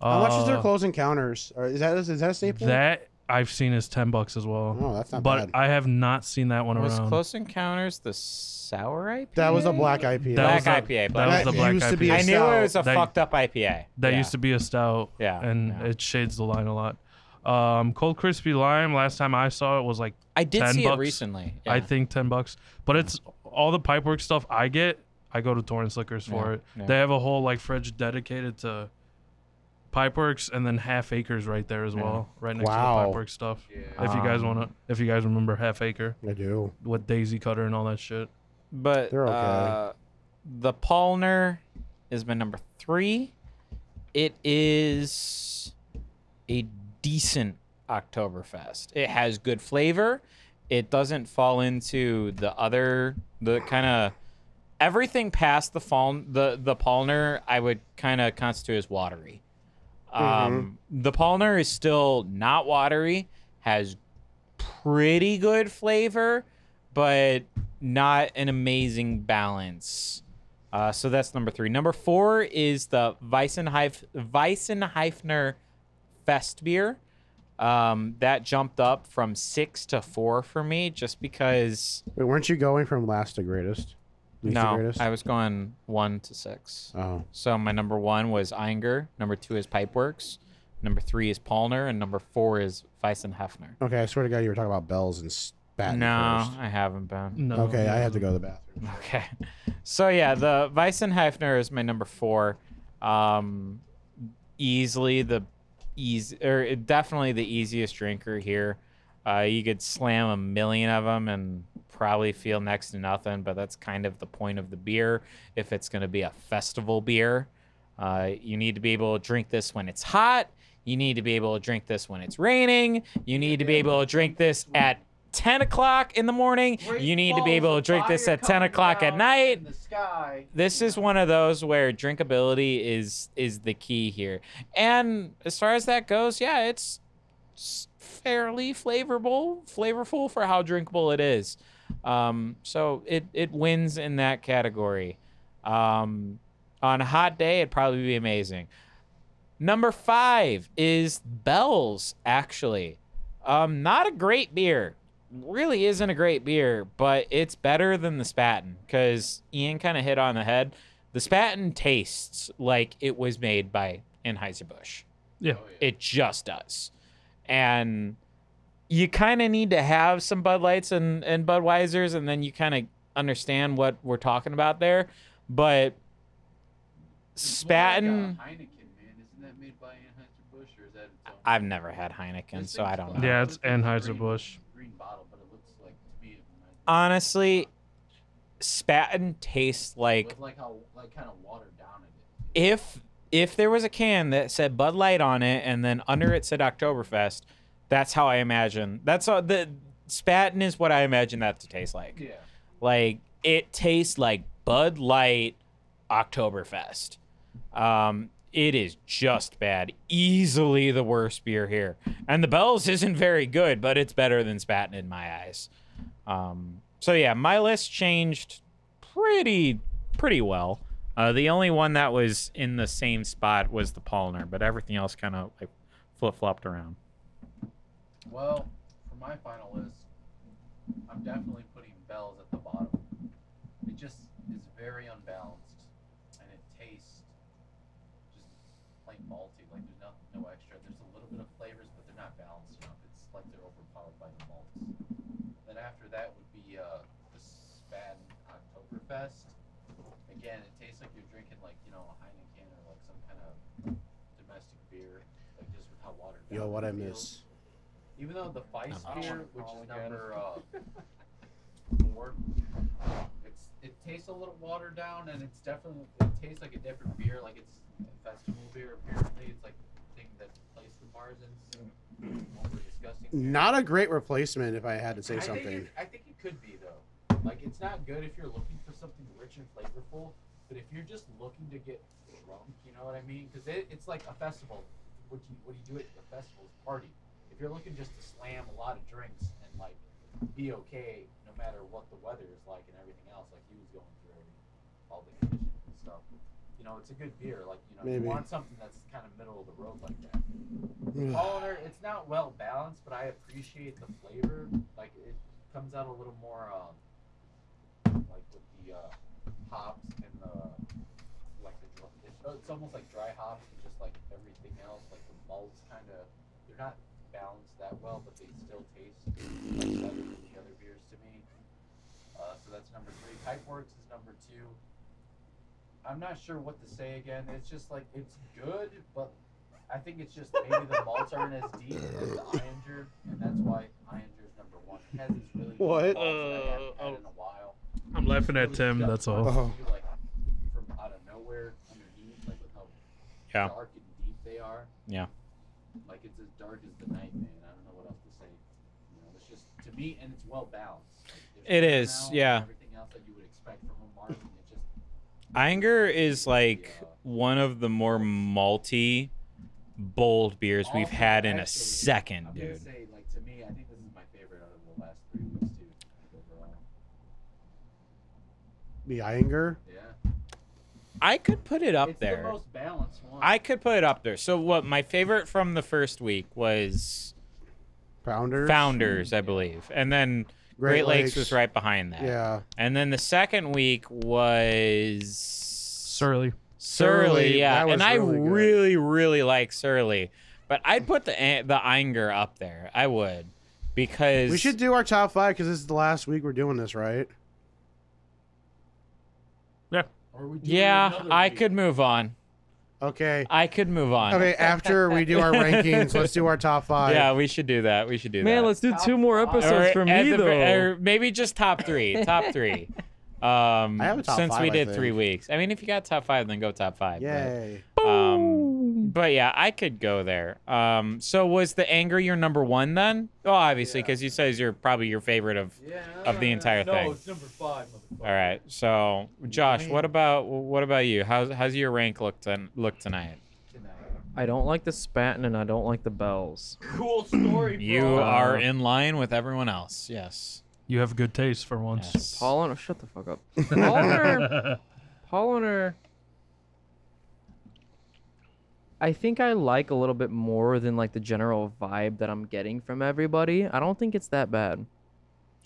[SPEAKER 4] How much is their
[SPEAKER 1] Uh,
[SPEAKER 4] close encounters? Or is that is that a staple?
[SPEAKER 1] That I've seen is ten bucks as well.
[SPEAKER 4] Oh, that's not
[SPEAKER 1] but
[SPEAKER 4] bad.
[SPEAKER 1] I have not seen that one
[SPEAKER 2] was
[SPEAKER 1] around.
[SPEAKER 2] Close Encounters the sour IPA?
[SPEAKER 4] that was a black
[SPEAKER 1] That
[SPEAKER 4] IPA.
[SPEAKER 2] black
[SPEAKER 1] was the-
[SPEAKER 2] IPA.
[SPEAKER 1] that
[SPEAKER 2] Black
[SPEAKER 1] was the black
[SPEAKER 4] used to be
[SPEAKER 1] IPA.
[SPEAKER 4] a
[SPEAKER 2] I knew it was a
[SPEAKER 1] That-
[SPEAKER 2] fucked up IPA.
[SPEAKER 1] That
[SPEAKER 2] yeah.
[SPEAKER 1] used to be a stout.
[SPEAKER 2] Yeah,
[SPEAKER 1] And
[SPEAKER 2] yeah.
[SPEAKER 1] it shades the line a lot. Um, Cold Crispy Lime, last time I saw it was like,
[SPEAKER 2] I did
[SPEAKER 1] 10
[SPEAKER 2] see it
[SPEAKER 1] bucks.
[SPEAKER 2] recently.
[SPEAKER 1] I
[SPEAKER 2] yeah.
[SPEAKER 1] think 10 bucks. But it's all the pipework stuff I get, I go to Torrance Liquors for
[SPEAKER 2] Yeah,
[SPEAKER 1] it.
[SPEAKER 2] yeah.
[SPEAKER 1] They have a whole like fridge dedicated to pipeworks and then half acres right there as
[SPEAKER 2] Yeah.
[SPEAKER 1] well, right next
[SPEAKER 4] Wow.
[SPEAKER 1] to the pipework stuff.
[SPEAKER 8] Yeah.
[SPEAKER 1] If you guys
[SPEAKER 2] Um,
[SPEAKER 1] want to, if you guys remember half acre
[SPEAKER 4] I do.
[SPEAKER 1] with daisy cutter and all that shit.
[SPEAKER 2] But
[SPEAKER 4] They're okay.
[SPEAKER 2] uh, the Palner is my number three. It is a decent Oktoberfest. It has good flavor. It doesn't fall into the other the kind of everything past the fall the the Palner I would kind of constitute as watery. Um, The Palner is still not watery. Has pretty good flavor, but not an amazing balance. Uh, so that's number three. Number four is the Weissenheif- Weissenheifner Fest beer. Um, that jumped up from six to four for me just because.
[SPEAKER 4] Wait, weren't you going from last to greatest? Least to
[SPEAKER 2] no,
[SPEAKER 4] greatest?
[SPEAKER 2] I was going one to six.
[SPEAKER 4] Oh.
[SPEAKER 2] So my number one was Einger. Number two is Pipeworks. Number three is Palner. And number four is Weissenhefner.
[SPEAKER 4] Okay, I swear to God, you were talking about bells and spat.
[SPEAKER 2] No, I haven't been.
[SPEAKER 1] No.
[SPEAKER 4] Okay, I have to go to the bathroom.
[SPEAKER 2] Okay. So yeah, the Weissenheifner is my number four. Um, easily the easy or definitely the easiest drinker here. Uh, you could slam a million of them and probably feel next to nothing, but that's kind of the point of the beer. If it's going to be a festival beer, uh, you need to be able to drink this when it's hot. You need to be able to drink this when it's raining. You need to be able to drink this at 10 o'clock in the morning.
[SPEAKER 8] Great
[SPEAKER 2] You need to be
[SPEAKER 8] balls
[SPEAKER 2] able to
[SPEAKER 8] of
[SPEAKER 2] drink this
[SPEAKER 8] fire
[SPEAKER 2] at 10
[SPEAKER 8] coming
[SPEAKER 2] o'clock at
[SPEAKER 8] down
[SPEAKER 2] night
[SPEAKER 8] in the sky.
[SPEAKER 2] this is one of those where drinkability is is the key here and as far as that goes yeah it's s- fairly flavorful flavorful for how drinkable it is um, so it it wins in that category um, on a hot day it'd probably be amazing number five is bells actually um, not a great beer really isn't a great beer, but it's better than the Spaten because Ian kind of hit on the head. The Spaten tastes like it was
[SPEAKER 3] Oh,
[SPEAKER 2] made by Anheuser Busch.
[SPEAKER 1] Yeah.
[SPEAKER 2] It just does, and you kind of need to have some Bud Lights and, and Budweisers, and then you kind of understand what we're talking about there. But
[SPEAKER 3] It's more like a
[SPEAKER 2] Spaten,
[SPEAKER 3] Heineken, man. Isn't that made by Anheuser-Busch or is that its own?
[SPEAKER 2] I've never had Heineken, so I don't know.
[SPEAKER 1] Yeah, it's Anheuser-Busch.
[SPEAKER 3] Green bottle, but it looks like to me it reminds me
[SPEAKER 2] Honestly, Spaten tastes like
[SPEAKER 3] with like how like kind of watered down it is.
[SPEAKER 2] if if there was a can that said Bud Light on it and then under it said Oktoberfest, that's how I imagine. That's all the Spaten is what I imagine that to taste like.
[SPEAKER 3] Yeah.
[SPEAKER 2] Like it tastes like Bud Light Oktoberfest. Um, it is just bad. Easily the worst beer here. And the Bells isn't very good, but it's better than Spaten in my eyes. Um, so yeah, my list changed pretty pretty well. Uh, the only one that was in the same spot was the Polliner, but everything else kind of like flip flopped around.
[SPEAKER 3] Well, for my final list, I'm definitely putting bells at the bottom. It just is very unbalanced, and it tastes just plain malty. Like there's not no extra. There's a little bit of flavors, but they're not balanced enough. It's like they're overpowered by the malts. Then after that would be uh, the Spaden Oktoberfest. Again, it tastes like you're drinking like you know a Heineken or like some kind of domestic beer, like just with how watered down.
[SPEAKER 4] Yo, what
[SPEAKER 3] it
[SPEAKER 4] I
[SPEAKER 3] feels.
[SPEAKER 4] miss.
[SPEAKER 3] Even though the Vice
[SPEAKER 2] I don't
[SPEAKER 3] beer,
[SPEAKER 2] wanna
[SPEAKER 3] which call is again. number uh, four, it's it tastes a little watered down, and it's definitely it tastes like a different beer. Like it's a festival beer. Apparently, it's like the thing that plays the bars in. Some over disgusting. beer.
[SPEAKER 4] Not a great replacement, if I had to say
[SPEAKER 3] I
[SPEAKER 4] something.
[SPEAKER 3] Think it, I think it could be though. Like it's not good if you're looking for something rich and flavorful, but if you're just looking to get drunk, you know what I mean? Because it, it's like a festival. What do you what do you do at a festival's party? If you're looking just to slam a lot of drinks and like be okay no matter what the weather is like and everything else, like he was going through all the conditions and stuff. You know, it's a good beer. Like you know,
[SPEAKER 4] Maybe.
[SPEAKER 3] you want something that's kind of middle of the road like that. Polliner, it's not well balanced, but I appreciate the flavor. Like it comes out a little more, um, like with the uh, hops and the like the dry, it's, uh, it's almost like dry hops and just like everything else. Like the malts kind of they're not balanced that well, but they still taste like better than the other beers to me. Uh, so that's number three. Pipeworks is number two. I'm not sure what to say again. It's just like it's good, but I think it's just maybe the malts aren't as deep as the Ionder, and that's why Ionder's number one. It has these really deep
[SPEAKER 4] What?
[SPEAKER 3] malts that I haven't
[SPEAKER 1] Uh,
[SPEAKER 3] had
[SPEAKER 1] oh.
[SPEAKER 3] in a while.
[SPEAKER 1] I'm laughing at Tim. That's all.
[SPEAKER 4] Oh.
[SPEAKER 3] You, like, from out of nowhere underneath, like with how
[SPEAKER 2] Yeah.
[SPEAKER 3] dark and deep they are.
[SPEAKER 2] Yeah.
[SPEAKER 3] Like it's as dark as the night, man. I don't know what else to say. You know, it's just to me, and it's well balanced. Like,
[SPEAKER 2] It
[SPEAKER 3] there's
[SPEAKER 2] is,
[SPEAKER 3] amount and
[SPEAKER 2] yeah.
[SPEAKER 3] Everything else that you would expect from a Martin, it just
[SPEAKER 2] Inger is like one of the more malty, bold beers we've
[SPEAKER 3] Also,
[SPEAKER 2] had in a
[SPEAKER 3] Oh, actually,
[SPEAKER 2] second,
[SPEAKER 3] I'm gonna
[SPEAKER 2] dude.
[SPEAKER 3] say, like to me, I think this is my favorite out of the last three weeks too. Overall,
[SPEAKER 4] The Iinger?
[SPEAKER 3] yeah.
[SPEAKER 2] I could put it up
[SPEAKER 3] it's
[SPEAKER 2] there.
[SPEAKER 3] the most balanced one.
[SPEAKER 2] I could put it up there. So what my favorite from the first week was
[SPEAKER 4] Founders?
[SPEAKER 2] Founders, I believe. And then Great, Lakes, was right behind that.
[SPEAKER 4] Yeah.
[SPEAKER 2] And then the second week was Surly,
[SPEAKER 1] Surly.
[SPEAKER 4] Surly,
[SPEAKER 2] yeah.
[SPEAKER 4] that was
[SPEAKER 2] And I
[SPEAKER 4] really good.
[SPEAKER 2] really really like Surly. But I'd put the eh, the Inger up there. I would. Because
[SPEAKER 4] We should do our top five because this is the last week we're doing this, right?
[SPEAKER 3] Or we do
[SPEAKER 2] Yeah,
[SPEAKER 3] another
[SPEAKER 2] I
[SPEAKER 3] week.
[SPEAKER 2] could move on.
[SPEAKER 4] Okay.
[SPEAKER 2] I could move on.
[SPEAKER 4] Okay, after we do our rankings, let's do our top five.
[SPEAKER 2] Yeah, we should do that. We should do that.
[SPEAKER 6] Man, let's do
[SPEAKER 3] Top
[SPEAKER 6] two more
[SPEAKER 3] five.
[SPEAKER 6] episodes
[SPEAKER 2] Or
[SPEAKER 6] for
[SPEAKER 2] at
[SPEAKER 6] me
[SPEAKER 2] the
[SPEAKER 6] though.
[SPEAKER 2] ver- or maybe just top three. top three. Um,
[SPEAKER 4] I have a top
[SPEAKER 2] since
[SPEAKER 4] five,
[SPEAKER 2] we
[SPEAKER 4] I
[SPEAKER 2] did three
[SPEAKER 4] think.
[SPEAKER 2] weeks. I mean, if you got top five, then go top five. Yeah.
[SPEAKER 4] Yay.
[SPEAKER 2] But, um, but yeah, I could go there. Um, so was the anger your number one then? Oh, obviously,
[SPEAKER 3] Yeah.
[SPEAKER 2] because you says you're probably your favorite of.
[SPEAKER 3] Yeah,
[SPEAKER 2] of the entire
[SPEAKER 3] no,
[SPEAKER 2] thing.
[SPEAKER 3] No, it's number five, motherfucker.
[SPEAKER 2] All right. So Josh, what about what about you? How's how's your rank look ton- look tonight?
[SPEAKER 3] Tonight.
[SPEAKER 6] I don't like the Spaten and I don't like the bells.
[SPEAKER 3] Cool story, bro.
[SPEAKER 2] You are in line with everyone else. Yes.
[SPEAKER 1] You have good taste for once.
[SPEAKER 2] yes.
[SPEAKER 6] Polliner, shut the fuck up. Polliner, Polliner. I think I like a little bit more than like the general vibe that I'm getting from everybody. I don't think it's that bad.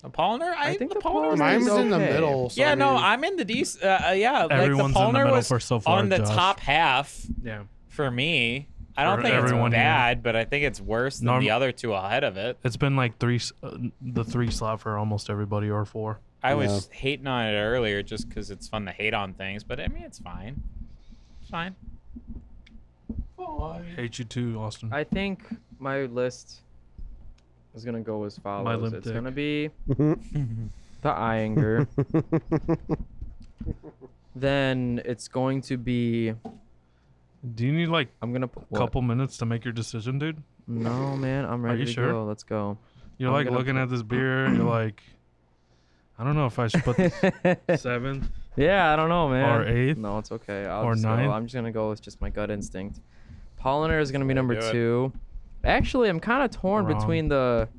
[SPEAKER 2] The Polliner. I,
[SPEAKER 6] I think
[SPEAKER 2] the
[SPEAKER 6] the Polliner
[SPEAKER 2] Polliner.
[SPEAKER 6] is
[SPEAKER 4] Mine's in the
[SPEAKER 6] okay.
[SPEAKER 4] middle. So
[SPEAKER 2] yeah,
[SPEAKER 4] I
[SPEAKER 2] no,
[SPEAKER 4] mean,
[SPEAKER 2] I'm in the dec Uh, uh, yeah,
[SPEAKER 1] Everyone's
[SPEAKER 2] like
[SPEAKER 1] in the
[SPEAKER 2] the Pollner
[SPEAKER 1] middle
[SPEAKER 2] was
[SPEAKER 1] for so far.
[SPEAKER 2] on the
[SPEAKER 1] Josh.
[SPEAKER 2] top half
[SPEAKER 1] Yeah.
[SPEAKER 2] for me. I don't
[SPEAKER 1] For
[SPEAKER 2] think it's
[SPEAKER 1] everyone here.
[SPEAKER 2] bad, but I think it's worse than
[SPEAKER 1] Norm-
[SPEAKER 2] the other two ahead of it.
[SPEAKER 1] It's been like three, s- uh, the three slot for almost everybody or four.
[SPEAKER 2] I was hating on it earlier just because it's fun to hate on things, but I mean it's fine. It's fine.
[SPEAKER 1] Hate you too, Austin.
[SPEAKER 6] I think my list is gonna go as follows.
[SPEAKER 1] limp
[SPEAKER 6] it's
[SPEAKER 1] dick.
[SPEAKER 6] gonna be the Iyengar. then it's going to be
[SPEAKER 1] Do you need like
[SPEAKER 6] I'm gonna put
[SPEAKER 1] a couple minutes to make your decision, dude?
[SPEAKER 6] No man, I'm ready
[SPEAKER 1] you
[SPEAKER 6] to
[SPEAKER 1] sure?
[SPEAKER 6] go. Let's go.
[SPEAKER 1] You're
[SPEAKER 6] I'm
[SPEAKER 1] like
[SPEAKER 6] gonna
[SPEAKER 1] looking at this beer. You're like, I don't know if I should put this seventh.
[SPEAKER 6] yeah, I don't know, man.
[SPEAKER 1] Or eighth?
[SPEAKER 6] No, it's okay. I'll
[SPEAKER 1] Or
[SPEAKER 6] just go-
[SPEAKER 1] ninth?
[SPEAKER 6] I'm just gonna go with just my gut instinct. Polliner is gonna be number
[SPEAKER 2] do it.
[SPEAKER 6] two. Actually, I'm kind of torn
[SPEAKER 1] Wrong.
[SPEAKER 6] between the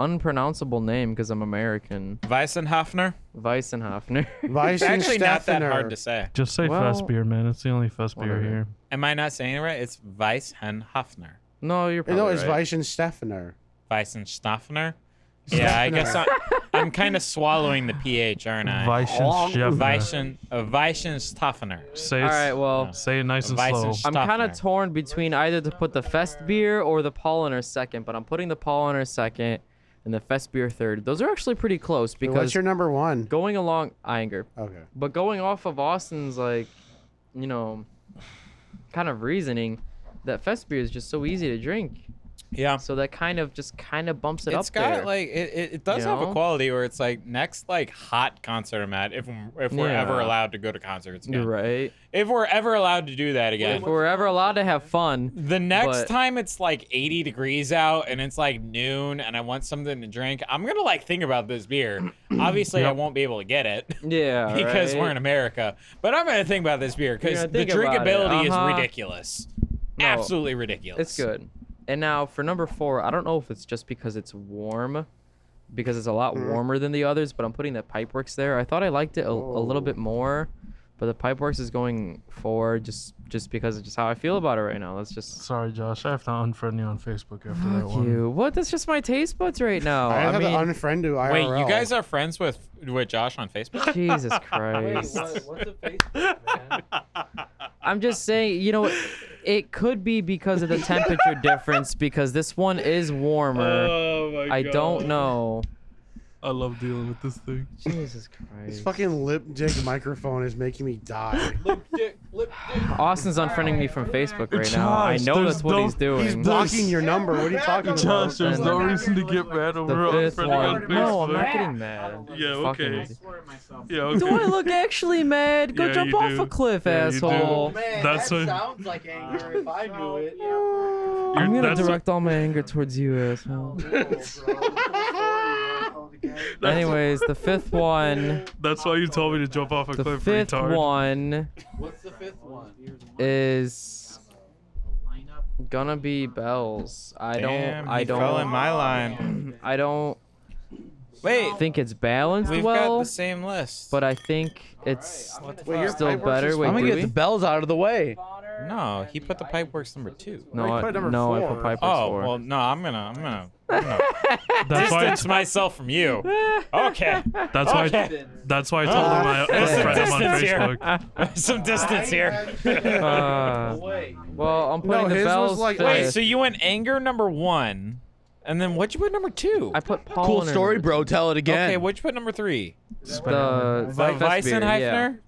[SPEAKER 6] unpronounceable name because I'm American.
[SPEAKER 2] Weissenhoffner?
[SPEAKER 6] Weissenhofner.
[SPEAKER 2] It's actually not that hard to say.
[SPEAKER 1] Just say
[SPEAKER 6] Well,
[SPEAKER 1] fest beer, man. It's the only fest beer
[SPEAKER 6] whatever.
[SPEAKER 1] here.
[SPEAKER 2] Am I not saying it right? It's Weissenhoffner.
[SPEAKER 6] no, you're probably
[SPEAKER 4] no, it's
[SPEAKER 6] Oh, right.
[SPEAKER 4] Weissensteffener.
[SPEAKER 2] Weissenstoffner? Yeah, I guess I, I'm kind of swallowing the pH, aren't I?
[SPEAKER 1] Weichen
[SPEAKER 2] Weissen, uh, Weissenstoffner.
[SPEAKER 1] Say it.
[SPEAKER 6] All right, well,
[SPEAKER 1] Say it nice and slow.
[SPEAKER 2] Weissen-
[SPEAKER 6] I'm
[SPEAKER 2] Stuff
[SPEAKER 6] kind
[SPEAKER 2] there.
[SPEAKER 6] of torn between either to put the Fest beer or the Polliner second, but I'm putting the Polliner second and the Fest beer third. Those are actually pretty close
[SPEAKER 4] Wait,
[SPEAKER 6] because
[SPEAKER 4] What's your number one?
[SPEAKER 6] going along, Iyengar.
[SPEAKER 4] Okay.
[SPEAKER 6] But going off of Austin's like, you know, kind of reasoning, that fest beer is just so easy to drink.
[SPEAKER 2] Yeah.
[SPEAKER 6] So that kind of just kind of bumps it
[SPEAKER 2] It's
[SPEAKER 6] up
[SPEAKER 2] got
[SPEAKER 6] there.
[SPEAKER 2] like it, it, it does
[SPEAKER 6] You
[SPEAKER 2] have a
[SPEAKER 6] know?
[SPEAKER 2] quality where it's like next like hot concert I'm at if if we're ever
[SPEAKER 6] Yeah.
[SPEAKER 2] allowed to go to concerts again.
[SPEAKER 6] You're right.
[SPEAKER 2] If we're ever allowed to do that again.
[SPEAKER 6] If we're ever allowed to have fun,
[SPEAKER 2] The next
[SPEAKER 6] But-
[SPEAKER 2] time it's like 80 degrees out and it's like noon and I want something to drink, I'm gonna like think about this beer. Obviously, I won't be able to get it
[SPEAKER 6] yeah,
[SPEAKER 2] because
[SPEAKER 6] right?
[SPEAKER 2] we're in America, but I'm gonna think about this beer because
[SPEAKER 6] gonna
[SPEAKER 2] the
[SPEAKER 6] think about it,
[SPEAKER 2] drinkability
[SPEAKER 6] uh-huh.
[SPEAKER 2] is ridiculous,
[SPEAKER 6] No,
[SPEAKER 2] absolutely ridiculous.
[SPEAKER 6] It's good. And now for number four, I don't know if it's just because it's warm, because it's a lot warmer than the others, but I'm putting the Pipeworks there. I thought I liked it a, a little bit more, but the Pipeworks is going four just just because of just how I feel about it right now. That's just
[SPEAKER 1] Sorry, Josh. I have to unfriend you on Facebook after that
[SPEAKER 6] Fuck
[SPEAKER 1] one.
[SPEAKER 6] you. What? That's just my taste buds right now.
[SPEAKER 4] I,
[SPEAKER 6] I,
[SPEAKER 4] have
[SPEAKER 6] mean,
[SPEAKER 4] to unfriend you.
[SPEAKER 2] Wait,
[SPEAKER 4] IRL.
[SPEAKER 2] you guys are friends with with Josh on Facebook?
[SPEAKER 6] Jesus
[SPEAKER 8] Wait,
[SPEAKER 6] Christ.
[SPEAKER 8] what, what's a Facebook, man?
[SPEAKER 6] I'm just saying, you know, it could be because of the temperature difference because this one is warmer.
[SPEAKER 1] Oh my
[SPEAKER 6] I don't know.
[SPEAKER 1] I love dealing with this thing.
[SPEAKER 6] Jesus
[SPEAKER 4] This
[SPEAKER 6] Christ.
[SPEAKER 4] fucking lip dick microphone is making me die.
[SPEAKER 8] Lip dick, lip dick.
[SPEAKER 6] Austin's unfriending me from Facebook right now. I
[SPEAKER 1] Josh,
[SPEAKER 6] know
[SPEAKER 1] there's
[SPEAKER 6] that's what
[SPEAKER 1] no-
[SPEAKER 6] he's doing.
[SPEAKER 1] he's not-
[SPEAKER 4] Blocking your number. What are you talking about?
[SPEAKER 1] Josh, there's no
[SPEAKER 6] then-
[SPEAKER 1] reason to get mad
[SPEAKER 6] the
[SPEAKER 1] over
[SPEAKER 6] fifth
[SPEAKER 1] unfriending on
[SPEAKER 6] one.
[SPEAKER 1] Facebook.
[SPEAKER 6] No, I'm not getting mad.
[SPEAKER 1] Yeah,
[SPEAKER 6] Fucking
[SPEAKER 1] okay.
[SPEAKER 8] I
[SPEAKER 6] easy.
[SPEAKER 8] swear at myself.
[SPEAKER 1] Yeah, okay.
[SPEAKER 6] Do I look actually mad? Go
[SPEAKER 1] Yeah,
[SPEAKER 6] jump
[SPEAKER 1] you
[SPEAKER 6] off
[SPEAKER 1] do.
[SPEAKER 6] a cliff,
[SPEAKER 1] Yeah, you do.
[SPEAKER 6] asshole.
[SPEAKER 1] Man, That's that what-
[SPEAKER 8] sounds like anger if I do it.
[SPEAKER 1] You're-
[SPEAKER 6] I'm gonna
[SPEAKER 1] that's what-
[SPEAKER 6] direct all my anger towards you, asshole. Anyways, the fifth one.
[SPEAKER 1] That's why you told me to jump off a
[SPEAKER 6] The
[SPEAKER 1] cliff,
[SPEAKER 6] fifth
[SPEAKER 1] retard.
[SPEAKER 6] one
[SPEAKER 8] What's the fifth one?
[SPEAKER 6] is gonna be bells. I
[SPEAKER 2] Damn,
[SPEAKER 6] don't. I
[SPEAKER 2] he fell in
[SPEAKER 6] don't.
[SPEAKER 2] my line.
[SPEAKER 6] I don't
[SPEAKER 2] Wait,
[SPEAKER 6] think it's balanced
[SPEAKER 2] we've got
[SPEAKER 6] well,
[SPEAKER 2] the same list.
[SPEAKER 6] but I think it's
[SPEAKER 4] Wait, your
[SPEAKER 6] still
[SPEAKER 4] pipe works
[SPEAKER 6] better.
[SPEAKER 4] is
[SPEAKER 6] Wait,
[SPEAKER 4] fine.
[SPEAKER 3] I'm gonna
[SPEAKER 6] do
[SPEAKER 3] get
[SPEAKER 6] we?
[SPEAKER 3] the bells out of the way.
[SPEAKER 2] no, he put the Pipeworks number two.
[SPEAKER 6] no,
[SPEAKER 4] you
[SPEAKER 6] I,
[SPEAKER 4] put number
[SPEAKER 6] no, I put
[SPEAKER 4] four.
[SPEAKER 6] Piper's
[SPEAKER 2] Oh
[SPEAKER 6] four.
[SPEAKER 2] well, no, I'm gonna, I'm gonna, I'm gonna
[SPEAKER 1] That's why.
[SPEAKER 2] distance myself from you. Okay,
[SPEAKER 1] That's why.
[SPEAKER 2] okay.
[SPEAKER 1] That's why I told him I
[SPEAKER 2] There's some
[SPEAKER 1] unfriended him on
[SPEAKER 2] distance here.
[SPEAKER 1] Facebook.
[SPEAKER 2] Some distance here.
[SPEAKER 6] Uh,
[SPEAKER 8] Wait.
[SPEAKER 6] well, I'm
[SPEAKER 4] No,
[SPEAKER 6] putting the
[SPEAKER 4] his was
[SPEAKER 6] bells.
[SPEAKER 4] like-
[SPEAKER 2] Wait,
[SPEAKER 6] fifth.
[SPEAKER 2] so you went anger number one, and then what'd you put number two?
[SPEAKER 6] I put Paul.
[SPEAKER 3] Cool story, bro. Tell it again.
[SPEAKER 2] Okay, what'd you put number three?
[SPEAKER 6] The,
[SPEAKER 2] The Weissenheifner?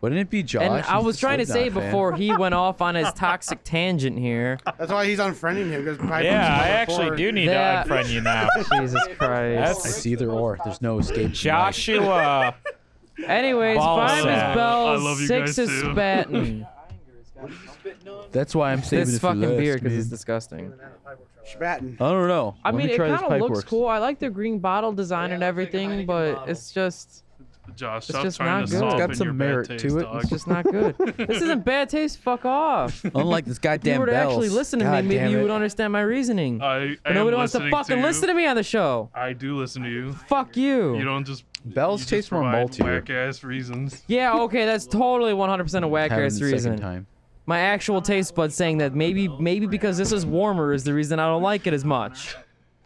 [SPEAKER 3] Wouldn't it be Josh?
[SPEAKER 6] And I
[SPEAKER 3] He's
[SPEAKER 6] was
[SPEAKER 3] a
[SPEAKER 6] trying to
[SPEAKER 3] Slipknot
[SPEAKER 6] say
[SPEAKER 3] fan.
[SPEAKER 6] before he went off on his toxic tangent here.
[SPEAKER 4] That's why he's unfriending him. Because
[SPEAKER 2] Yeah, I actually do need
[SPEAKER 6] That-
[SPEAKER 2] to unfriend you now.
[SPEAKER 6] Jesus Christ.
[SPEAKER 2] That's-
[SPEAKER 3] I see either or. There's no escape.
[SPEAKER 2] Joshua.
[SPEAKER 6] Anyways,
[SPEAKER 2] Balls
[SPEAKER 6] five
[SPEAKER 2] out.
[SPEAKER 6] is bells,
[SPEAKER 1] I love you
[SPEAKER 6] six
[SPEAKER 1] guys
[SPEAKER 6] is
[SPEAKER 1] too.
[SPEAKER 6] Spaten.
[SPEAKER 3] That's why I'm saving
[SPEAKER 6] this
[SPEAKER 3] it for
[SPEAKER 6] fucking
[SPEAKER 3] last,
[SPEAKER 6] beer because
[SPEAKER 3] man.
[SPEAKER 6] it's disgusting.
[SPEAKER 4] Spatting.
[SPEAKER 3] I don't know.
[SPEAKER 6] I
[SPEAKER 3] Let
[SPEAKER 6] mean,
[SPEAKER 3] me
[SPEAKER 6] it
[SPEAKER 3] try this
[SPEAKER 6] kind of looks
[SPEAKER 3] Pipeworks.
[SPEAKER 6] cool. I like the green bottle design
[SPEAKER 8] Yeah,
[SPEAKER 6] and
[SPEAKER 8] it looks like a
[SPEAKER 6] everything,
[SPEAKER 8] Heineken
[SPEAKER 6] but
[SPEAKER 8] bottle.
[SPEAKER 6] it's just
[SPEAKER 1] Josh,
[SPEAKER 6] It's
[SPEAKER 1] stop
[SPEAKER 6] just
[SPEAKER 1] trying
[SPEAKER 6] not
[SPEAKER 1] to
[SPEAKER 6] good. It's
[SPEAKER 1] soften
[SPEAKER 3] got some
[SPEAKER 1] your bad
[SPEAKER 3] merit to
[SPEAKER 1] taste,
[SPEAKER 3] it. It's
[SPEAKER 1] dog.
[SPEAKER 6] it's just not good. this isn't bad taste. Fuck off. If
[SPEAKER 3] Unlike this
[SPEAKER 6] you
[SPEAKER 3] goddamn
[SPEAKER 6] were to
[SPEAKER 3] bells.
[SPEAKER 6] actually listen to
[SPEAKER 3] God
[SPEAKER 6] me, maybe
[SPEAKER 3] damn
[SPEAKER 6] you
[SPEAKER 3] it.
[SPEAKER 6] would understand my reasoning.
[SPEAKER 1] I, I
[SPEAKER 6] but nobody
[SPEAKER 1] am
[SPEAKER 6] wants to
[SPEAKER 1] Uh, listening
[SPEAKER 6] fucking
[SPEAKER 1] you.
[SPEAKER 6] listen to me on the show.
[SPEAKER 1] I do listen to you.
[SPEAKER 6] Fuck you.
[SPEAKER 1] You don't just
[SPEAKER 3] Bells
[SPEAKER 1] you just
[SPEAKER 3] taste more
[SPEAKER 1] provide
[SPEAKER 3] maltier.
[SPEAKER 1] Whack ass reasons.
[SPEAKER 6] yeah, okay, that's totally 100% a whack
[SPEAKER 3] Having
[SPEAKER 6] ass
[SPEAKER 3] the second
[SPEAKER 6] reason.
[SPEAKER 3] Time.
[SPEAKER 6] My actual taste buds saying that maybe maybe because this is warmer is the reason I don't like it as much.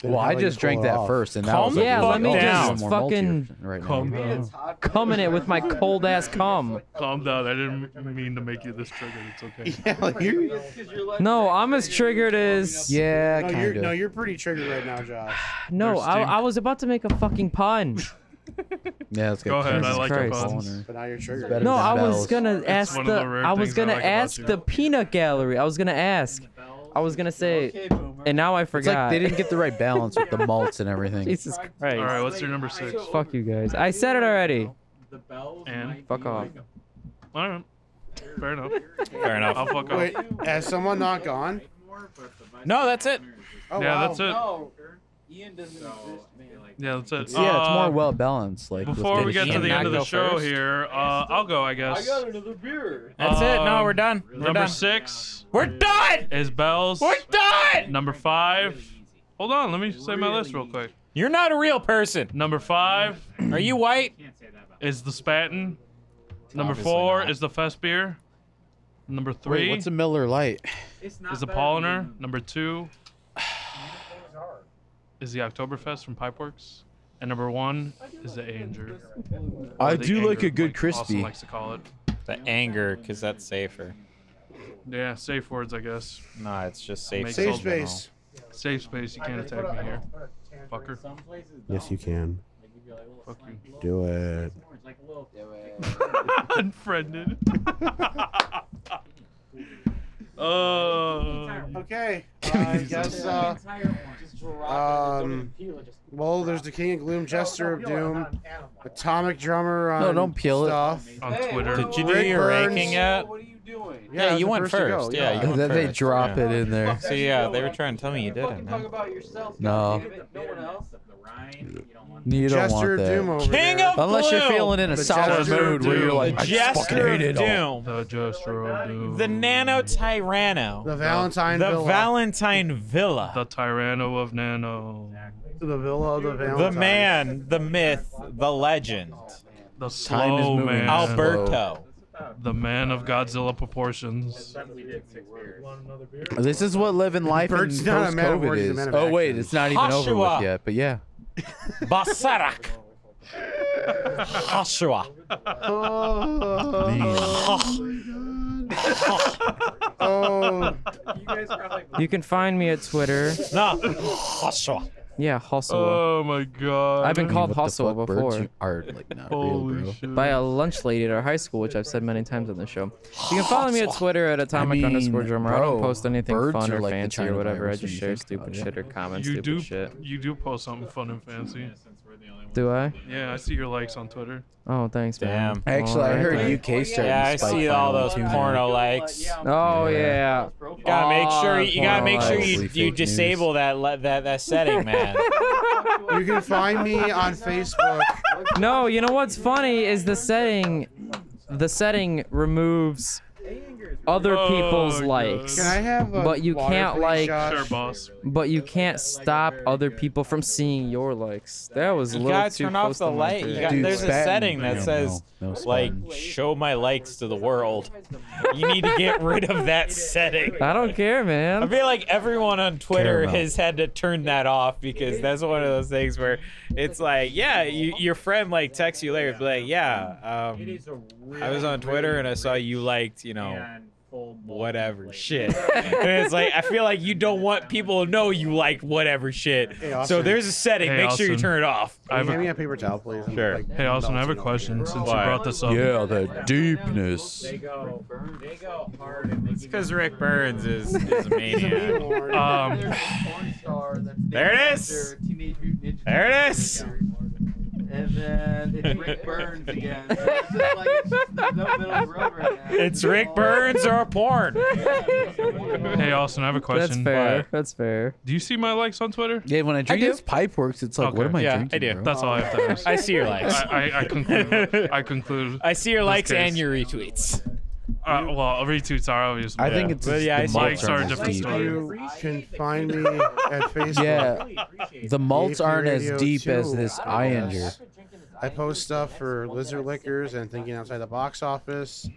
[SPEAKER 4] and
[SPEAKER 8] Well,
[SPEAKER 4] how
[SPEAKER 8] I
[SPEAKER 4] they can
[SPEAKER 8] just drank
[SPEAKER 4] pull it
[SPEAKER 8] that
[SPEAKER 4] off.
[SPEAKER 8] first, and that
[SPEAKER 2] Calm
[SPEAKER 8] was
[SPEAKER 2] the
[SPEAKER 8] like,
[SPEAKER 6] Yeah,
[SPEAKER 8] like,
[SPEAKER 2] fuck
[SPEAKER 8] oh, there's
[SPEAKER 2] down.
[SPEAKER 8] more multi
[SPEAKER 6] Fucking-
[SPEAKER 8] option right
[SPEAKER 1] Calm
[SPEAKER 8] now.
[SPEAKER 1] down.
[SPEAKER 3] Man, it's hot.
[SPEAKER 6] Coming it with my cold ass cum.
[SPEAKER 1] Calm down. I didn't mean to make you this triggered. It's okay.
[SPEAKER 4] Yeah, like you're,
[SPEAKER 6] No, I'm as triggered as-
[SPEAKER 8] Yeah,
[SPEAKER 4] no, you're,
[SPEAKER 8] kind
[SPEAKER 4] no,
[SPEAKER 8] of.
[SPEAKER 4] you're pretty triggered right now, Josh.
[SPEAKER 6] No, I,
[SPEAKER 1] Thirsty.
[SPEAKER 6] I was about to make a fucking pun.
[SPEAKER 8] Yeah, let's
[SPEAKER 1] Go ahead. I
[SPEAKER 6] Jesus
[SPEAKER 1] like
[SPEAKER 6] Christ.
[SPEAKER 1] your puns.
[SPEAKER 8] Boner.
[SPEAKER 4] But now you're triggered.
[SPEAKER 8] better
[SPEAKER 6] No,
[SPEAKER 8] than
[SPEAKER 6] I was
[SPEAKER 8] bells.
[SPEAKER 6] gonna
[SPEAKER 1] It's
[SPEAKER 6] ask
[SPEAKER 1] one of
[SPEAKER 6] the.
[SPEAKER 1] the rare
[SPEAKER 6] I was
[SPEAKER 1] things I
[SPEAKER 6] gonna
[SPEAKER 1] like about
[SPEAKER 6] ask
[SPEAKER 1] you.
[SPEAKER 6] the peanut gallery. I was gonna ask. I was gonna say,
[SPEAKER 3] Okay, boomer.
[SPEAKER 6] and now I
[SPEAKER 8] It's like
[SPEAKER 6] forgot.
[SPEAKER 8] they didn't get the right balance with the malts and everything.
[SPEAKER 6] Jesus Christ.
[SPEAKER 1] All right, what's your number six?
[SPEAKER 6] Fuck you guys. I said it already.
[SPEAKER 3] The bells
[SPEAKER 1] And?
[SPEAKER 3] might
[SPEAKER 6] Fuck
[SPEAKER 3] be
[SPEAKER 6] off.
[SPEAKER 3] like a
[SPEAKER 1] All right. Fair enough.
[SPEAKER 2] Fair enough.
[SPEAKER 1] I'll fuck
[SPEAKER 4] Wait,
[SPEAKER 1] up.
[SPEAKER 4] has someone not gone?
[SPEAKER 3] more, but the vice
[SPEAKER 2] No, that's it.
[SPEAKER 4] Oh,
[SPEAKER 1] yeah,
[SPEAKER 4] wow.
[SPEAKER 1] that's it.
[SPEAKER 3] No, Ian doesn't exist, man.
[SPEAKER 1] Yeah, that's it.
[SPEAKER 8] Yeah, it's
[SPEAKER 1] Uh,
[SPEAKER 8] more well balanced. Like with
[SPEAKER 1] Before we get
[SPEAKER 8] different
[SPEAKER 1] to the
[SPEAKER 2] Not
[SPEAKER 1] end of the
[SPEAKER 2] go
[SPEAKER 1] show
[SPEAKER 2] first?
[SPEAKER 1] here, uh, I'll go, I guess.
[SPEAKER 3] another beer.
[SPEAKER 2] That's it. No, we're done. We're
[SPEAKER 1] Number
[SPEAKER 2] done.
[SPEAKER 1] six
[SPEAKER 2] We're done.
[SPEAKER 1] is Bells.
[SPEAKER 2] We're done.
[SPEAKER 1] Number five. Hold on, let me say my list real quick.
[SPEAKER 2] You're not a real person.
[SPEAKER 1] Number five
[SPEAKER 2] Are you white?
[SPEAKER 3] Can't say that about
[SPEAKER 1] is the Spaten. Number
[SPEAKER 2] Obviously
[SPEAKER 1] four
[SPEAKER 2] not.
[SPEAKER 1] is the Fest beer. Number
[SPEAKER 8] Wait,
[SPEAKER 1] three
[SPEAKER 8] what's a Miller Light?
[SPEAKER 3] It's not
[SPEAKER 1] is the
[SPEAKER 3] better than
[SPEAKER 1] Polliner.
[SPEAKER 3] you.
[SPEAKER 1] Number two
[SPEAKER 3] It
[SPEAKER 1] is
[SPEAKER 3] was hard.
[SPEAKER 1] the Oktoberfest from Pipeworks. And number one is the Anger.
[SPEAKER 8] I
[SPEAKER 1] Or the
[SPEAKER 8] do like
[SPEAKER 1] Anger,
[SPEAKER 8] a good
[SPEAKER 1] like Austin
[SPEAKER 8] crispy.
[SPEAKER 1] likes to call it.
[SPEAKER 2] The anger, because that's safer.
[SPEAKER 1] Yeah, safe words, I guess.
[SPEAKER 2] No, it's just safe.
[SPEAKER 1] Makes
[SPEAKER 2] in
[SPEAKER 4] Safe
[SPEAKER 1] sense.
[SPEAKER 2] general.
[SPEAKER 4] space.
[SPEAKER 1] Safe space, you can't attack me here. Fucker.
[SPEAKER 3] Some places
[SPEAKER 4] Yes,
[SPEAKER 3] don't.
[SPEAKER 4] you can.
[SPEAKER 3] They give you like a little
[SPEAKER 1] Fuck
[SPEAKER 3] slight blow.
[SPEAKER 4] Do it.
[SPEAKER 3] It's orange, like a little-
[SPEAKER 1] Unfriended. Oh.
[SPEAKER 4] Okay. I guess. Uh,
[SPEAKER 3] Entire orange. Just drop it in the
[SPEAKER 4] um.
[SPEAKER 3] peel and just-
[SPEAKER 4] Well, there's the King of Gloom, Jester of
[SPEAKER 3] No, no,
[SPEAKER 4] Doom,
[SPEAKER 3] not an animal.
[SPEAKER 4] Atomic Drummer on
[SPEAKER 8] No, don't peel it.
[SPEAKER 4] stuff.
[SPEAKER 1] On
[SPEAKER 3] Hey,
[SPEAKER 1] Twitter.
[SPEAKER 3] whoa,
[SPEAKER 2] Did you
[SPEAKER 3] whoa,
[SPEAKER 2] do
[SPEAKER 4] Rick
[SPEAKER 2] your
[SPEAKER 4] Burns.
[SPEAKER 2] raking yet?
[SPEAKER 3] What are you doing?
[SPEAKER 4] I
[SPEAKER 2] Yeah,
[SPEAKER 4] was
[SPEAKER 2] you
[SPEAKER 4] the
[SPEAKER 2] went
[SPEAKER 4] to go,
[SPEAKER 2] first. Yeah, you went
[SPEAKER 8] Then they
[SPEAKER 2] first,
[SPEAKER 8] drop
[SPEAKER 2] yeah.
[SPEAKER 8] it in there.
[SPEAKER 2] So yeah, they were trying to tell me you
[SPEAKER 3] Fucking
[SPEAKER 2] didn't.
[SPEAKER 3] talk
[SPEAKER 2] huh?
[SPEAKER 3] about yourself.
[SPEAKER 8] No.
[SPEAKER 3] goddammit. No one else. The Rhine. You don't want.
[SPEAKER 8] You don't
[SPEAKER 4] Jester
[SPEAKER 8] want
[SPEAKER 4] of Doom
[SPEAKER 8] that.
[SPEAKER 4] over
[SPEAKER 2] King
[SPEAKER 4] there.
[SPEAKER 2] of
[SPEAKER 8] Unless you're
[SPEAKER 2] Gloom.
[SPEAKER 8] feeling in a
[SPEAKER 4] The
[SPEAKER 8] sour
[SPEAKER 4] Jester of
[SPEAKER 8] mood where you're
[SPEAKER 1] Doom.
[SPEAKER 8] like, I just fucking
[SPEAKER 2] Jester of
[SPEAKER 8] hate it all.
[SPEAKER 2] Doom.
[SPEAKER 1] The Jester
[SPEAKER 2] The Nano Tyranno.
[SPEAKER 4] the Valentine
[SPEAKER 2] the
[SPEAKER 4] Villa.
[SPEAKER 2] Valentine Villa.
[SPEAKER 1] The Tyranno of Nano.
[SPEAKER 4] the Villa of the
[SPEAKER 2] the
[SPEAKER 4] Valentine.
[SPEAKER 2] man, the myth, the legend,
[SPEAKER 1] The
[SPEAKER 8] Time is
[SPEAKER 1] slow
[SPEAKER 8] moving.
[SPEAKER 1] man.
[SPEAKER 2] Alberto.
[SPEAKER 1] The man of Godzilla proportions.
[SPEAKER 8] This is what living life in
[SPEAKER 4] Bert's not a man of
[SPEAKER 8] post-COVID
[SPEAKER 4] words, he's a
[SPEAKER 8] is.
[SPEAKER 4] man of
[SPEAKER 8] Oh wait,
[SPEAKER 4] action.
[SPEAKER 8] it's not even over
[SPEAKER 2] Joshua.
[SPEAKER 8] with yet. But yeah,
[SPEAKER 2] Basarak. Joshua.
[SPEAKER 4] Oh,
[SPEAKER 6] You can find me at Twitter.
[SPEAKER 2] No, Joshua.
[SPEAKER 6] Yeah, hustle.
[SPEAKER 1] Oh my god.
[SPEAKER 6] I've been called
[SPEAKER 8] What the
[SPEAKER 6] hustle
[SPEAKER 8] fuck,
[SPEAKER 6] before.
[SPEAKER 8] Bert's are like not real,
[SPEAKER 1] Holy
[SPEAKER 8] bro.
[SPEAKER 1] shit.
[SPEAKER 6] by a lunch lady at our high school, which I've said many times on this show. You can follow me at Twitter at atomic
[SPEAKER 8] mean,
[SPEAKER 6] underscore drummer. I don't
[SPEAKER 8] bro,
[SPEAKER 6] post anything
[SPEAKER 8] birds
[SPEAKER 6] fun
[SPEAKER 8] are
[SPEAKER 6] or
[SPEAKER 8] like the
[SPEAKER 6] fancy or
[SPEAKER 8] China
[SPEAKER 6] whatever. I
[SPEAKER 8] virus
[SPEAKER 6] just
[SPEAKER 8] when you
[SPEAKER 6] share
[SPEAKER 8] think about
[SPEAKER 6] stupid
[SPEAKER 8] it.
[SPEAKER 6] shit or comment
[SPEAKER 1] You
[SPEAKER 6] stupid
[SPEAKER 1] do
[SPEAKER 6] shit.
[SPEAKER 1] you do post something fun and fancy.
[SPEAKER 6] Do I?
[SPEAKER 1] Yeah, I see your likes on Twitter.
[SPEAKER 6] Oh, thanks, man.
[SPEAKER 2] Damn.
[SPEAKER 8] Actually, I
[SPEAKER 6] Alright.
[SPEAKER 8] heard UK started.
[SPEAKER 2] Yeah,
[SPEAKER 8] to
[SPEAKER 2] I
[SPEAKER 8] spike
[SPEAKER 2] see all
[SPEAKER 8] finally
[SPEAKER 2] those
[SPEAKER 8] too.
[SPEAKER 2] porno likes.
[SPEAKER 6] Oh yeah.
[SPEAKER 2] You gotta make sure you gotta make sure
[SPEAKER 8] Oh,
[SPEAKER 2] you,
[SPEAKER 8] fake
[SPEAKER 2] you
[SPEAKER 8] news.
[SPEAKER 2] disable that le- that that setting, man.
[SPEAKER 4] you can find me on Facebook.
[SPEAKER 6] No, you know what's funny is the setting. The setting removes other
[SPEAKER 1] Oh,
[SPEAKER 6] people's
[SPEAKER 1] God.
[SPEAKER 6] likes,
[SPEAKER 4] Can I have a
[SPEAKER 6] But you
[SPEAKER 4] water,
[SPEAKER 6] can't,
[SPEAKER 4] please,
[SPEAKER 6] like-
[SPEAKER 4] Josh?
[SPEAKER 1] Sure, boss.
[SPEAKER 6] but you can't stop other people from seeing your likes. That was a
[SPEAKER 2] You
[SPEAKER 6] little
[SPEAKER 2] gotta
[SPEAKER 6] too
[SPEAKER 2] turn
[SPEAKER 6] close
[SPEAKER 2] off the
[SPEAKER 6] to my
[SPEAKER 2] light. You
[SPEAKER 6] bed.
[SPEAKER 2] got,
[SPEAKER 8] Dude,
[SPEAKER 2] there's a
[SPEAKER 8] Spaten-
[SPEAKER 2] setting that
[SPEAKER 8] No,
[SPEAKER 2] says
[SPEAKER 8] no, no,
[SPEAKER 2] like
[SPEAKER 8] Spaten.
[SPEAKER 2] show my likes to the world. You need to get rid of that setting.
[SPEAKER 6] I don't care, man.
[SPEAKER 2] I feel like everyone on Twitter
[SPEAKER 8] Caramel.
[SPEAKER 2] has had to turn that off because that's one of those things where it's like, yeah, you, your friend like texts you later, be like, yeah, um, I was on Twitter and I saw you liked, you know, whatever shit. and it's like, I feel like you don't want people to know you like whatever shit.
[SPEAKER 4] Hey, Austin.
[SPEAKER 2] So there's a setting.
[SPEAKER 1] Hey,
[SPEAKER 2] Make sure you
[SPEAKER 1] Austin.
[SPEAKER 2] turn it off.
[SPEAKER 1] I
[SPEAKER 4] Can
[SPEAKER 1] have
[SPEAKER 4] you hand me a
[SPEAKER 1] a,
[SPEAKER 4] paper towel, please? I'm,
[SPEAKER 2] Sure.
[SPEAKER 4] like,
[SPEAKER 1] hey Austin, I have a
[SPEAKER 4] melting over
[SPEAKER 1] question
[SPEAKER 4] here.
[SPEAKER 1] since you
[SPEAKER 2] Why?
[SPEAKER 1] brought this up.
[SPEAKER 8] Yeah, the deepness.
[SPEAKER 3] They go, they go hard. and they give you
[SPEAKER 2] Because
[SPEAKER 3] a
[SPEAKER 2] Rick Burns is, is a maniac.
[SPEAKER 4] Lord.
[SPEAKER 1] Um,
[SPEAKER 3] There's a porn star that's
[SPEAKER 2] There it
[SPEAKER 3] named
[SPEAKER 2] is.
[SPEAKER 3] after Teenage Mutant Ninja
[SPEAKER 2] There it
[SPEAKER 3] Turtles.
[SPEAKER 2] is.
[SPEAKER 3] And then it's Rick Burns again. So it's just like it's just no middle of the road right now.
[SPEAKER 2] It's Rick Burns or porn.
[SPEAKER 1] Hey Austin, I have a
[SPEAKER 6] That's
[SPEAKER 1] question.
[SPEAKER 6] fair.
[SPEAKER 2] Why?
[SPEAKER 6] That's fair.
[SPEAKER 1] Do you see my likes on Twitter?
[SPEAKER 8] Yeah, when I drink
[SPEAKER 2] do.
[SPEAKER 8] this pipe works, it's like,
[SPEAKER 1] Okay.
[SPEAKER 8] what am I
[SPEAKER 2] Yeah, I
[SPEAKER 8] drinking?
[SPEAKER 2] do.
[SPEAKER 8] bro?
[SPEAKER 1] That's all I have to ask.
[SPEAKER 2] I see your likes.
[SPEAKER 1] I, I, I conclude. I conclude.
[SPEAKER 2] I see your likes
[SPEAKER 1] case.
[SPEAKER 2] and your retweets.
[SPEAKER 1] Uh, well, retweets are obviously.
[SPEAKER 8] I think it's
[SPEAKER 2] But
[SPEAKER 8] just
[SPEAKER 2] yeah, I
[SPEAKER 8] the
[SPEAKER 2] see
[SPEAKER 8] malts
[SPEAKER 1] it.
[SPEAKER 8] aren't
[SPEAKER 1] Likes are different
[SPEAKER 8] as deep.
[SPEAKER 1] story.
[SPEAKER 4] You can find me at Facebook.
[SPEAKER 8] Yeah, the malts aren't as
[SPEAKER 4] Radio
[SPEAKER 8] deep as
[SPEAKER 4] 2.
[SPEAKER 8] this
[SPEAKER 4] I don't know.
[SPEAKER 8] Ionder.
[SPEAKER 4] I post stuff for Lizard Liquors and Thinking Outside the Box Office.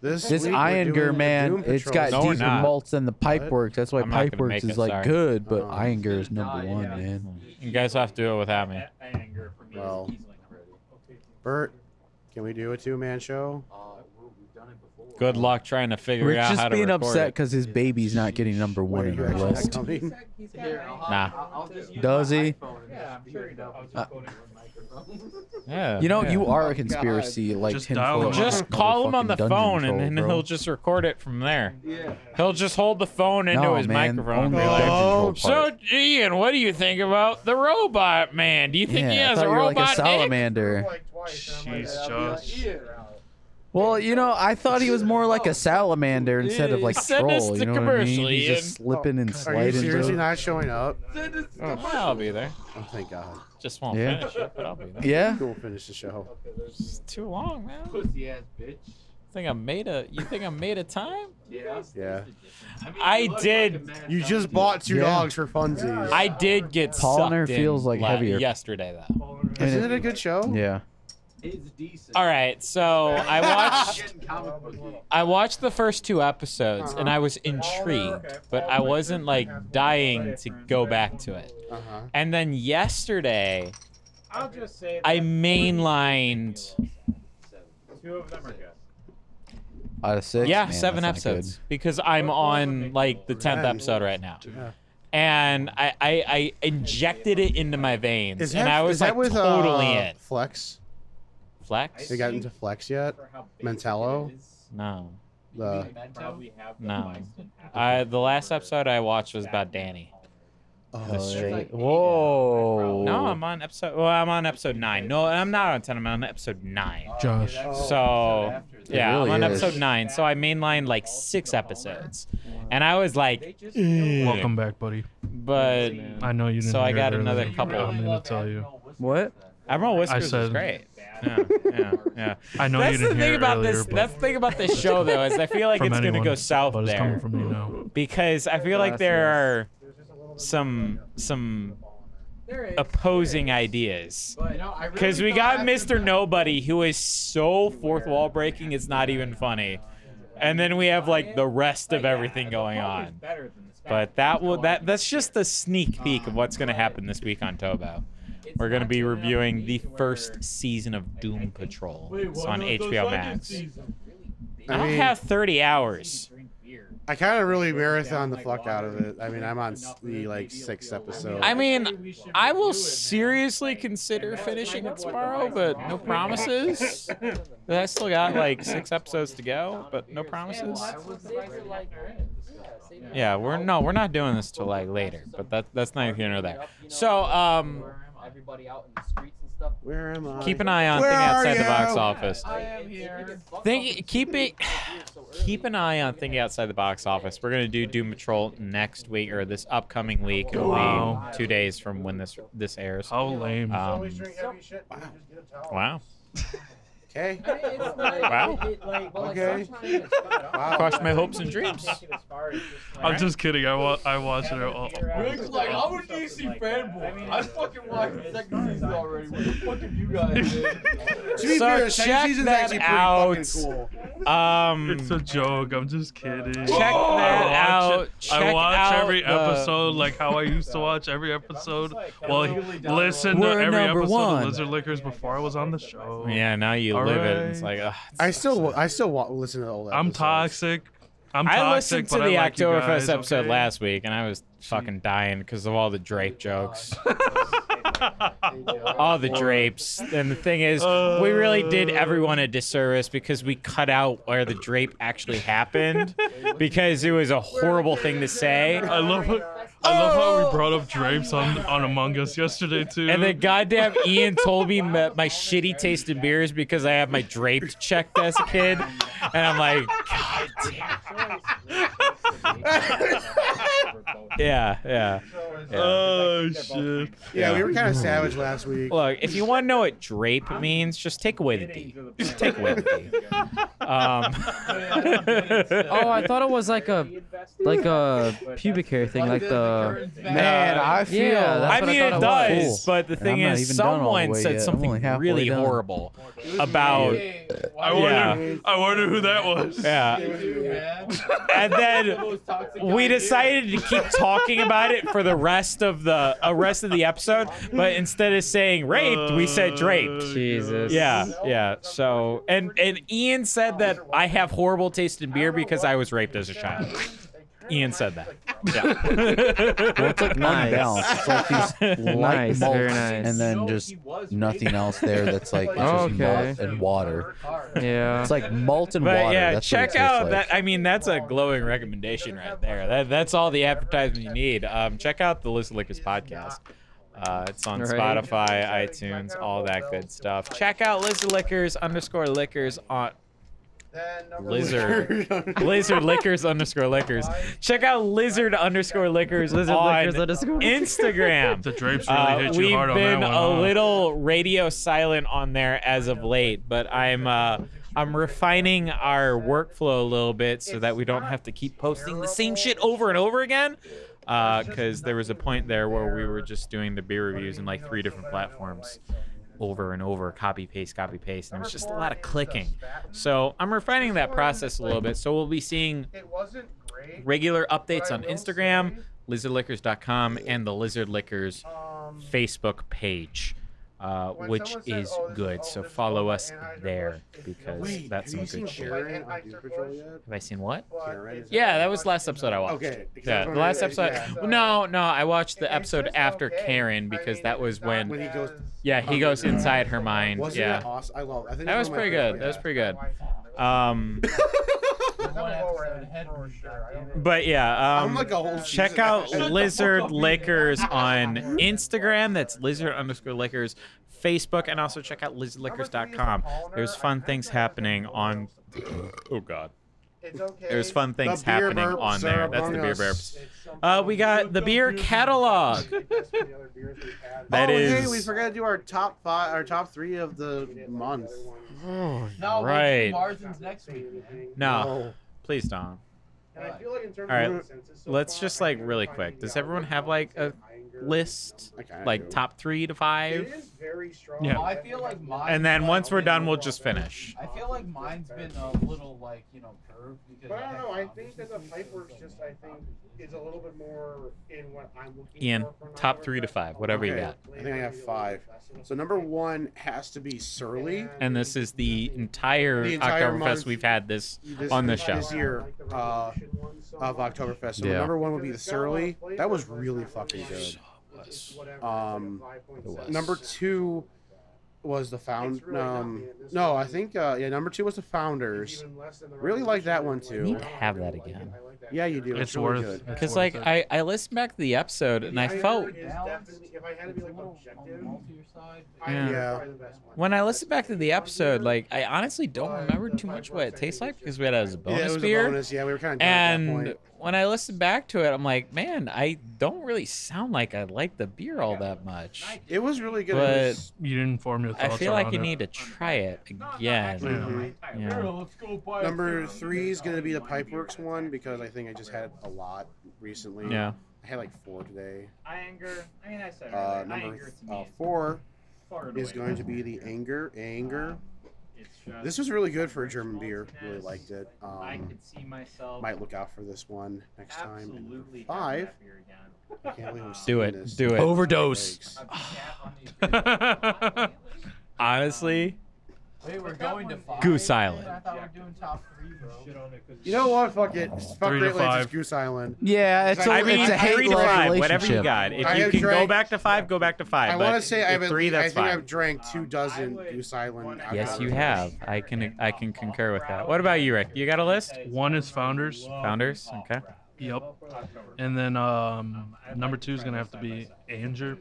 [SPEAKER 4] This,
[SPEAKER 3] This
[SPEAKER 4] week we're doing
[SPEAKER 3] Iyengar
[SPEAKER 4] the
[SPEAKER 3] man,
[SPEAKER 4] Doom
[SPEAKER 3] it's
[SPEAKER 4] Patrol
[SPEAKER 3] got
[SPEAKER 2] No,
[SPEAKER 4] stuff.
[SPEAKER 2] we're
[SPEAKER 3] deeper
[SPEAKER 2] not.
[SPEAKER 3] malts than the pipe
[SPEAKER 4] What?
[SPEAKER 3] works. That's why
[SPEAKER 2] I'm not
[SPEAKER 3] pipe
[SPEAKER 2] gonna
[SPEAKER 3] works
[SPEAKER 2] make
[SPEAKER 3] is
[SPEAKER 2] it,
[SPEAKER 3] like
[SPEAKER 2] sorry.
[SPEAKER 3] good, but
[SPEAKER 4] Oh.
[SPEAKER 3] Iyengar is number one, man.
[SPEAKER 2] You guys have to do it without me.
[SPEAKER 8] Anger for me.
[SPEAKER 4] Well.
[SPEAKER 8] is easily number one.
[SPEAKER 4] Bert, can we do a two-man show?
[SPEAKER 8] Uh, we- we've done it before.
[SPEAKER 2] Good luck trying to figure
[SPEAKER 3] Rick's
[SPEAKER 2] out how
[SPEAKER 3] just
[SPEAKER 2] to
[SPEAKER 3] being
[SPEAKER 2] record
[SPEAKER 3] upset
[SPEAKER 2] it.
[SPEAKER 3] because his baby's not getting number one
[SPEAKER 4] Wait,
[SPEAKER 3] in
[SPEAKER 4] you
[SPEAKER 3] our
[SPEAKER 4] actually not
[SPEAKER 3] list.
[SPEAKER 4] coming?
[SPEAKER 8] Here, I'll,
[SPEAKER 2] Nah.
[SPEAKER 8] I'll, I'll just use
[SPEAKER 3] Does
[SPEAKER 8] my
[SPEAKER 3] he?
[SPEAKER 8] iPhone and
[SPEAKER 9] Yeah,
[SPEAKER 8] just
[SPEAKER 9] I'm
[SPEAKER 8] figure
[SPEAKER 9] sure
[SPEAKER 8] it out. I'll just
[SPEAKER 1] Uh,
[SPEAKER 8] go to one microphone.
[SPEAKER 2] Yeah.
[SPEAKER 3] You know,
[SPEAKER 2] yeah.
[SPEAKER 3] you are a conspiracy like
[SPEAKER 1] Just dial
[SPEAKER 3] tinfoil.
[SPEAKER 1] him up.
[SPEAKER 2] Just call him on the
[SPEAKER 3] motherfucking dungeon
[SPEAKER 2] phone, and
[SPEAKER 3] troll,
[SPEAKER 2] then
[SPEAKER 3] bro.
[SPEAKER 2] he'll just record it from there.
[SPEAKER 9] Yeah.
[SPEAKER 2] He'll just hold the phone into
[SPEAKER 3] No,
[SPEAKER 2] his
[SPEAKER 3] man,
[SPEAKER 2] microphone. and
[SPEAKER 3] only
[SPEAKER 2] be
[SPEAKER 3] the
[SPEAKER 2] like,
[SPEAKER 4] Oh,
[SPEAKER 3] dungeon troll
[SPEAKER 2] So,
[SPEAKER 3] part.
[SPEAKER 2] Ian, what do you think about the robot man? Do you think
[SPEAKER 3] yeah,
[SPEAKER 2] he
[SPEAKER 3] I
[SPEAKER 2] has
[SPEAKER 3] thought
[SPEAKER 2] a
[SPEAKER 3] you were
[SPEAKER 2] robot
[SPEAKER 3] like a
[SPEAKER 2] dick?
[SPEAKER 3] salamander.
[SPEAKER 9] Like twice. and I'm like,
[SPEAKER 1] Jeez,
[SPEAKER 9] I'll be like,
[SPEAKER 1] Josh.
[SPEAKER 9] "Yeah."
[SPEAKER 3] Well, you know, I thought he was more like a salamander instead of like a
[SPEAKER 2] Send us
[SPEAKER 3] troll.
[SPEAKER 2] the
[SPEAKER 3] You know what I mean?
[SPEAKER 2] commercial,
[SPEAKER 3] He's just slipping and
[SPEAKER 4] Oh, Are you
[SPEAKER 3] sliding.
[SPEAKER 4] seriously
[SPEAKER 3] through.
[SPEAKER 4] not showing up?
[SPEAKER 2] Oh, I'll be there.
[SPEAKER 4] Oh, thank God.
[SPEAKER 2] Just won't
[SPEAKER 3] Yeah.
[SPEAKER 2] finish it, but I'll be there.
[SPEAKER 3] Yeah.
[SPEAKER 4] Cool, finish the show.
[SPEAKER 2] It's too long, man.
[SPEAKER 8] Pussy ass bitch.
[SPEAKER 2] Think I'm made a? You think I'm made a time?
[SPEAKER 8] Yeah.
[SPEAKER 4] Yeah.
[SPEAKER 8] I, mean,
[SPEAKER 2] I
[SPEAKER 8] you look
[SPEAKER 2] did-
[SPEAKER 8] Like a mad
[SPEAKER 4] You
[SPEAKER 8] dog.
[SPEAKER 4] just bought two
[SPEAKER 3] Yeah.
[SPEAKER 4] dogs for funsies.
[SPEAKER 2] I did get
[SPEAKER 3] Polliner
[SPEAKER 2] sucked in
[SPEAKER 3] feels like
[SPEAKER 2] la-
[SPEAKER 3] heavier.
[SPEAKER 2] yesterday though.
[SPEAKER 3] And
[SPEAKER 4] Isn't it a good show?
[SPEAKER 3] Yeah.
[SPEAKER 8] It's decent.
[SPEAKER 2] All right, so I watched
[SPEAKER 8] Getting comic booky.
[SPEAKER 2] I watched the first two episodes and I was
[SPEAKER 9] Oh,
[SPEAKER 2] intrigued, but I wasn't like dying to go back to it.
[SPEAKER 4] Uh-huh.
[SPEAKER 2] And then yesterday,
[SPEAKER 9] I'll just say
[SPEAKER 2] I
[SPEAKER 9] that
[SPEAKER 2] mainlined
[SPEAKER 9] two of them are good.
[SPEAKER 3] Out of six.
[SPEAKER 2] yeah
[SPEAKER 3] man,
[SPEAKER 2] seven
[SPEAKER 3] that's not good.
[SPEAKER 2] episodes because I'm on like the tenth
[SPEAKER 4] Yeah.
[SPEAKER 2] episode right now,
[SPEAKER 4] Yeah.
[SPEAKER 2] and I I, I injected it into my veins
[SPEAKER 4] Is that,
[SPEAKER 2] and I was
[SPEAKER 4] is that
[SPEAKER 2] like
[SPEAKER 4] with,
[SPEAKER 2] totally
[SPEAKER 4] uh,
[SPEAKER 2] in
[SPEAKER 4] Flex?
[SPEAKER 2] flex.
[SPEAKER 4] They got into Flex yet? Mentello?
[SPEAKER 2] No,
[SPEAKER 4] The
[SPEAKER 2] no. I the last episode I watched was about Danny.
[SPEAKER 4] oh,
[SPEAKER 2] straight-
[SPEAKER 3] Whoa.
[SPEAKER 2] No, I'm on episode. Well, I'm on episode nine. No, I'm not on ten. I'm on episode nine.
[SPEAKER 1] Josh.
[SPEAKER 2] So yeah, I'm
[SPEAKER 3] really
[SPEAKER 2] on
[SPEAKER 3] is.
[SPEAKER 2] episode nine. So I mainlined like six episodes, and I was like, "Ugh,"
[SPEAKER 1] Welcome back, buddy.
[SPEAKER 2] but
[SPEAKER 1] I know you didn't.
[SPEAKER 2] So I
[SPEAKER 1] hear it
[SPEAKER 2] got
[SPEAKER 1] earlier,
[SPEAKER 2] another
[SPEAKER 1] but
[SPEAKER 2] couple.
[SPEAKER 1] I'm gonna tell you.
[SPEAKER 6] What?
[SPEAKER 2] Admiral Whiskers was
[SPEAKER 1] said-
[SPEAKER 2] great. Yeah, yeah, yeah.
[SPEAKER 1] I know
[SPEAKER 2] that's
[SPEAKER 1] you
[SPEAKER 2] the
[SPEAKER 1] didn't hear
[SPEAKER 2] thing
[SPEAKER 1] it
[SPEAKER 2] about
[SPEAKER 1] earlier,
[SPEAKER 2] this.
[SPEAKER 1] but
[SPEAKER 2] That's the thing about this show, though, is I feel like
[SPEAKER 1] from
[SPEAKER 2] it's
[SPEAKER 1] anyone,
[SPEAKER 2] gonna go south
[SPEAKER 1] but it's
[SPEAKER 2] there
[SPEAKER 1] coming from you now.
[SPEAKER 2] because I feel like there are some some opposing ideas. Because we got Mr. Nobody, who is so fourth wall breaking, it's not even funny. And then we have like the rest of everything going on. But that will that that's Um, just a sneak peek of what's gonna happen this week on Tobo. We're gonna be reviewing the first season of Doom Patrol. It's on HBO Max. I don't
[SPEAKER 4] mean-
[SPEAKER 2] have 30 hours.
[SPEAKER 4] I kind of really marathon the fuck out of it. I mean, I'm on s- the like sixth episode.
[SPEAKER 2] I mean, I will seriously consider finishing it tomorrow, but no promises. I still got like six episodes to go, but no promises. Yeah, we're no, we're not doing this till like later, but that that's neither here nor there. So, um,
[SPEAKER 8] Everybody out in the streets and stuff.
[SPEAKER 4] Where am I?
[SPEAKER 2] keep an eye on
[SPEAKER 4] Where
[SPEAKER 2] thing
[SPEAKER 4] are
[SPEAKER 2] outside the box
[SPEAKER 4] you?
[SPEAKER 2] office. Think, keep it, keep an eye on thinking outside the box office. We're gonna do Doom Patrol next week or this upcoming week. It'll
[SPEAKER 1] Wow. Oh.
[SPEAKER 2] be two days from when this this airs.
[SPEAKER 1] How lame.
[SPEAKER 2] Um,
[SPEAKER 9] heavy shit.
[SPEAKER 4] Wow.
[SPEAKER 9] Just get a towel.
[SPEAKER 2] wow.
[SPEAKER 4] Okay.
[SPEAKER 2] Wow.
[SPEAKER 4] Okay. Wow.
[SPEAKER 2] Crushed my hopes and dreams.
[SPEAKER 1] I'm just kidding. I, wa- I watched it. all-
[SPEAKER 8] Rick's like, I'm a DC fanboy. I, fucking watched the second season already. What the fuck have you guys did?
[SPEAKER 4] To be
[SPEAKER 2] So
[SPEAKER 4] fair, the second
[SPEAKER 2] check
[SPEAKER 4] season's
[SPEAKER 2] that
[SPEAKER 4] actually pretty
[SPEAKER 2] out.
[SPEAKER 4] fucking cool.
[SPEAKER 2] Um,
[SPEAKER 1] Mm, It's a joke. I'm just kidding.
[SPEAKER 2] check that
[SPEAKER 1] I watch
[SPEAKER 2] out.
[SPEAKER 1] it-
[SPEAKER 2] Check
[SPEAKER 1] I watch
[SPEAKER 2] out
[SPEAKER 1] every
[SPEAKER 2] the-
[SPEAKER 1] episode like how I used to watch every episode. Well, listen to
[SPEAKER 3] We're
[SPEAKER 1] every
[SPEAKER 3] number
[SPEAKER 1] episode
[SPEAKER 3] one.
[SPEAKER 1] of Lizard Liquors before I was on the show.
[SPEAKER 2] Yeah, now you
[SPEAKER 1] All
[SPEAKER 2] live it. It's
[SPEAKER 1] right.
[SPEAKER 2] like, ugh,
[SPEAKER 4] I still, wa- I still wa- listen to all that.
[SPEAKER 1] I'm toxic. I'm toxic.
[SPEAKER 2] I listened to
[SPEAKER 1] but
[SPEAKER 2] the
[SPEAKER 1] I like you
[SPEAKER 2] Oktoberfest
[SPEAKER 1] guys,
[SPEAKER 2] episode
[SPEAKER 1] okay?
[SPEAKER 2] last week, and I was fucking dying because of all the drape jokes, all the drapes. And the thing is, we really did everyone a disservice because we cut out where the drape actually happened because it was a horrible thing to say.
[SPEAKER 1] I love it. I love how we brought up drapes on, on Among Us yesterday too.
[SPEAKER 2] And then goddamn Ian told me my, my shitty taste in beers because I have my draped checked as a kid, and I'm like, God damn. Yeah, yeah.
[SPEAKER 1] oh shit!
[SPEAKER 4] Yeah, we were kind of savage last week.
[SPEAKER 2] Look, if you want to know what drape means, just take away the D. Just take away the D. Um,
[SPEAKER 3] Oh,
[SPEAKER 6] Oh, I thought it was like a like a pubic hair thing, like the
[SPEAKER 8] Man, I
[SPEAKER 6] feel- Yeah, Oh, that's
[SPEAKER 2] I
[SPEAKER 6] what I
[SPEAKER 2] mean,
[SPEAKER 6] thought
[SPEAKER 2] it
[SPEAKER 6] it
[SPEAKER 2] does,
[SPEAKER 6] was.
[SPEAKER 2] but the
[SPEAKER 6] And
[SPEAKER 2] thing
[SPEAKER 6] I'm not
[SPEAKER 2] is,
[SPEAKER 6] even done all the
[SPEAKER 2] someone
[SPEAKER 6] way
[SPEAKER 2] said
[SPEAKER 6] yet. I'm
[SPEAKER 2] something
[SPEAKER 6] only halfway
[SPEAKER 2] really
[SPEAKER 6] done.
[SPEAKER 2] horrible about,
[SPEAKER 1] I wonder. I wonder who that was.
[SPEAKER 2] Oh, yeah. And then we decided to keep talking about it for the rest of the uh, rest of the episode, but instead of saying raped, we said
[SPEAKER 1] Oh,
[SPEAKER 2] draped.
[SPEAKER 6] Jesus.
[SPEAKER 2] Yeah, yeah. So, and and Ian said that I have horrible taste in beer because I was raped as a child. Ian said that.
[SPEAKER 3] Well,
[SPEAKER 2] Yeah.
[SPEAKER 3] it's like
[SPEAKER 6] Nice.
[SPEAKER 3] unbalanced. It's like these light
[SPEAKER 6] Nice,
[SPEAKER 3] malts
[SPEAKER 6] very nice.
[SPEAKER 3] and then just nothing else there that's like it's just
[SPEAKER 6] Okay.
[SPEAKER 3] malt and water.
[SPEAKER 6] Yeah.
[SPEAKER 3] It's like malt and
[SPEAKER 2] But
[SPEAKER 3] water.
[SPEAKER 2] yeah,
[SPEAKER 3] that's what it
[SPEAKER 2] check
[SPEAKER 3] tastes
[SPEAKER 2] out
[SPEAKER 3] like.
[SPEAKER 2] that. I mean, that's a glowing recommendation right there. That that's all the advertisement you need. Um, check out the List of Liquors podcast. Uh, it's on
[SPEAKER 6] Right.
[SPEAKER 2] Spotify, iTunes, all that good stuff. Check out Lizard Liquors underscore Liquors on Lizard Lizard Liquors underscore Liquors. Check out Lizard underscore Liquors
[SPEAKER 6] Lizard
[SPEAKER 2] on
[SPEAKER 6] liquors, let us go.
[SPEAKER 2] Instagram.
[SPEAKER 1] The drapes really
[SPEAKER 2] Uh,
[SPEAKER 1] hit you
[SPEAKER 2] we've
[SPEAKER 1] hard on that
[SPEAKER 2] been
[SPEAKER 1] one.
[SPEAKER 2] a
[SPEAKER 1] huh?
[SPEAKER 2] little radio silent on there as of late, but I'm uh, I'm refining our workflow a little bit so that we don't have to keep posting the same shit over and over again. Because there was a point there where we were just doing the beer reviews in like three different platforms over and over, copy paste, copy paste, and it was just a lot of clicking. So I'm refining that process a little bit. So we'll be seeing
[SPEAKER 9] It wasn't great.
[SPEAKER 2] regular updates
[SPEAKER 9] I
[SPEAKER 2] on
[SPEAKER 9] will
[SPEAKER 2] Instagram, lizardlickers.com, and the Lizard Liquors
[SPEAKER 9] Um,
[SPEAKER 2] Facebook page, uh,
[SPEAKER 9] When
[SPEAKER 2] which
[SPEAKER 9] someone said,
[SPEAKER 2] is
[SPEAKER 9] "Oh, this-
[SPEAKER 2] good.
[SPEAKER 9] oh,
[SPEAKER 2] so
[SPEAKER 9] this is
[SPEAKER 2] follow
[SPEAKER 9] all
[SPEAKER 2] us
[SPEAKER 9] anhydrous
[SPEAKER 2] there
[SPEAKER 9] bush, it's
[SPEAKER 2] because
[SPEAKER 9] yellow."
[SPEAKER 2] that's some
[SPEAKER 4] have you
[SPEAKER 2] good
[SPEAKER 4] seen
[SPEAKER 2] shit.
[SPEAKER 9] Karen?
[SPEAKER 2] Have
[SPEAKER 4] Karen on Doom Patrol yet?
[SPEAKER 2] I seen what?
[SPEAKER 9] but
[SPEAKER 4] Karen,
[SPEAKER 9] it's
[SPEAKER 4] is
[SPEAKER 2] Yeah,
[SPEAKER 9] not
[SPEAKER 2] that was
[SPEAKER 9] much
[SPEAKER 2] last
[SPEAKER 9] in
[SPEAKER 2] episode I watched.
[SPEAKER 4] Okay. because
[SPEAKER 2] Yeah,
[SPEAKER 4] that's
[SPEAKER 2] the
[SPEAKER 4] what I
[SPEAKER 2] last
[SPEAKER 4] mean,
[SPEAKER 2] episode.
[SPEAKER 4] yeah.
[SPEAKER 9] so-
[SPEAKER 2] No, no, I watched
[SPEAKER 9] It-
[SPEAKER 2] the
[SPEAKER 9] it's
[SPEAKER 2] episode
[SPEAKER 9] just
[SPEAKER 2] after
[SPEAKER 9] okay.
[SPEAKER 2] Karen
[SPEAKER 9] I
[SPEAKER 2] because
[SPEAKER 9] mean,
[SPEAKER 2] that
[SPEAKER 9] it's
[SPEAKER 2] was
[SPEAKER 9] not
[SPEAKER 4] When
[SPEAKER 2] when.
[SPEAKER 4] he goes-
[SPEAKER 9] as-
[SPEAKER 2] Yeah, he
[SPEAKER 4] Okay.
[SPEAKER 2] goes inside Hermione.
[SPEAKER 4] Wasn't
[SPEAKER 2] Yeah,
[SPEAKER 4] that awesome? I love. I think
[SPEAKER 2] that was
[SPEAKER 4] it's one of my
[SPEAKER 2] pretty good.
[SPEAKER 4] favorite.
[SPEAKER 2] That was
[SPEAKER 4] Yeah.
[SPEAKER 2] pretty good. Um,
[SPEAKER 8] One
[SPEAKER 9] That was all
[SPEAKER 8] episode
[SPEAKER 9] right,
[SPEAKER 8] ahead
[SPEAKER 9] for
[SPEAKER 8] of me,
[SPEAKER 9] sure, I don't
[SPEAKER 8] goddamn it.
[SPEAKER 9] know.
[SPEAKER 2] but yeah, um,
[SPEAKER 4] I'm like a whole
[SPEAKER 2] Check
[SPEAKER 4] season
[SPEAKER 2] out
[SPEAKER 4] ahead.
[SPEAKER 2] Lizard Liquors on Instagram. That's lizard underscore liquors. Facebook, and also check out lizardliquors.com. There's fun things happening on. Oh God.
[SPEAKER 9] It's okay.
[SPEAKER 2] There's fun things
[SPEAKER 4] The beer
[SPEAKER 2] happening
[SPEAKER 4] burps
[SPEAKER 2] on
[SPEAKER 4] are
[SPEAKER 2] there. That's the
[SPEAKER 4] among
[SPEAKER 2] beer
[SPEAKER 4] us.
[SPEAKER 2] burps. Uh, we got the beer catalog. That
[SPEAKER 4] oh,
[SPEAKER 2] is
[SPEAKER 4] hey, we forgot to do our top five, our top three of the month.
[SPEAKER 8] No, we'll do
[SPEAKER 2] Right.
[SPEAKER 8] Margins next week. man.
[SPEAKER 2] no.
[SPEAKER 4] Oh.
[SPEAKER 2] Please don't.
[SPEAKER 4] All
[SPEAKER 2] All right, Let's just like really quick. Does everyone have like a list, like top three to five?
[SPEAKER 1] Yeah.
[SPEAKER 8] I feel like mine.
[SPEAKER 2] And then once we're done, we'll just finish.
[SPEAKER 8] I feel like mine's been a little like you know curved because.
[SPEAKER 4] But I don't
[SPEAKER 8] had
[SPEAKER 4] know. I
[SPEAKER 8] copies
[SPEAKER 4] think
[SPEAKER 8] and
[SPEAKER 4] that the
[SPEAKER 8] shit,
[SPEAKER 4] Pipeworks
[SPEAKER 8] so
[SPEAKER 4] just,
[SPEAKER 8] many
[SPEAKER 4] I think,
[SPEAKER 8] copies.
[SPEAKER 4] is a little bit more in what I'm looking
[SPEAKER 2] Ian,
[SPEAKER 4] for. for an
[SPEAKER 2] top
[SPEAKER 4] hour
[SPEAKER 2] three to
[SPEAKER 4] prep.
[SPEAKER 2] five, whatever you
[SPEAKER 4] Okay,
[SPEAKER 2] got.
[SPEAKER 4] I think I have five. So number one has to be Surly.
[SPEAKER 2] And this is the entire,
[SPEAKER 4] The entire month.
[SPEAKER 2] Oktoberfest we've had this
[SPEAKER 4] This,
[SPEAKER 2] on the show.
[SPEAKER 4] this year uh, of Oktoberfest. So
[SPEAKER 3] Yeah.
[SPEAKER 4] number one would be the Surly. That was really fucking good. Um, Number two was the found. Um, no, I think uh, yeah. Number two was the Founders. Really like that one too.
[SPEAKER 2] I need to have that again.
[SPEAKER 4] Yeah, you do. It's,
[SPEAKER 1] It's
[SPEAKER 4] really
[SPEAKER 1] worth.
[SPEAKER 4] good.
[SPEAKER 1] it's
[SPEAKER 2] Because
[SPEAKER 1] worth
[SPEAKER 2] like
[SPEAKER 1] it.
[SPEAKER 2] I, I listened back to the episode and I felt
[SPEAKER 4] It's definitely- If I had to
[SPEAKER 8] It's
[SPEAKER 4] be
[SPEAKER 8] a
[SPEAKER 4] like
[SPEAKER 8] little on the
[SPEAKER 4] objective,
[SPEAKER 8] maltier side, but-
[SPEAKER 4] I
[SPEAKER 2] Yeah.
[SPEAKER 4] yeah. Probably the best one.
[SPEAKER 2] when I listened back to the episode, like I honestly don't remember too much what it tastes like because we had it as a
[SPEAKER 4] yeah, it
[SPEAKER 2] bonus
[SPEAKER 4] was a
[SPEAKER 2] beer.
[SPEAKER 4] bonus. Yeah, we were kind of
[SPEAKER 2] And when I listened back to it, I'm like, man, I don't really sound like I like the beer all that much.
[SPEAKER 4] It was really good. It
[SPEAKER 2] But-
[SPEAKER 4] was-
[SPEAKER 1] You didn't form your
[SPEAKER 2] I
[SPEAKER 1] thoughts
[SPEAKER 2] feel like
[SPEAKER 1] around
[SPEAKER 2] you
[SPEAKER 1] it.
[SPEAKER 2] need to try it
[SPEAKER 1] Yeah.
[SPEAKER 2] again. Yeah.
[SPEAKER 4] number three is gonna be the Pipeworks one because I think I just had a lot recently.
[SPEAKER 2] Yeah.
[SPEAKER 4] I had like four today.
[SPEAKER 9] I anger. I mean, I said it
[SPEAKER 4] Uh,
[SPEAKER 9] earlier, I
[SPEAKER 4] number
[SPEAKER 9] anger to me
[SPEAKER 4] uh,
[SPEAKER 9] is
[SPEAKER 4] four
[SPEAKER 9] far and
[SPEAKER 4] is
[SPEAKER 9] away
[SPEAKER 4] going
[SPEAKER 9] the
[SPEAKER 4] to be the anger. Anger.
[SPEAKER 9] It's just,
[SPEAKER 4] This was really good for a German beer. Really
[SPEAKER 9] Yes.
[SPEAKER 4] liked it.
[SPEAKER 9] I
[SPEAKER 4] Um,
[SPEAKER 9] could see myself
[SPEAKER 4] might look out for this one next time. And number
[SPEAKER 9] absolutely having
[SPEAKER 4] Five.
[SPEAKER 9] that beer again.
[SPEAKER 4] I can't believe I'm
[SPEAKER 2] Do
[SPEAKER 4] seeing
[SPEAKER 2] it.
[SPEAKER 4] this.
[SPEAKER 2] Do it.
[SPEAKER 3] Overdose.
[SPEAKER 8] I've been cap on these beers a lot lately.
[SPEAKER 2] Honestly,
[SPEAKER 8] Wait, we're going to five.
[SPEAKER 2] Goose Island.
[SPEAKER 8] I thought we were doing top three, bro.
[SPEAKER 4] You know what? Fuck it. Fuck
[SPEAKER 1] Three to
[SPEAKER 4] Great Lakes is
[SPEAKER 1] five.
[SPEAKER 4] Goose Island.
[SPEAKER 3] Yeah, it's a,
[SPEAKER 2] I mean,
[SPEAKER 3] it's a
[SPEAKER 2] three to
[SPEAKER 3] hate-love
[SPEAKER 2] five, whatever you
[SPEAKER 3] relationship.
[SPEAKER 2] got. If
[SPEAKER 4] I
[SPEAKER 2] you
[SPEAKER 4] have
[SPEAKER 2] can go
[SPEAKER 4] drank-
[SPEAKER 2] back to five, go back to five.
[SPEAKER 4] I
[SPEAKER 2] want to
[SPEAKER 4] say I've at
[SPEAKER 2] three.
[SPEAKER 4] least- I
[SPEAKER 2] That's
[SPEAKER 4] think
[SPEAKER 2] fine.
[SPEAKER 4] I've drank two
[SPEAKER 9] Um, I
[SPEAKER 4] dozen
[SPEAKER 9] would-
[SPEAKER 4] Goose Island.
[SPEAKER 9] one
[SPEAKER 4] out of
[SPEAKER 2] Yes,
[SPEAKER 4] the
[SPEAKER 2] you
[SPEAKER 4] three.
[SPEAKER 2] have. I can I can concur with that. What about you, Rick? You got a list?
[SPEAKER 1] One is Founders.
[SPEAKER 2] Founders, okay.
[SPEAKER 1] Yep. And then um, number two is gonna have to be Anger.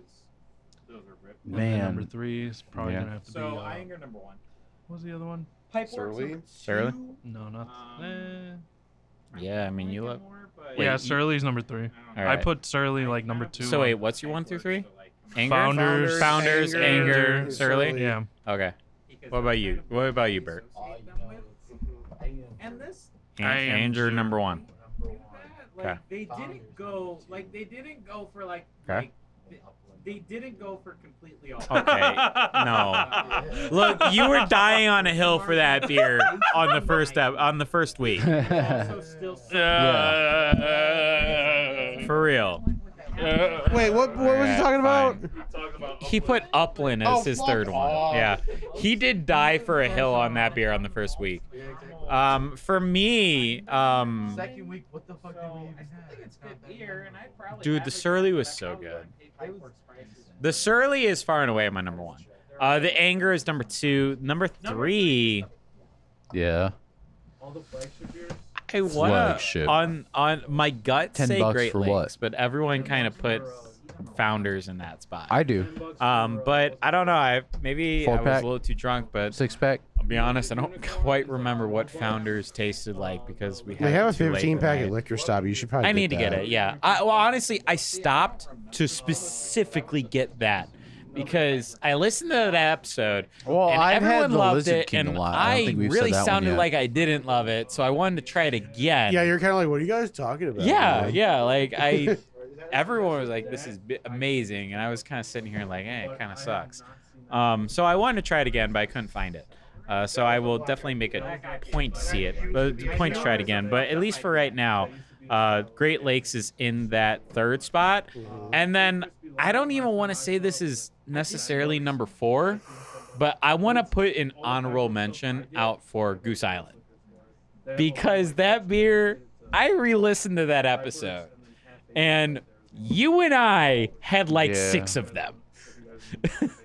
[SPEAKER 1] And then
[SPEAKER 3] Man.
[SPEAKER 1] Number three is probably
[SPEAKER 7] Yeah.
[SPEAKER 1] gonna have to
[SPEAKER 9] So
[SPEAKER 1] be.
[SPEAKER 9] I
[SPEAKER 1] Uh,
[SPEAKER 9] anger number one.
[SPEAKER 1] what was the other one?
[SPEAKER 9] Pipe
[SPEAKER 4] Surly?
[SPEAKER 2] Surly?
[SPEAKER 1] No, not.
[SPEAKER 9] Um,
[SPEAKER 1] eh.
[SPEAKER 2] Yeah, I mean, you look.
[SPEAKER 1] yeah,
[SPEAKER 2] you-
[SPEAKER 1] Surly's number three.
[SPEAKER 2] All
[SPEAKER 1] I
[SPEAKER 2] right.
[SPEAKER 1] put Surly like number two.
[SPEAKER 2] So
[SPEAKER 1] on-
[SPEAKER 2] wait, what's your one through three? Anger.
[SPEAKER 1] Founders,
[SPEAKER 2] Founders, anger,
[SPEAKER 1] anger,
[SPEAKER 2] surly.
[SPEAKER 1] Yeah.
[SPEAKER 2] Okay. What about you? What about you, Bert?
[SPEAKER 8] And this
[SPEAKER 2] An-
[SPEAKER 1] I am
[SPEAKER 2] Anger number one.
[SPEAKER 9] like
[SPEAKER 2] Okay.
[SPEAKER 9] they
[SPEAKER 8] Founders
[SPEAKER 9] didn't go
[SPEAKER 8] too.
[SPEAKER 9] like they didn't go for like
[SPEAKER 2] Okay. Oh.
[SPEAKER 9] like they, they didn't go for completely all.
[SPEAKER 2] Okay,
[SPEAKER 9] no.
[SPEAKER 2] Look, you were dying on a hill for that beer on the first ep- on the first week.
[SPEAKER 9] Also still
[SPEAKER 1] Yeah.
[SPEAKER 2] For real.
[SPEAKER 4] Wait, what? What was he
[SPEAKER 2] Alright,
[SPEAKER 4] talking about? Oh,
[SPEAKER 2] fine.
[SPEAKER 1] about
[SPEAKER 2] He put Upland as his third one. Yeah. He did die for a hill on that beer on the first week.
[SPEAKER 8] Yeah, exactly.
[SPEAKER 2] Um, for me, um,
[SPEAKER 8] Second week, what the fuck did we
[SPEAKER 9] So,
[SPEAKER 8] even
[SPEAKER 9] I still
[SPEAKER 8] have?
[SPEAKER 9] think it's
[SPEAKER 8] Not
[SPEAKER 9] good
[SPEAKER 8] that
[SPEAKER 9] beer, and
[SPEAKER 8] long
[SPEAKER 9] I
[SPEAKER 8] ago.
[SPEAKER 9] probably.
[SPEAKER 2] Dude, the
[SPEAKER 9] average
[SPEAKER 2] Surly
[SPEAKER 9] it,
[SPEAKER 2] was
[SPEAKER 9] but I
[SPEAKER 2] so
[SPEAKER 9] probably
[SPEAKER 2] good.
[SPEAKER 9] would've paid Pipeworks prices.
[SPEAKER 2] the Surly is far and away my number one. Uh, the Anger is number two. Number three,
[SPEAKER 3] Yeah.
[SPEAKER 8] All the flagship beers.
[SPEAKER 2] I wanna
[SPEAKER 3] Flagship.
[SPEAKER 2] on on my gut
[SPEAKER 3] 10
[SPEAKER 2] say
[SPEAKER 3] bucks
[SPEAKER 2] Great
[SPEAKER 3] for
[SPEAKER 2] Lakes,
[SPEAKER 3] what?
[SPEAKER 2] but everyone kind of put Founders in that spot.
[SPEAKER 3] I do.
[SPEAKER 2] um, but I don't know. I maybe
[SPEAKER 3] Four
[SPEAKER 2] I was
[SPEAKER 3] pack.
[SPEAKER 2] a little too drunk, but
[SPEAKER 3] Six pack.
[SPEAKER 2] I'll be honest, I don't quite remember what Founders tasted like because we had
[SPEAKER 4] They have a
[SPEAKER 2] it too late
[SPEAKER 4] 15 pack
[SPEAKER 2] that
[SPEAKER 4] at
[SPEAKER 2] night.
[SPEAKER 4] Liquor Stop. You should probably.
[SPEAKER 2] I need to get
[SPEAKER 4] that.
[SPEAKER 2] it. Yeah. I, well, honestly, I stopped to specifically get that because I listened to that episode.
[SPEAKER 3] Well,
[SPEAKER 2] and
[SPEAKER 3] Oh, I've had
[SPEAKER 2] everyone
[SPEAKER 3] the
[SPEAKER 2] loved
[SPEAKER 3] Lizard
[SPEAKER 2] it,
[SPEAKER 3] King a
[SPEAKER 2] and
[SPEAKER 3] lot. I don't think we've said
[SPEAKER 2] really
[SPEAKER 3] that one
[SPEAKER 2] sounded
[SPEAKER 3] yet.
[SPEAKER 2] like I didn't love it, so I wanted to try it again.
[SPEAKER 4] Yeah, you're kind of like, what are you guys talking about?
[SPEAKER 2] yeah,
[SPEAKER 4] man?
[SPEAKER 2] yeah. Like I, everyone was like, "This is bi- amazing," and I was kind of sitting here like, "Hey, it kind of sucks." Um, so I wanted to try it again, but I couldn't find it. Uh, so I will definitely make a point to see it, but the point to try it again. But at least for right now, uh, Great Lakes is in that third spot, and then I don't even want to say this is necessarily number four, but I want to put an honorable mention out for Goose Island because that beer. I re-listened to that episode, and you and I had like
[SPEAKER 3] Yeah.
[SPEAKER 2] six of them.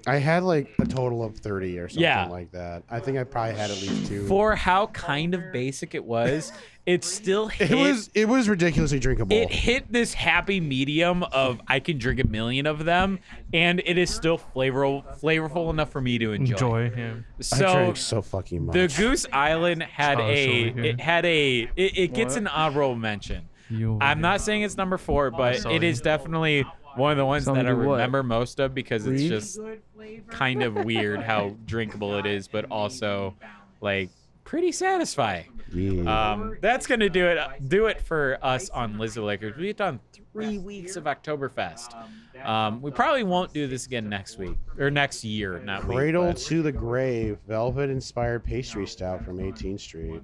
[SPEAKER 4] I had like a total of 30 or something
[SPEAKER 2] Yeah.
[SPEAKER 4] like that. I think I probably had at least two.
[SPEAKER 2] for how kind of basic it was, it still hit.
[SPEAKER 4] It was it was ridiculously drinkable.
[SPEAKER 2] It hit this happy medium of I can drink a million of them, and it is still flavorful, flavorful enough for me to enjoy.
[SPEAKER 1] Enjoy. Yeah.
[SPEAKER 4] I
[SPEAKER 2] So
[SPEAKER 4] drank so fucking much.
[SPEAKER 2] the Goose Island had
[SPEAKER 1] Oh, it's
[SPEAKER 2] a,
[SPEAKER 1] over here.
[SPEAKER 2] it had a, it, it gets an honorable mention.
[SPEAKER 1] You.
[SPEAKER 2] I'm not saying it's number four, but
[SPEAKER 1] Sorry.
[SPEAKER 2] it is definitely one of the ones
[SPEAKER 6] Something
[SPEAKER 2] that I
[SPEAKER 6] to do what?
[SPEAKER 2] remember most of because it's
[SPEAKER 4] Read?
[SPEAKER 2] just
[SPEAKER 9] Good flavor.
[SPEAKER 2] kind of weird how drinkable it is, but also like pretty satisfying.
[SPEAKER 4] Yeah.
[SPEAKER 2] Um, that's gonna do it. Do it for us on Lizard Liquors. We've done three weeks of Oktoberfest. Um, we probably won't do this again next week or next year, not week,
[SPEAKER 4] Cradle
[SPEAKER 2] but
[SPEAKER 4] to the Grave, velvet inspired pastry stout from 18th Street.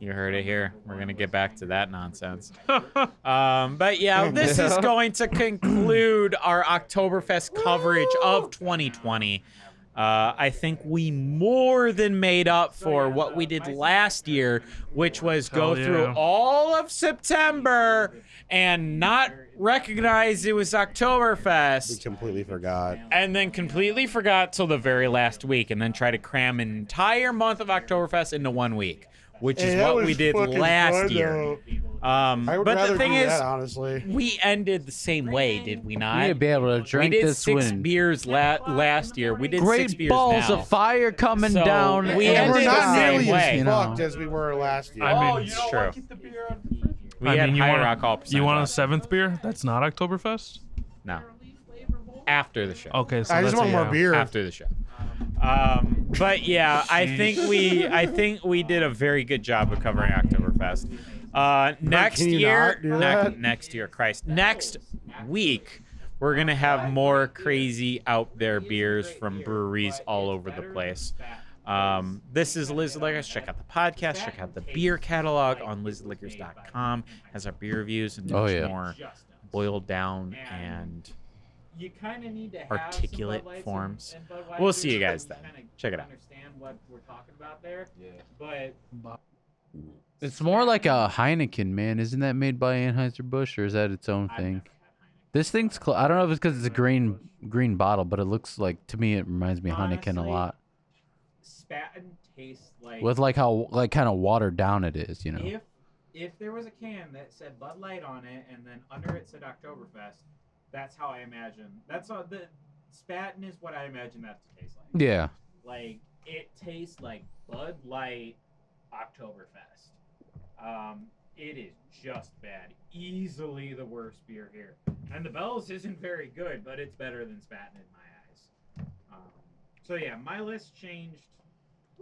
[SPEAKER 2] you heard it here. We're gonna get back to that nonsense. Um, but yeah, this is going to conclude our Oktoberfest coverage of 2020. Uh, I think we more than made up for what we did last year, which was go
[SPEAKER 1] Hell
[SPEAKER 2] through
[SPEAKER 1] yeah.
[SPEAKER 2] all of September and not recognize it was
[SPEAKER 4] We
[SPEAKER 2] Oktoberfest,
[SPEAKER 4] completely forgot.
[SPEAKER 2] and then completely forgot till the very last week, and then try to cram an entire month of Oktoberfest into one week, which is what we did last year. Um,
[SPEAKER 4] I would
[SPEAKER 2] but
[SPEAKER 4] rather
[SPEAKER 2] the thing
[SPEAKER 4] do
[SPEAKER 2] is,
[SPEAKER 4] that, honestly.
[SPEAKER 2] we ended the same way, did we
[SPEAKER 3] I,
[SPEAKER 2] not?
[SPEAKER 3] need to be able to
[SPEAKER 2] we
[SPEAKER 3] drink
[SPEAKER 2] did
[SPEAKER 3] this
[SPEAKER 2] six
[SPEAKER 3] win.
[SPEAKER 2] beers la- last year. We did six
[SPEAKER 3] Great
[SPEAKER 2] beers
[SPEAKER 3] balls
[SPEAKER 2] now.
[SPEAKER 3] of fire coming
[SPEAKER 2] So,
[SPEAKER 3] down.
[SPEAKER 2] we
[SPEAKER 3] and
[SPEAKER 4] and we're
[SPEAKER 2] ended the
[SPEAKER 4] not
[SPEAKER 2] same
[SPEAKER 4] nearly
[SPEAKER 2] way.
[SPEAKER 4] as
[SPEAKER 3] You know.
[SPEAKER 4] fucked as we were last year.
[SPEAKER 1] I
[SPEAKER 8] Oh,
[SPEAKER 1] mean,
[SPEAKER 8] you
[SPEAKER 2] It's
[SPEAKER 8] know
[SPEAKER 2] true.
[SPEAKER 8] what? Keep the beer on the fridge.
[SPEAKER 2] we
[SPEAKER 1] I
[SPEAKER 2] had
[SPEAKER 1] mean, you
[SPEAKER 2] higher
[SPEAKER 1] want,
[SPEAKER 2] alcohol
[SPEAKER 1] You
[SPEAKER 2] percentage
[SPEAKER 1] want a
[SPEAKER 2] last-
[SPEAKER 1] seventh beer? That's not Oktoberfest.
[SPEAKER 2] No. After the show.
[SPEAKER 1] Okay, so
[SPEAKER 4] I just
[SPEAKER 1] that's
[SPEAKER 4] want
[SPEAKER 1] a
[SPEAKER 4] more
[SPEAKER 1] yeah.
[SPEAKER 4] beer.
[SPEAKER 2] uh, After the show. Um, but yeah, I think we I think we did a very good job of covering Oktoberfest. Uh, next
[SPEAKER 4] can you
[SPEAKER 2] year,
[SPEAKER 4] not do
[SPEAKER 2] nec-
[SPEAKER 4] that?
[SPEAKER 2] next year, Christ, next week, we're gonna have more crazy out there beers from breweries all over the place. Um, this is Liz Liquors. Check out the podcast. Check out the beer catalog on lizliquors.com. Has our beer reviews and
[SPEAKER 3] Oh,
[SPEAKER 2] much
[SPEAKER 3] yeah.
[SPEAKER 2] more boiled down and
[SPEAKER 9] You kind of need to have some
[SPEAKER 2] Articulate
[SPEAKER 9] Bud Lights and-
[SPEAKER 2] forms.
[SPEAKER 9] and Bud Lights
[SPEAKER 2] We'll
[SPEAKER 9] and
[SPEAKER 2] see you
[SPEAKER 9] stuff
[SPEAKER 2] guys
[SPEAKER 9] to
[SPEAKER 2] then.
[SPEAKER 9] kinda
[SPEAKER 2] Check it out.
[SPEAKER 9] Understand what we're talking about there. Yeah. But
[SPEAKER 3] It's more like a Heineken, man. Isn't that made by Anheuser Busch or is that its own thing? This thing's cl- I don't know if it's because it's a green green bottle, but it looks like to me it reminds me of Heineken a
[SPEAKER 9] Honestly,
[SPEAKER 3] lot
[SPEAKER 9] Spaten tastes like
[SPEAKER 3] with like how like kind of watered down it is, you know.
[SPEAKER 9] if if there was a can that said Bud Light on it and then under it said Oktoberfest, that's how I imagine. That's all the Spaten is what I imagine that to taste like.
[SPEAKER 3] Yeah,
[SPEAKER 9] Like it tastes like Bud Light Oktoberfest. Um, it is just bad. Easily the worst beer here. And the Bells isn't very good, but it's better than Spaten in my eyes. Um, so yeah, my list changed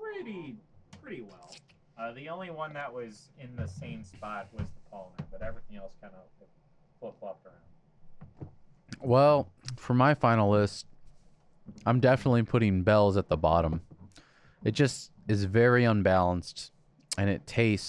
[SPEAKER 9] pretty pretty well. Uh, the only one that was in the same spot was the Pullman, but everything
[SPEAKER 2] else kind of flip flopped around.
[SPEAKER 8] Well, for my final list, I'm definitely putting Bell's at the bottom. It just is very unbalanced and it tastes